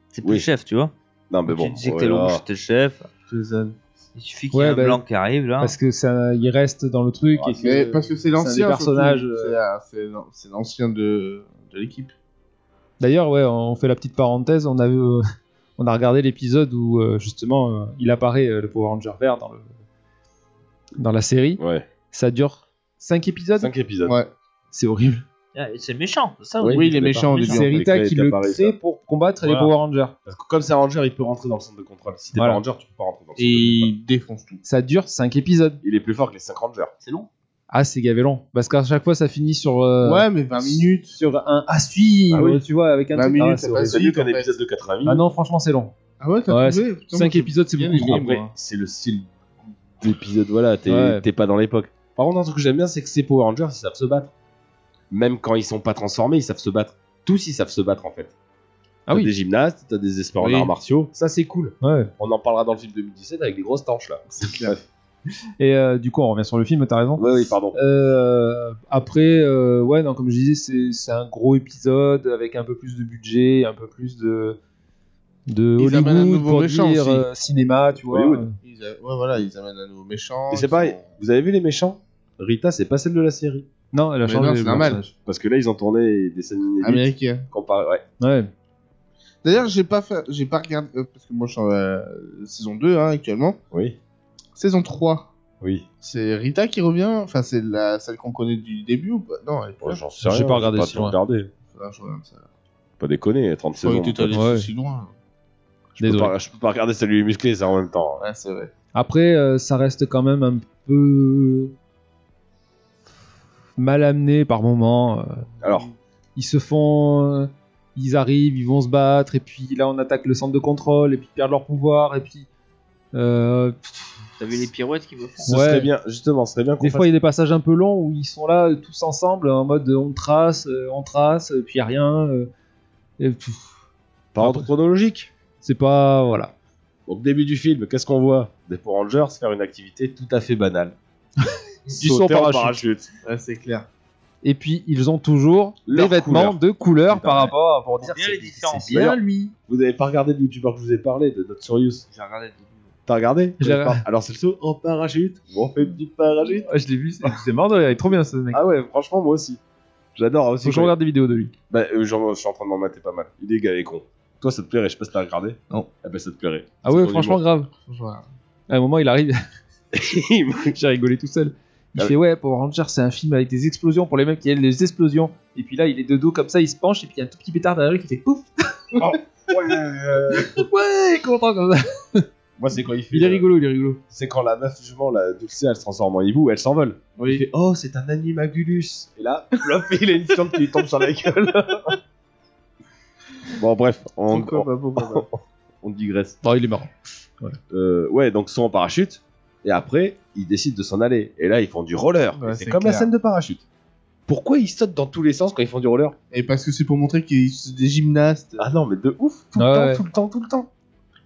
C'est plus
Oui.
le chef, tu vois.
Non, mais bon.
tu disais que
oh
t'es
là
le
là.
rouge, t'es le chef.
Cézanne.
Il suffit qu'il y
Ouais,
ait un
bah,
blanc qui arrive là.
Parce que ça, il reste dans le truc. et
Ah. Mais parce que c'est
un des
l'ancien. surtout.
personnages,
C'est,
euh,
ah, C'est l'an- c'est l'ancien de, de l'équipe.
D'ailleurs, ouais, on fait la petite parenthèse. On a vu, euh, on a regardé l'épisode où euh, justement euh, il apparaît euh, le Power Ranger vert dans le dans la série.
Ouais,
Ça dure 5 épisodes.
5 épisodes.
Ouais.
C'est horrible.
Ah, C'est méchant, ça.
Oui,
Oui, il est
mais
méchant au
par-
début.
C'est
les
Rita
crédits
qui le
apparaissent,
crée
ça.
pour combattre les
Voilà.
Power Rangers.
Parce que comme c'est Ranger, il peut rentrer dans le centre de contrôle. Si t'es
Voilà.
pas Ranger, tu peux pas rentrer dans le centre
Et
de contrôle.
il défonce tout.
Ça dure 5 épisodes.
Il est plus fort que les 5 Rangers.
C'est long.
Ah, c'est gavé long. Parce qu'à chaque fois, ça finit sur. euh,
ouais, mais 20 minutes.
Sur un à suivre,
Ah oui.
tu vois, avec un
20
truc.
minutes,
Ah,
ça
c'est
passe
horrible.
C'est
si,
mieux qu'un
en fait.
épisode de 80
Ah
minutes.
non, franchement, c'est long.
Ah ouais, t'as
Ouais,
trouvé Putain, moi,
5
j'ai
épisodes, c'est
bien
beaucoup
aimé,
trop.
moi.
moi.
C'est le style d'épisode, voilà, t'es
Ouais.
t'es pas dans l'époque. Par contre, un truc que j'aime bien, c'est que ces Power Rangers, ils savent se battre. Même quand ils sont pas transformés, ils savent se battre. Tous, ils savent se battre en fait.
Ah
t'as
oui.
des gymnastes, t'as des experts
Oui.
en arts martiaux. Ça, c'est cool.
Ouais.
On en parlera dans le film 2017 avec des grosses tanches là.
Et euh, du coup, on revient sur le film, t'as raison.
Oui, oui, pardon.
Euh, après, euh, ouais, non, comme je disais, c'est- c'est un gros épisode avec un peu plus de budget, un peu plus de. de
Ils amènent un
Hollywood
nouveau
pour
méchant
dire
aussi.
euh, cinéma, tu vois.
Hollywood.
Ils a- Ouais, voilà, ils amènent un nouveau méchant.
Et c'est
ils
pareil,
sont-
vous avez vu les méchants Rita, c'est pas celle de la série.
Non, elle a
Mais
changé.
non, c'est
le
normal.
Parce que là, ils ont tourné des scènes inédites.
Américain.
comparé- Ouais.
personnage. Ouais.
D'ailleurs, j'ai pas fait... j'ai pas regardé euh, parce que moi je suis en euh, saison 2 hein, actuellement.
Oui.
Saison 3.
Oui.
C'est Rita qui revient, enfin c'est la celle qu'on connaît du début ou pas Non, elle est
Bon,
pas.
J'en sais
J'ai
rien.
pas regardé si
tout
loin.
regardé.
Faudra que je regarde ça.
Pas déconner, 30
Je croyais
saisons.
que t'étais allé
Ouais.
si loin.
Je peux,
Désolé.
pas, je peux pas regarder celui musclé, ça en même temps.
Ouais, c'est vrai.
Après, euh, ça reste quand même un peu. mal amené par moments. euh,
Alors,
ils se font. euh, Ils arrivent, ils vont se battre, et puis là on attaque le centre de contrôle, et puis ils perdent leur pouvoir, et puis. euh,
T'as vu les pirouettes qui me font
ce
Ouais.
serait bien, justement, ce serait bien qu'on
des
fasse
fois il y a des passages un peu longs où ils sont là euh, tous ensemble en mode euh, on trace, euh, on trace, euh, puis il a rien. euh, et pff,
par ordre chronologique.
c'est pas. Voilà.
Donc, début du film, qu'est-ce qu'on voit Des Power Rangers faire une activité tout à fait banale.
Ils
Sauter
sont
en
parachute.
Ouais, c'est clair.
Et puis ils ont toujours
Leur
les vêtements
couleur.
de couleur
Putain,
par
ouais.
rapport à pour dire
bien
c'est-
les différences.
c'est bien
D'ailleurs,
lui.
Vous avez pas regardé le youtubeur que je vous ai parlé, de notre Surius
J'ai regardé le début.
T'as regardé
Je l'ai-
Alors, c'est le saut en parachute. On fait du parachute.
Ouais, ah, je l'ai vu, c'est c'est marrant, il est trop bien ce mec.
Ah ouais, franchement, moi aussi. J'adore aussi.
Faut que je
quand-
regarde des vidéos de lui.
Bah, euh, genre, je suis en train de m'en mater pas mal. Il est gars, il est con. Toi, ça te plairait, je sais pas si t'as regardé.
Non.
Ah bah, ça te plairait.
Ah
C'est
ouais,
mon
franchement grave.
Voilà.
À un moment il arrive.
humour.
J'ai rigolé tout seul. Il
Ah
fait ouais, Power Rangers, c'est un film avec des explosions pour les mecs qui aiment les explosions. Et puis là, il est de dos comme ça, il se penche, et puis il y a un tout petit pétard derrière lui qui fait pouf. ouais, content comme ça.
Moi, c'est quand il fait.
Il est
euh,
rigolo, il est rigolo.
C'est quand la meuf, justement, la Dulce, elle se transforme en hibou, elle s'envole.
Oui.
Il fait Oh, c'est un animagulus. Et là, plop, il a une fiente qui lui tombe sur la gueule. bon, bref, on,
Pourquoi pas, pourquoi pas.
on digresse.
Non, il est marrant.
Euh, ouais, donc, sont en parachute. Et après, ils décident de s'en aller. Et là, ils font du roller.
Ouais,
Et c'est
c'est
comme la
clair.
scène de parachute. Pourquoi ils sautent dans tous les sens quand ils font du roller
Et parce que c'est pour montrer qu'ils sont des gymnastes.
Ah non, mais de ouf, tout
Ah ouais.
le temps, tout le temps, tout le temps.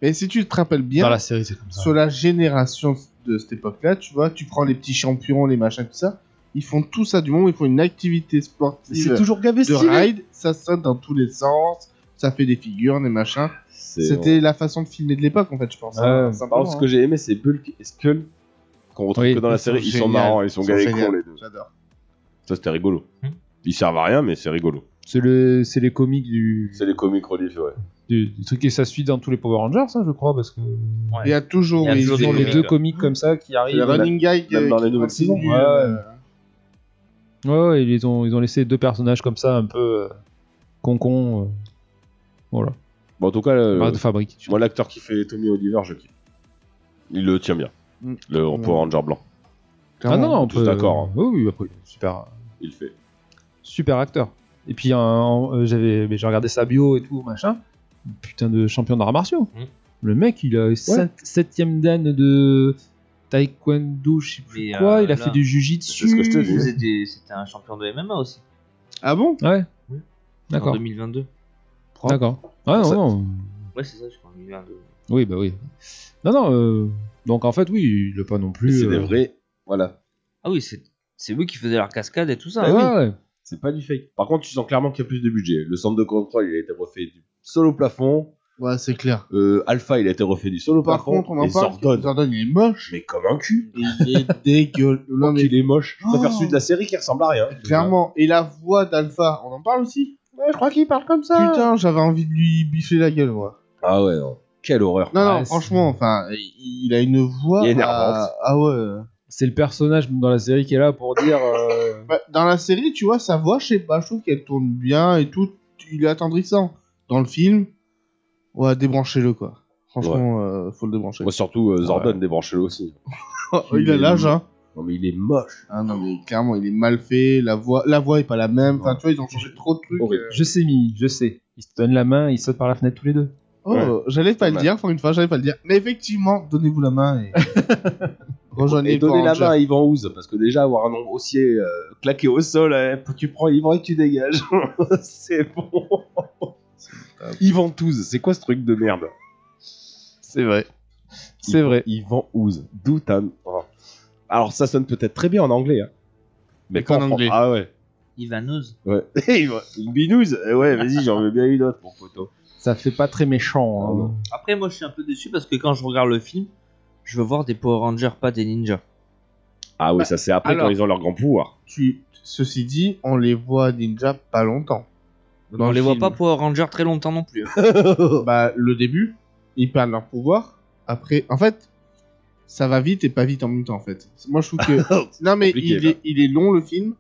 Mais si tu te rappelles bien,
série, c'est comme
sur la génération de cette époque-là, tu vois, tu prends les petits champions, les machins, tout ça, ils font tout ça du moment, où ils font une activité
Mais C'est
sportive
toujours gavé
de
stylé.
ride, ça sonne dans tous les sens, ça fait des figures, des machins. C'était la façon de filmer de l'époque, en fait, je pense.
Ouais.
hein,
Par
simplement,
contre, ce que j'ai aimé, c'est Bulk et Skull qu'on retrouve
Oui,
que dans la
ils sont
série. Ils sont
géniaux.
marrants, ils sont
Ils sont
galés
géniaux.
cons les deux.
hein. J'adore.
Ça, c'était rigolo.
Hmm.
Ils servent à rien, mais c'est rigolo.
C'est le- c'est les comiques du,
C'est les comiques relief, ouais.
du, du truc et ça suit dans tous les Power Rangers, ça, je crois, parce que
Il y a toujours,
Il y a
oui,
toujours
ils ont
des
les
comiques,
deux
ouais.
comiques comme ça qui
C'est le
arrivent.
running guy
même dans les
qui
nouvelles saisons.
continue,
Ouais.
euh,
Ouais, ouais, ils ont ils ont laissé deux personnages comme ça un peu euh, con-con, euh,
Bon, en tout cas, euh,
marque de fabrique.
moi, l'acteur qui fait Tommy Oliver, je kiffe. Il le tient bien.
Hmm.
Le
Ouais.
Power Ranger blanc.
Ah non, on
tous
peut-
d'accord, hein.
Oui, oui, après, super.
Il le fait.
super acteur. Et puis un- euh, j'avais mais j'ai regardé sa bio et tout machin. Putain de champion d'arts martiaux.
Mmh.
Mm.
Le mec, il a 7 septième dan de taekwondo, je sais plus
Mais,
quoi.
euh,
il a
là,
fait du jujitsu.
c'est ce que je te dis.
C'était des- c'était un champion de MMA aussi.
Ah bon
Ouais.
Oui. En
D'accord.
2022.
D'accord. Ah non,
Ça-
non.
Ouais, c'est ça, je crois. 2022.
Oui, bah oui. Non, non. euh, Donc en fait, oui, il est pas non
Mais
plus.
C'est des
euh,
vrais. Voilà.
Ah oui, c'est c'est eux qui faisaient leur cascade et tout ça.
Bah ouais,
hein.
Ah, ouais.
C'est pas du fake. Par contre, tu sens clairement qu'il y a plus de budget. Le centre de contrôle, il a été refait du sol au plafond.
Ouais, c'est clair.
Euh, Alpha, il a été refait du solo
Par contre, on en
et
parle.
Zordon,
Zordon, il est moche.
mais comme un cul.
Il est dégueulasse. Non, mais
Il est moche. Je préfère
Oh.
celui de la série qui ressemble à rien.
clairement. Et la voix d'Alpha, on en parle aussi Ouais, je crois qu'il parle comme ça. Putain, j'avais envie de lui biffer la gueule, moi.
Ah ouais, non. Quelle horreur.
Non,
Ouais,
non,
c'est-
franchement, enfin, il il a une voix.
Il est
à-
énervante.
Ah ouais.
C'est le personnage dans la série qui est là pour dire. euh,
Bah, dans la série, tu vois, sa voix, je sais pas, je trouve qu'elle tourne bien et tout. Il est attendrissant. Dans le film, ouais, débranchez-le, quoi. Franchement, euh, faut le débrancher.
Moi, surtout, euh, Zordon, débranchez-le aussi.
Oh, il a l'âge, hein.
Non, mais il est moche.
Ah non, mais clairement, il est mal fait. La voix, la voix est pas la même. Enfin, tu vois, ils ont changé trop de trucs.
Horrible.
Je sais, Mimi, je sais. Ils se donnent la main, ils sautent par la fenêtre tous les deux.
Oh,
Ouais.
j'allais pas le
Ouais.
dire, pour une fois, j'allais pas le dire. Mais effectivement, donnez-vous la main et. Rejoignez
Et
le
donner la
Power
main à Yvan Ouz, parce que déjà, avoir un nom aussi euh, claqué au sol, euh, tu prends Yvan et tu dégages. c'est bon. Yvan Touze, c'est quoi ce truc de merde
C'est vrai.
C'est
Yvan-
vrai.
Yvan Ouz, d'où ta- oh. Alors, ça sonne peut-être très bien en anglais. hein. Mais
Mais pas
qu'en
en
fran-
anglais.
Ah ouais.
Ivanose.
Ah Ouais. Une binouze Eh Ouais, vas-y, j'en veux bien une autre, mon poteau.
Ça fait pas très méchant. hein.
Ah non.
Après, moi, je suis un peu déçu parce que quand je regarde le film, je veux voir des Power Rangers, pas des ninjas.
Ah oui, ça c'est après
alors-
quand ils ont leur grand pouvoir.
Tu... Ceci dit, on les voit ninja pas longtemps. Dans
on
le
les voit
film.
pas Power Rangers très longtemps non plus.
bah, le début, ils perdent leur pouvoir. Après, en fait, ça va vite et pas vite en même temps, en fait. Moi, je trouve que. non, mais
compliqué,
il
là.
est, il est long, le film.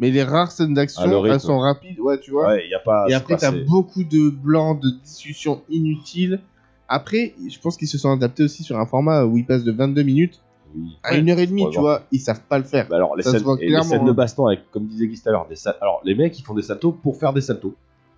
Mais les rares scènes
Ah, le
d'action,
rythme.
elles sont rapides. Ouais, tu vois.
Ouais, il a pas.
et
c'est
après,
pas-
t'as
c'est-
beaucoup de blancs, de discussions inutiles. Après, je pense qu'ils se sont adaptés aussi sur un format où ils passent de 22 minutes
Oui.
à 1h30,
Ouais,
tu vois. Ils savent pas le faire.
Bah alors, les
Ça se
scènes,
voit
et les
clairement,
scènes
hein.
de baston, avec, comme disait Guy tout à l'heure, des sa- alors les mecs ils font des saltos pour faire des saltos.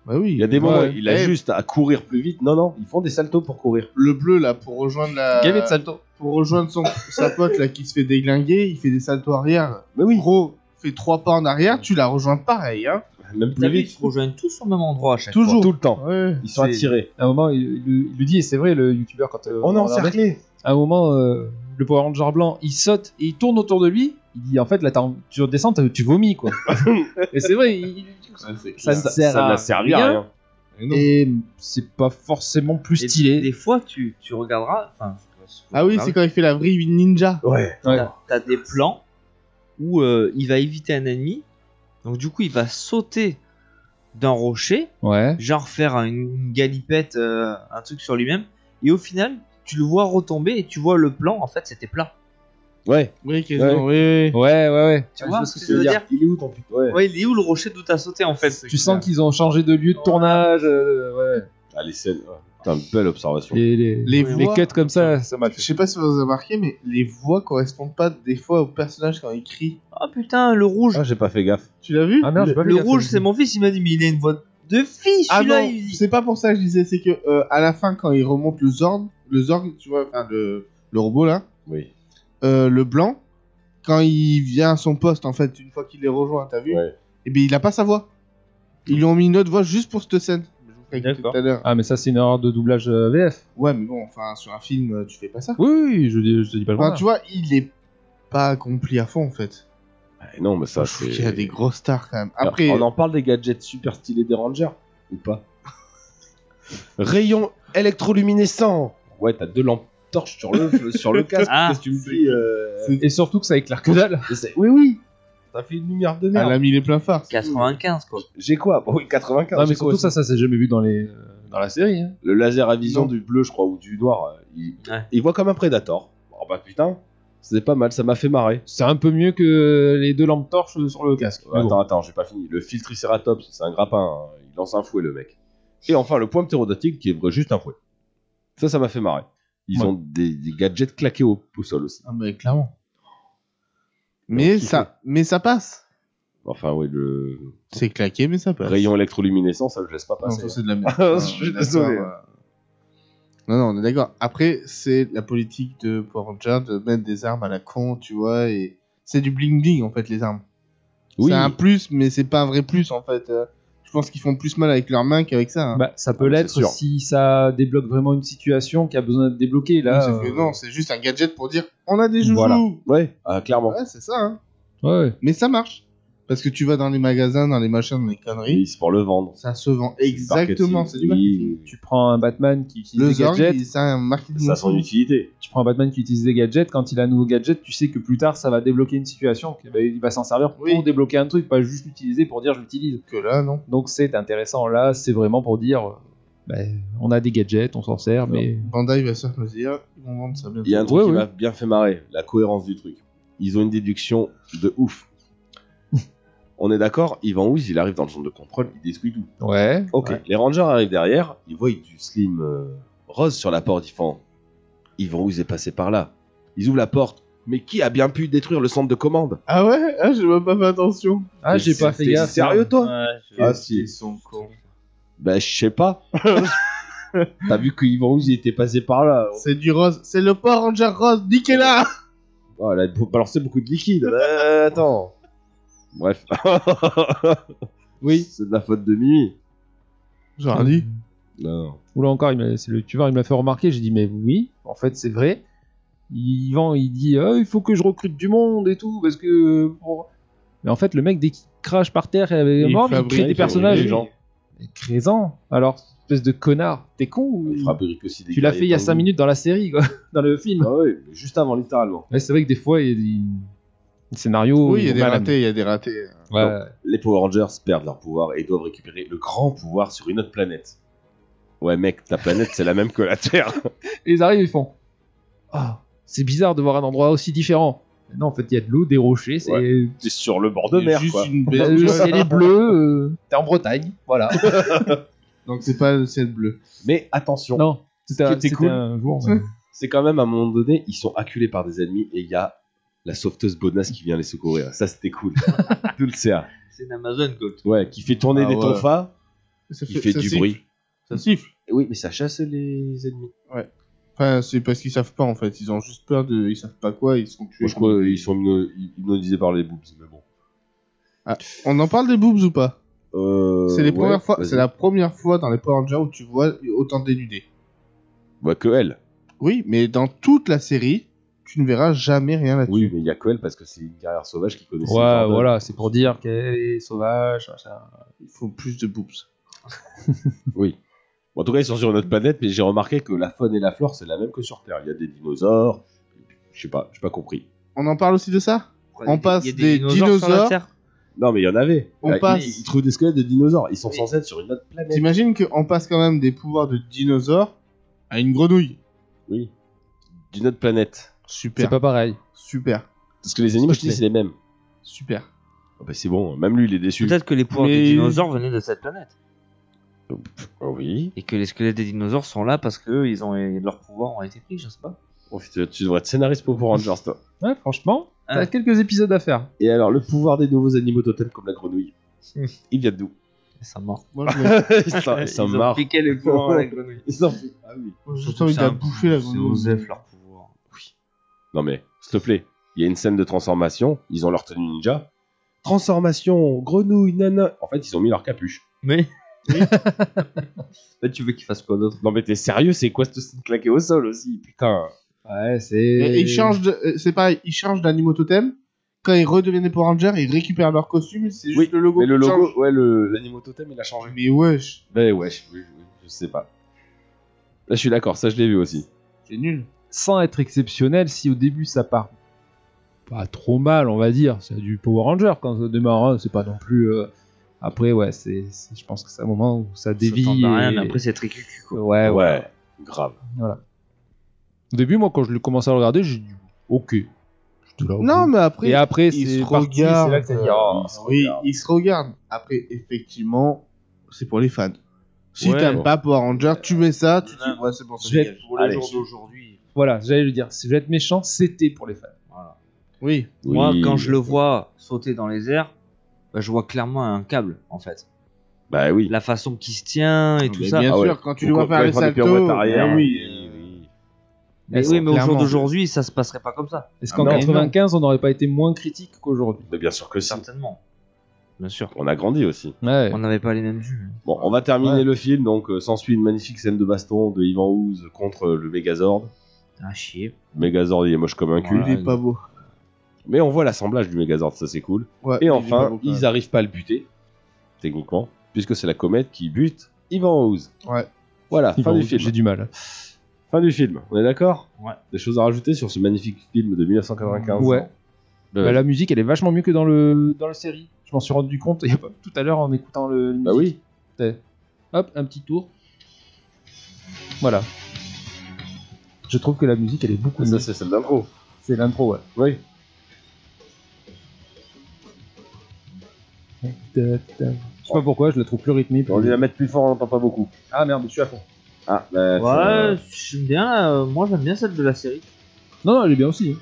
Bah oui.
Il y a des moments,
Ouais.
il a
Eh,
juste à courir plus vite. Non, non, ils font des saltos pour courir.
Le bleu, là, pour rejoindre la.
Gavé de salto.
Pour rejoindre son... sa pote, là, qui se fait déglinguer, il fait des saltos arrière.
Mais oui,
Gros, fais trois pas en arrière, tu la rejoins pareil, hein.
même
T'as
plus
vu, ils
vite.
se rejoignent tous au même endroit à chaque
Toujours.
Tout le temps.
Ouais.
Ils sont
C'est-
attirés.
À un moment, il, il- il le dit, et c'est vrai, le youtubeur, quand. euh,
On est
on regardait,
encerclés.
À un moment, euh, le Power Ranger blanc, il saute et il tourne autour de lui. Il dit, en fait, là, t'as en- tu redescends, t'as- tu vomis, quoi. et c'est vrai, il- ça ne sert
Ça
à
n'a servi à rien.
Et c'est pas forcément plus
fois. Et
stylé.
Des fois, tu, tu regarderas. enfin,
Ah oui, c'est quand il fait la vrille ninja.
Ouais.
Ouais.
T'as- T'as des plans où euh, il va éviter un ennemi. Donc du coup, il va sauter d'un rocher,
Ouais.
genre faire un- une galipette, euh, un truc sur lui-même. Et au final, tu le vois retomber et tu vois le plan. En fait, c'était plat.
Ouais.
Oui,
quasiment,
oui,
Ouais, ouais, ouais.
Tu
Ah,
vois
je
ce que
tu
je
veux
veux dire
Il est où ton putain Ouais.
Ouais, il est où le rocher d'où t'as sauté en fait
Tu sens qu'ils ont changé de lieu de tournage. euh, ouais.
Ah, les scènes. ouais. Putain, belle observation.
Les, les, les
Les voix-
cuts comme ça, ça m'a
Je sais pas si vous avez remarqué, mais les voix correspondent pas des fois au personnage quand il crie.
Ah putain, le rouge.
Ah, j'ai pas fait gaffe.
Tu l'as vu
Ah merde, j'ai pas vu
le
gaffe,
rouge,
ça.
c'est mon fils. Il m'a dit, mais il a une voix de fille.
Ah
celui-là,
non,
il-
c'est pas pour ça que je disais, c'est que euh, à la fin, quand il remonte le Zorg, le Zorg, tu vois, enfin le, le robot là,
Oui.
euh, le blanc, quand il vient à son poste en fait, une fois qu'il les rejoint, t'as vu
Ouais.
Et bien il a pas sa voix. Ils lui ont mis une autre voix juste pour cette scène. Je vous ferai écouter
D'accord.
tout à l'heure.
Ah, mais ça, c'est une erreur de doublage euh, VF.
Ouais, mais bon, enfin sur un film, euh, tu fais pas ça.
Oui, oui, je, dis- je te dis pas le
Enfin,
contraire.
Ah, tu vois, il est pas accompli à fond en fait.
Eh Non, mais ça,
je trouve
c'est. Ah,
qu'il y a des grosses stars quand même.
Alors,
Après,
On en parle des gadgets super stylés des Rangers ou pas Rayon électroluminescent. Ouais, t'as deux lampes torches sur le sur le casque.
Ah,
Qu'est-ce que tu me dis euh,
Et surtout que ça éclaire que dalle.
c'est- Oui, oui. Ça fait une lumière de merde.
elle a mis les pleins phares. c'est tout.
95 quoi.
J'ai quoi Bon, Oui, 95.
Non, mais
j'ai quoi
surtout, ça, ça s'est jamais vu dans, les, dans la série. hein.
Le laser à vision
Non.
du bleu, je crois, ou du noir. euh, Il,
Ouais.
il voit comme un prédator. Oh bah putain, c'est pas mal. Ça m'a fait marrer.
C'est un peu mieux que les deux lampes torches euh, sur le casque. Mais bon.
Attends, attends, j'ai pas fini. Le fil triceratops, c'est un grappin. hein. Il lance un fouet, le mec. Et enfin, le point ptérodactyle qui est vrai, juste un fouet. Ça, ça m'a fait marrer. Ils
Ouais.
ont des, des gadgets claqués au, au sol aussi.
Ah, mais clairement. Mais
Donc, il
ça, mais ça passe.
Enfin, oui, le
C'est claqué, mais ça passe.
rayon électroluminescent, ça, je laisse pas
Non,
passer.
ça c'est de la merde.
Je suis
on est d'accord,
désolé.
euh. Non, non, on est d'accord. Après, c'est la politique de Power Ranger de mettre des armes à la con, tu vois, et c'est du bling bling en fait les armes.
hein. oui,
C'est un plus, mais c'est pas un vrai plus en fait. Euh, Je pense qu'ils font plus mal avec leurs mains qu'avec ça. hein.
Bah, ça peut
Ah, c'est
l'être
sûr.
si ça débloque vraiment une situation qui a besoin d'être débloquée.
Oui,
Là,
sauf que
euh,
Non, c'est juste un gadget pour dire on a des joujoux.
Voilà. ouais, ah, clairement.
Ouais, c'est ça. hein.
ouais, ouais.
Mais ça marche. Parce que tu vas dans les magasins, dans les machins, dans les conneries,
C'est pour le vendre.
ça se vend.
C'est du
Exactement,
marketing.
c'est du marketing.
Oui,
Tu prends un Batman qui utilise
Le
des
Zorg,
gadgets.
il- c'est un marketing.
ça a son utilité.
Tu prends un Batman qui utilise des gadgets. Quand il a un nouveau gadget, tu sais que plus tard, ça va débloquer une situation. qu'il va- Il va s'en servir pour
Oui.
débloquer un truc, pas juste l'utiliser pour dire je l'utilise.
Que là, non.
Donc c'est intéressant. Là, c'est vraiment pour dire euh, ben, on a des gadgets, on s'en sert, mais.
Bandai va se faire plaisir, ils vont vendre ça bientôt.
Il y a un truc
Ouais,
qui
ouais.
m'a bien fait marrer, la cohérence du truc. Ils ont une déduction de ouf. On est d'accord, Ivan Ouz, il arrive dans le centre de contrôle, il détruit tout.
Ouais.
Ok, les rangers arrivent derrière, ils voient du slim euh, rose sur la porte, ils font Ivan Ouz est passé par là. Ils ouvrent la porte, mais qui a bien pu détruire le centre de commande
Ah ouais Ah, j'ai même pas fait attention.
Ah, j'ai
T'es-
pas fait
t'es
gaffe.
Sérieux toi Ah, si.
Ils sont cons.
Bah je sais pas. T'as vu que Ivan Ouz il était passé par là.
C'est du rose, c'est le Power Ranger rose, niquez-la
Oh, elle a balancé beaucoup de liquide. Euh, attends. Bref.
Oui.
C'est de la faute de Mimi.
J'aurais dit.
Non.
Ou là encore, il m'a- c'est le tueur, il me l'a fait remarquer. J'ai dit, mais oui, en fait, c'est vrai. Yvan, il dit, Ah, il faut que je recrute du monde et tout, parce que. pour- Mais en fait, le mec, dès qu'il crache par terre, il, avait-
Il
Non, mais il
fabrique
crée des
des
personnages.
gens.
Mais crée-en. Alors, espèce de connard, t'es con ou-
Il fabrique aussi des
Tu l'as fait il y a
guerriers
5
pingouins.
minutes dans la série, quoi, dans le film.
Ah oui, mais juste avant, littéralement.
Ouais, c'est vrai que des fois, il y a des, des scénarios.
Oui, il y a
ils
des
vont mal
ratés, il y a des ratés.
à- Ouais.
Les Power Rangers perdent leur pouvoir et doivent récupérer le grand pouvoir sur une autre planète. Ouais, mec, ta planète, c'est la même que la Terre.
Et ils arrivent, ils font Ah, c'est bizarre de voir un endroit aussi différent. Mais Non, en fait, il y a de l'eau, des rochers, c'est.
T'es sur le bord de mer,
juste
quoi.
une
Bah,
baie.
le ciel est bleu, euh, t'es en Bretagne, voilà.
Donc c'est pas le ciel bleu.
Mais attention,
Non, c'était
Ce qui
un,
était
c'était
cool.
un jour. mais-
c'est quand même à un moment donné, ils sont acculés par des ennemis et il y a la sauveteuse Bonas qui vient les secourir. Ça, c'était cool. Tout le CA.
C'est une Amazon Gold.
Ouais, qui fait tourner
Ah
des
ouais.
tonfas,
Ça
qui fait
ça
du
siffle.
bruit.
Ça siffle.
Oui, mais ça chasse les ennemis.
Enfin, c'est parce qu'ils savent pas en fait, ils ont juste peur de. Ils savent pas quoi, ils sont tués.
Moi, je crois qu'ils sont hypno- hypnotisés par les boobs, mais bon.
On en parle des boobs ou pas
Euh,
C'est les
ouais,
premières fois,
vas-y.
c'est la première fois dans les Power Rangers où tu vois autant de dénudés.
Bah, que elle.
Oui, mais dans toute la série, tu ne verras jamais rien là-dessus.
Oui, mais il y a que elle parce que c'est une carrière sauvage qui connaît ses
Ouais,
Jordan.
voilà, c'est pour dire qu'elle est sauvage, machin.
Il faut plus de boobs.
Oui. Bon, en tout cas, ils sont sur une autre planète, mais j'ai remarqué que la faune et la flore, c'est la même que sur Terre. Il y a des dinosaures. Je sais pas, j'ai pas compris.
On en parle aussi de ça On
Il y a des-
passe
il y a
des
sur la
dinosaures.
Terre.
Non, mais il y en avait.
On
Ah, ils-
passe.
Ils, trouvent des squelettes de dinosaures. Ils sont
Oui.
censés être sur une autre planète.
T'imagines qu'on passe quand même des pouvoirs de dinosaures à une grenouille
Oui. D'une autre planète.
C'est
Super,
pas pareil.
super,
Parce que les animaux, je te dis,
plaît.
c'est les mêmes.
super.
Ah bah, c'est bon, même lui, il est déçu.
Peut-être que les pouvoirs
Mais-
des dinosaures venaient de cette planète.
Oh, oui.
Et que les squelettes des dinosaures sont là parce que eux, ils ont, leurs pouvoirs ont été pris, je sais pas.
Oh, putain, tu devrais être scénariste pour Power Rangers, toi.
Ouais, franchement, t'as
Ah.
quelques épisodes à faire.
Et alors, le pouvoir des nouveaux animaux totems comme la grenouille, il vient d'où
Et ça mord.
Moi, je me-
Ils s'en- ils s'en
Ils ont
marrent.
piqué les pouvoirs à la grenouille.
Ils s'en foutent. Ah oui.
j'ai juste envie de la bouffer la
hein. C'est
grenouille.
Osef leur pouvoir.
Non mais, s'il te plaît, il y a une scène de transformation, ils ont leur tenue ninja. Transformation, grenouille, nana. En fait, ils ont mis leur capuche.
Mais. Là, Bah, tu veux qu'ils fassent quoi d'autre
Non mais t'es sérieux, c'est quoi cette scène claquée au sol aussi Putain.
Ouais, c'est.
Mais ils changent, de- euh, c'est pareil, ils changent d'animaux totem. Quand ils redeviennent des Power Rangers, ils récupèrent leur costume, c'est juste
Oui,
le logo.
mais le
qui
logo,
change.
ouais, le- l'animaux totem, il a changé.
Mais wesh,
Mais ouais, je, oui, oui, je sais pas. Là, je suis d'accord, ça, je l'ai vu aussi.
c'est nul.
Sans être exceptionnel, si au début ça part pas trop mal, on va dire, c'est du Power Ranger quand ça démarre, hein, c'est pas non plus. euh, Après, ouais, c'est, c'est- je pense que c'est un moment où ça dévie.
Ça tente à rien,
et-
mais après, c'est très cucu, quoi.
Ah ouais, ouais.
grave.
Au début, moi, quand je l'ai commencé à le regarder, j'ai dit ok. J'étais là, ok.
Non, mais après,
Et après,
ils
c'est
se
parti, c'est
regardent.
là que t'as dit, oh,
se
oui,
regardent.
ils se regardent. Après, effectivement, c'est pour les fans. Si
Ouais.
t'aimes pas Power Ranger, tu mets ça, tu
Non.
dis, ouais, c'est pour ça.
Je vais
dégage.
Pour les
Allez.
jours d'aujourd'hui.
Voilà, j'allais le dire. Si je vais être méchant, c'était pour les fans.
Voilà.
Oui,
Moi,
Oui.
quand je le vois sauter dans les airs, bah, je vois clairement un câble, en fait.
Bah oui.
La façon qu'il se tient et tout
Mais
ça.
bien
Ah
sûr,
ouais.
quand tu
Ou
le vois
quand- quand
faire les
ils font des
saltos,
pirouettes arrière.
eh oui.
Mais
Est-ce-
oui, mais au jour
clairement.
d'aujourd'hui, ça se passerait pas comme ça.
Est-ce
Ah
qu'en
non.
95, on n'aurait pas été moins critique qu'aujourd'hui
Mais bien sûr que si.
Certainement. Bien sûr.
On a grandi aussi.
Ouais.
On n'avait pas les mêmes vues.
Bon, on va terminer
Ouais.
le film, donc euh, s'ensuit une magnifique scène de baston de Ivan Ooze contre euh, le Megazord.
Ah, chier.
Megazord, il est moche comme un cul.
Voilà.
Il est pas beau.
Mais on voit l'assemblage du Megazord, ça c'est cool.
Ouais,
Et
il est pas
enfin,
beau, quand
ils
même.
arrivent pas à le buter, techniquement, puisque c'est la comète qui bute Ivan Oz.
Ouais.
Voilà,
Ils
fin
vont-
du film.
J'ai du mal.
Fin du film, on est d'accord
Ouais.
Des choses à rajouter sur ce magnifique film de 1995
Ouais.
Le-
Bah, la musique, elle est vachement mieux que dans le dans la série. Je m'en suis rendu compte il y a pas- tout à l'heure en écoutant le.
Bah oui.
Hop, un petit tour. Voilà. Je trouve que la musique, elle est beaucoup
Ça
mieux.
c'est celle d'intro.
C'est l'intro, ouais.
Oui.
Je sais pas pourquoi, je la trouve plus rythmique.
On dit la mettre plus fort, on n'entend pas beaucoup.
Ah merde, je suis à fond.
Ah, bah,
Ouais, j'aime bien. euh, moi, j'aime bien celle de la série.
Non, non, elle est bien aussi. hein.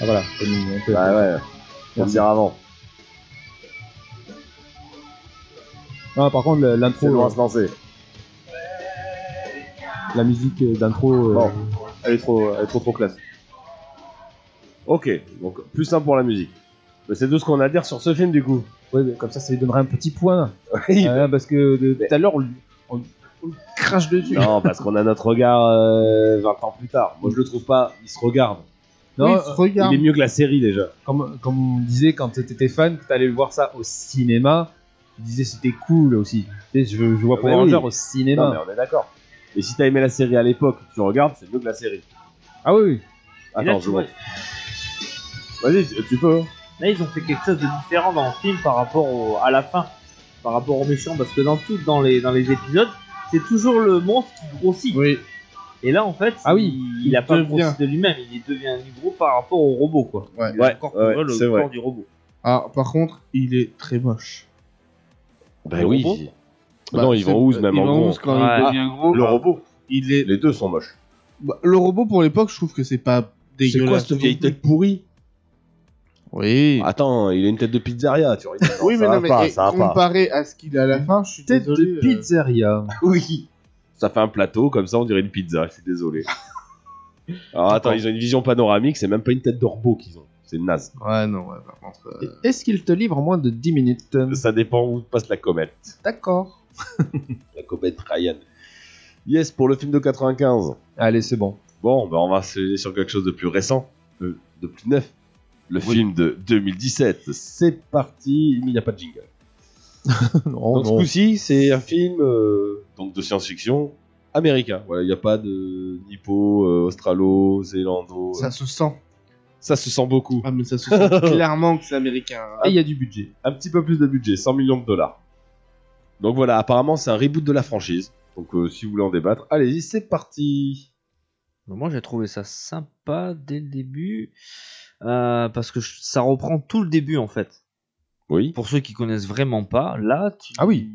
Ah voilà. On peut-
c'est- Bah ouais. On va
Merci.
dire avant.
Ah, par contre, la-
C'est
l'intro,
loin
euh,
à se lancer.
la musique euh, d'intro, euh,
Bon. Elle est trop, elle est trop, trop classe. Ok, donc plus un pour la musique. Mais c'est tout ce qu'on a à dire sur ce film du coup.
ouais, mais comme ça, ça lui donnerait un petit point.
Oui.
Euh, parce que de- tout à l'heure, on, lui- on- on le crache dessus.
Non, parce qu'on a notre regard euh, 20 ans plus tard. Moi, je le trouve pas. Il se regarde.
Non,
Oui,
euh,
regarde.
Il est mieux que la série déjà.
comme, comme on disait quand t'étais fan, que t'allais le voir ça au cinéma, tu disais c'était cool aussi. Tu sais, je, je vois Power
Ouais, oui.
Rangers au
Non,
cinéma.
mais on est d'accord. Et si t'as aimé la série à l'époque, tu regardes, c'est mieux que la série.
Ah oui, oui.
Et là,
Attends,
tu
je
vois,
vois. Vas-y, tu- tu peux. hein.
Là, ils ont fait quelque chose de différent dans le film par rapport au- à la fin, par rapport au méchant, parce que dans tout, dans les, dans les épisodes, c'est toujours le monstre qui grossit.
Oui,
Et là, en fait,
Ah oui,
il, il a pas
devient.
grossi de lui-même, il devient du gros par rapport au robot, quoi.
ouais.
Il a encore
ouais,
le
c'est
corps
vrai.
du robot.
Ah, par contre, il est très moche. Bah,
Ben
Le
oui.
robot
Ah non, ils vont ouse même en gros.
quand
Ouais.
il devient gros.
Bah, Le robot.
Il est...
Les deux sont moches.
bah, le robot, pour l'époque, je trouve que c'est pas dégueulasse.
tête pourrie
Oui.
Attends, il a une tête de pizzeria, tu rigoles.
oui,
ça
mais
va
non, mais
pas,
eh,
ça va pas.
comparé à ce qu'il a à la fin, je suis
Tête
désolé.
de
euh,
pizzeria.
Oui. Ça fait un plateau, comme ça on dirait une pizza, je suis désolé. Alors attends, ils ont une vision panoramique, c'est même pas une tête de robot qu'ils ont. C'est naze.
Ouais, non, ouais, par contre. euh,
Est-ce qu'il te livre en moins de 10 minutes
Ça dépend où passe la comète.
D'accord.
La comète Ryan. Yes, pour le film de 95.
Allez, c'est bon.
Bon, ben on va se laisser sur quelque chose de plus récent, de, de plus neuf. Le film de 2017. C'est parti, il n'y a pas de jingle.
non,
Oh
Donc ce coup-ci, c'est un film euh, donc de science-fiction américain. Voilà, il n'y a pas de nippo, euh, australo, zélando. Ça,
Ça se sent.
se sent beaucoup.
Ah, mais ça se sent clairement que c'est américain. hein.
Et il y a du budget.
Un petit peu plus de budget, 100 millions de dollars. Donc voilà, apparemment c'est un reboot de la franchise. Donc euh, si vous voulez en débattre, allez-y, c'est parti.
Mais moi, j'ai trouvé ça sympa dès le début, euh, parce que je- ça reprend tout le début, en fait.
Oui.
Pour ceux qui connaissent vraiment pas, là, tu...
Ah oui.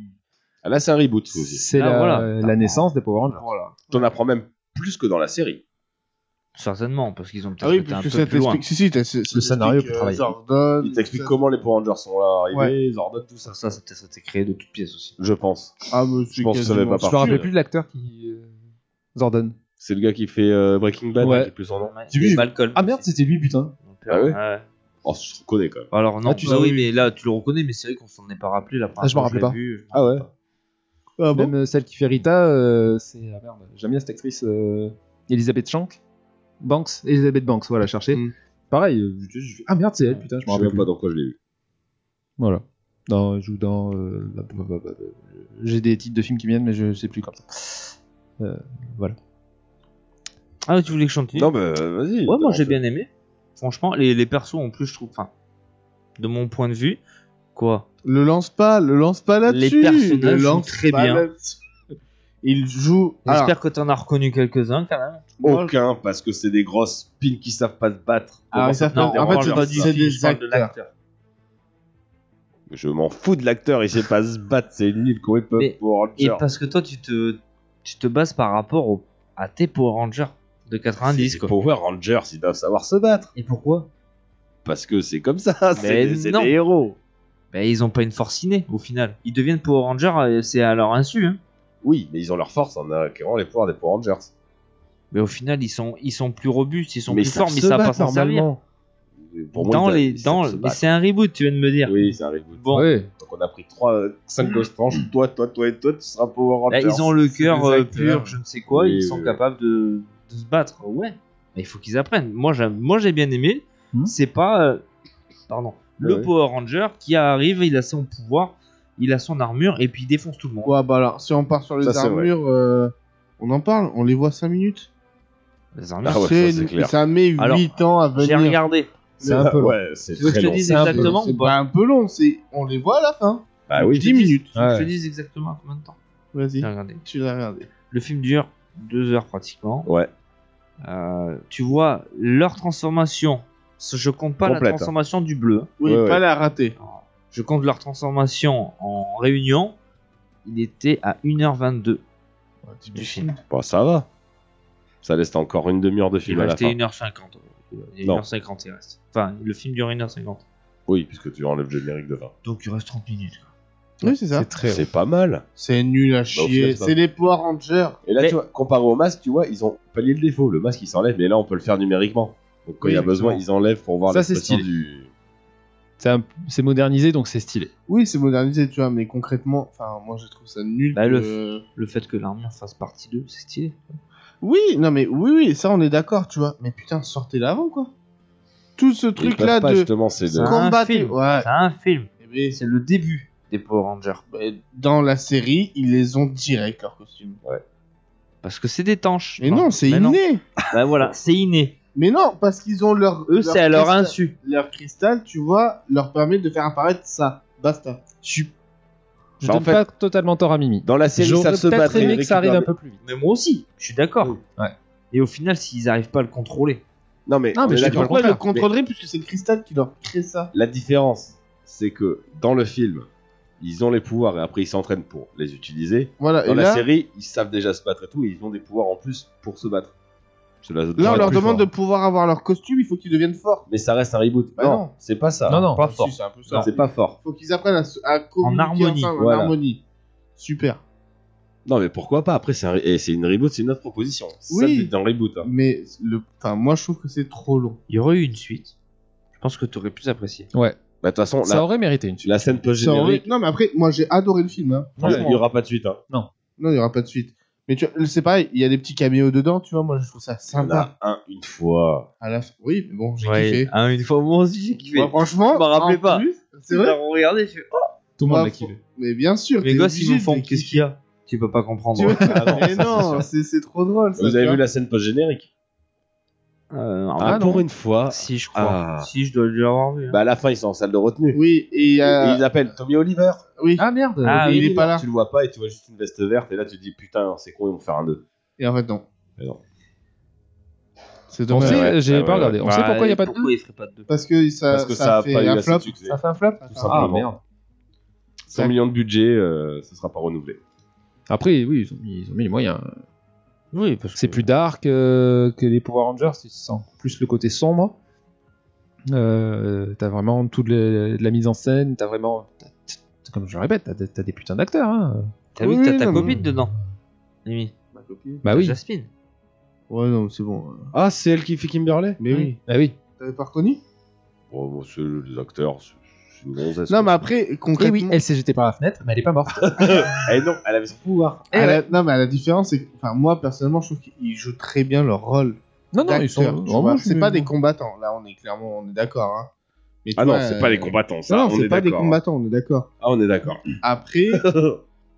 Ah, Là c'est un reboot aussi.
C'est
Ah,
la,
voilà.
la naissance des Power Rangers.
Voilà.
T'en apprends même plus que dans la série.
Certainement, parce qu'ils ont
Ah
peut-être
oui,
été
parce
un
que
peu
ça
plus loin.
t'explique. Si, si, t'as- c'est- c'est-
scénario
t'explique,
peut
euh,
travailler.
Zordon,
Ils t'expliquent
ça-
comment les Power Rangers sont là arrivés,
Ouais.
ils ordonnent tout ça.
Ça, ça, ça a été créé de toutes pièces aussi.
Je pense.
Ah, mais c'est
Je pense que ça
quasiment
va pas
sûr.
Je me rappelle
sûr.
plus de l'acteur qui. euh, Zordon.
C'est le gars qui fait euh, Breaking Bad,
Ouais.
hein, qui est plus son nom.
Tu vis-
Malcolm.
Ah merde, c'était lui, putain.
Ah ouais
Ouais.
Oh, je reconnais quand même.
Alors non,
Ah, tu
bah
sais,
oui,
oui.
mais là tu le reconnais, mais c'est vrai qu'on s'en est pas rappelé la première
Ah, je
fois
m'en
que
rappelais
l'ai vu.
Ah ouais
Ah bon
Même euh, celle qui fait Rita, euh, c'est. Ah merde, j'aime bien cette actrice. euh, Elisabeth Shank Banks Elisabeth Banks, voilà, chercher.
Mm.
Pareil, euh, je- je- ah merde, c'est elle, putain, je
Je
me
sais
rappelle
même
plus.
pas dans quoi je l'ai vu.
Voilà. Non, elle joue dans. euh, la- bah, bah, bah, euh, J'ai des titres de films qui viennent, mais je sais plus comme ça.
Ah ouais, tu voulais que je continue
Non, mais euh, vas-y.
Ouais, moi
t'avances.
j'ai bien aimé. Franchement, les, les persos en plus, je trouve, enfin, de mon point de vue, quoi.
Le lance pas, le lance pas là-dessus.
Les personnages
le
jouent
lance
très
pas
bien.
là-dessus. Il joue. Alors,
J'espère que t'en as reconnu quelques-uns quand même.
moi, je-
Aucun, parce que c'est des grosses pins qui savent pas se battre.
Ah,
Comment
ça
peut
fait-
déranger
en fait, c'est
leur
des-
star
c'est des
je parle de
acteurs.
l'acteur.
Je m'en fous de l'acteur, il sait pas se battre, c'est nul. Comment ils peuvent
Mais-
pour
Et
Ranger
parce que toi, tu te, tu te bases par rapport au- à tes Power Rangers de
C'est
90,
des
quoi.
Power Rangers, ils doivent savoir se battre.
Et pourquoi
Parce que c'est comme ça, c'est
Mais
des, c'est
non.
des héros.
Bah, ils ont pas une force innée au final. Ils deviennent Power Rangers, euh, c'est à leur insu, hein.
Oui, mais ils ont leur force en acquérant les pouvoirs des Power Rangers.
Mais au final, ils sont, ils sont plus robustes, ils sont
Mais
plus
ils
forts,
savent
mais
se
ça va pas
battre
s'en servir.
Et Pour moi,
dans
ils-
les,
ils savent
dans,
se
mais
battre.
c'est un reboot, tu viens de me dire.
Oui, c'est un reboot.
Bon,
Ouais.
Donc on a pris euh, 5 grosses tranches. Toi, toi, toi et toi, tu seras Power
Là,
Ranger.
Bah, ils ont le cœur
des
euh,
acteurs.
pur, je ne sais quoi,
Oui,
ils
oui,
sont
oui.
capables de, de se battre. Ouais, mais il faut qu'ils apprennent. Moi, j'aime- moi, j'ai bien aimé.
Hmm.
C'est pas euh, pardon, le
Ouais.
Power Ranger qui arrive, il a son pouvoir, il a son armure et puis il défonce tout le monde.
Ouais, bah alors, si on part sur les
Ça, c'est vrai.
armures, euh, on en parle, on les voit 5 minutes.
Les armures.
Ah ouais, ça,
C'est-
c'est clair.
Ça met 8
Alors,
ans à
J'ai
venir.
regardé.
C'est un peu long.
bah, Ouais, c'est
Tu veux que
très
je te
long.
dise
C'est un peu
exactement
C'est
ou pas
pas un peu long, c'est on les voit à la fin.
Bah oui.
10 minutes.
Tu veux que Je te
Ouais.
dise exactement combien de temps
Vas-y,
J'ai regardé.
tu l'as regardé.
Le film dure deux heures pratiquement.
Ouais.
Euh, tu vois leur transformation. Je compte pas la
Complète.
transformation du bleu.
Oui,
Ouais,
pas
ouais.
la rater.
Je compte leur transformation en réunion. Il était à 1h22 du film.
Bon, Bah, ça va. Ça laisse encore une demi-heure de
Il
film à la
restait
fin.
1h50. Il y a
Non.
1h50 il reste. Enfin, le film dure 1h50.
Oui, puisque tu enlèves le générique de fin.
Donc il reste 30 minutes. quoi.
Oui, c'est ça.
C'est très
C'est pas mal.
C'est nul à
Bah, au final,
chier.
c'est pas-
C'est les Power Rangers.
Et là,
Mais-
tu vois, comparé au masque, tu vois, ils ont pallié le défaut. Le masque, il s'enlève, mais là, on peut le faire numériquement. Donc, quand
Oui,
il y a besoin, ils
exactement.
enlèvent pour voir
Ça, c'est
l'expression
stylé.
du.
C'est un- c'est modernisé donc c'est stylé.
Oui, c'est modernisé, tu vois, mais concrètement, enfin, moi je trouve ça nul.
Bah,
que-
Le fait que l'armure fasse partie d'eux, c'est stylé.
Oui, non mais oui, oui, ça on est d'accord, tu vois. Mais putain, sortez-la avant quoi. Tout ce
Ils
truc
peuvent
là
pas,
de
justement, c'est de.
Ça-
combat.
Un film.
Ouais.
C'est un film.
Eh ben,
C'est le début des Power Rangers.
bah, Dans la série, ils les ont direct leurs costumes.
Parce que c'est des tanches.
Mais non, c'est
mais
inné.
Bah voilà, c'est inné.
Mais non, parce qu'ils ont leur.
Eux, c'est à leur
cristal-
insu.
Leur cristal, tu vois, leur permet de faire apparaître ça. Basta.
Je
Bah, en
donne
fait-
pas totalement tort à Mimi.
Dans la série, ils
J'aurais
savent se
peut-être
battre.
aimé
ils
que ça arrive
récupèrent
un
des-
peu plus vite.
Mais moi aussi, je suis d'accord.
Ouais.
Et au final, s'ils arrivent pas à le contrôler,
Non, mais,
Non,
on
mais
est
je suis
d'accord.
d'accord.
Pourquoi ils le
contraire.
contrôleraient puisque c'est le cristal qui leur crée ça
La différence, c'est que dans le film, ils ont les pouvoirs et après, ils s'entraînent pour les utiliser.
Voilà.
Dans
et
la
là,
série, ils savent déjà se battre et tout, et ils ont des pouvoirs en plus pour se battre. C'est la-
là, on leur
plus fort.
demande de pouvoir avoir leur costume, il faut qu'ils deviennent forts.
Mais ça reste un reboot.
Bah non.
Non, c'est pas ça.
Non, non.
Pas
Si,
fort.
c'est un peu ça.
C'est pas fort.
faut qu'ils apprennent à, se- à communiquer
harmonie,
ensemble,
voilà.
en harmonie. Super.
Non, mais pourquoi pas Après, c'est un- eh, c'est une reboot, c'est une autre proposition. C'est
Oui.
Ça, c'est un reboot. hein.
Mais le, enfin, moi je trouve que c'est trop long.
il y aurait eu une suite. Je pense que tu aurais plus apprécié.
Ouais.
Bah, de toute façon,
Ça
la,
aurait mérité une suite.
la scène
Ça aurait-
post-générique,
Non, mais après, moi j'ai adoré le film. hein.
il n'y aura pas de suite. hein.
Non, il n'y aura pas de suite. Mais tu vois, c'est pareil, il y a des petits caméos dedans, tu vois. Moi je trouve ça
Il y en
sympa.
a un une fois.
À la fin- Oui, mais bon, j'ai kiffé.
Ah, une fois moi aussi j'ai kiffé.
Moi, franchement,
Je m'en rappelais
en
pas.
plus, C'est vrai.
regardez, je fais, oh,
Tout le
Bah,
monde l'a
faut-
kiffé.
Mais bien sûr.
les
t'es
gosses ils
obligé
me
de
font
les
qu'est-ce
kiffer.
qu'il y a Tu peux pas
Tu
comprendre. hein.
vois
Ah non,
Mais
ça,
non,
c'est sûr.
c'est c'est trop drôle. ça,
Vous
tu
avez vu
vois.
la scène post-générique
Euh,
ah,
ah,
Pour une fois.
Si je crois.
Ah.
Si je dois l'avoir vu. hein.
Bah, à la fin, ils sont en salle de retenue.
Oui, et il y
Et
a.
ils appellent Tommy Oliver.
Oui.
Ah merde.
Ah,
il
oui,
est pas là.
Tu le vois pas et tu vois juste une veste verte. Et là, tu te dis putain, c'est con, ils vont faire un 2.
Et en fait, non.
Mais non.
C'est
on
dommage.
sait,
ouais,
j'ai
ouais, Ah,
pas
ouais,
regardé. On sait
Bah,
pourquoi il y a pas de
Pourquoi il ferait pas de deux
Parce que ça,
Parce que ça, a
fait
pas eu
un
assez
flop.
de succès.
Ça fait un flop.
Tout
Ah
simplement.
merde.
100 millions de budget, euh, ça sera pas renouvelé.
Après, oui, ils ont mis, ils ont mis les moyens.
Oui, parce
C'est plus dark euh, que les Power Rangers, tu sens plus le côté sombre. Euh, t'as vraiment toute la, de la mise en scène, t'as vraiment. t'as- t'as- Comme je le répète, t'as, des- t'as des putains d'acteurs. Hein.
T'as vu
Oui,
que t'as ta
non, mais-
copine dedans Mimi.
Bah oui.
Jasmine.
Ouais, non, c'est bon. euh.
Ah, c'est elle qui fait Kimberley
Mais oui.
Oui.
Ah oui.
T'avais pas reconnu
Bon, bon, c'est les acteurs. c'est- c'est une gonzesse,
Non,
quoi.
mais après,
Et
concrètement.
oui, elle s'est jetée par la fenêtre, mais elle est pas morte.
Eh non, elle avait son pouvoir.
Eh
à la- Non, mais à la différence, c'est que. Enfin, moi, personnellement, je trouve qu'ils jouent très bien leur rôle.
Non, non, ils sont.
d'acteur, tu
vraiment, hein.
vois.
je-
C'est pas des combattants. Là, on est clairement. On est d'accord. Hein. Mais tu
Ah non,
vois,
c'est
euh,
pas les combattants, ça.
Non,
on
c'est
est
pas des
d'accord. hein.
combattants, on est d'accord.
Ah, on est d'accord.
Après,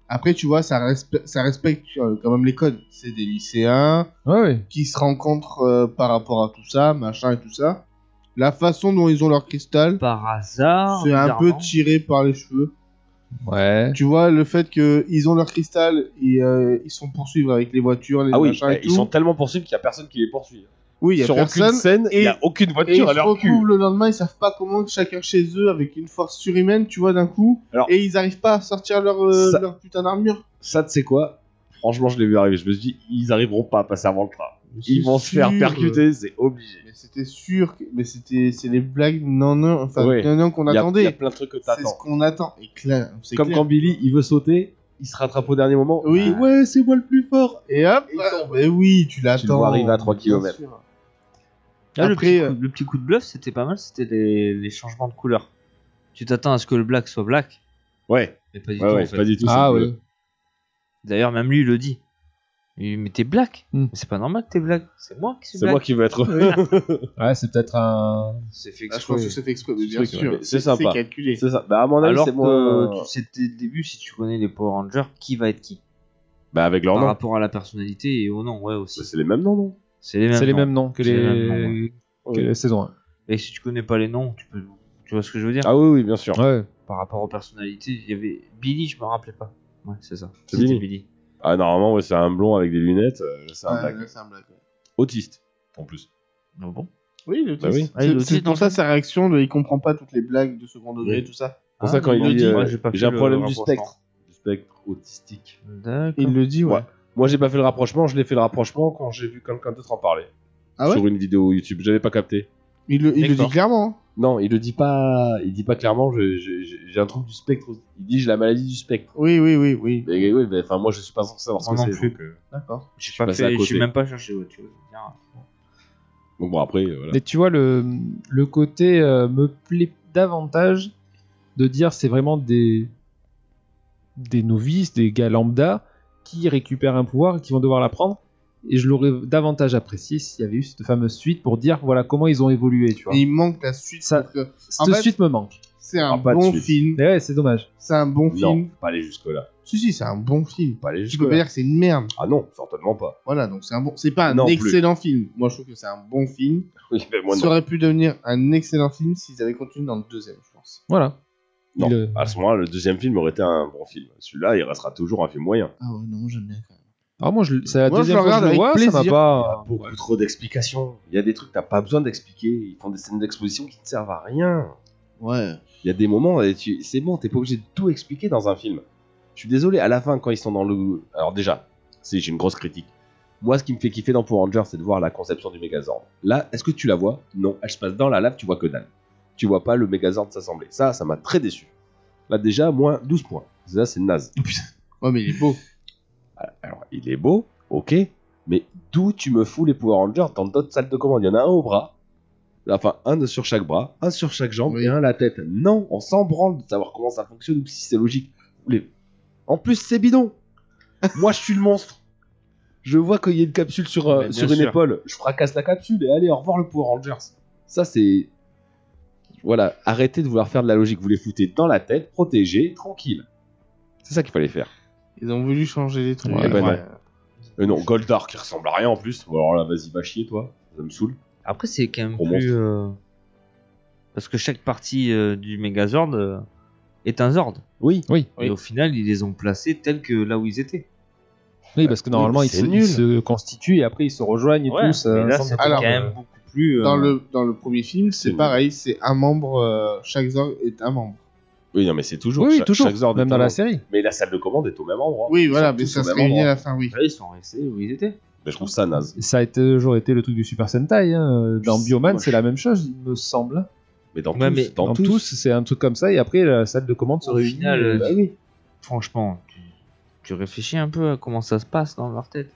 après, tu vois, ça, respe- ça respecte euh, quand même les codes. C'est des lycéens
Ouais, ouais.
qui se rencontrent euh, par rapport à tout ça, machin et tout ça. La façon dont ils ont leur cristal,
Par
Ah,
hasard.
c'est un peu
bizarrement.
tiré par les cheveux.
Ouais.
Tu vois, le fait qu'ils ont leur cristal et euh, ils sont poursuivre avec les voitures, les
Ah oui,
machins et
eh, ils
tout.
sont tellement poursuivis qu'il n'y a personne qui les poursuit.
Oui, il y a
Sur
personne.
aucune scène, il
et-
n'y a aucune
Et ils se
voiture à leur cul.
retrouvent le lendemain, ils savent pas comment chacun chez eux avec une force surhumaine, tu vois, d'un coup.
Alors-
et ils arrivent pas à sortir leur, euh,
Ça-
leur putain d'armure.
Ça, tu sais quoi Franchement, je l'ai vu arriver. Je me suis dit, ils arriveront pas à passer avant le train. Ils vont se faire
sûr.
percuter, c'est obligé.
Mais c'était sûr, que- mais c'était c'est les blagues non non enfin
Ouais.
non non qu'on
Il y a- Il y a
attendait.
plein de trucs que
C'est ce
t'attends.
qu'on attend. Et clair, c'est
Comme
clair.
quand Billy, il veut sauter, il se rattrape au dernier moment.
Oui.
ouais, c'est moi le plus fort.
Et hop, euh, mais oui, tu l'attends.
vois arriver à trois
bien
kilomètres.
sûr.
Là, Ah, le,
Après,
petit
euh,
coup, le petit coup de bluff, c'était pas mal, c'était les, les changements de couleur. Tu t'attends à ce que le black soit black,
Ouais,
mais pas du
ouais,
tout.
ouais,
en fait.
pas du tout.
Ah
c'est
ouais.
bleu.
D'ailleurs, même lui, il le dit. Mais mais t'es black.
Hmm.
Mais C'est pas normal que t'es black. C'est moi qui suis
C'est moi
black.
qui veux être.
Ouais, c'est peut-être un.
C'est fait
Ah, je
exprès.
pense que c'est fait exprès, mais
Ce
bien
truc, ouais,
sûr.
c'est sympa.
C'est calculé.
c'est ça. Bah, à mon avis,
Alors
c'est
que
moi.
euh, tu sais, dès le début, si tu connais les Power Rangers, qui va être qui
Bah, avec leur
Par
nom.
rapport à la personnalité et au nom, ouais aussi.
Bah, C'est les mêmes noms, non
C'est les mêmes.
C'est les
noms.
mêmes noms que
C'est
les,
les mêmes
que la saison
Et si tu connais pas les noms, tu peux. Tu vois ce que je veux dire
Ah oui, oui, bien sûr.
1. Ouais.
Par rapport aux personnalités, il y avait Billy, je me rappelais pas. Ouais, c'est ça.
C'est
C'était
Billy.
Billy.
Ah, normalement, ouais, c'est un blond avec des lunettes. euh, c'est un
Ouais,
black.
là, c'est un black, ouais.
Autiste, en plus.
Mais Ah bon.
Oui,
Bah oui.
Ah, l'autiste,
C'est
dans
pour ça sa réaction, de- il comprend pas toutes les blagues de second degré,
Oui.
tout ça.
pour ça, quand il
le
dit, euh,
ouais, j'ai pas
j'ai
fait
un
le
problème du
rapprochement.
spectre. Du spectre autistique.
D'accord.
Il le dit, ouais.
Ouais. Moi, j'ai pas fait le rapprochement, je l'ai fait le rapprochement quand j'ai vu quelqu'un d'autre en parler.
Ah ouais
sur une vidéo YouTube, j'avais pas capté.
Il le, il le dit
D'accord.
clairement. hein.
Non, il le dit pas, il dit pas clairement, je- je- je- j'ai un truc du spectre. Il dit j'ai la maladie du spectre.
Oui, oui, oui, oui.
Mais oui, mais enfin, moi je suis pas censé savoir ce
Moi
que
non plus.
c'est. Donc, euh,
D'accord.
Je suis
pas
pas
passé à
fait, je suis
côté.
même pas cherché. ouais, tu vois, je veux dire.
donc bon, après, euh, voilà.
Mais tu vois, le, le côté euh, me plaît davantage de dire c'est vraiment des, des novices, des gars lambda qui récupèrent un pouvoir et qui vont devoir l'apprendre. Et je l'aurais davantage apprécié s'il y avait eu cette fameuse suite pour dire voilà comment ils ont évolué. Tu vois.
Et il manque la suite.
Ça-
parce que en
Cette
fait-
suite me manque.
C'est un
Ah, pas de
bon
suite.
film.
Mais ouais, c'est dommage.
C'est un bon
Non,
film.
faut pas aller jusque-là.
Si, si, c'est un bon film.
Faut Pas aller
Je peux pas
jusque-là.
dire que c'est une merde.
Ah non, certainement pas.
Voilà, donc c'est un bon. C'est pas un
Non plus.
excellent film. Moi, je trouve que c'est un bon film.
Oui, mais moi
Ça
non.
aurait pu devenir un excellent film s'ils avaient continué dans le deuxième, je pense.
Voilà.
Non.
Il, euh,
À ce moment-là, le deuxième film aurait été un bon film. Celui-là, il restera toujours un film moyen.
Ah ouais, non, j'aime bien quand même.
Alors moi, je- c'est la
Moi, je
deuxième
le
fois que je le
regarde
vois,
avec
ça m'a
plaisir.
pas.
Beaucoup trop d'explications. Il y a des trucs que t'as pas besoin d'expliquer. Ils font des scènes d'exposition qui ne servent à rien.
Ouais.
Il y a des moments, et tu... c'est bon, t'es pas obligé de tout expliquer dans un film. Je suis désolé, à la fin, quand ils sont dans le. Alors, déjà, si j'ai une grosse critique. Moi, ce qui me fait kiffer dans Power Rangers, c'est de voir la conception du Megazord. Là, est-ce que tu la vois Non, elle se passe dans la lave, tu vois que dalle. Tu vois pas le Megazord s'assembler. Ça, ça m'a très déçu. Là, déjà, moins 12 points. Ça, c'est naze.
Ouais, mais il est beau.
Alors, il est beau, ok, mais d'où tu me fous les Power Rangers dans d'autres salles de commande Il y en a un au bras, enfin un de sur chaque bras, un sur chaque jambe
Oui.
et un à la tête. Non, on s'en branle de savoir comment ça fonctionne ou si c'est logique. Vous les- En plus, c'est bidon. Moi, je suis le monstre. Je vois qu'il y a une capsule sur, euh,
Mais bien
sur une
sûr.
épaule. Je fracasse la capsule et allez, au revoir le Power Rangers. Ça, c'est. Voilà, arrêtez de vouloir faire de la logique. Vous les foutez dans la tête, protégés, tranquille. C'est ça qu'il fallait faire.
Ils ont voulu changer les trucs.
Ouais, bah, ouais. Euh, non, Goldar qui ressemble à rien en plus. Bon, alors là, vas-y, va chier, toi. Ça me saoule.
Après, c'est quand même
Gros
plus. euh, Parce que chaque partie euh, du Megazord euh, est un Zord.
Oui.
Oui.
Et au final, ils les ont placés tels que là où ils étaient.
Oui, parce que normalement,
mais
ils,
c'est
se,
nul. Ah,
ils se constituent et après ils se rejoignent tous.
mais
euh,
là,
ensemble.
c'était
Alors,
quand même
euh,
beaucoup plus. euh,
Dans le, dans le premier film,
C'est
c'est
bon.
pareil, c'est un membre, euh, chaque Zord est un membre.
Oui, non, mais c'est toujours.
Oui, oui,
cha-
toujours.
chaque Zord est
Même dans
un
la
endroit.
série.
Mais la salle de commande est au même endroit.
Oui,
Ils
voilà,
sont
mais
tous
ça
au
se
même
réunit
endroit.
à la fin, oui.
Ils sont restés où ils étaient.
Mais je trouve ça naze.
Ça a été- toujours été le truc du Super Sentai. hein. Dans
C'est
Bioman,
moche.
c'est la même chose, il me semble.
Mais dans
Ouais,
tous,
mais
Dans, tous, c'est un truc comme ça. Et après, la salle de commande se
Au
réunit.
final,
euh,
euh,
bah oui.
Franchement, tu, tu réfléchis un peu à comment ça se passe dans leur tête.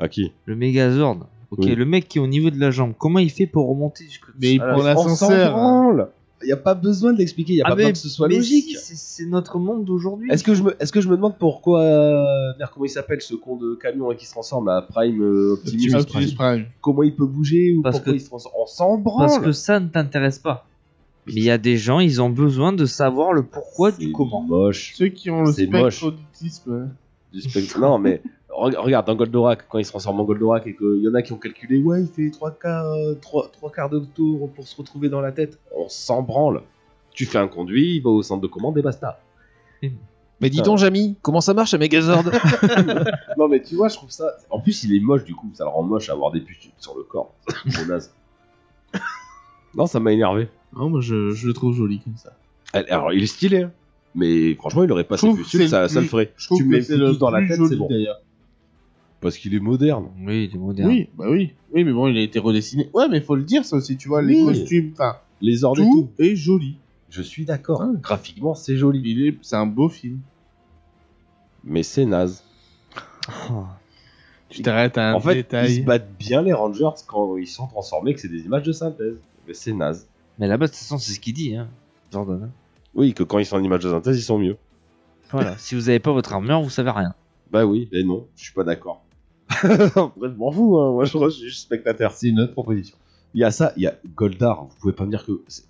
À qui
Le Megazord. Ok,
Oui.
le mec qui est au niveau de la jambe, comment il fait pour remonter jusqu'au
Mais il
Ah,
On
prend
s'en
l'ascenseur. hein.
branle. Y a pas besoin de l'expliquer. Y a
ah,
pas
mais,
besoin que ce soit
mais
logique.
si, c'est- c'est notre monde d'aujourd'hui.
Est-ce que, je me, est-ce que je me demande pourquoi. euh, merde, comment il s'appelle ce con de camion là, qui se transforme à Prime euh, Optimus,
Optimus Prime.
Comment il peut bouger ou
Parce
pourquoi
que-
il se transforme On s'en branle.
Parce que ça ne t'intéresse pas. Mais il y a des gens, ils ont besoin de savoir le pourquoi
C'est
du comment.
Moche.
Ceux qui ont le
C'est moche.
spectre euh, d'autisme.
du spectre. non, mais re- regarde, dans Goldorak, quand il se transforme en Goldorak et qu'il y en a qui ont calculé, ouais, il fait 3 quarts, euh, trois- trois quarts de tour pour se retrouver dans la tête. On s'en branle. Tu fais un conduit, il va au centre de commande et basta.
Mais dis donc, Jamy, comment ça marche à Megazord
non, mais tu vois, je trouve ça. En plus, il est moche du coup, ça le rend moche à avoir des puces sur le corps. Trop naze. non, ça m'a énervé.
Non, moi je, je le trouve joli comme ça.
Elle- Alors, il est stylé, hein, mais franchement, il aurait pas
Je
ses
trouve que
pustules,
c'est
ça,
le
ça le
plus-
ferait.
Je trouve
tu
que
mets les
c'est le
puces dans la
plus
tête,
joli,
c'est bon.
d'ailleurs.
Parce qu'il est moderne.
Oui, il est moderne.
Oui, bah oui. Oui, mais bon, il a été redessiné. Ouais, mais faut le dire ça aussi, tu vois, les
Oui.
costumes, enfin,
Les ordres et tout.
tout est joli.
Je suis d'accord.
Hein.
Ouais.
Graphiquement, c'est joli.
Il est, c'est un beau film.
Mais c'est naze.
Oh.
Tu t'arrêtes à un
en fait,
détail.
ils se battent bien les Rangers quand ils sont transformés, que c'est des images de synthèse. Mais c'est naze.
Mais là-bas, de toute façon, c'est ce qu'il dit, hein, Jordan. hein.
Oui, que quand ils sont en images de synthèse, ils sont mieux.
Voilà, si vous n'avez pas votre armure, vous savez rien.
Bah oui, mais non, je suis pas d'accord. Après, je m'en fous, hein. moi je suis juste spectateur. C'est une autre proposition. Il y a ça, il y a Goldar, vous pouvez pas me dire que. c'est-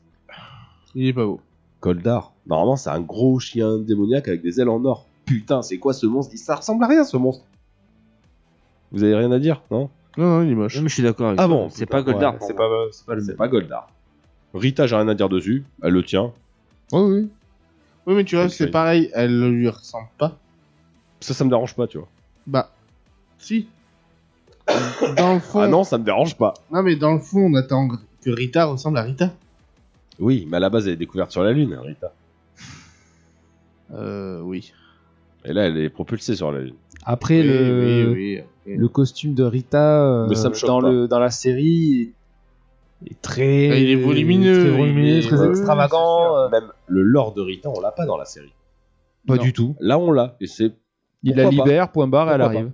Il est pas beau.
Goldar, normalement c'est un gros chien démoniaque avec des ailes en or. Putain, c'est quoi ce monstre Ça ressemble à rien ce monstre. Vous avez rien à dire, non
Non, non, il est moche.
Non, mais je suis d'accord avec
Ah
toi.
bon,
c'est
putain,
pas Goldar.
ouais,
pour
c'est
moi.
pas, c'est pas le C'est pas Goldar. Rita, j'ai rien à dire dessus, elle le tient.
Oui, oui. Oui, mais tu vois,
Ok.
c'est pareil, elle ne lui ressemble pas.
Ça, ça me dérange pas, tu vois.
Bah, si. dans le fond.
Ah non, ça me dérange pas.
Non, mais dans le fond, on attend que Rita ressemble à Rita.
Oui, mais à la base, elle est découverte sur la Lune, hein, Rita.
Euh, oui.
Et là, elle est propulsée sur la Lune.
Après,
oui,
le,
oui, oui.
le costume de Rita euh,
Mais ça me choque
dans,
pas.
le, dans la série est, est très.
Ah, il est volumineux,
Très, volumineux,
il est-
très
ouais,
extravagant. euh,
Même le lore de Rita, on l'a pas dans la série.
pas
Non.
du tout.
Là, on l'a. Et c'est
Il
Pourquoi
la
pas
libère, point barre, et elle
Pourquoi
arrive.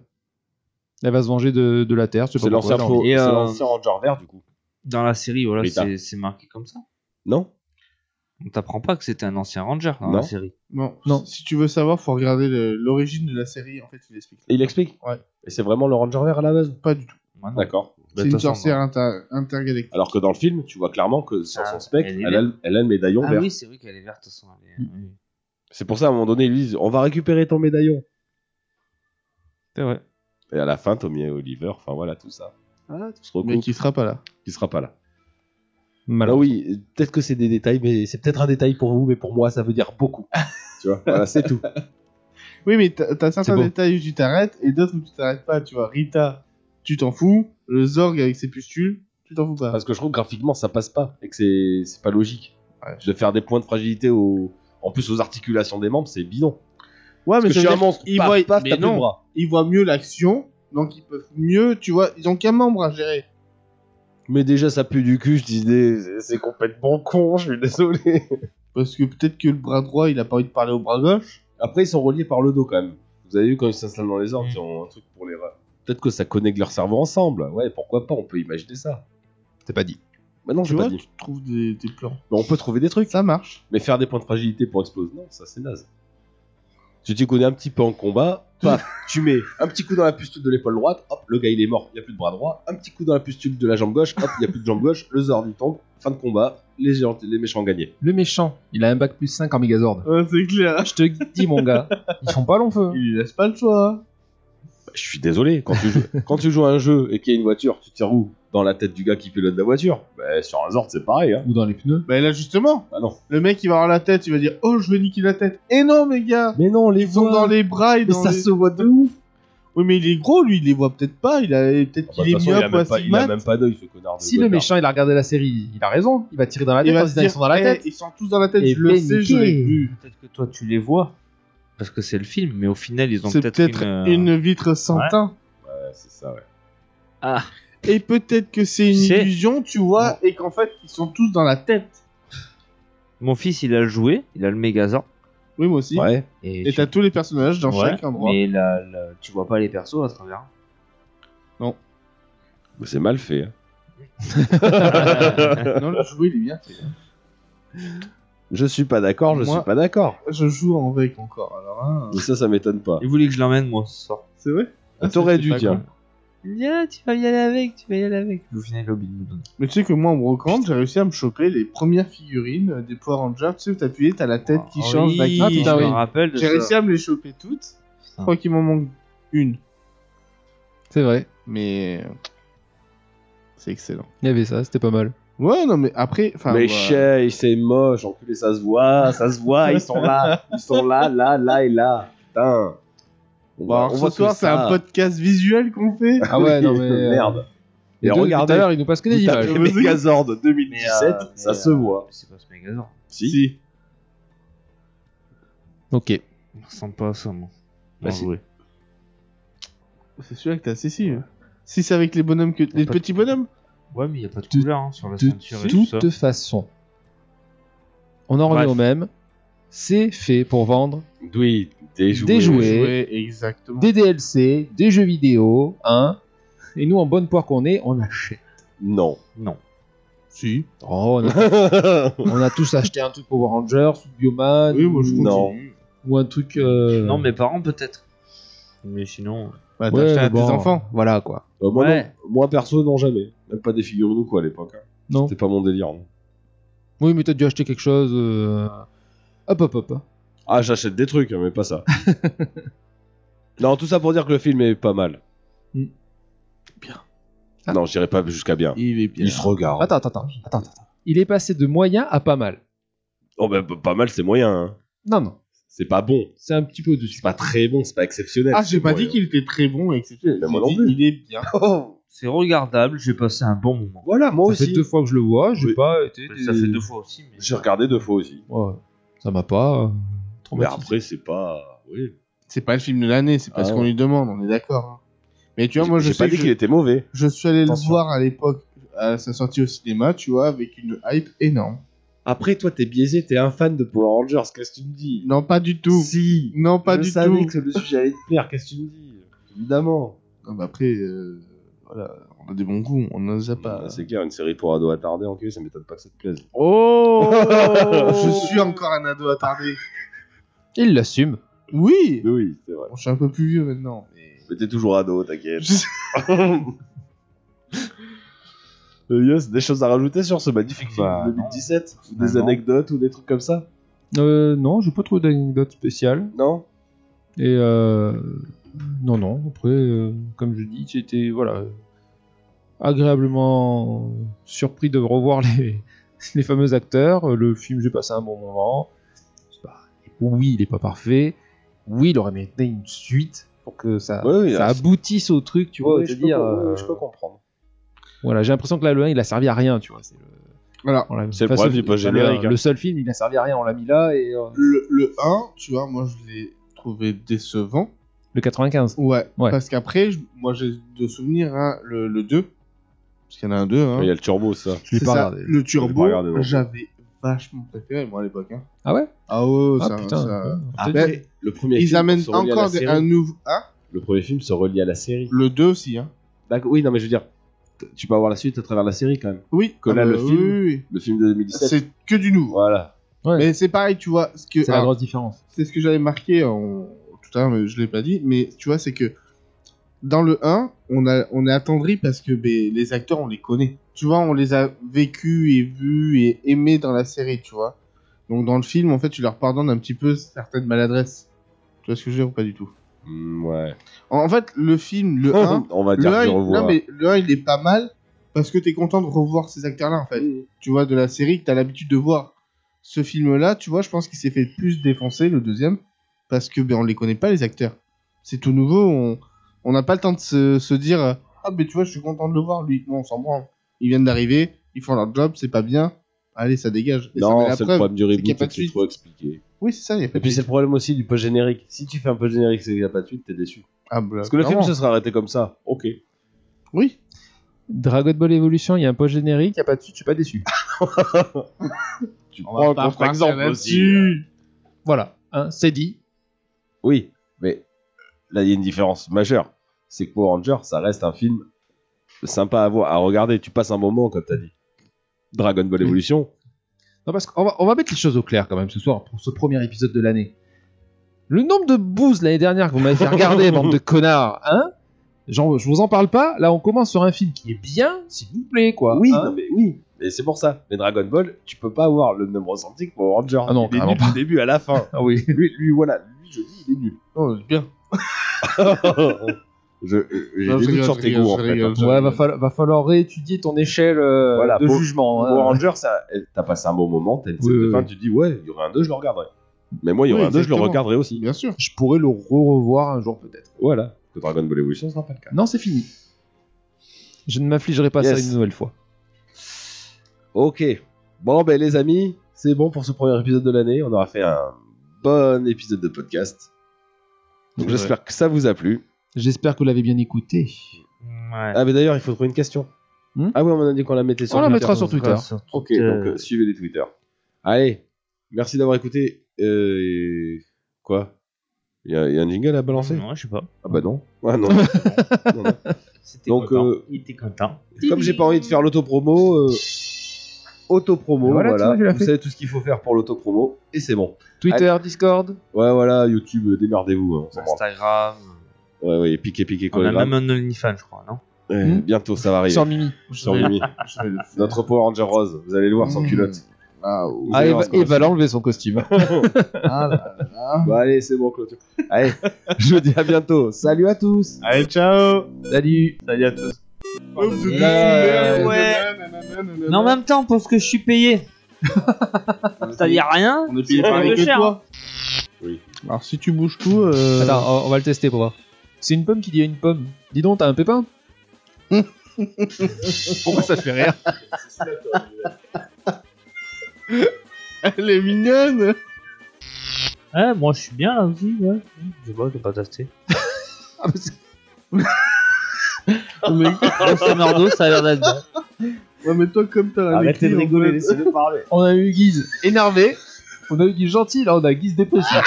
Elle va se venger de, de la Terre. je sais
c'est
pas pourquoi,
l'ancien
j'ai envie.
faux-
Et,
c'est
euh,
l'ancien Ranger vert, du coup.
Dans la série, voilà,
Rita.
c'est c'est marqué comme ça.
Non
On t'apprend pas que c'était un ancien ranger dans
Non.
la série.
Non,
Non.
Si tu veux savoir, faut regarder le- l'origine de la série. En fait, il explique.
Et il explique
Ouais.
Et c'est vraiment le Ranger vert à la base
Pas du tout.
Moi, non.
D'accord.
Bah, De
C'est
toute
une
façon,
sorcière inter- intergalactique.
Alors que dans le film, tu vois clairement que sur
Ah,
son spectre,
elle
elle,
est
a, elle a le médaillon
Ah
vert.
oui, c'est vrai qu'elle est verte. de toute façon, elle est- oui.
C'est pour ça, à un moment donné, ils lui disent On va récupérer ton médaillon.
C'est vrai.
Et à la fin, Tommy et Oliver, enfin voilà, tout ça. Ah, tout se
Mais
recoupe.
qui sera pas là.
Qui sera pas là. Alors
Malheureusement.
oui, peut-être que c'est des détails, mais c'est peut-être un détail pour vous, mais pour moi, ça veut dire beaucoup. tu vois, voilà, c'est tout.
Oui, mais t'as t'as certains
beau.
détails où tu t'arrêtes et d'autres où tu t'arrêtes pas. Tu vois, Rita, tu t'en fous. Le Zorg avec ses pustules, tu t'en fous pas.
Parce que je trouve que graphiquement, ça passe pas et que c'est- c'est pas logique.
Ouais.
De faire des points de fragilité aux... en plus aux articulations des membres, c'est bidon.
Ouais,
Parce que je
ça
suis
veut
un
dire
monstre.
qu'ils
paf,
voient-
paf,
mais
tape le
non.
bras.
ils voient mieux l'action, donc ils peuvent mieux, tu vois, ils ont qu'un membre à gérer.
Mais déjà, ça pue du cul, je disais, c'est- c'est complètement con, je suis désolé.
Parce que peut-être que le bras droit, il a pas envie de parler au bras gauche.
Après, ils sont reliés par le dos quand même. Vous avez vu quand ils s'installent dans les ordres,
Mm.
ils ont un truc pour les. ra- Peut-être que ça connecte leur cerveau ensemble. Ouais, pourquoi pas, on peut imaginer ça. C'est pas dit. Bah non,
Tu
c'est
vois,
pas
tu
dit.
trouves des, des plans.
Mais on peut trouver des trucs.
Ça marche.
Mais faire des points de fragilité pour exploser, non, ça c'est naze. Tu t'y connais un petit peu en combat, paf, tu mets un petit coup dans la pustule de l'épaule droite, hop, le gars il est mort, il n'y a plus de bras droit, un petit coup dans la pustule de la jambe gauche, hop, il n'y a plus de jambe gauche, le Zord il tombe, fin de combat, les, géants- les méchants ont gagné.
Le méchant, il a un bac plus 5 en Megazord.
Ouais, c'est clair.
Je te dis, mon gars, ils font pas long feu.
Il lui laisse pas le choix. hein.
Bah, je suis désolé, quand tu, joues, quand tu joues à un jeu et qu'il y a une voiture, tu tires où Dans la tête du gars qui pilote la voiture Bah, Sur un Zord c'est pareil, hein.
Ou dans les pneus.
Bah là, justement,
Bah non.
le mec, il va avoir la tête, il va dire Oh, je vais niquer la tête. Et non, mes gars
Mais non, les
Ils sont dans les bras et dans les-
voit de ouf
Oui, mais il est gros, lui, il les voit peut-être pas. Il a peut-être qu'il
il,
est
a
myope ou
même pas, il a
astigmate.
même pas d'œil ce connard de
Si le
Godard.
méchant il a regardé la série, il a raison, il va tirer dans la
Il
tête
va
en
se
disant
dire,
ils sont dans la
Eh,
tête.
Ils sont tous dans la tête,
Et
je le
ben,
sais, je
niqué.
l'ai vu.
Peut-être que toi, tu les vois. Parce que c'est le film, mais au final, ils ont
C'est
peut-être
peut-être
une, euh,
une... vitre sans
Ouais.
teint.
euh, Ouais, c'est ça, ouais.
Et peut-être que c'est une
C'est-
illusion, tu vois, et qu'en fait, ils sont tous dans la tête.
Mon fils, il a le joué, il a le Megazord.
Oui, moi aussi.
Ouais.
Et t'as tous les personnages dans
Ouais,
chaque endroit.
Mais la- la- tu vois pas les persos à travers.
Bah, C'est mal fait. hein.
non, le jouet, il est bien.
Je suis pas d'accord, je
Moi-
suis pas d'accord.
Je joue en VEC encore, alors. Hein.
Mais ça, ça m'étonne pas.
Il voulait que je l'emmène, moi, ce soir.
C'est vrai Ah,
T'aurais
c'est-
dû,
c'est pas
tiens.
con.
Il me dit, ah, tu vas y aller avec, tu vas y aller avec. Au final, il a oublié de nous donner.
Mais tu sais que moi, en brocante, j'ai réussi à me choper les premières figurines euh, des Power Rangers. Tu sais, où t'appuyais, t'as la tête qui
Ah
change.
oui,
la qui-
Ah, putain,
je
oui.
me rappelle de
J'ai
ça.
réussi à me les choper toutes. Je crois qu'il m'en manque une.
C'est vrai,
Mais. euh, C'est excellent.
il y avait ça, c'était pas mal.
Ouais, non, mais après. enfin,
mais
voilà.
chez, c'est moche, enculé, ça se voit, ça se voit, ils sont là, ils sont là, là, là et là. Putain. On
Bon, alors, ce soir, c'est un podcast visuel qu'on fait.
Ah ouais, non mais. euh,
Merde. Et
les deux, Tout
regardez.
à l'heure, il nous passe que des
Vous
images.
Euh,
tapez Megazord 2017,
Mais, euh,
ça
mais,
se
euh,
voit.
C'est pas ce Megazord.
Si.
Ok.
Il ressemble pas à ça, moi. Bien
Bah, si.
joué.
C'est celui-là que t'as. Si, si. Si, c'est avec les bonhommes que. Les
pas-
petits bonhommes
Ouais, mais il y a pas de
De-
couleur hein, sur la
De
ceinture et tout ça.
toute façon, on en revient
Bref.
au même. C'est fait pour vendre
Oui, des jouets.
Des jouets. Ouais.
Ouais, exactement.
des DLC, des jeux vidéo, hein. Et nous, en bonne poire qu'on est, on achète.
Non.
Non.
Si.
Oh, on a,
Bah, non,
on a tous acheté un truc Power Rangers, ou Bioman,
Oui, moi, je
ou-
trouve
Non.
ou un truc. euh,
Non, mes parents, peut-être. Mais sinon.
Ouais,
Bah, t'as acheté
mais
à tes
bon.
enfants, voilà quoi.
Euh, moi,
Ouais.
non. moi, perso, non, jamais. Même pas des figurines ou quoi à l'époque. hein.
Non.
C'était pas mon délire. non.
Oui, mais t'as dû acheter quelque chose. euh, Hop, hop, hein. hop.
Ah, j'achète des trucs, mais pas ça. non, tout ça pour dire que le film est pas mal.
Mm.
Hmm.
Bien. Ah.
Non, j'irai pas jusqu'à bien.
Il est bien.
Il se regarde.
Attends, attends, attends, attends, attends. Il est passé de moyen à pas mal.
Oh, bah, p- pas mal, c'est moyen. hein.
Non, non.
C'est pas bon.
C'est un petit peu au-dessus.
C'est pas très bon, c'est pas exceptionnel.
Ah, j'ai
c'est
pas
moyen.
dit qu'il était très bon, exceptionnel.
Mais moi
J'ai
non plus.
dit, Il est bien.
Oh,
C'est regardable, j'ai passé un bon moment.
voilà, moi
Ça
aussi.
fait deux fois que je le vois, j'ai
Oui.
pas été.
Bah, Ça fait deux fois aussi. Mais...
J'ai regardé deux fois aussi.
Ouais, ça m'a pas. euh,
Mais
traumatisé.
après, c'est pas. Oui.
C'est pas le film de l'année, c'est pas
Ah
ce
ouais.
qu'on lui demande, on est d'accord. hein. Mais tu vois,
J'ai-
moi je
j'ai pas
sais que
dit
je,
qu'il était mauvais.
je suis allé
Attention.
le voir à l'époque à sa sortie au cinéma, tu vois, avec une hype énorme.
Après, toi, t'es biaisé, t'es un fan de Power Rangers, qu'est-ce que tu me dis
Non, pas du tout.
Si
Non, pas
Je
du
savais
tout.
que le sujet allait te plaire, qu'est-ce que tu me dis Évidemment.
Non, mais après, euh, voilà, on a des bons goûts, on n'en a pas.
C'est clair, une série pour ados attardés en cul, ça m'étonne pas que ça te plaise.
Oh
Je suis encore un ado attardé.
Il l'assume.
Oui
Oui, c'est vrai.
Bon, Je suis un peu plus vieux maintenant. Mais...
Mais t'es toujours ado, t'inquiète.
Je sais-
Euh, Yos, des choses à rajouter sur ce magnifique film
Bah,
de 2017 Ou
Bah,
Des
non.
anecdotes ou des trucs comme ça
Euh, non, j'ai pas trouvé d'anecdote spéciale.
Non
Et euh, non, non. Après, euh, comme je dis, j'étais voilà euh, agréablement surpris de revoir les, les fameux acteurs. Euh, Le film, j'ai passé un bon moment. C'est pas- oui, il est pas parfait. Oui, il aurait mérité une suite pour que ça,
Ouais, ouais,
ça
ouais.
aboutisse au truc, tu vois.
Oui,
je
je,
veux
peux
dire,
com-
euh,
je peux comprendre.
voilà, j'ai l'impression que là, le 1, il a servi à rien, tu vois. C'est le,
Voilà.
voilà,
C'est le
enfin,
problème du post-générique,
le-
hein.
Le seul film, il a servi à rien. On l'a mis là et euh,
Le, le 1, tu vois, moi je l'ai trouvé décevant.
le 95.
Ouais,
Ouais.
parce qu'après, je- moi j'ai de souvenirs hein, le, le 2, parce qu'il y en a un 2, hein.
Il y a le turbo, ça.
Je l'ai
C'est
pas
ça,
regardé.
le turbo,
regardé non plus.
j'avais vachement préféré moi à l'époque. hein.
Ah ouais
Ah ouais,
Ah
ça,
putain.
ça-
ouais, peut-être.
Après,
le premier
Ils
film
amènent
se relie à la
encore des-
série.
un nouveau. Ah,
Le premier film se relie à la série.
le 2 aussi, hein.
D'accord, Bah, oui, non, mais je veux dire, t- tu peux avoir la suite à travers la série quand même.
Oui,
Que là,
ah,
le
bah,
film.
oui, oui, oui.
Le film de 2017.
C'est que du nouveau.
Voilà.
Ouais.
Mais c'est pareil, tu vois. Ce que,
C'est
ah,
la grosse différence.
c'est ce que j'avais marqué en- tout à l'heure, mais je l'ai pas dit. Mais tu vois, c'est que dans le 1, on, a, on est attendri parce que ben, les acteurs, on les connaît. Tu vois, on les a vécus et vus et aimés dans la série, tu vois. Donc dans le film, en fait, tu leur pardonnes un petit peu certaines maladresses. Tu vois ce que je veux dire ou pas du tout
Mm, ouais.
En en fait, le film, le 1,
On va
le
dire que
1,
je
il,
revois.
non, mais le 1, il est pas mal parce que t'es content de revoir ces acteurs-là, en fait. Tu vois, de la série que t'as l'habitude de voir. Ce film-là, tu vois, je pense qu'il s'est fait plus défoncer, le deuxième, parce que ben, on les connaît pas, les acteurs. C'est tout nouveau, on on n'a pas le temps de se, se dire euh, Ah, mais tu vois, je suis content de le voir, lui. Non, on s'en branle. Ils viennent d'arriver, ils font leur job, c'est pas bien. Allez, ça dégage. Et ça met
Non,
la
c'est le
preuve.
problème du
qu'il y a
reboot, c'est
pas de
que c'est
suite.
trop expliqué.
Oui, c'est ça, il y a pas
Et puis
de-
c'est le problème aussi du post générique. Si tu fais un post générique, c'est qu'il n'y a pas de suite, t'es déçu.
Ah, bah,
Parce que le film
clairement.
se serait arrêté comme ça. Ok.
Oui,
Dragon Ball Evolution, il y a un post générique, il n'y a pas de suite, je suis pas déçu.
Tu
on va
prends un
pas
contre-exemple
repartir
aussi.
là-dessus.
voilà, hein, c'est dit.
Oui, mais là, il y a une différence majeure. C'est que Power Ranger, ça reste un film sympa à voir, à regarder. Tu passes un moment, comme t'as dit. Dragon Ball
Oui.
Evolution.
Non, parce qu'on va, on va mettre les choses au clair quand même ce soir pour ce premier épisode de l'année. Le nombre de bouses l'année dernière que vous m'avez fait regarder, bande de connards, hein Genre, je vous en parle pas, là on commence sur un film qui est bien, s'il vous plaît, quoi.
oui,
hein.
non, mais oui. Mais c'est pour ça. Mais Dragon Ball, tu peux pas avoir le même ressenti que Power Ranger.
Ah non,
il est
carrément
nul du début à la fin.
Ah oui.
lui, lui, voilà. Lui, je dis, il est nul.
Oh, bien.
Je- euh, J'ai
Non,
des doutes
je rigole,
sur
je
tes
rigole,
goûts, en
je
fait. hein.
rigole.
Ouais, va falloir, va falloir réétudier ton échelle euh,
Voilà,
de
pour-
jugement. hein.
Power Ranger, ça- t'as passé un bon moment, t'as une
Oui,
scène de
oui,
fin,
oui.
tu dis ouais, il y aurait un 2, je le regarderai. Mais moi, il y
Oui,
aurait un 2, je le
exactement.
regarderai aussi.
Bien sûr.
Je pourrais le revoir un jour peut-être.
Voilà. Que Dragon Ball Evolution, ce sera pas le cas.
Non, c'est fini. Je ne m'affligerai pas
Yes.
ça une nouvelle fois.
Ok. Bon, ben les amis, c'est bon pour ce premier épisode de l'année. On aura fait un bon épisode de podcast. Donc
C'est vrai.
j'espère que ça vous a plu.
J'espère que vous l'avez bien écouté.
Ouais.
Ah, mais d'ailleurs, il faut trouver une question.
Hmm
ah oui, on a dit qu'on la mettait sur
On la
Twitter.
mettra sur Twitter.
Ok,
Euh,
donc euh, suivez les Twitter. Allez, merci d'avoir écouté. Euh, et- Quoi Il y, a- il y a un jingle à balancer
Ouais, je sais pas.
Ah bah non. Ah non. non, non, non.
C'était
Donc,
content.
euh,
Il était content.
Comme j'ai pas envie de faire l'autopromo, euh, autopromo,
Ben voilà,
voilà.
tu vois, tu l'as
Vous
fait.
savez tout ce qu'il faut faire pour l'autopromo et c'est bon.
Twitter, Discord.
bah.
Ouais, voilà, YouTube, euh, démerdez-vous. hein, on s'en branle.
Instagram.
Ouais, ouais, piqué, piqué,
On a
chorégramme.
même un OnlyFans, je crois, non
Ouais,
Hmm.
Bientôt, ça va arriver.
Sur Mimi.
Sur Mimi.
Ah, Je vais le faire.
Notre Power Ranger Rose, vous allez le voir sans
Mmh.
culotte.
Ah, ou-
Ah,
allez
et
voir
va,
ce qu'on va
et va
faire.
l'enlever son costume.
ah là là.
Bah, allez, c'est bon, clôture. Allez, je vous dis à bientôt. Salut à tous.
Allez, ciao
Salut.
Salut à tous Oh,
Euh,
Mais en même temps, pauvre que je suis payé, ça dit rien.
On est payé
c'est
pareil
pas
que
cher,
toi
Oui.
Alors si tu bouges tout, euh...
Attends, on, on va le tester pour voir. C'est une pomme qui dit à une pomme. Dis donc, t'as un pépin
pourquoi ça fait rire Elle est mignonne
Ouais, Eh, moi je suis bien là aussi, ouais. Je vois, t'as pas testé.
Ah,
mais...
Le Summerdo, ça a l'air d'être bon.
Ouais, mais toi comme t'as la
Arrêtez de
maîtrise, en
rigoler,
fait.
laissez-le parler.
On a eu Guise énervé. On a eu Guise gentil, là on a Guise dépressif.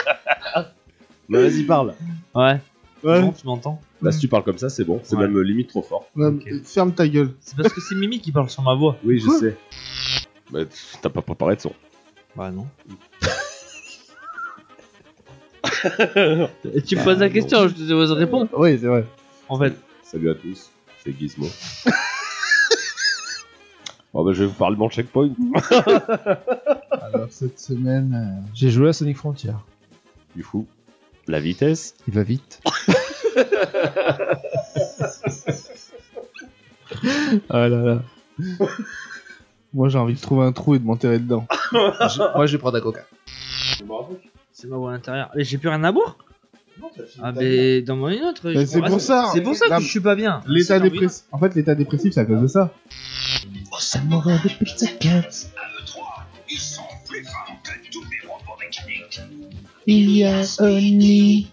Mais vas-y, parle.
Ouais,
Ouais,
bon, tu m'entends
Bah, si tu parles comme ça, c'est bon. C'est
Ouais.
même euh, limite trop fort.
ouais,
Ok.
Ferme ta gueule.
C'est parce que c'est Mimi qui parle sur ma voix.
Oui, je
Quoi
sais. Bah, pff, t'as pas préparé de son.
Bah non.
Bah,
tu me poses la
non.
question, je te je réponds.
Oui, c'est vrai.
En fait,
Salut à tous, c'est Gizmo. bon, bah, je vais vous parler de mon checkpoint.
Alors cette semaine... euh,
J'ai joué à Sonic Frontier.
Du coup, la vitesse.
Il va vite. ah là là.
euh, Moi j'ai envie de trouver un trou et de m'enterrer dedans.
Moi je vais prendre un coca.
c'est ma voix à l'intérieur. Et j'ai plus rien à boire Ah, mais dans mon une autre.
Mais
je
c'est
comprends-
pour ça
C'est pour ça
La-
que je suis pas bien.
L'état
C'est dans
dépressif... En fait l'état dépressif c'est à cause de ça.
Il y a Only.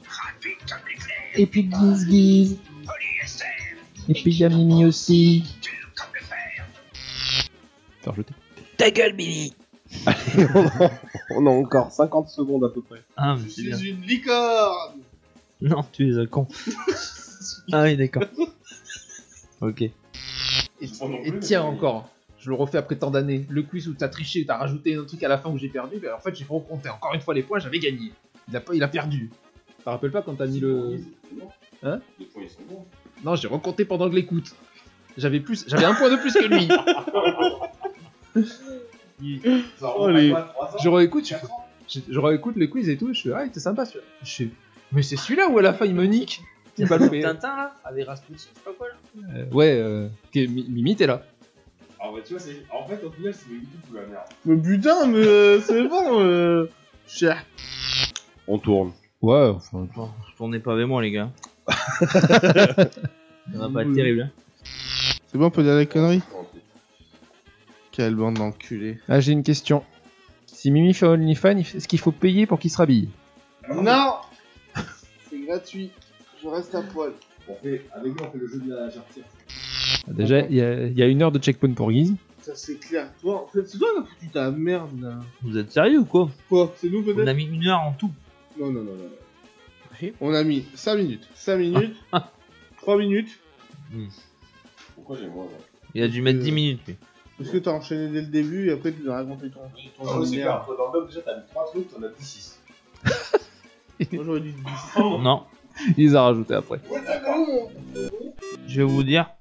Et puis Giz Giz. Et puis il y a Mimi aussi.
Faire jeter.
Ta gueule, Mimi!
On a encore 50 secondes à peu près.
Ah, mais c'est bien.
une licorne
Non, tu es un con. ah oui, d'accord. Ok.
Et, et tiens encore. Je le refais après tant d'années. Le quiz où t'as triché, t'as rajouté un truc à la fin où j'ai perdu, mais en fait j'ai pas compté. Encore une fois les points, j'avais gagné. Il a, pas- il a perdu. T'en rappelles pas quand t'as mis le. Hein Non, j'ai recompté pendant que l'écoute. J'avais plus, j'avais un point de plus que lui.
les-
je réécoute, je, je, je réécoute le quiz et tout. Je fais, ah, il était sympa celui-là. Je fais, mais c'est celui-là où à la fin il me nique. Il m'a loupé.
Tintin là Avec Rasputin, je sais pas quoi là
Euh, ouais, euh, ok, Mi- Mimi, t'es là.
Ah
Mais putain, mais euh, c'est bon euh... Cher.
On tourne.
Ouais, enfin,
Bon, tournez pas avec moi les gars. Ça va pas être
Oui.
terrible. Hein.
C'est bon, on peut dire des conneries Quelle bande d'enculés.
Ah, j'ai une question. Si Mimi fait OnlyFans, est-ce qu'il faut payer pour qu'il se rhabille
Non C'est gratuit. Je reste à poil.
Déjà, il y, a- il y a une heure de checkpoint pour Guise.
Ça c'est clair. Toi, en fait, c'est toi qui as foutu ta merde là.
Vous êtes sérieux ou quoi
Quoi C'est nous
On
peut-être
a mis une heure en tout.
Non, non, non, non. non. On a mis 5 minutes. 5 minutes. 3 minutes.
Pourquoi j'ai moi
Il a dû mettre 10 minutes. lui.
Parce que t'as enchaîné dès le début et après tu nous as raconté ton. ton
Oh, Ah,
merde.
Dans le déjà, t'as mis 3 trucs, t'en as mis 6.
Moi j'aurais dû
Non,
Il les a rajoutés après.
je vais vous dire.